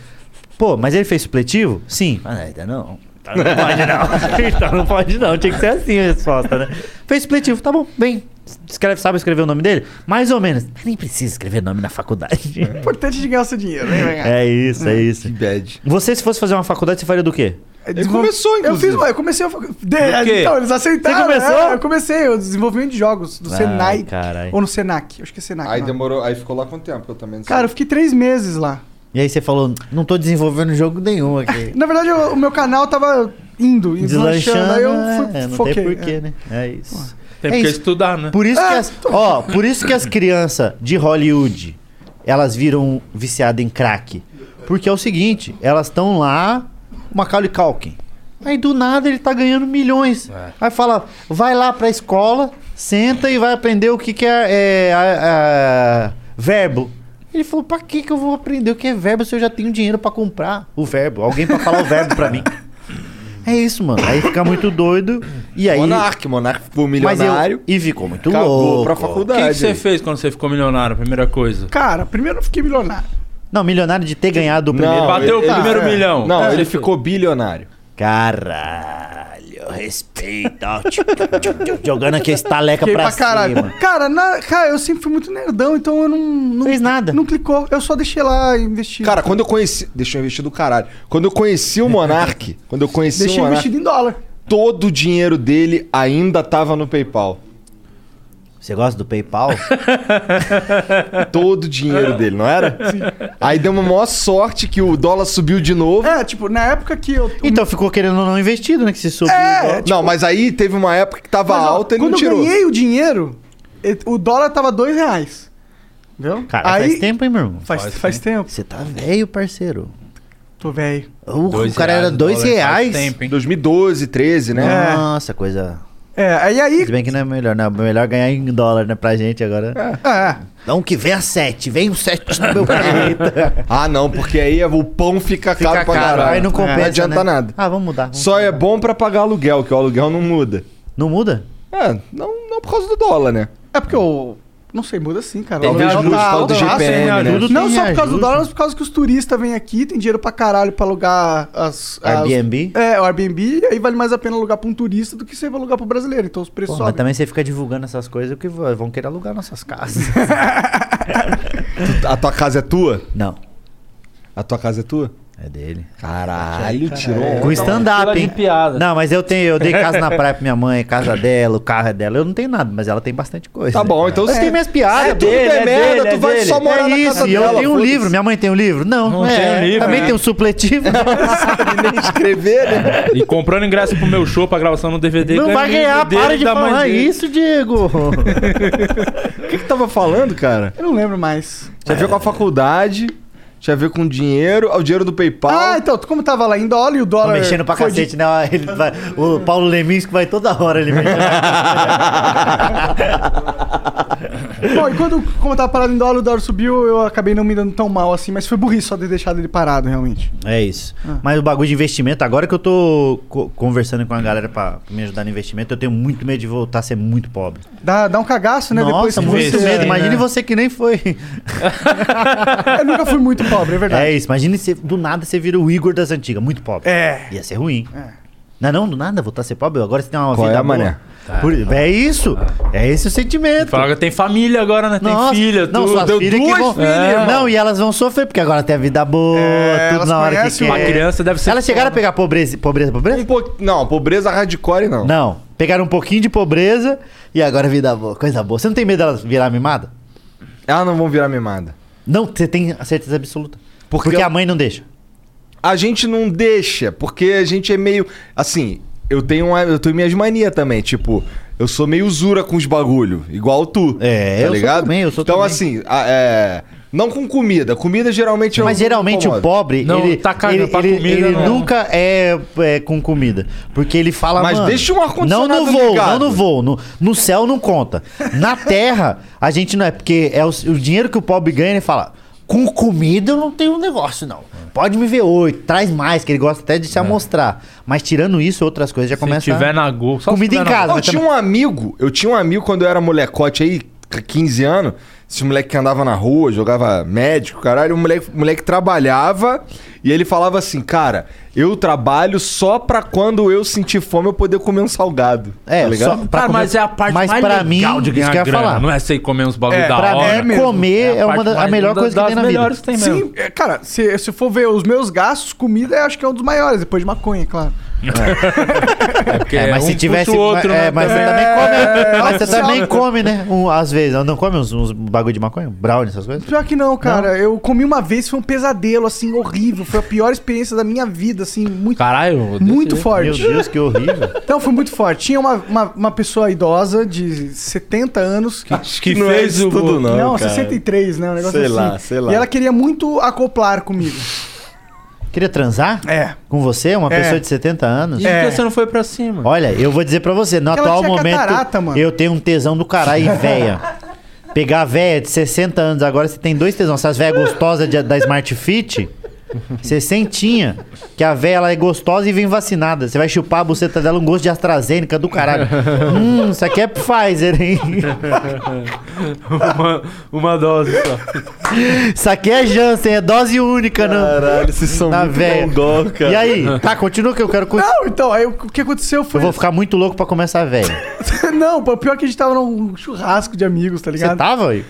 E: Pô, mas ele fez supletivo? Sim. Ah, ainda não. Então não pode não. então não pode não. Tinha que ser assim a resposta, né? Fez supletivo, tá bom, vem. Escreve, sabe escrever o nome dele? Mais ou menos. Nem precisa escrever nome na faculdade.
C: Importante de ganhar o seu dinheiro, né? Vem cá.
E: É isso, é isso. Que
B: bad.
E: Você, se fosse fazer uma faculdade, você faria do quê?
C: Ele começou, Eu, fiz, eu comecei a...
E: O quê?
C: De, então, eles aceitaram.
E: Você começou? Ah,
C: né? eu comecei o desenvolvimento de jogos do
B: Ai,
C: Senai.
B: carai.
C: Ou no Senac. Acho que é Senac.
B: Aí
C: não.
B: demorou, aí ficou lá quanto tempo? Eu também não sei.
C: Cara, eu fiquei três meses lá.
E: E aí você falou, não tô desenvolvendo jogo nenhum aqui.
C: Na verdade, eu- o meu canal tava indo, e deslanchando.
E: Deslanchando,
C: Aí eu
E: é,
C: fui,
E: não
C: foquei.
E: tem porquê,
C: é.
E: né? É isso.
D: Tem
E: É
D: que
E: isso.
D: estudar, né?
E: Por isso que as, ó, por isso que as crianças de Hollywood, elas viram viciadas em crack. Porque é o seguinte, elas estão lá, Macaulay Culkin. Aí do nada ele tá ganhando milhões. Aí fala, vai lá pra escola, senta e vai aprender o que que é, é, a- a- verbo. Ele falou, pra que que eu vou aprender o que é verbo se eu já tenho dinheiro pra comprar o verbo? Alguém pra falar o verbo pra mim. É isso, mano. Aí fica muito doido. E aí...
B: Monark, Monark ficou
E: Mas eu-
B: milionário.
E: e ficou muito
B: Acabou
E: louco.
B: pra
D: O que que, você fez quando você ficou milionário, primeira coisa?
C: Cara, primeiro eu fiquei milionário.
E: Não, milionário de ter ganhado o primeiro.
D: bateu o
E: Tá.
D: primeiro milhão.
B: Não,
D: É.
B: ele ficou bilionário.
E: Caralho, respeita. ó. Tchum, tchum, tchum, tchum, Jogando aqui a estaleca
C: Fiquei
E: pra,
C: pra caralho.
E: cima.
C: Cara, na- cara, eu sempre fui muito nerdão, então eu não, não... Fez
E: nada.
C: Não clicou. Eu só deixei lá investir.
B: Cara, quando eu conheci. Deixa eu investir do caralho. Quando eu conheci o Monark, quando eu conheci
C: Deixei
B: o Monark.
C: investido em dólar.
B: Todo o dinheiro dele ainda tava no PayPal.
E: Você gosta do PayPal?
B: Todo o dinheiro dele, não era? Aí deu uma maior sorte que o dólar subiu de novo.
C: É, tipo, na época que eu.
E: Então ficou querendo ou não investido, né? Que se subiu.
B: É, não, mas aí teve uma época que tava
C: tipo- Mas, ó,
B: alta e ele
C: quando
B: não tirou.
C: eu ganhei o dinheiro, e- o dólar tava dois reais. Entendeu?
E: Cara,
C: Aí-
E: faz tempo, hein, meu irmão?
C: Faz, faz, tempo.
E: Você tá velho, parceiro.
C: Tô velho.
E: Uh,
B: Dois
E: o cara
B: reais
E: era
B: o
E: dois
B: dólar, faz
E: reais.
B: tempo, hein? 2012, 13, né?
C: É.
E: Nossa, coisa.
C: É, aí aí.
E: Se bem que não é melhor, não. É melhor ganhar em dólar, né? Pra gente agora.
C: É.
E: Não, que vem a sete. Vem o sete no meu planeta.
B: Ah, não, porque aí o pão fica, caro pra
E: caro,
B: caralho.
E: aí
C: É,
E: não compensa,
B: Não adianta
E: né?
B: nada.
E: Ah, vamos mudar.
B: Só é bom pra pagar aluguel, que o aluguel não muda.
E: Não muda?
B: É, não, não por causa do dólar, né?
C: É porque eu. Não sei, muda sim, cara.
B: Tem
C: O dólar
B: reajuste,
C: tá
B: tal do
C: alto, tá
B: GPM,
C: alto,
B: né?
C: Tudo
E: tem
C: Não só por causa do
E: reajuste.
C: dólar, mas por causa que os turistas vêm aqui, tem dinheiro pra caralho pra alugar as. as-
E: Airbnb?
C: É, o Airbnb, e aí vale mais a pena alugar pra um turista do que você vai alugar pro brasileiro. Então os preços
E: Pô, mas
C: sobem.
E: também você fica divulgando essas coisas porque v- vão querer alugar nossas casas.
B: Tu- A tua casa é tua?
E: Não.
B: A tua casa é tua?
E: É dele.
B: Caralho, tirou. onda.
E: Com stand-up, hein?
D: é piada.
E: Não, mas eu tenho, eu dei casa na praia pra minha mãe, casa dela, o carro é dela. Eu não tenho nada, mas ela tem bastante coisa.
B: Tá bom, então
E: Você
B: você
E: tem minhas piadas,
B: É tudo
E: dele,
B: de merda,
E: dele,
B: tu vai
E: dele.
B: só morar
E: é
B: na
E: isso,
B: casa
E: e eu
B: dela,
E: tenho um
B: foda-se.
E: livro, minha mãe tem um livro? Não,
D: Não
E: é,
D: tem um livro,
E: Também
D: né?
E: tem um supletivo.
B: nem escrever, né?
D: E comprando ingresso pro meu show pra gravação no DVD.
E: não
D: ganha
E: vai
D: o livro
E: ganhar,
D: dele
E: para
D: e
E: de
D: da mãe
E: falar
D: dele.
E: isso, Diego.
B: O que que tava falando, cara?
C: Eu não lembro mais.
B: Tinha a ver com a faculdade, tinha a ver com dinheiro, ah, o dinheiro do PayPal.
C: Ah, então, como tava lá em dólar e o
E: Tô
C: dólar.
E: mexendo pra
C: foi
E: cacete, né? Ó, Ele vai, o Paulo Leminski vai toda hora ele mexendo.
C: de- Bom, e quando, como eu tava parado em dólar e o dólar subiu, eu acabei não me dando tão mal assim, mas foi burrice só ter deixado ele parado, realmente.
E: É isso. Mas o bagulho de investimento, agora que eu tô co- conversando com a galera pra me ajudar no investimento, eu tenho muito medo de voltar a ser muito pobre.
C: Dá, dá um cagaço, né?
E: Nossa, muito
C: você-
E: medo. Imagine
C: né?
E: você É. que nem foi.
C: Eu nunca fui muito pobre, é verdade.
E: É isso. Imagine você, do nada você vira o Igor das antigas, muito pobre.
C: É.
E: Ia ser ruim. Não, não, do nada voltar a ser pobre. Agora você tem uma
B: Qual
E: vida
B: é,
E: boa.
B: mané? Tá.
E: Por- é isso. É esse o sentimento.
D: Fala que tem família agora, né? Tem
E: Nossa,
D: filha,
E: não,
D: tudo.
E: suas
D: Deu
E: filhas
D: duas
E: que vão... É.
D: filhas, irmão.
E: Não, e elas vão sofrer, porque agora tem a vida boa,
C: É,
E: tudo
C: elas
E: na hora que
C: conhecem
E: quer.
D: uma criança, deve ser Então.
E: Elas chegaram a pegar pobreza, pobreza, pobreza?
B: Um pouco- Não, pobreza hardcore não.
E: então- Não. Pegaram um pouquinho de pobreza e agora é vida boa, coisa boa. Você não tem medo delas virar mimada?
B: Elas Ah, não vão virar mimada.
E: Não, você tem a certeza absoluta.
B: Porque
E: Porque,
B: eu-
E: a mãe não deixa.
B: A gente não deixa, porque a gente é meio. Assim, eu tenho, uma, eu tenho minhas manias também. Tipo, eu sou meio usura com os bagulho, igual tu. tá
E: É, eu sou também, eu sou
B: então,
E: também.
B: assim, a- é, Não com comida. Comida geralmente é
E: Mas
B: que
E: geralmente o
B: incomoda.
E: pobre, ele, ele, ele- ele nunca é, é, com comida. Porque ele fala,
B: Mas
E: "Mano,
B: deixa um ar-condicionado
E: Não no voo,
B: ligado."
E: não no voo. No, no céu não conta. Na terra, a gente não é. Porque é o, o dinheiro que o pobre ganha, ele fala... Com comida eu não tenho um negócio, não. Pode me ver oito, traz mais, que ele gosta até de se amostrar. Mas tirando isso, outras coisas já começam.
D: tiver na Gol, só se
E: Comida em
D: tiver na
E: casa.
B: Não, eu
E: mas
B: tinha um
E: também-
B: amigo, eu tinha um amigo quando eu era molecote aí, com 15 anos, esse moleque que andava na rua, jogava médico, caralho, o moleque, o moleque trabalhava e ele falava assim, cara, eu trabalho só pra quando eu sentir fome eu poder comer um salgado.
E: É,
B: ligado?
E: só pra Cara, mas comer- é a parte mas mais pra legal mim, de ganhar isso que eu ia grana, né? falar.
D: Não é você ir comer uns bagulho
E: É,
D: da
E: pra mim,
D: hora.
E: comer é,
D: a
E: uma
D: parte
E: da, a
D: mais-
E: melhor
D: uma
E: coisa que
D: das
E: tem na vida.
D: melhores que tem mesmo.
C: Sim, é, cara, se, se for ver os meus gastos, comida eu acho que é um dos maiores, depois de maconha, claro.
E: É, mas
D: um
E: se tivesse.
D: puxa o outro,
E: é,
D: né?
E: mas você
D: É,
E: também come.
C: é
E: mas você
C: opção,
E: também
C: né?
E: come, né? Um, às vezes. Não come uns, uns bagulho de maconha? Um Brownie, essas coisas?
C: Pior que não, cara. Eu comi uma vez, foi um pesadelo, assim, horrível. Foi a pior experiência da minha vida, assim, muito.
D: Caralho,
C: Muito forte.
E: Meu Deus, que horrível.
C: Então foi muito forte. Tinha uma, uma, uma pessoa idosa de 70 anos que.
D: Acho que
B: é
D: fez o.
C: Não, 63, né? Um negócio
B: Sei
C: assim.
B: lá, sei lá.
C: E ela queria muito acoplar comigo.
E: Queria transar?
C: É.
E: Com você, uma
C: É.
E: pessoa de 70 anos?
D: E por que você não foi pra cima?
E: Olha, eu vou dizer pra você, no
C: Ela
E: atual
C: tinha
E: momento,
C: catarata, mano.
E: eu tenho um tesão do caralho em véia. Pegar a véia de 60 anos agora, você tem dois tesões. Essas véias gostosas de- da Smart Fit, você sentinha que a véia ela é gostosa e vem vacinada. Você vai chupar a buceta dela um gosto de AstraZeneca do caralho. hum, isso aqui é Pfizer, hein?
D: uma, uma dose só.
E: Isso aqui é Janssen, é dose única, não.
O: Caralho, vocês são
E: Na
O: muito
E: véia.
O: mongol, cara.
E: E aí? Tá, continua que eu quero. con-
C: Não, então, aí o que aconteceu
E: Eu
C: foi.
E: vou ficar muito louco pra começar a véia.
C: não, pô, pior que a gente tava num churrasco de amigos, tá
E: Você
C: ligado?
E: tava aí?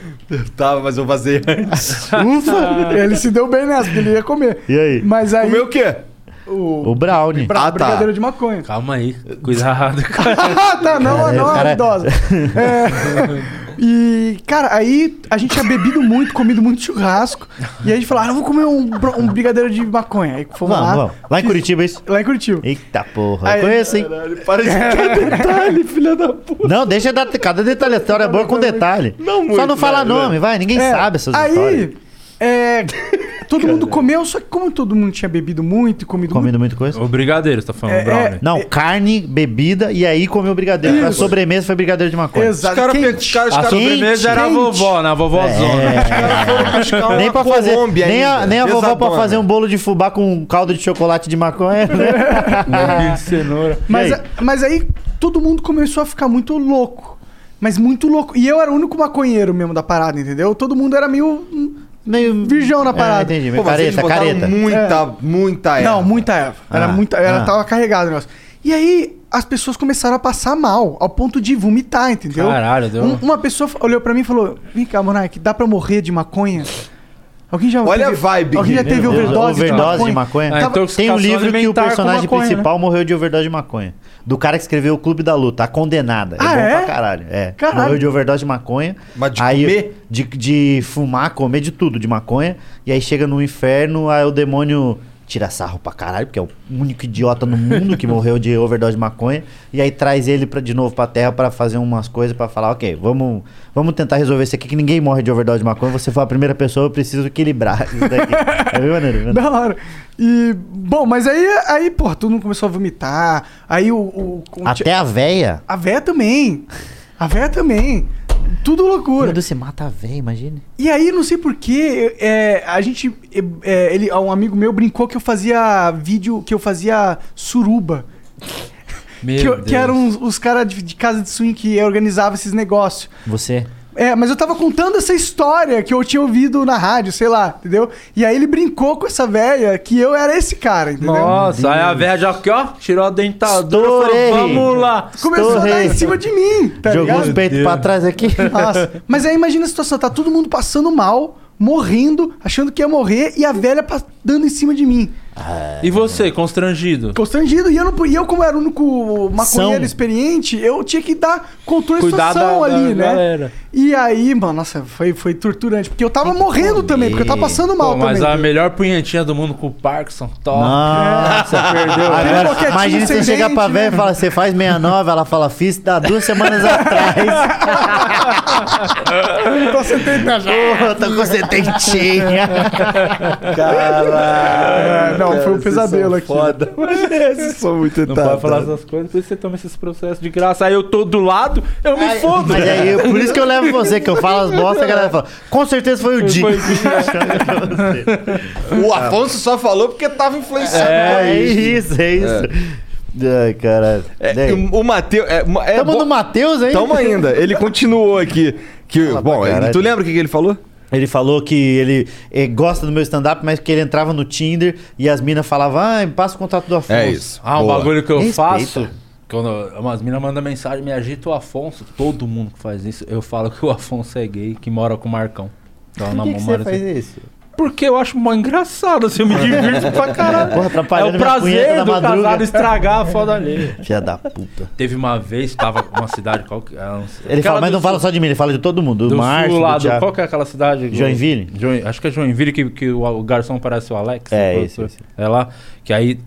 B: Tava, mas eu vazei antes.
C: Ufa! ele se deu bem nessa, porque ele ia comer.
E: E aí?
C: Mas aí.
B: Comeu o quê?
E: O Brownie.
C: Pra
B: Ah, tá.
C: brigadeiro de maconha.
D: Calma aí, cuidado, cara.
C: Ah, tá, não,
E: Cara,
C: não,
E: cara-
C: é idosa. É, e, cara, aí a gente tinha bebido muito, comido muito churrasco. E aí a gente falou, ah, eu vou comer um, bro- um brigadeiro de maconha. Aí fomos
E: Vamos,
C: lá.
E: vamos. Lá em Curitiba, é isso?
C: Lá em Curitiba.
E: Eita porra,
C: Aí-
E: eu conheço, hein?
O: Para de ficar detalhe, filha da puta.
E: Não, deixa dar cada detalhe. A história é boa com detalhe.
O: Não muito,
E: Só não fala
O: vai,
E: nome, vai. Ninguém
C: É,
E: sabe essas
C: aí,
E: histórias.
C: é, todo mundo comeu, só que como todo mundo tinha bebido muito e comido
E: Comendo muita coisa?
D: O brigadeiro, você tá falando,
C: É,
D: brownie.
C: é.
E: Não, carne, bebida e aí comeu brigadeiro. A
C: Isso.
E: sobremesa foi brigadeiro de
C: muito...
E: maconha.
B: Os
C: Exato.
B: caras
C: Quem-
B: pe- os caras- os
D: A
B: caras
E: Quente,
D: sobremesa era a
E: quente.
D: vovó, na vovózona.
B: foram buscar uma
E: Nem pra fazer,
B: Colômbia
E: nem a,
B: ainda,
E: nem a vovó pra
B: pesadona.
E: fazer um bolo de fubá com caldo de chocolate de maconha, né?
D: Bico de cenoura.
C: Mas,
E: E
C: a- mas aí todo mundo começou a ficar muito louco. Mas muito louco. E eu era o único maconheiro mesmo da parada, entendeu? Todo mundo era meio. hum,
E: Meio...
C: Virgão na
E: É,
C: parada.
E: entendi,
B: Pô,
E: meio
B: mas eles
E: careta,
B: botaram
E: careta.
B: muita, muita erva.
C: Não, muita erva. Era
E: Ah,
C: muita, ela
E: ah.
C: tava carregada o negócio. E aí as pessoas começaram a passar mal, ao ponto de vomitar, entendeu?
D: Caralho, deu-
C: Um- uma pessoa f- olhou pra mim e falou: "Vem cá, Monark, dá pra morrer de maconha?" Alguém já
B: Olha
C: teve,
B: a vibe,
C: Alguém já
B: Guilherme.
C: teve
E: Meu Deus,
C: overdose,
E: overdose de maconha.
D: Ah, então
E: Tem um livro que o
D: alimentar com
E: personagem
D: maconha,
E: principal morreu de overdose de maconha. Do cara que escreveu o Clube da Luta, a condenada.
C: Ah,
E: é bom
C: é?
E: pra caralho. É.
C: Caralho.
E: Morreu de overdose de maconha.
B: Mas de
E: aí,
B: comer?
E: De, de fumar, comer de tudo, de maconha. E aí chega no inferno, aí o demônio tira sarro pra caralho, porque é o único idiota no mundo que morreu de overdose de maconha. E aí traz ele pra, de novo pra terra pra fazer umas coisas, pra falar, ok, vamos, vamos tentar resolver isso aqui, que ninguém morre de overdose de maconha. Você foi a primeira pessoa, eu preciso equilibrar isso daqui. é bem maneiro, bem maneiro.
C: Da hora. E, bom, mas aí, aí pô, todo mundo começou a vomitar. Aí o. o- o-
E: Até a véia.
C: A véia também. A véia também. Tudo loucura.
E: Meu Deus, você mata a véia, imagine.
C: E aí, não sei porquê, é, a gente. é, ele, um amigo meu brincou que eu fazia vídeo, que eu fazia suruba.
D: Meu
C: Que, eu-
D: Deus.
C: que um eram os, os caras de, de casa de swing que organizava esses negócios.
E: Você.
C: É, mas eu tava contando essa história que eu tinha ouvido na rádio, sei lá, entendeu? E aí ele brincou com essa velha que eu era esse cara, entendeu?
D: Nossa, aí a velha já aqui, ó, tirou a dentadura.
E: Estourei.
D: Falou, Ah, vamos lá.
C: Começou a dar em
E: Torre.
C: cima de mim, tá
E: Jogou
C: ligado?
E: os peitos pra trás aqui.
C: Nossa. Mas aí imagina a situação, tá todo mundo passando mal, morrendo, achando que ia morrer, e a velha pa- dando em cima de mim.
D: E você, constrangido?
C: Constrangido. E eu, não, e eu como era o único maconheiro
D: São.
C: experiente, eu tinha que dar controle de
D: Cuidar
C: situação
D: da- da
C: ali, né?
D: galera.
C: E aí, mano, nossa, foi, foi torturante. Porque eu tava morrendo também, porque eu tava passando mal
D: Pô,
C: também.
D: Mas a melhor punhetinha do mundo com o Parkinson, top.
E: Nossa,
D: perdeu.
C: Aquele
E: Agora,
C: boquetinho
E: imagina
C: sem
E: você chegar
C: dente,
E: pra velha
C: né?
E: e falar, você faz 69, ela fala, fiz dá duas semanas atrás.
C: Tô sentado na
E: Porra, tô com setentinha.
C: Caralho. Não, foi um pesadelo aqui.
F: Foda.
B: é,
C: Esses são muito
D: Não
B: Tá,
C: etapa.
D: pode falar essas coisas, por isso você toma esses processos de graça. Aí eu tô do lado, eu me
E: Ai,
D: fodo.
E: Mas aí, eu- por isso que eu levo você, que eu falo as bosta, a galera fala, com certeza foi o Di.
D: Foi o
B: O Afonso só falou porque tava influenciado.
E: É, é isso, é isso. Ai, caralho.
B: É, e o Matheus. É, ma- é
E: Tamo
B: bom-
E: no Matheus aí?
B: Tamo ainda. Ele continuou aqui. Que, bom,
E: pra caralho.
B: tu lembra o que que ele falou?
E: Ele falou que ele eh, gosta do meu stand-up, mas que ele entrava no Tinder e as minas falavam, ah, me passa o contato do Afonso.
B: É isso.
D: Ah, um
B: Boa.
D: bagulho que eu
E: Respeita.
D: faço. Quando umas minas mandam mensagem, me agita o Afonso. Todo mundo que faz isso, eu falo que o Afonso é gay, que mora com o Marcão. Então,
E: Por
D: na
E: que,
D: mão
E: que você
D: mora
E: faz
D: assim.
E: isso?
D: Porque eu acho mó engraçado, assim, eu me divirto pra caralho.
E: Porra,
D: É
E: atrapalhando
D: o
E: minha punheta
D: prazer
E: na
D: do
E: madruga.
D: casado estragar a foda alheia.
E: Filha da puta.
D: Teve uma vez, tava uma cidade é? qualquer.
E: Ele fala, mas não fala só de mim, ele fala de todo mundo. Do,
D: do
E: Márcio,
D: sul lá,
E: do
D: do,
E: Thiago.
D: qual que é aquela cidade?
E: Joinville?
D: Join- acho que é Joinville que, que o, o garçom parece o Alex.
E: É,
D: o
E: esse,
D: produtor. É lá. Que aí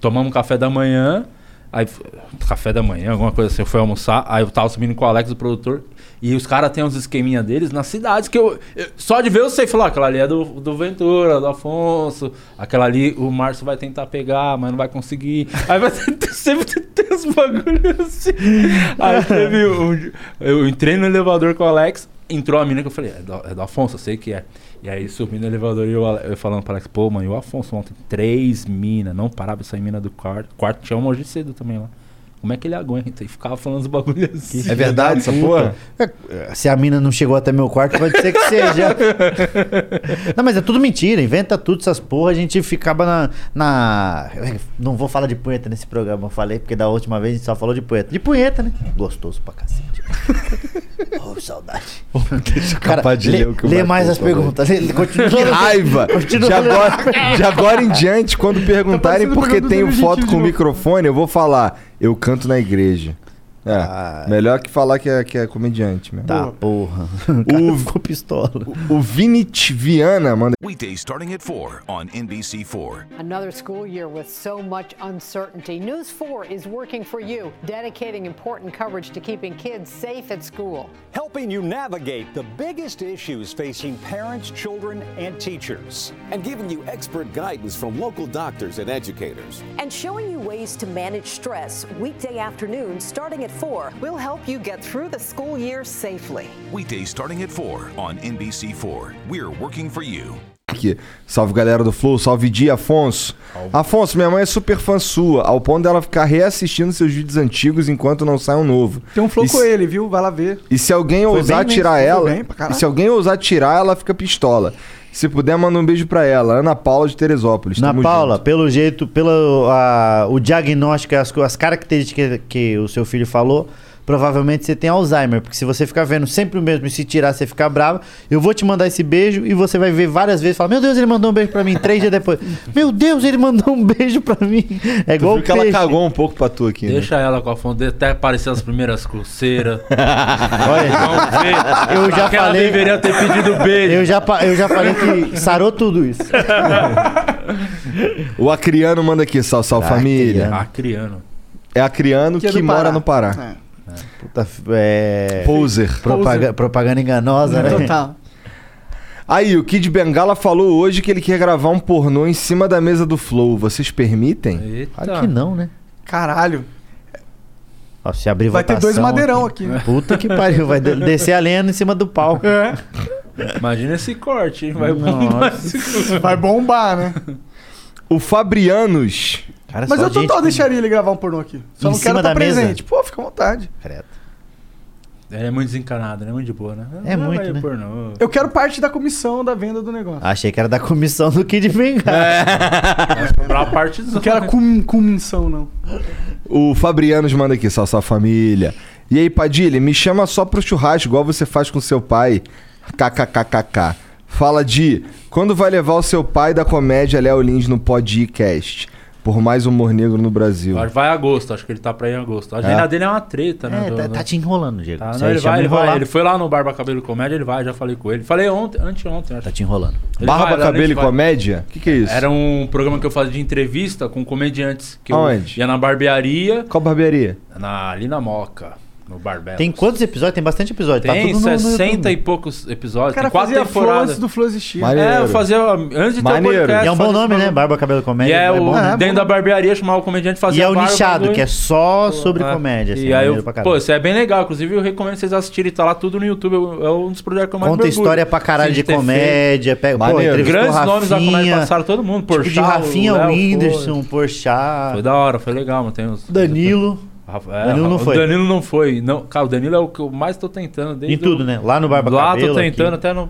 D: tomamos um café da manhã. Aí, f- café da manhã, alguma coisa assim, eu fui almoçar. Aí eu tava subindo com o Alex, o produtor. E os caras têm uns esqueminha deles nas cidades que eu, eu- Só de ver eu sei falar, aquela ali é do, do Ventura, do Afonso. Aquela ali o Márcio vai tentar pegar, mas não vai conseguir. Aí vai sempre tem uns bagulhos assim. Aí teve um. di- Eu entrei no elevador com o Alex, entrou a mina que eu falei, é do, é do Afonso, eu sei que é. E aí subi no elevador e eu, Ale- eu falando pro Alex, pô, mano, e o Afonso ontem, três minas, não parava essa mina do quarto. Quarto tinha uma hoje cedo também lá. Como é que ele aguenta? E ficava falando os bagulhos assim.
B: É verdade essa porra?
E: É, Se a mina não chegou até meu quarto, pode ser que seja. não, mas é tudo mentira. Inventa tudo essas porra. A gente ficava na, na. Não vou falar de punheta nesse programa. Eu falei porque da última vez a gente só falou de punheta. De punheta, né? Gostoso pra cacete. oh, saudade. Cara,
B: capaz de
E: lê,
B: ler o que o
E: lê
B: Matheus
E: mais as
B: falou.
E: perguntas. Lê, lê- continua
B: Que
E: lendo.
B: raiva!
E: Continua
B: De
E: lendo.
B: agora, de agora em diante, quando perguntarem
C: Tá parecendo
B: por que
C: programa do
B: tenho
C: Danilo
B: foto
C: Gentili
B: com
C: de novo.
B: microfone, eu vou falar, eu canto na igreja. É,
C: Ah.
B: melhor que falar que é, que é comediante mesmo.
E: Tá, porra.
B: O-
E: O ficou pistola.
B: O Vinit Viana manda
R: Weekdays starting at 4 on NBC4.
S: Another school year with so much uncertainty. News 4 is working for you, dedicating important coverage to keeping kids safe at school.
T: helping you navigate the biggest issues facing parents, children, and teachers.
U: and giving you expert guidance from local doctors and educators.
V: and showing you ways to manage stress weekday afternoons starting at 4. We'll help you get through the school year safely.
R: Weekdays starting at 4 on NBC4. We're working for you.
B: aqui. Salve galera do Flow, salve Di Afonso. Afonso, minha mãe é super fã sua, ao ponto dela ficar reassistindo seus vídeos antigos enquanto não sai um novo.
C: Tem um flow
B: E se-
C: com ele, viu? Vai lá ver.
B: E se alguém
C: Foi
B: ousar
C: bem, né?
B: tirar
C: Foi
B: ela.
C: bem pra caralho.
B: e se alguém ousar tirar, ela fica pistola. Se puder, manda um beijo pra ela. Ana Paula de Teresópolis.
E: Na
B: Tamo
E: Paula,
B: junto.
E: pelo jeito, pelo a- o diagnóstico, e as, co- as características que o seu filho falou, provavelmente você tem Alzheimer, porque se você ficar vendo sempre o mesmo e se tirar, você ficar bravo, eu vou te mandar esse beijo e você vai ver várias vezes e falar: Meu Deus, ele mandou um beijo pra mim. Três dias depois, Meu Deus, ele mandou um beijo pra mim. É
B: Tu
E: igual
B: viu
E: o
B: que ela
E: peixe.
B: cagou um pouco pra tu aqui, né?
D: Deixa ela com a fonte, até aparecer as primeiras coceiras.
E: Eu já
D: Aquela
E: falei-
D: deveria ter pedido beijo.
E: Eu já, pa- eu já falei que sarou tudo isso.
B: O Acriano manda aqui, sal, sal
E: Ah,
B: família.
D: Ah, Acriano.
B: É Acriano
C: Que
B: que,
C: é do
B: mora
C: Pará.
B: no
D: Ah.
B: Pará.
E: Puta, f- é...
B: Poser.
E: Propaga- propaganda enganosa, né?
C: Total.
B: Aí, o Kid Bengala falou hoje que ele quer gravar um pornô em cima da mesa do Flow. Vocês
D: É
B: permitem?
E: Claro que não, né?
C: Caralho.
E: Ó, se abrir
C: Vai ter
E: votação
C: dois madeirão aqui, né?
E: Puta que pariu, vai de- descer a lenha em cima do pau.
C: É.
D: Imagina esse corte, hein? Vai
E: Nossa.
D: bombar esse-
C: Vai bombar, né?
B: O Fabrianos.
E: Cara,
C: Mas
E: É só
C: eu
E: gente
C: total
E: com-
C: deixaria ele gravar um pornô aqui. Só
E: Em
C: não
E: cima
C: quero estar
E: da mesa?
C: presente. Pô, fica à vontade.
E: Credo.
D: Ele é muito desencanado, ele é muito de boa, né?
E: É
D: Não
E: muito,
D: vai
E: né?
D: pornô.
C: Eu quero parte da comissão da venda do negócio.
E: Achei que era da comissão do Kid Bengala.
C: É.
D: Pra parte
C: Não quero a cum, comissão, não.
B: O Fabrianos manda aqui, sal, sal família. E aí, Padilha, me chama só pro churrasco, igual você faz com seu pai. KKKKK. Fala de quando vai levar o seu pai da comédia Léo Lins no podcast? Por mais humor negro no Brasil.
D: Acho que Vai em agosto, acho que ele tá pra ir em agosto. A agenda dele é uma treta, né?
E: É,
D: do-
E: tá,
D: do-
E: tá te enrolando, Diego.
D: Tá,
E: Você
D: não, ele
E: chama
D: vai, ele vai.
E: enrolar.
D: Ele foi lá no Barba Cabelo Comédia, ele vai, já falei com ele. Falei ontem, anteontem, acho.
E: Tá te enrolando.
D: Ele vai, né?
B: Barba,
D: ele
B: cabelo e
D: vai.
B: comédia? O que, que é isso?
D: Era um programa que eu fazia de entrevista com comediantes. Que
B: Aonde?
D: Eu ia na barbearia,
B: Qual barbearia?
D: na, ali na Moca, no Barbelo.
E: Tem quantos episódios? Tem bastante episódio. tá
D: Tem
E: tudo no- no,
D: 60
E: YouTube.
D: e poucos episódios.
C: O cara
D: tem quatro
C: fazia flow
D: temporadas.
C: antes do Flow existir.
D: É, eu fazia antes de ter o
E: Maneiro.
D: podcast,
E: E é um bom
D: fazia esse
E: nome, né?
D: programa.
E: Barba, cabelo,
D: E
E: comédia.
D: é, o,
E: bom, né?
D: dentro da barbearia chamava o comediante fazer
E: E é o nichado, que é só sobre comédia. assim,
D: E aí,
E: maneiro
D: eu,
E: pra
D: pô,
E: caralho.
D: isso é bem legal. Inclusive, eu recomendo vocês assistirem. Tá lá tudo no YouTube. eu- É um dos projetos que eu mais
E: Conta
D: mergulho.
E: história pra caralho
D: Sim,
E: de
D: ter
E: comédia. Pega, pô,
D: Maneiro.
E: entrevistou
D: Grandes nomes da comédia
E: Rafinha,
D: passaram todo mundo.
E: tipo
D: Porchat,
E: de Rafinha,
D: o Léo,
E: Whindersson, Porchat.
D: Foi. foi da hora, foi legal. Mas tem uns...
E: Danilo.
D: Rafa-
E: Danilo não
D: o
E: foi.
D: Danilo não foi. Não, cara, o Danilo é o que eu mais tô tentando. Desde
E: Em tudo,
D: o-
E: né? Lá no Barba
D: Lá tô
E: Cabelo,
D: tentando
E: aqui.
D: até no...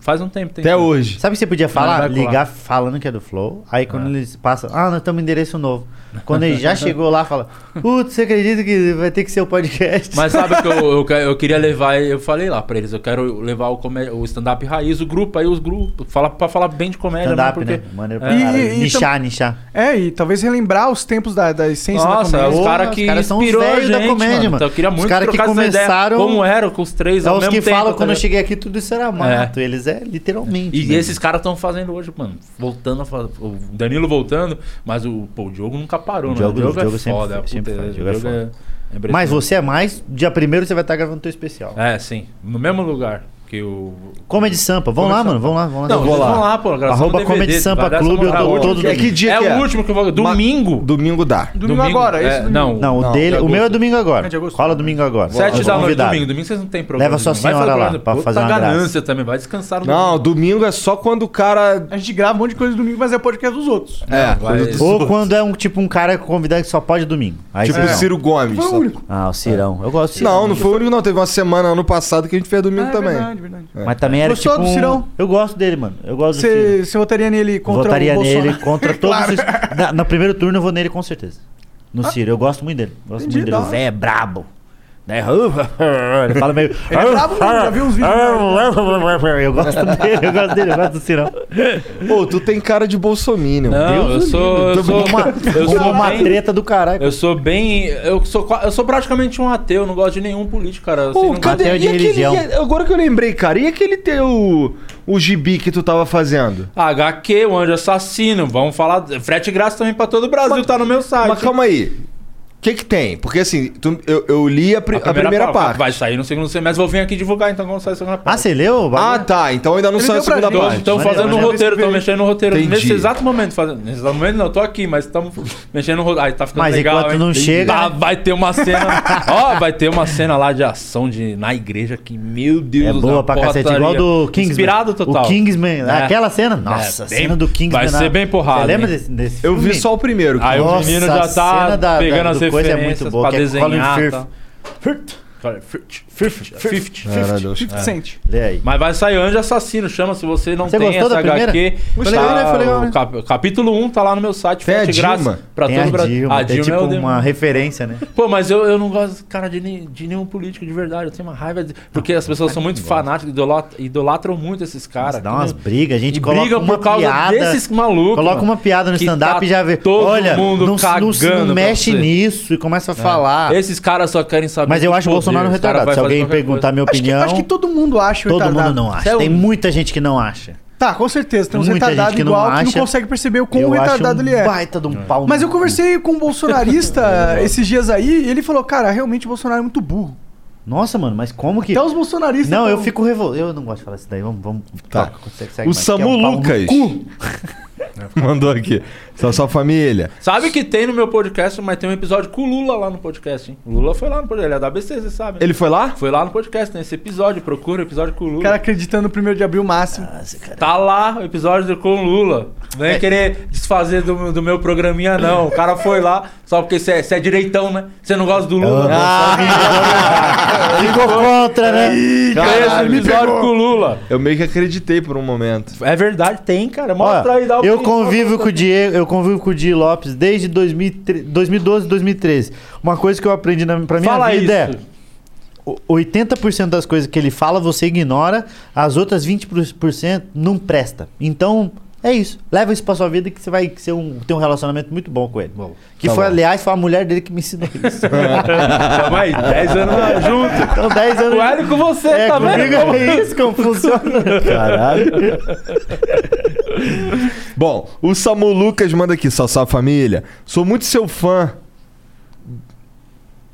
D: faz um tempo.
E: Até
B: hoje.
E: Sabe o que você podia falar?
D: Vai colar.
E: Ligar falando que é do Flow. Aí quando eles passam, ah, nós estamos em endereço novo. Quando ele já chegou lá, fala, putz, você acredita que vai ter que ser o podcast?
D: Mas sabe que eu, eu, que- eu queria levar, eu falei lá pra eles, eu quero levar o, comé- o stand-up raiz, o grupo, aí os grupos, fala, pra falar bem de comédia.
E: Stand-up,
D: mesmo,
E: né?
D: porque-
E: Maneiro
D: É.
E: pra caralho.
C: E- e
E: Nichar,
C: tam-
E: nichar.
C: É, e talvez relembrar os tempos da, da essência
D: Nossa, é
C: da comédia.
D: os caras
C: Porra,
D: que
E: caras são os
D: inspirou a
E: velhos da
D: gente,
E: comédia, mano.
D: Então eu queria
E: Os
D: muito
E: caras que
D: trocar essa ideia,
E: começaram-
D: como era com os três
E: É
D: ao
E: os
D: mesmo
E: que
D: tempo.
E: falam, quando eu
D: tá ligado?
E: cheguei aqui, tudo isso era mato. Eles é literalmente.
D: E
E: né?
D: esses caras estão fazendo hoje, mano. Voltando a fa- O Danilo voltando, mas o, pô, o Diogo nunca parou,
E: O
D: né?
E: Diogo-
D: o Diogo,
E: o Diogo
D: é
E: sempre
D: foda.
E: foi- sempre
D: puta,
E: foi,
D: o
E: o Diogo é
D: Diogo é-
E: foda.
D: é
E: Mas
D: impressionante.
E: você é mais. Dia primeiro você vai estar gravando teu especial.
D: É, sim. No mesmo lugar que o.
E: Comedy Sampa. Vão lá, mano. Vão lá. Vão lá.
D: Não,
E: Vão
D: vocês vão lá, pô. gravação
E: Arroba
D: do DVD,
E: Comedy Sampa
D: vai dar essa
E: Clube. Eu
D: moral
E: tô
D: hoje.
E: todo.
D: É que dia É que o é? último que eu vou- Domingo?
B: Domingo dá.
D: Domingo, agora, é esse domingo.
E: Não, não, o,
D: Não,
E: dele,
D: de
E: o meu é
D: agosto.
E: domingo agora.
D: É de agosto.
E: Cola domingo agora.
D: Sete
E: Vou
D: da noite,
E: convidar.
D: domingo. Domingo vocês não tem programa.
E: Leva sua
D: domingo. Vai
E: senhora
D: falar
E: lá
D: com
E: pra
D: ela,
E: fazer uma
D: Puta
E: graça.
D: tá ganância também. Vai descansar o
B: Não, domingo é só quando o cara.
C: A gente grava um monte de coisa domingo, mas é podcast dos outros.
B: É, quando
D: vai-
B: tu-
E: Ou quando é um tipo um cara convidado que só pode domingo. Aí
B: Tipo
E: não.
D: é.
B: o Ciro Gomes.
C: Foi o
B: só-
C: único.
E: Ah, o Cirão. Eu gosto do Cirão.
B: Não, não foi o único, não. Teve uma semana ano passado que a gente fez
E: Ah,
B: domingo
C: É
B: também.
C: verdade, verdade.
E: Mas também era
C: Gostou
E: tipo
C: do
E: um-
C: Cirão?
E: Eu gosto dele, mano. Eu gosto do Cirão.
C: Você, você votaria nele contra
E: Votaria
C: o Bolsonaro?
E: nele contra todos os. Na, no primeiro turno eu vou nele com certeza. No Ciro, eu gosto muito dele.
C: Ah.
E: Gosto
C: Entendi,
E: muito
C: da
E: dele. O
C: hora.
E: Zé é brabo. Né? Ele fala meio.
C: Ele é brabo mesmo, já vi uns vídeos né?
E: Eu gosto dele, eu gosto dele, eu gosto do Cirão.
B: Pô, tu tem cara de bolsominion.
D: Não, eu
B: Deus
D: sou.
B: o livre.
D: Eu
B: Tu-
D: sou,
E: Uma,
D: eu sou
E: uma
D: bem-
E: treta do caralho.
D: Eu sou bem. Eu sou, qua- eu sou praticamente um ateu, eu não gosto de nenhum político, cara. Eu sei,
B: Pô,
D: assim, não
B: cadê?
E: bateu de
B: E aquele,
E: religião.
B: e- agora que eu lembrei, cara, e aquele teu. O gibi que tu tava fazendo?
D: HQ, o um Anjo Assassino, vamos falar. Frete grátis também pra todo o Brasil, tá no meu
C: Ah,
D: site.
B: Mas calma aí. O que que tem? Porque assim, tu- eu, eu li a, pri-
D: A
B: a primeira
D: pa-
B: parte.
D: Vai sair no segundo semestre, vou vir aqui divulgar então quando sair a segunda
E: Ah,
D: parte.
E: você leu? o
B: Ah,
E: bagulho?
B: tá. Então ainda não
C: Ele
B: saiu a
C: deu pra
B: segunda
C: gente.
B: parte.
D: Estão
E: Maneiro,
D: fazendo o
E: maneiro.
D: roteiro, estão mexendo no roteiro.
B: Entendi.
D: Nesse exato momento, fazendo. Nesse exato momento não, eu tô aqui, mas estamos mexendo no roteiro. Aí tá ficando
E: Mas
D: legal.
E: enquanto
D: hein?
E: não chega,
D: Tá,
E: né?
D: vai ter uma cena. ó, vai ter uma cena lá de ação de, na igreja que, meu Deus
E: É boa
D: uma
E: pra cacete, igual
D: porrataria.
E: do Kingsman.
D: Inspirado total.
E: O Kingsman,
D: É.
E: aquela cena. Nossa, a
D: bem-
E: cena do Kingsman.
D: vai
E: na-
D: ser bem porrada,
E: Você lembra
D: hein?
E: desse, desse
B: Eu vi
E: filme?
B: só o primeiro.
D: Aí
E: Nossa,
D: o menino já
E: a
D: tá
E: cena da-
D: pegando
E: da-
D: as
E: do coisa é muito
D: referências
E: boa,
D: pra
E: que é Colin
D: desenhar.
E: Firth.
D: tá? Colin Firth. Firth.
B: Caralho.
C: Fifty Cent.
E: Lê aí.
D: Mas vai sair Anjo Assassino, chama se você não
E: Você
D: tem
E: gostou
D: essa
E: da primeira?
D: HQ.
E: Foi legal, né? Foi legal, né?
D: o cap- capítulo 1 tá lá no meu site,
B: Tem a
D: frete grátis
B: Dilma.
D: pra
E: Tem
D: todo
E: a
D: o Brasil.
E: Dilma, tem
D: é o
E: tipo
D: demônio.
E: uma referência, né?
D: Pô, mas eu, eu não gosto, cara, de, ni- de nenhum político de verdade. Eu tenho uma raiva. De, porque as pessoas são muito fanáticas, idolat- idolatram muito esses caras.
E: Dá
D: que
E: umas
D: não-
E: brigas, a gente
D: E
E: coloca
D: briga
E: uma
D: por causa
E: piada,
D: desses malucos,
E: Coloca
D: mano,
E: uma piada no
D: que
E: stand-up
D: tá
E: e já vê.
D: todo
E: Olha,
D: mundo
E: não, se- não se- não
D: cagando pra
E: mexe
D: você.
E: nisso e começa a falar.
D: Esses caras só querem saber.
E: ah. Mas eu
D: do
E: acho o
D: poder,
E: Bolsonaro
D: os caras
E: retardado.
D: vai
E: Se
D: fazer
E: alguém
D: qualquer
E: perguntar
D: coisa.
E: minha
C: Acho que,
E: opinião,
C: acho que todo mundo acha o
E: todo
C: retardado.
E: mundo não acha.
D: Você é
E: Tem
D: um-
E: muita gente que não acha.
C: Tá, com certeza. Tem uns
E: Muita gente
C: retardados
E: que não
C: igual que
E: acha.
C: não consegue perceber o quão
E: Eu acho
C: retardado
E: um
C: ele é.
E: baita de um pau.
C: Mas eu
E: no cu.
C: conversei com um bolsonarista esses dias aí e ele falou, cara, realmente o Bolsonaro é muito burro.
E: Nossa, mano, mas como que...
C: Até os bolsonaristas...
E: Não, eu
C: tão-
E: fico revoltado. Eu não gosto de falar isso daí. Vamos, vamos.
D: Tá.
E: Toca, consegue- segue
B: O
E: mais, que é um
B: Samu
E: pau no
B: Lucas.
E: cu.
B: Mandou aqui. Só sua família.
D: Sabe que tem no meu podcast, mas tem um episódio com o Lula lá no podcast, hein? O Lula foi lá no podcast, ele é da ABC, você sabe. né?
B: Ele foi lá?
D: Foi lá no podcast, tem esse episódio, procura o episódio com o
C: O
D: Lula.
C: cara acreditando no primeiro de abril máximo.
D: Tá lá o episódio com o Lula. Não é querer desfazer do, do meu programinha, não. O cara foi lá, só porque você é, cê é direitão, né? Você não gosta do Lula.
E: Ficou contra, né?
D: tem esse
B: Caralho, me
D: episódio
B: pegou.
D: com o Lula.
B: Eu meio que acreditei por um momento.
D: É verdade, tem, cara.
E: Ó,
D: Mostra aí, dá
E: eu
D: print,
E: convivo
D: mostra.
E: com o Diego, eu convivo com o Di Lopes desde 2013 2012, 2013. Uma coisa que eu aprendi na, pra minha
D: Fala
E: vida
D: isso.
E: é 80% das coisas que ele fala você ignora, as outras 20% não presta. Então, é isso. Leva isso pra sua vida que você vai ser um, ter um relacionamento muito bom com ele. que
D: tá
E: foi,
D: bom.
E: aliás, foi a mulher dele que me ensinou isso.
D: Tamo aí, 10 anos junto.
E: Então, 10 anos.
D: O Hélio com você,
E: é,
D: tá vendo?
E: comigo é isso como funciona.
B: Caralho. Bom, o Samu Lucas manda aqui, Sassá Família. Sou muito seu fã.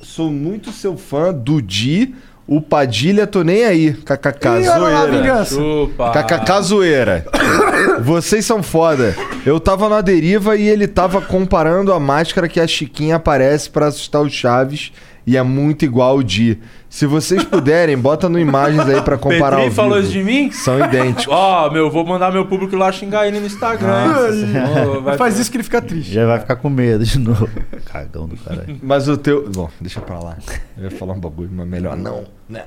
B: Sou muito seu fã do Di, o Padilha, tô nem aí. KKK,
C: Ih, olha lá a
B: zoeira.
C: vingança.
D: Chupa.
B: KKK, zoeira. Vocês são foda. Eu tava na deriva e ele tava comparando a máscara que a Chiquinha aparece pra assustar o Chaves. E é muito igual o Di. Se vocês puderem, bota no imagens aí pra comparar
D: Petri
B: ao
D: falou
B: vivo.
D: isso de mim?
B: São idênticos.
D: Ó, meu, vou mandar meu público lá xingar ele no Instagram. hein? Ô, vai-
C: Faz isso que ele fica triste.
E: Já vai ficar com medo de novo. Cagão do caralho.
B: Mas o teu. Bom, deixa pra lá. Eu ia falar um bagulho, mas melhor não. né?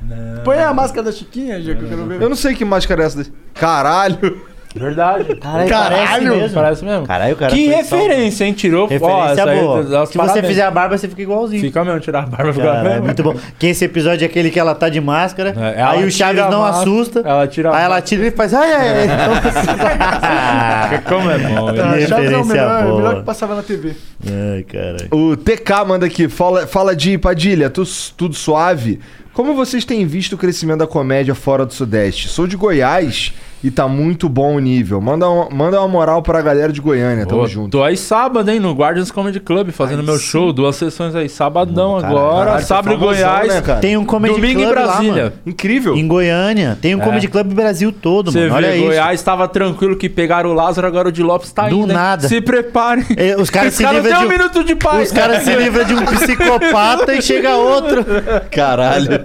C: Põe a máscara da Chiquinha, Diego, que eu quero ver.
B: Eu não sei que máscara é essa. desse- Caralho!
D: Verdade.
E: Caralho, parece
D: Caralho!
E: mesmo.
D: Parece mesmo.
E: Caralho, o cara
D: que
E: foi um
D: referência, hein? Tirou Ó,
E: Referência
D: essa aí,
E: boa.
D: das-
E: Se você
D: parabéns.
E: fizer a barba, você fica igualzinho.
D: Fica mesmo, tirar a barba ficar
E: Caralho, muito bom. Que esse episódio é aquele que ela tá de máscara,
D: É, ela
E: aí o Chaves
D: tira a
E: não
D: máscara, É,
E: assusta,
D: Ela tira
E: aí ela tira e faz. Ai, ai, ai. Então,
D: Ah, Como é bom,
E: Tá.
D: velho.
C: A Chaves é o
E: referência
C: melhor, o
E: boa.
C: melhor que passava na TV.
E: Ai, caralho.
B: O TK manda aqui, fala, fala de Padilha, tu- tudo suave? Como vocês têm visto o crescimento da comédia fora do Sudeste? Sou de Goiás e tá muito bom o nível. Manda, um- manda uma moral pra galera de Goiânia, tamo
D: Ô,
B: junto.
D: Tô aí sábado, hein, no Guardians Comedy Club, fazendo meu show, duas sessões aí, sabadão
E: Caralho, é
D: agora,
B: caralho,
D: sábado em
B: famosão,
D: Goiás,
B: né, cara?
E: Tem um comedy
D: domingo em
E: club lá,
D: Brasília.
E: mano.
B: Incrível.
E: Em Goiânia. Tem um
D: É.
E: comedy club Brasil todo,
D: Você
E: mano.
D: vê,
E: Olha isso.
D: Goiás estava tranquilo que pegaram o Lázaro, agora o de Lopes tá
E: Do
D: indo. hein?
E: nada.
D: Se preparem.
E: É, os caras
D: Os
E: se
D: caras
E: livram
D: têm
E: de
D: um minuto de paz.
E: Os caras se livram de um psicopata e chega outro.
B: Caralho.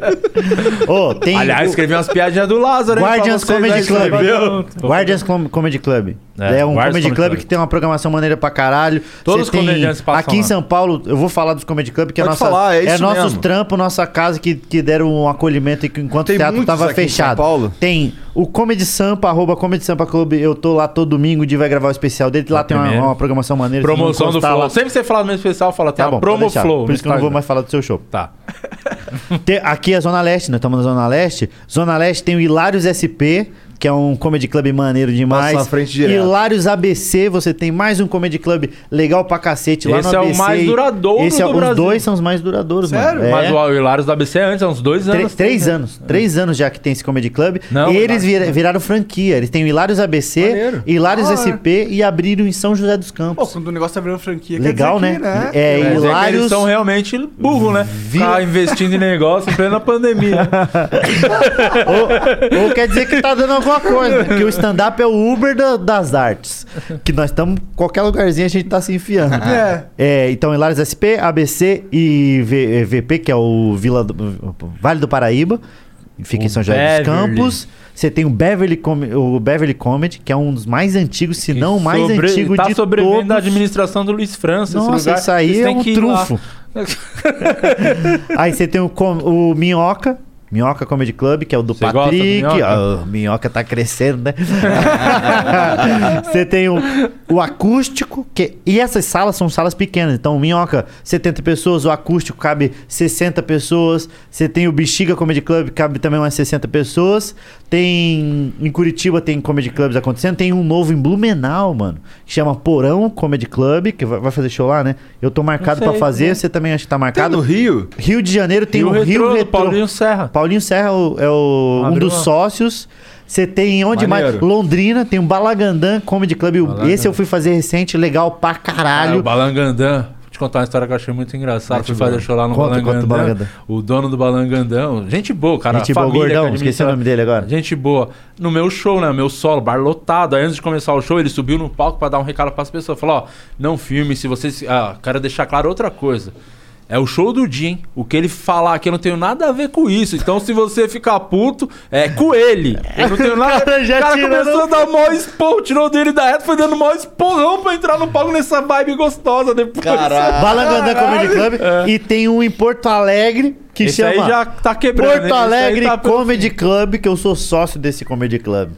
E: Ô, tem
D: Aliás, escrevi umas piadinhas do Lázaro, hein,
E: Guardians
D: pra
B: né?
D: vocês aí,
E: Comedy Club.
D: escreveu?
E: Guardians Com- Comedy Club.
D: É,
E: É, um
D: Guardians
E: comedy
D: Comedy
E: club
D: Club.
E: que tem uma programação maneira pra caralho.
D: Todos
E: Você
D: os
E: tem-
D: comediantes passam
E: Aqui em
D: lá.
E: São Paulo, eu vou falar dos comedy club, que é
B: Pode
E: nossa,
B: falar, é isso
E: nossos
B: mesmo.
E: trampos, nossa casa que, que deram um acolhimento e que enquanto
B: Tem
E: o teatro
B: muitos
E: tava
B: aqui em São
E: fechado.
B: Paulo?
E: Tem o Comedy Sampa, arroba Comedy Sampa Club. Eu tô lá todo domingo, o Di vai gravar o especial dele. Lá tem uma,
D: primeiro.
E: uma programação maneira. vocês vão
D: Promoção do
E: encostar
D: Flow.
E: lá.
D: Sempre que você fala no mesmo especial, fala até
E: Tá
D: a
E: bom,
D: promo
E: Promo
D: Flow.
E: Por isso que eu não vou
D: no Instagram.
E: mais falar do seu show.
D: Tá.
E: Tem- aqui é a Zona Leste, nós estamos na Zona Leste. Zona Leste tem o Hilários SP, que é um comedy club maneiro demais.
B: Passa na frente direto.
E: Hilários ABC, você tem mais um comedy club legal pra cacete lá
D: Esse
E: no
D: é o
E: ABC.
D: mais duradouro
E: Esse é,
D: do
E: Os
D: Brasil.
E: dois são os mais duradouros,
D: Sério?
E: mano.
D: Mas
E: É.
D: o Hilários da ABC é antes, há uns dois
E: Três,
D: anos.
E: três anos. Três anos já que tem esse Comedy Club.
D: Não,
E: Eles vira- viraram franquia. Eles têm o Hilários ABC,
B: Maneiro.
E: Hilários
C: Da hora.
E: SP e abriram em São José dos
C: Pô,
E: Campos.
C: quando o negócio tá virando franquia, quer
E: Legal,
C: dizer que,
E: né?
C: né?
D: Quer
E: É,
D: dizer que Eles
E: Hilários...
D: são realmente burro, né? Tá investindo em negócio em plena pandemia.
E: Ou quer dizer que tá dando alguma coisa, né? que o stand-up é o Uber da- das artes. Que nós estamos, qualquer lugarzinho a gente tá se enfiando.
C: É.
E: É, então, Hilários SP, ABC e V- eh, VP, que é o Vila do- Vale do Paraíba, fica em São José dos
D: Beverly.
E: Campos. Você tem o Beverly, Com- o Beverly Comedy, que é um dos mais antigos, se não o mais
D: Sobre-
E: antigo
D: tá
E: de
D: sobrevivendo
E: todos.
D: da administração do Luiz França. esse
E: Nossa,
D: lugar.
E: isso aí
D: Vocês
E: é
D: têm
E: um
D: que ir lá.
E: trunfo. Aí você tem o, com- o Minhoca. Minhoca Comedy Club, que é o do
D: Você gosta do
E: Patrick.
D: Minhoca?
E: Ah, o minhoca tá crescendo, né? você tem o, o acústico. Que, e essas salas são salas pequenas. Então, o Minhoca, 70 pessoas. O acústico cabe 60 pessoas. Você tem o Bexiga Comedy Club, cabe também umas 60 pessoas. Tem. Em Curitiba tem Comedy Clubs acontecendo. Tem um novo em Blumenau, mano. Que chama Porão Comedy Club, que vai vai fazer show lá, né? Eu tô marcado pra
D: sei,
E: fazer.
D: né? um
E: Você também acha que tá
B: Tem
E: marcado.
B: no Rio?
E: Rio de Janeiro tem
D: Rio
E: o Rio
D: Retrô, do
E: Retrô.
D: Paulinho Serra.
E: Paulinho Serra é o- é o- um
D: Abriu
E: dos
D: uma-
E: sócios. Você tem onde mais?
B: Maneiro.
E: Londrina, tem o Balagandã Comedy Club. O- Esse eu fui fazer recente, legal pra
D: Ah, o
E: caralho.
D: Balangandã. Vou te contar uma história que eu achei muito engraçada. Fui fazer show lá no
E: Conta, conta do
D: Balangandã.
E: Balangandã.
D: O dono do Balangandão, gente boa, cara.
E: Gente
D: a
E: boa,
D: família que
E: tipo, gordão,
D: administra-
E: esqueci o nome dele agora.
D: Gente boa. No meu show, né? Meu solo, bar lotado. Aí antes de começar o show, ele subiu no palco pra dar um recado pras pessoas. Falou, ó, não filme, se vocês... Ah, quero deixar claro outra coisa. É o show do dia, hein? O que ele falar aqui, eu não tenho nada a ver com isso. Então, se você ficar puto, é com ele. Eu não tenho nada...
E: cara já
D: o cara
E: tirando-
D: começou a dar mó esporro, tirou dele da reta, foi dando mó esporrão pra entrar no palco nessa vibe gostosa depois.
B: Caralho.
E: Balagandã Comedy Club. E tem um em Porto Alegre que
D: Esse
E: chama
D: aí já tá quebrando.
E: Porto
D: hein? Esse aí
E: Alegre
D: tá-
E: Comedy Club, que eu sou sócio desse Comedy Club.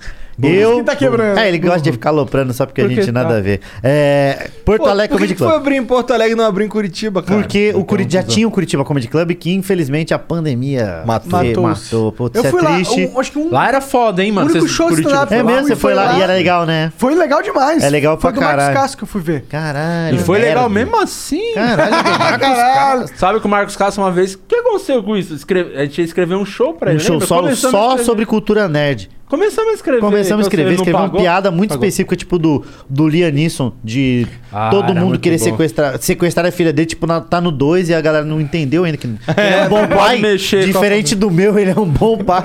E: Eu,
C: que tá quebrando.
E: É, ele gosta de ficar loprando só porque, a gente nada a ver. É, Porto
B: Pô,
E: Alegre
B: por que,
E: Comedy
B: que foi
E: Club.
B: abrir em Porto Alegre e não abrir em Curitiba, cara?
E: Porque
D: um
E: o Curitiba, já tinha o Curitiba Comedy Club que infelizmente a pandemia matou. Matou.
C: Matou-se.
E: Putz,
C: Eu
E: é
C: fui lá,
E: triste.
C: um- acho que um-
D: Lá era foda, hein,
C: O
D: mano?
C: único
D: Vocês-
C: show de
D: Curitiba.
C: stand-up
E: É
C: lá,
E: mesmo, você foi lá e era legal, né?
C: Foi legal demais.
E: É legal
C: foi
E: pra
C: do Marcos
E: caralho.
C: Castro que eu fui ver.
E: Caralho.
D: E foi
E: um merda.
D: legal mesmo assim.
E: Caralho, Marcos
D: Caralho. Sabe que o Marcos Castro uma vez. O que aconteceu com isso? Escreve- A gente ia escrever um show pra
E: Um
D: ele.
E: show
D: lembra?
E: solo
D: Começamos a
E: só
D: escrever-
E: sobre cultura nerd.
D: Começamos a escrever. então,
E: Começamos a escrever,
D: Não
E: escrevemos uma
D: pagou?
E: piada muito
D: Pagou.
E: específica, tipo do, do Lianisson, de
D: Ah,
E: todo
D: era
E: mundo
D: muito
E: querer
D: bom.
E: sequestrar, sequestrar a filha dele, tipo, na- tá no 2 e a galera não entendeu ainda que ele é um bom
D: pode
E: pai.
D: mexer com a-
E: diferente do meu, ele é um bom pai.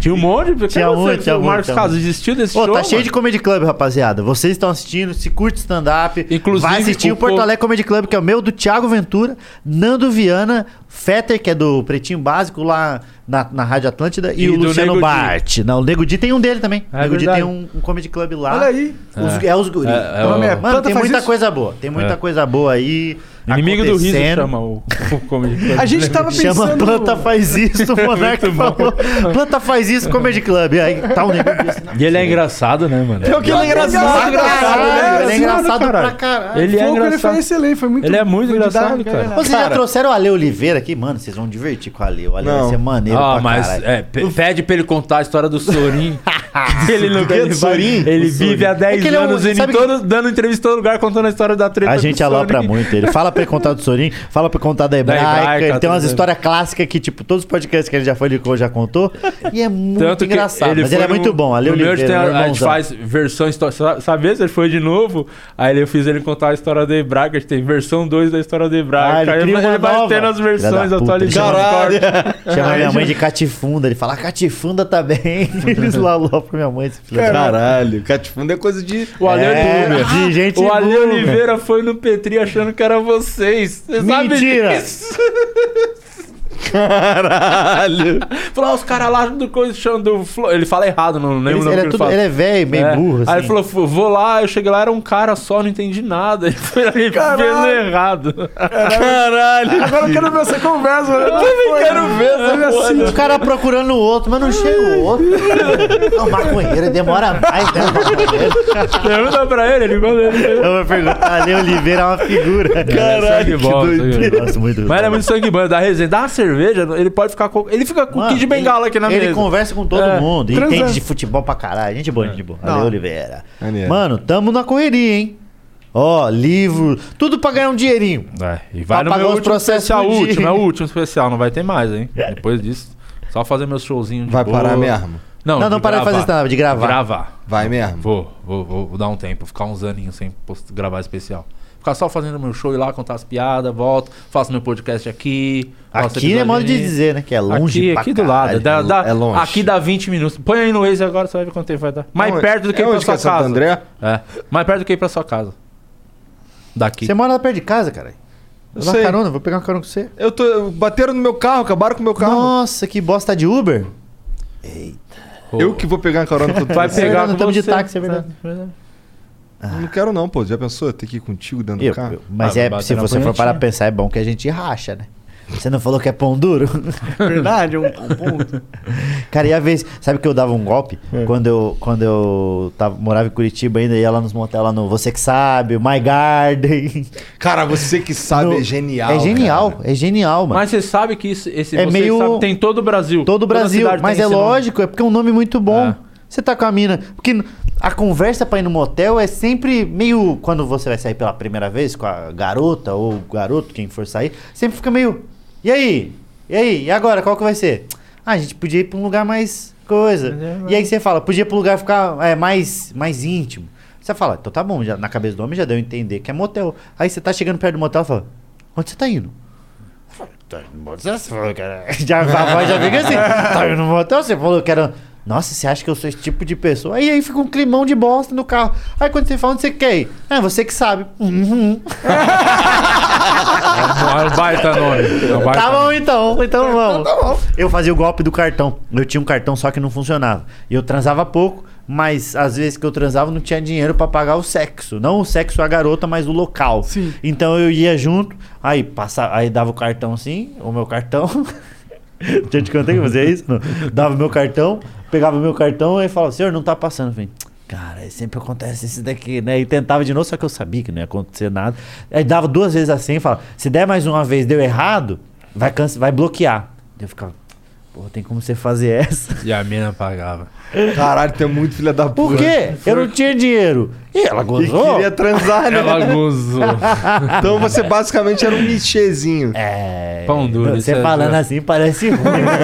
D: Tinha um monte. Por que
E: Tinha
D: você-
E: muito, tinha
D: O
E: muito,
D: Marcos
E: tinha
D: Castro
E: muito.
D: desistiu desse
E: Pô,
D: show.
E: tá cheio de
D: mano?
E: Comedy Club, rapaziada. Vocês estão assistindo, se curte stand-up,
D: Inclusive,
E: vai assistir o,
D: o
E: Porto
D: co-
E: Alegre Comedy Club, que é o meu, do Thiago Ventura, Nando Viana, Fetter, que é do Pretinho Básico, lá na, na Rádio Atlântida, e,
D: E
E: o
D: do Nego
E: Luciano
D: Di.
E: Bart. Não, o Nego Di tem um dele também.
D: É
E: o Nego Di
D: verdade.
E: tem um, um Comedy Club lá.
C: Olha aí.
E: Os- é. os guri.
D: É, é
C: o nome é
E: Mano,
C: Planta
E: tem
C: Faz
E: muita
C: Isso?
E: coisa boa. Tem muita
D: É.
E: coisa boa aí.
D: Inimigo do riso
E: acontecendo. tá-
D: chama o, o comedy club.
C: A gente tava pensando...
E: Chama Planta Faz Isso, o Monark falou. Planta Faz Isso, Comedy Club. Aí tá um negócio assim.
D: E ele é engraçado, né, mano?
C: É o que ele é engraçado,
E: Pra caralho,
C: cara.
E: ele é engraçado pra
D: caralho. Ele é
E: caralho.
C: Foi o que Ele foi
D: engraçado.
C: excelente, foi muito
D: Ele é muito
C: foi didático,
D: engraçado, cara.
E: Vocês já trouxeram o Ale Oliveira aqui? Mano, vocês vão divertir com o Ale. O Ale vai ser maneiro
D: Ah,
E: pra
D: mas
E: caralho.
D: é, pe- pede pra ele contar a história do Sorin. ele não
E: Que do
D: ele, vai-
E: Sorin?
D: ele vive
E: O Sorin.
D: há
E: É
D: 10
E: que ele é um-
D: anos
E: sabe
D: em
E: que-
D: todo, dando entrevista em todo lugar contando a história da treta.
E: A
D: do
E: gente alopra
D: Sorin.
E: muito ele. Fala pra ele contar do Sorin, fala pra ele contar da hebraica.
D: hebraica, tá
E: ele tem umas
D: tudo.
E: histórias clássicas que, tipo, todos os podcasts que ele já foi, ele já contou. E é muito
D: Tanto que
E: engraçado. mas
D: foi
E: ele é
D: no-
E: muito bom. Ale
D: no meu
E: Oliveira,
D: tem a-
E: meu
D: a, gente
E: irmãozão.
D: faz versões... to- sa- Sabe esse? Ele foi de novo, aí eu fiz ele contar a história da Hebraica. A gente tem versão 2 da história da Hebraica.
E: Ah, ele
D: aí
E: cria uma
D: ele vai
E: nova.
D: tendo as
E: Filha
D: versões
E: da puta, ele
D: atualizadas.
E: chama-
D: Corta.
E: Chama minha mãe de catifunda. Ele fala, "Ah, catifunda também. Eles lalopram pra minha mãe. Esse filho da-
B: Caralho, catifunda é coisa de...
D: O Ale,
E: É,
D: Oliveira.
E: de gente
D: o Ale é
E: boomer.
D: Oliveira foi no Petri achando que era vocês. Você sabe
E: Mentira.
D: disso? Caralho! Falou, ah, os caras lá do coisa chamam do Flo... Ele fala errado, não lembro
E: Ele,
D: o nome
E: ele
D: que
E: é
D: ele
E: tudo-
D: fala.
E: ele é velho, meio
D: É.
E: burro.
D: Aí
E: assim.
D: ele falou, "Fu- vou lá, eu cheguei lá, era um cara só, não entendi nada. Ele foi ali fez errado.
C: Caralho. Agora eu quero ver essa conversa. né? Eu
E: é
D: quero ver essa porra.
C: assim.
E: O cara procurando o outro, mas não chega o outro. Não, maconheiro demora mais, né? maconheiro?
D: Pergunta pra ele, ele quando ele.
E: Eu vou perguntar, Ale Oliveira é uma figura. é
D: Caralho, que doido.
E: Eu gosto muito do
D: Mas era muito sangue bom, da resenha. Dá uma cerveja, ele pode ficar com. Ele fica com o
E: Mano,
D: Kid de Bengala
E: ele-
D: aqui na
E: ele
D: mesa.
E: conversa com todo
D: É,
E: mundo, e
C: transando.
E: entende de futebol pra caralho. Gente boa, gente boa. Ale
C: Não.
E: Oliveira.
D: É.
B: Maneiro.
E: Mano, tamo na correria, hein? Ó, livro, tudo pra ganhar um dinheirinho.
D: É, e vai
E: Pra
D: no
E: pagar
D: meu
E: os
D: último
E: processos
D: especial,
E: do dia.
D: último, é o último especial, não vai ter mais, hein? Depois disso, só fazer meus showzinhos de
B: Vai
D: boa.
B: parar mesmo?
D: Não,
E: Não, não parar de
D: gravar.
E: fazer stand-up, de gravar.
D: Gravar.
B: Vai mesmo.
D: Vou, vou, vou, vou dar um tempo, ficar uns aninhos sem post- gravar especial. Ficar só fazendo meu show, ir lá, contar as piadas, volto, faço meu podcast aqui. faço
E: Aqui é
D: episódio
E: modo de
D: ali.
E: dizer, né? Que é longe
D: aqui,
E: pra
D: aqui do
E: caralho.
D: lado. Dá, dá-
B: é longe.
D: Aqui dá 20 minutos. Põe aí no Waze agora, você vai ver quanto tempo vai dar. Mais
B: Aonde-
D: perto do que
B: é
D: ir pra
B: onde que
D: sua
B: é Santo
D: casa.
B: André?
D: É. Mais perto do que ir pra sua casa. Daqui.
E: Você mora lá perto de casa, cara. Eu
B: Eu
E: dou uma
B: sei.
E: carona, vou pegar uma carona com você.
B: Eu tô... Bateram no meu carro, acabaram com o meu carro.
E: Nossa, que bosta de Uber.
B: Eu que vou pegar a carona com tu.
D: vai pegar
E: verdade,
D: com
E: tamo de
D: você.
E: táxi, é verdade.
B: Não quero não, pô. Já pensou? Ter que ir contigo dentro
E: Eu-
B: do carro?
E: eu- mas
D: Ah,
E: é,
D: bater
E: se
D: na
E: você for
D: punhetinha.
E: parar pra pensar, é bom que a gente racha, né? Você não falou que é pão duro?
C: Verdade, um, um ponto.
E: Cara, e a vez, sabe que eu dava um golpe?
B: É.
E: Quando eu, quando eu tava, morava em Curitiba ainda, ia lá nos motel, lá no Você Que Sabe, My Garden.
B: Cara, você que sabe
E: No-
B: é genial.
E: É genial, é genial, mano.
D: Mas você sabe que isso, esse
E: É
D: você
E: meio-
D: sabe, tem todo o Brasil.
E: Todo
D: Toda
E: o Brasil,
D: cidade
E: mas
D: tem
E: é
D: esse nome.
E: lógico, é porque é um nome muito bom.
D: É.
E: Você tá com a mina, porque a conversa pra ir no motel é sempre meio quando você vai sair pela primeira vez com a garota ou o garoto, quem for sair, sempre fica meio, e aí? E aí? E agora qual que vai ser? Ah, a gente podia ir pra um lugar mais coisa.
D: é,
E: E aí você fala, podia ir pra um lugar ficar é, mais mais íntimo. Você fala, então tá bom, já, na cabeça do homem já deu a entender que é motel. Aí você tá chegando perto do motel e fala, onde você tá indo? Tá indo no motel, você falou que era. Já, a voz já fica assim. Tá indo no motel, você falou que era. Nossa, você acha que eu sou esse tipo de pessoa? Aí aí fica um climão de bosta no carro. Aí quando você fala onde você quer ir, é você que sabe. Uhum.
D: É um baita nome. é um baita
E: Tá
D: nome.
E: bom então, então vamos. Eu fazia o golpe do cartão. Eu tinha um cartão só que não funcionava. E eu transava pouco, mas às vezes que eu transava não tinha dinheiro pra pagar o sexo. Não o sexo a garota, mas o local.
C: Sim.
E: Então eu ia junto, aí passa, aí dava o cartão assim, o meu cartão. Já te contei que eu fazia isso? Não. Dava meu cartão, pegava meu cartão e falava, senhor, não tá passando. Eu falei, cara, sempre acontece isso daqui, né? E tentava de novo, só que eu sabia que não ia acontecer nada. Aí dava duas vezes assim e falava, se der mais uma vez deu errado, vai, canse- vai bloquear. Eu ficava, pô, tem como você fazer essa?
D: E a mina pagava.
F: Caralho, tu é muito filha da puta.
E: Por quê? Eu não tinha dinheiro. E ela gozou.
F: E queria transar, né?
D: Ela gozou.
F: Então você basicamente era um nichezinho.
E: É.
D: Pão duro, isso
E: Você
D: é
E: falando
D: duro.
E: assim parece ruim. né?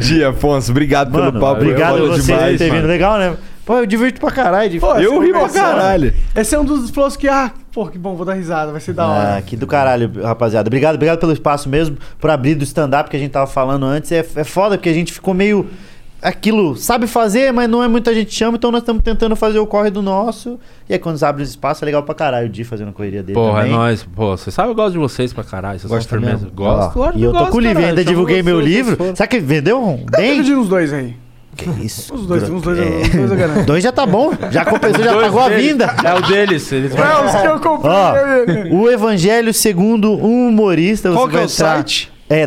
F: Dia, Afonso, obrigado
E: Mano,
F: pelo papo.
E: obrigado
F: eu
E: a
F: amo
E: você por
F: demais,
E: ter vindo.
F: mano.
E: Legal, né? Pô, eu divirto pra caralho. de-
C: Pô,
F: Eu ri pra
C: conversando.
F: caralho.
C: Esse é um dos flows que, ah, pô, que bom, vou dar risada, vai ser da hora.
E: Ah, que do caralho, rapaziada. Obrigado, obrigado pelo espaço mesmo, por abrir do stand-up que a gente tava falando antes. É, é foda, porque a gente ficou meio. Aquilo sabe fazer, mas não é muita gente chama, então nós estamos tentando fazer o corre do nosso. E aí, quando abre os espaços, é legal pra caralho. O Di fazendo a correria dele.
D: Porra,
E: também.
D: é nóis. Pô, você sabe eu gosto de vocês pra caralho. Vocês
F: Gosta
D: são firmeza.
F: mesmo?
D: Gosto.
E: Ó,
D: Claro que
E: e eu tô
D: gosto,
E: com o livrinho,
D: caralho.
E: ainda
D: Chama
E: divulguei meu
D: vocês,
E: livro.
D: vocês foram.
E: Será que vendeu um?
C: Eu
E: Bem?
C: pedi uns dois aí.
E: Que isso?
C: Os dois, uns dois,
E: É.
C: uns dois eu garanto.
E: Dois já tá bom. Já compensou, já
D: Dois
E: pagou a
D: deles.
E: vinda.
D: É o deles. Eles vão-
C: É, os que eu comprei. né?
E: Ó, o Evangelho segundo um humorista.
F: Qual
E: você
F: que
E: vai
F: é o
E: entrar-
F: site?
E: É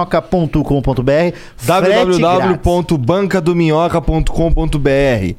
E: www.bancadominhoca.com.br www.
F: www.bancadominhoca.com.br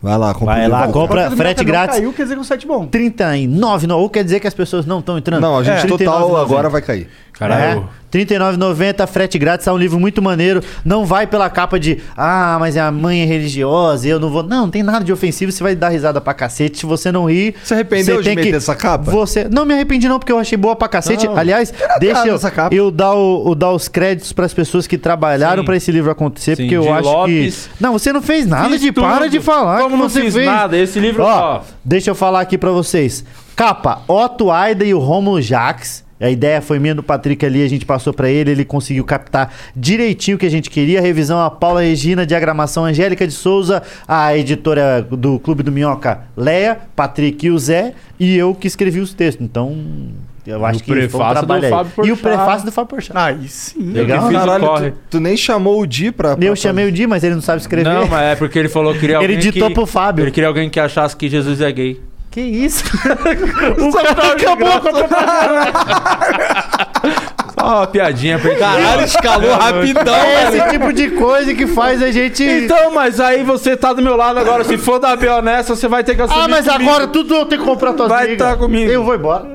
F: Vai lá, compra.
E: Vai lá,
F: o livro.
E: compra.
C: Todo mundo
E: frete
C: que não
E: grátis.
C: Caiu, quer dizer que é um site bom.
E: 39 não, ou quer dizer que as pessoas não É. estão entrando?
F: Não, a gente total
E: 39,90.
F: agora vai cair.
E: É,
D: Caralho.
E: 39,90, frete grátis, é um livro muito maneiro. Não vai pela capa de, ah, mas a mãe é religiosa, eu não vou. Não, não tem nada de ofensivo, você vai dar risada pra cacete. Se você não rir.
F: Você arrependeu de meter essa capa?
E: Você... Não me arrependi, não, porque eu achei boa pra cacete.
F: Não.
E: Aliás, deixa
F: errado
E: eu,
F: essa capa.
E: eu dar, o, eu dar os créditos pras pessoas que trabalharam
D: Sim.
E: pra esse livro acontecer,
D: Sim,
E: porque eu
D: de
E: acho
D: Lopes.
E: que. Não, você não fez nada
D: Fiz
E: de. Para
D: tudo.
E: de falar.
D: Como
E: que
D: não
E: você
D: fiz
E: fez
D: nada? Esse livro,
E: ó.
D: ó.
E: Deixa eu falar aqui pra vocês. Capa, Otto Aida e o Romulo Jax. A ideia foi minha do Patrick ali, a gente passou pra ele, ele conseguiu captar direitinho o que a gente queria. Revisão a Paula Regina, diagramação Angélica de Souza, a editora do Clube do Minhoca, Leia, Patrick e o Zé, e eu que escrevi os textos. Então, eu acho
D: o
E: que foi um
D: prefácio do
E: trabalho aí.
D: Fábio
E: E o
D: Porchat.
E: prefácio do Fábio Porchat.
C: Aí sim.
D: Eu
E: Legal.
D: que fiz o corre.
F: Caralho, tu, tu nem chamou o Di pra. pra
E: Eu chamei o Di, mas ele não sabe escrever.
D: Não, mas é porque ele falou que queria
E: Ele
D: alguém
E: ditou
D: que...
E: pro Fábio.
D: Ele queria alguém que achasse que Jesus é gay.
E: Que isso? o cara acabou com a
D: Só uma piadinha pra ele.
B: Então,
F: Caralho, escalou rapidão.
E: É esse tipo de coisa que faz a gente.
D: Então, mas aí você tá do meu lado agora. Se for da B.O. nessa, você vai ter que assumir
E: ah, mas
D: comigo.
E: agora tudo eu tenho que comprar tuas
D: Vai
E: brigas.
D: tá comigo.
E: Eu vou embora.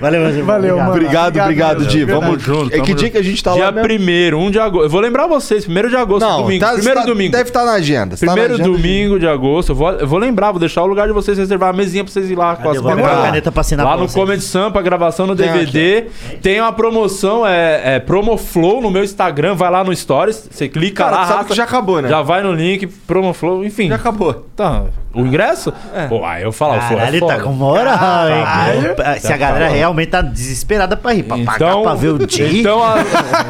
E: Valeu, Angelo.
C: Valeu, mano.
F: Obrigado,
C: Obrigado,
F: obrigado, Di.
D: Tamo
F: Vamos
D: junto,
F: É
D: tamo
F: que dia
D: junto.
F: que a gente tá
D: Dia
F: lá? mesmo?
D: 1 1 de agosto. Eu vou lembrar vocês, 1 de agosto,
F: Não,
D: domingo.
F: tá-
D: primeiro
F: tá-
D: domingo.
F: Deve estar na agenda. Tá na
D: Primeiro
F: agenda,
D: domingo de agosto, eu vou, eu vou lembrar, vou deixar o lugar de vocês reservar a mesinha pra vocês ir lá com as
E: Eu vou pegar a
D: canetas.
E: caneta pra assinar
D: Lá
E: pra
D: no
E: vocês.
D: Comedy Sampa, gravação no
F: Tem aqui,
D: DVD. Tem uma promoção, é, é Promoflow no meu Instagram, vai lá no Stories, você clica
F: Cara,
D: lá.
F: tu sabe
D: arrasta,
F: que já acabou, né?
D: Já vai no link, Promoflow, enfim.
F: Já acabou.
D: Tá, o ingresso? Pô, aí eu falo, pô, é
E: Caralho, tá
D: foda.
E: com moral, hein? Se a
D: Tá
E: galera
D: bom.
E: realmente tá desesperada pra rir, pra pagar
D: Então-
E: pra ver o dia.
D: Então, a,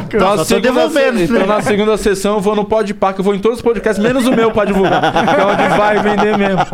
D: então, a
E: Só tô
D: segunda
E: devolvendo. né?
D: se- então na segunda sessão eu vou no Podpah, que eu vou em todos os podcasts, menos o meu pra divulgar. Que é onde vai vender mesmo.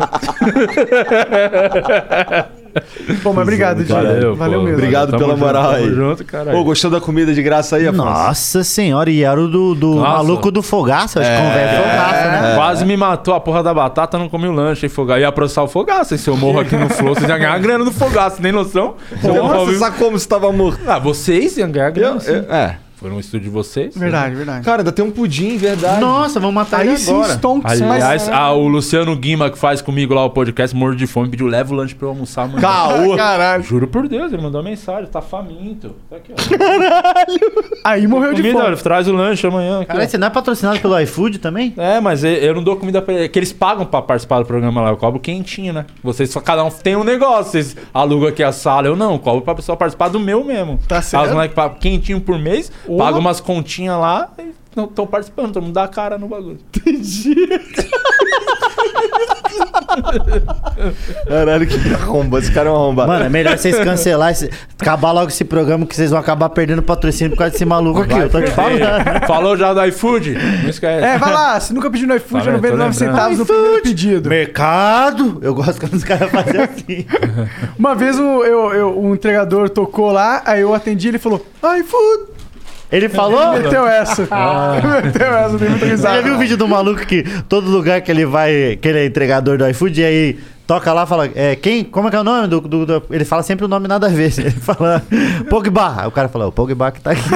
C: Bom, mas obrigado, Di.
D: Valeu,
C: Valeu,
D: pô.
C: mesmo.
F: Obrigado
D: Tamo
F: pela
D: junto,
F: moral
D: tamo
F: aí.
D: junto, caralho.
F: Ô, gostou da comida de graça aí, Afonso?
E: Nossa senhora, e era o do, do
D: Nossa.
E: maluco do fogaça. Acho que conversa é fogaça, né?
D: Quase me matou a porra da batata, não comi o lanche, hein, Fogaça. Eu ia processar o Fogaça. E se eu morro aqui no Flow, vocês iam ganhar grana do Fogaça, nem noção. Se eu morro ao
F: Nossa,
D: vivo-
F: sabe como você tava morto?
D: Ah, vocês iam ganhar grana.
F: Eu-
D: sim.
F: eu- é.
D: Foi no estúdio de vocês.
C: Verdade, verdade.
F: Cara, ainda tem um pudim, verdade.
E: Nossa, vamos matar
C: Aí
E: ele
C: sim,
E: agora.
C: Stonks.
D: Aliás, ah, o Luciano Guima, que faz comigo lá o podcast, morro de fome, pediu leva o lanche pra eu almoçar amanhã.
F: Caô.
C: Caralho.
D: Juro por Deus, ele mandou mensagem, tá faminto. Tá aqui, ó.
C: Aí morreu de
D: Comida,
C: fome.
D: traz o lanche amanhã. aqui, ó.
E: Caralho, você não é patrocinado pelo iFood também?
D: É, mas eu- eu não dou comida pra eles. Que eles pagam pra participar do programa lá. Eu cobro quentinho, né? Vocês só, cada um tem um negócio. Vocês alugam aqui a sala. Eu não, eu cobro pra pessoa participar do meu mesmo.
C: Tá certo.
D: Aí Os moleques pagam quentinho por mês,
C: Ô.
D: pagam umas continhas lá e não estão participando. Todo mundo dá a cara no bagulho.
F: Caralho, que arromba. Esse cara é um arrombado.
E: Mano, é melhor vocês cancelar, esse, acabar logo esse programa que vocês vão acabar perdendo patrocínio por causa desse maluco aqui. Eu tô te falando.
D: Ei, Falou já do iFood? Não esquece.
C: É, vai lá, se nunca pediu no iFood,
D: Tá
C: já não
D: vendo?
C: vendo
D: Tô
C: 9
D: lembrando.
C: centavos no primeiro pedido.
E: Mercado! Eu gosto quando os caras fazem assim.
C: Uma vez um, eu, eu- um entregador tocou lá, aí eu atendi ele falou, "Ah, iFood!
E: Ele falou?
C: Meteu um essa.
D: Ah.
C: Meteu essa, dei muita
E: Você já
C: risada.
E: viu o vídeo do maluco que todo lugar que ele vai, que ele é entregador do iFood, e aí toca lá, fala, é, quem, como é que é o nome? Do, do- do- ele fala sempre o nome nada a ver. Ele fala, Pogba. Aí o cara fala, o Pogba que tá aqui.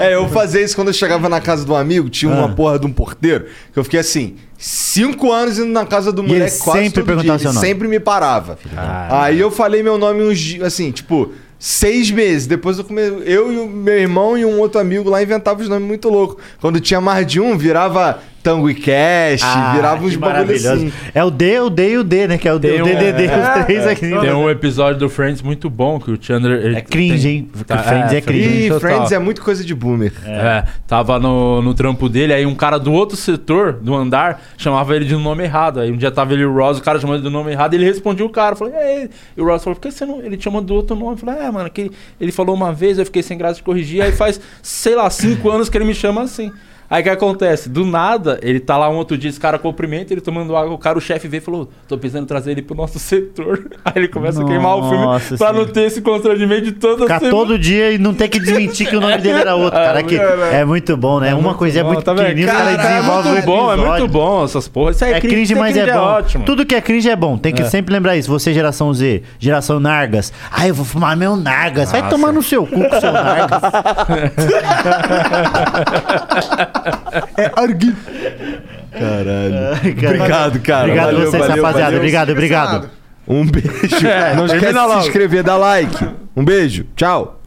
B: É, eu fazia isso quando eu chegava na casa de um amigo, tinha
E: Ah.
B: uma porra de um porteiro, que eu fiquei assim, cinco anos indo na casa do moleque
E: ele
B: quase
E: sempre
B: todo
E: perguntava
B: dia,
E: seu
B: ele
E: nome.
B: sempre me parava.
E: Caralho.
B: Aí eu falei meu nome uns dias, assim, tipo, seis meses. Depois eu come... eu e o meu irmão e um outro amigo lá inventava os nomes muito loucos. Quando tinha mais de um, virava Tango e Cash,
E: Ah,
B: virava
E: que
B: uns bagulho assim.
E: É o D, o D e o D, né? Que é o, D, o DDD, os três aqui.
D: Tem um episódio do Friends muito bom que o Chandler. É
E: cringe, hein? Friends é cringe.
B: Ih, Friends é muito coisa de boomer.
D: É, tava no, no trampo dele, aí um cara do outro setor, do andar, chamava ele de um nome errado. Aí um dia tava ele e o Ross, o cara chamando ele do nome errado, ele respondia o cara. Falei, "Ei", e o Ross falou, por que você não. Ele te chamou do outro nome. Eu falei, é, mano, que ele, ele falou uma vez, eu fiquei sem graça de corrigir, aí faz, sei lá, cinco anos que ele me chama assim. Aí o que acontece? Do nada, ele tá lá um outro dia, esse cara cumprimenta, ele tomando água, o cara, o chefe veio e falou, tô pensando em trazer ele pro nosso setor. Aí ele começa a queimar o filme
E: Nossa
D: pra não ter esse constrangimento de toda
E: Ficar
D: semana.
E: todo dia e não ter que desmentir que o nome dele era outro.
D: É,
E: Cara, que
D: é,
E: é muito bom, né? Uma coisinha
D: bom,
E: muito
D: tá vendo?
E: pequenininha, os
D: Cara,
E: caras desenvolvem
D: é muito bom, é
E: episódio.
D: muito bom essas porras. Isso aí
E: É cringe,
D: tem
E: mas é
D: cringe
E: bom.
D: ótimo.
E: Tudo que é cringe é bom. Tem que
D: É.
E: sempre lembrar isso. Você, geração Z, geração Nargas. Ah, eu vou fumar meu Nargas. Vai
D: Nossa.
E: tomar no seu cu com seu Nargas.
C: É Argui.
E: Caralho.
B: Obrigado, cara.
E: Obrigado a
B: Valeu,
E: vocês,
B: valeu,
E: rapaziada.
B: valeu.
E: Obrigado, obrigado.
B: Um beijo.
E: É,
B: Não
E: termina
B: esquece de
E: logo.
B: se inscrever, dar like. Um beijo. Tchau.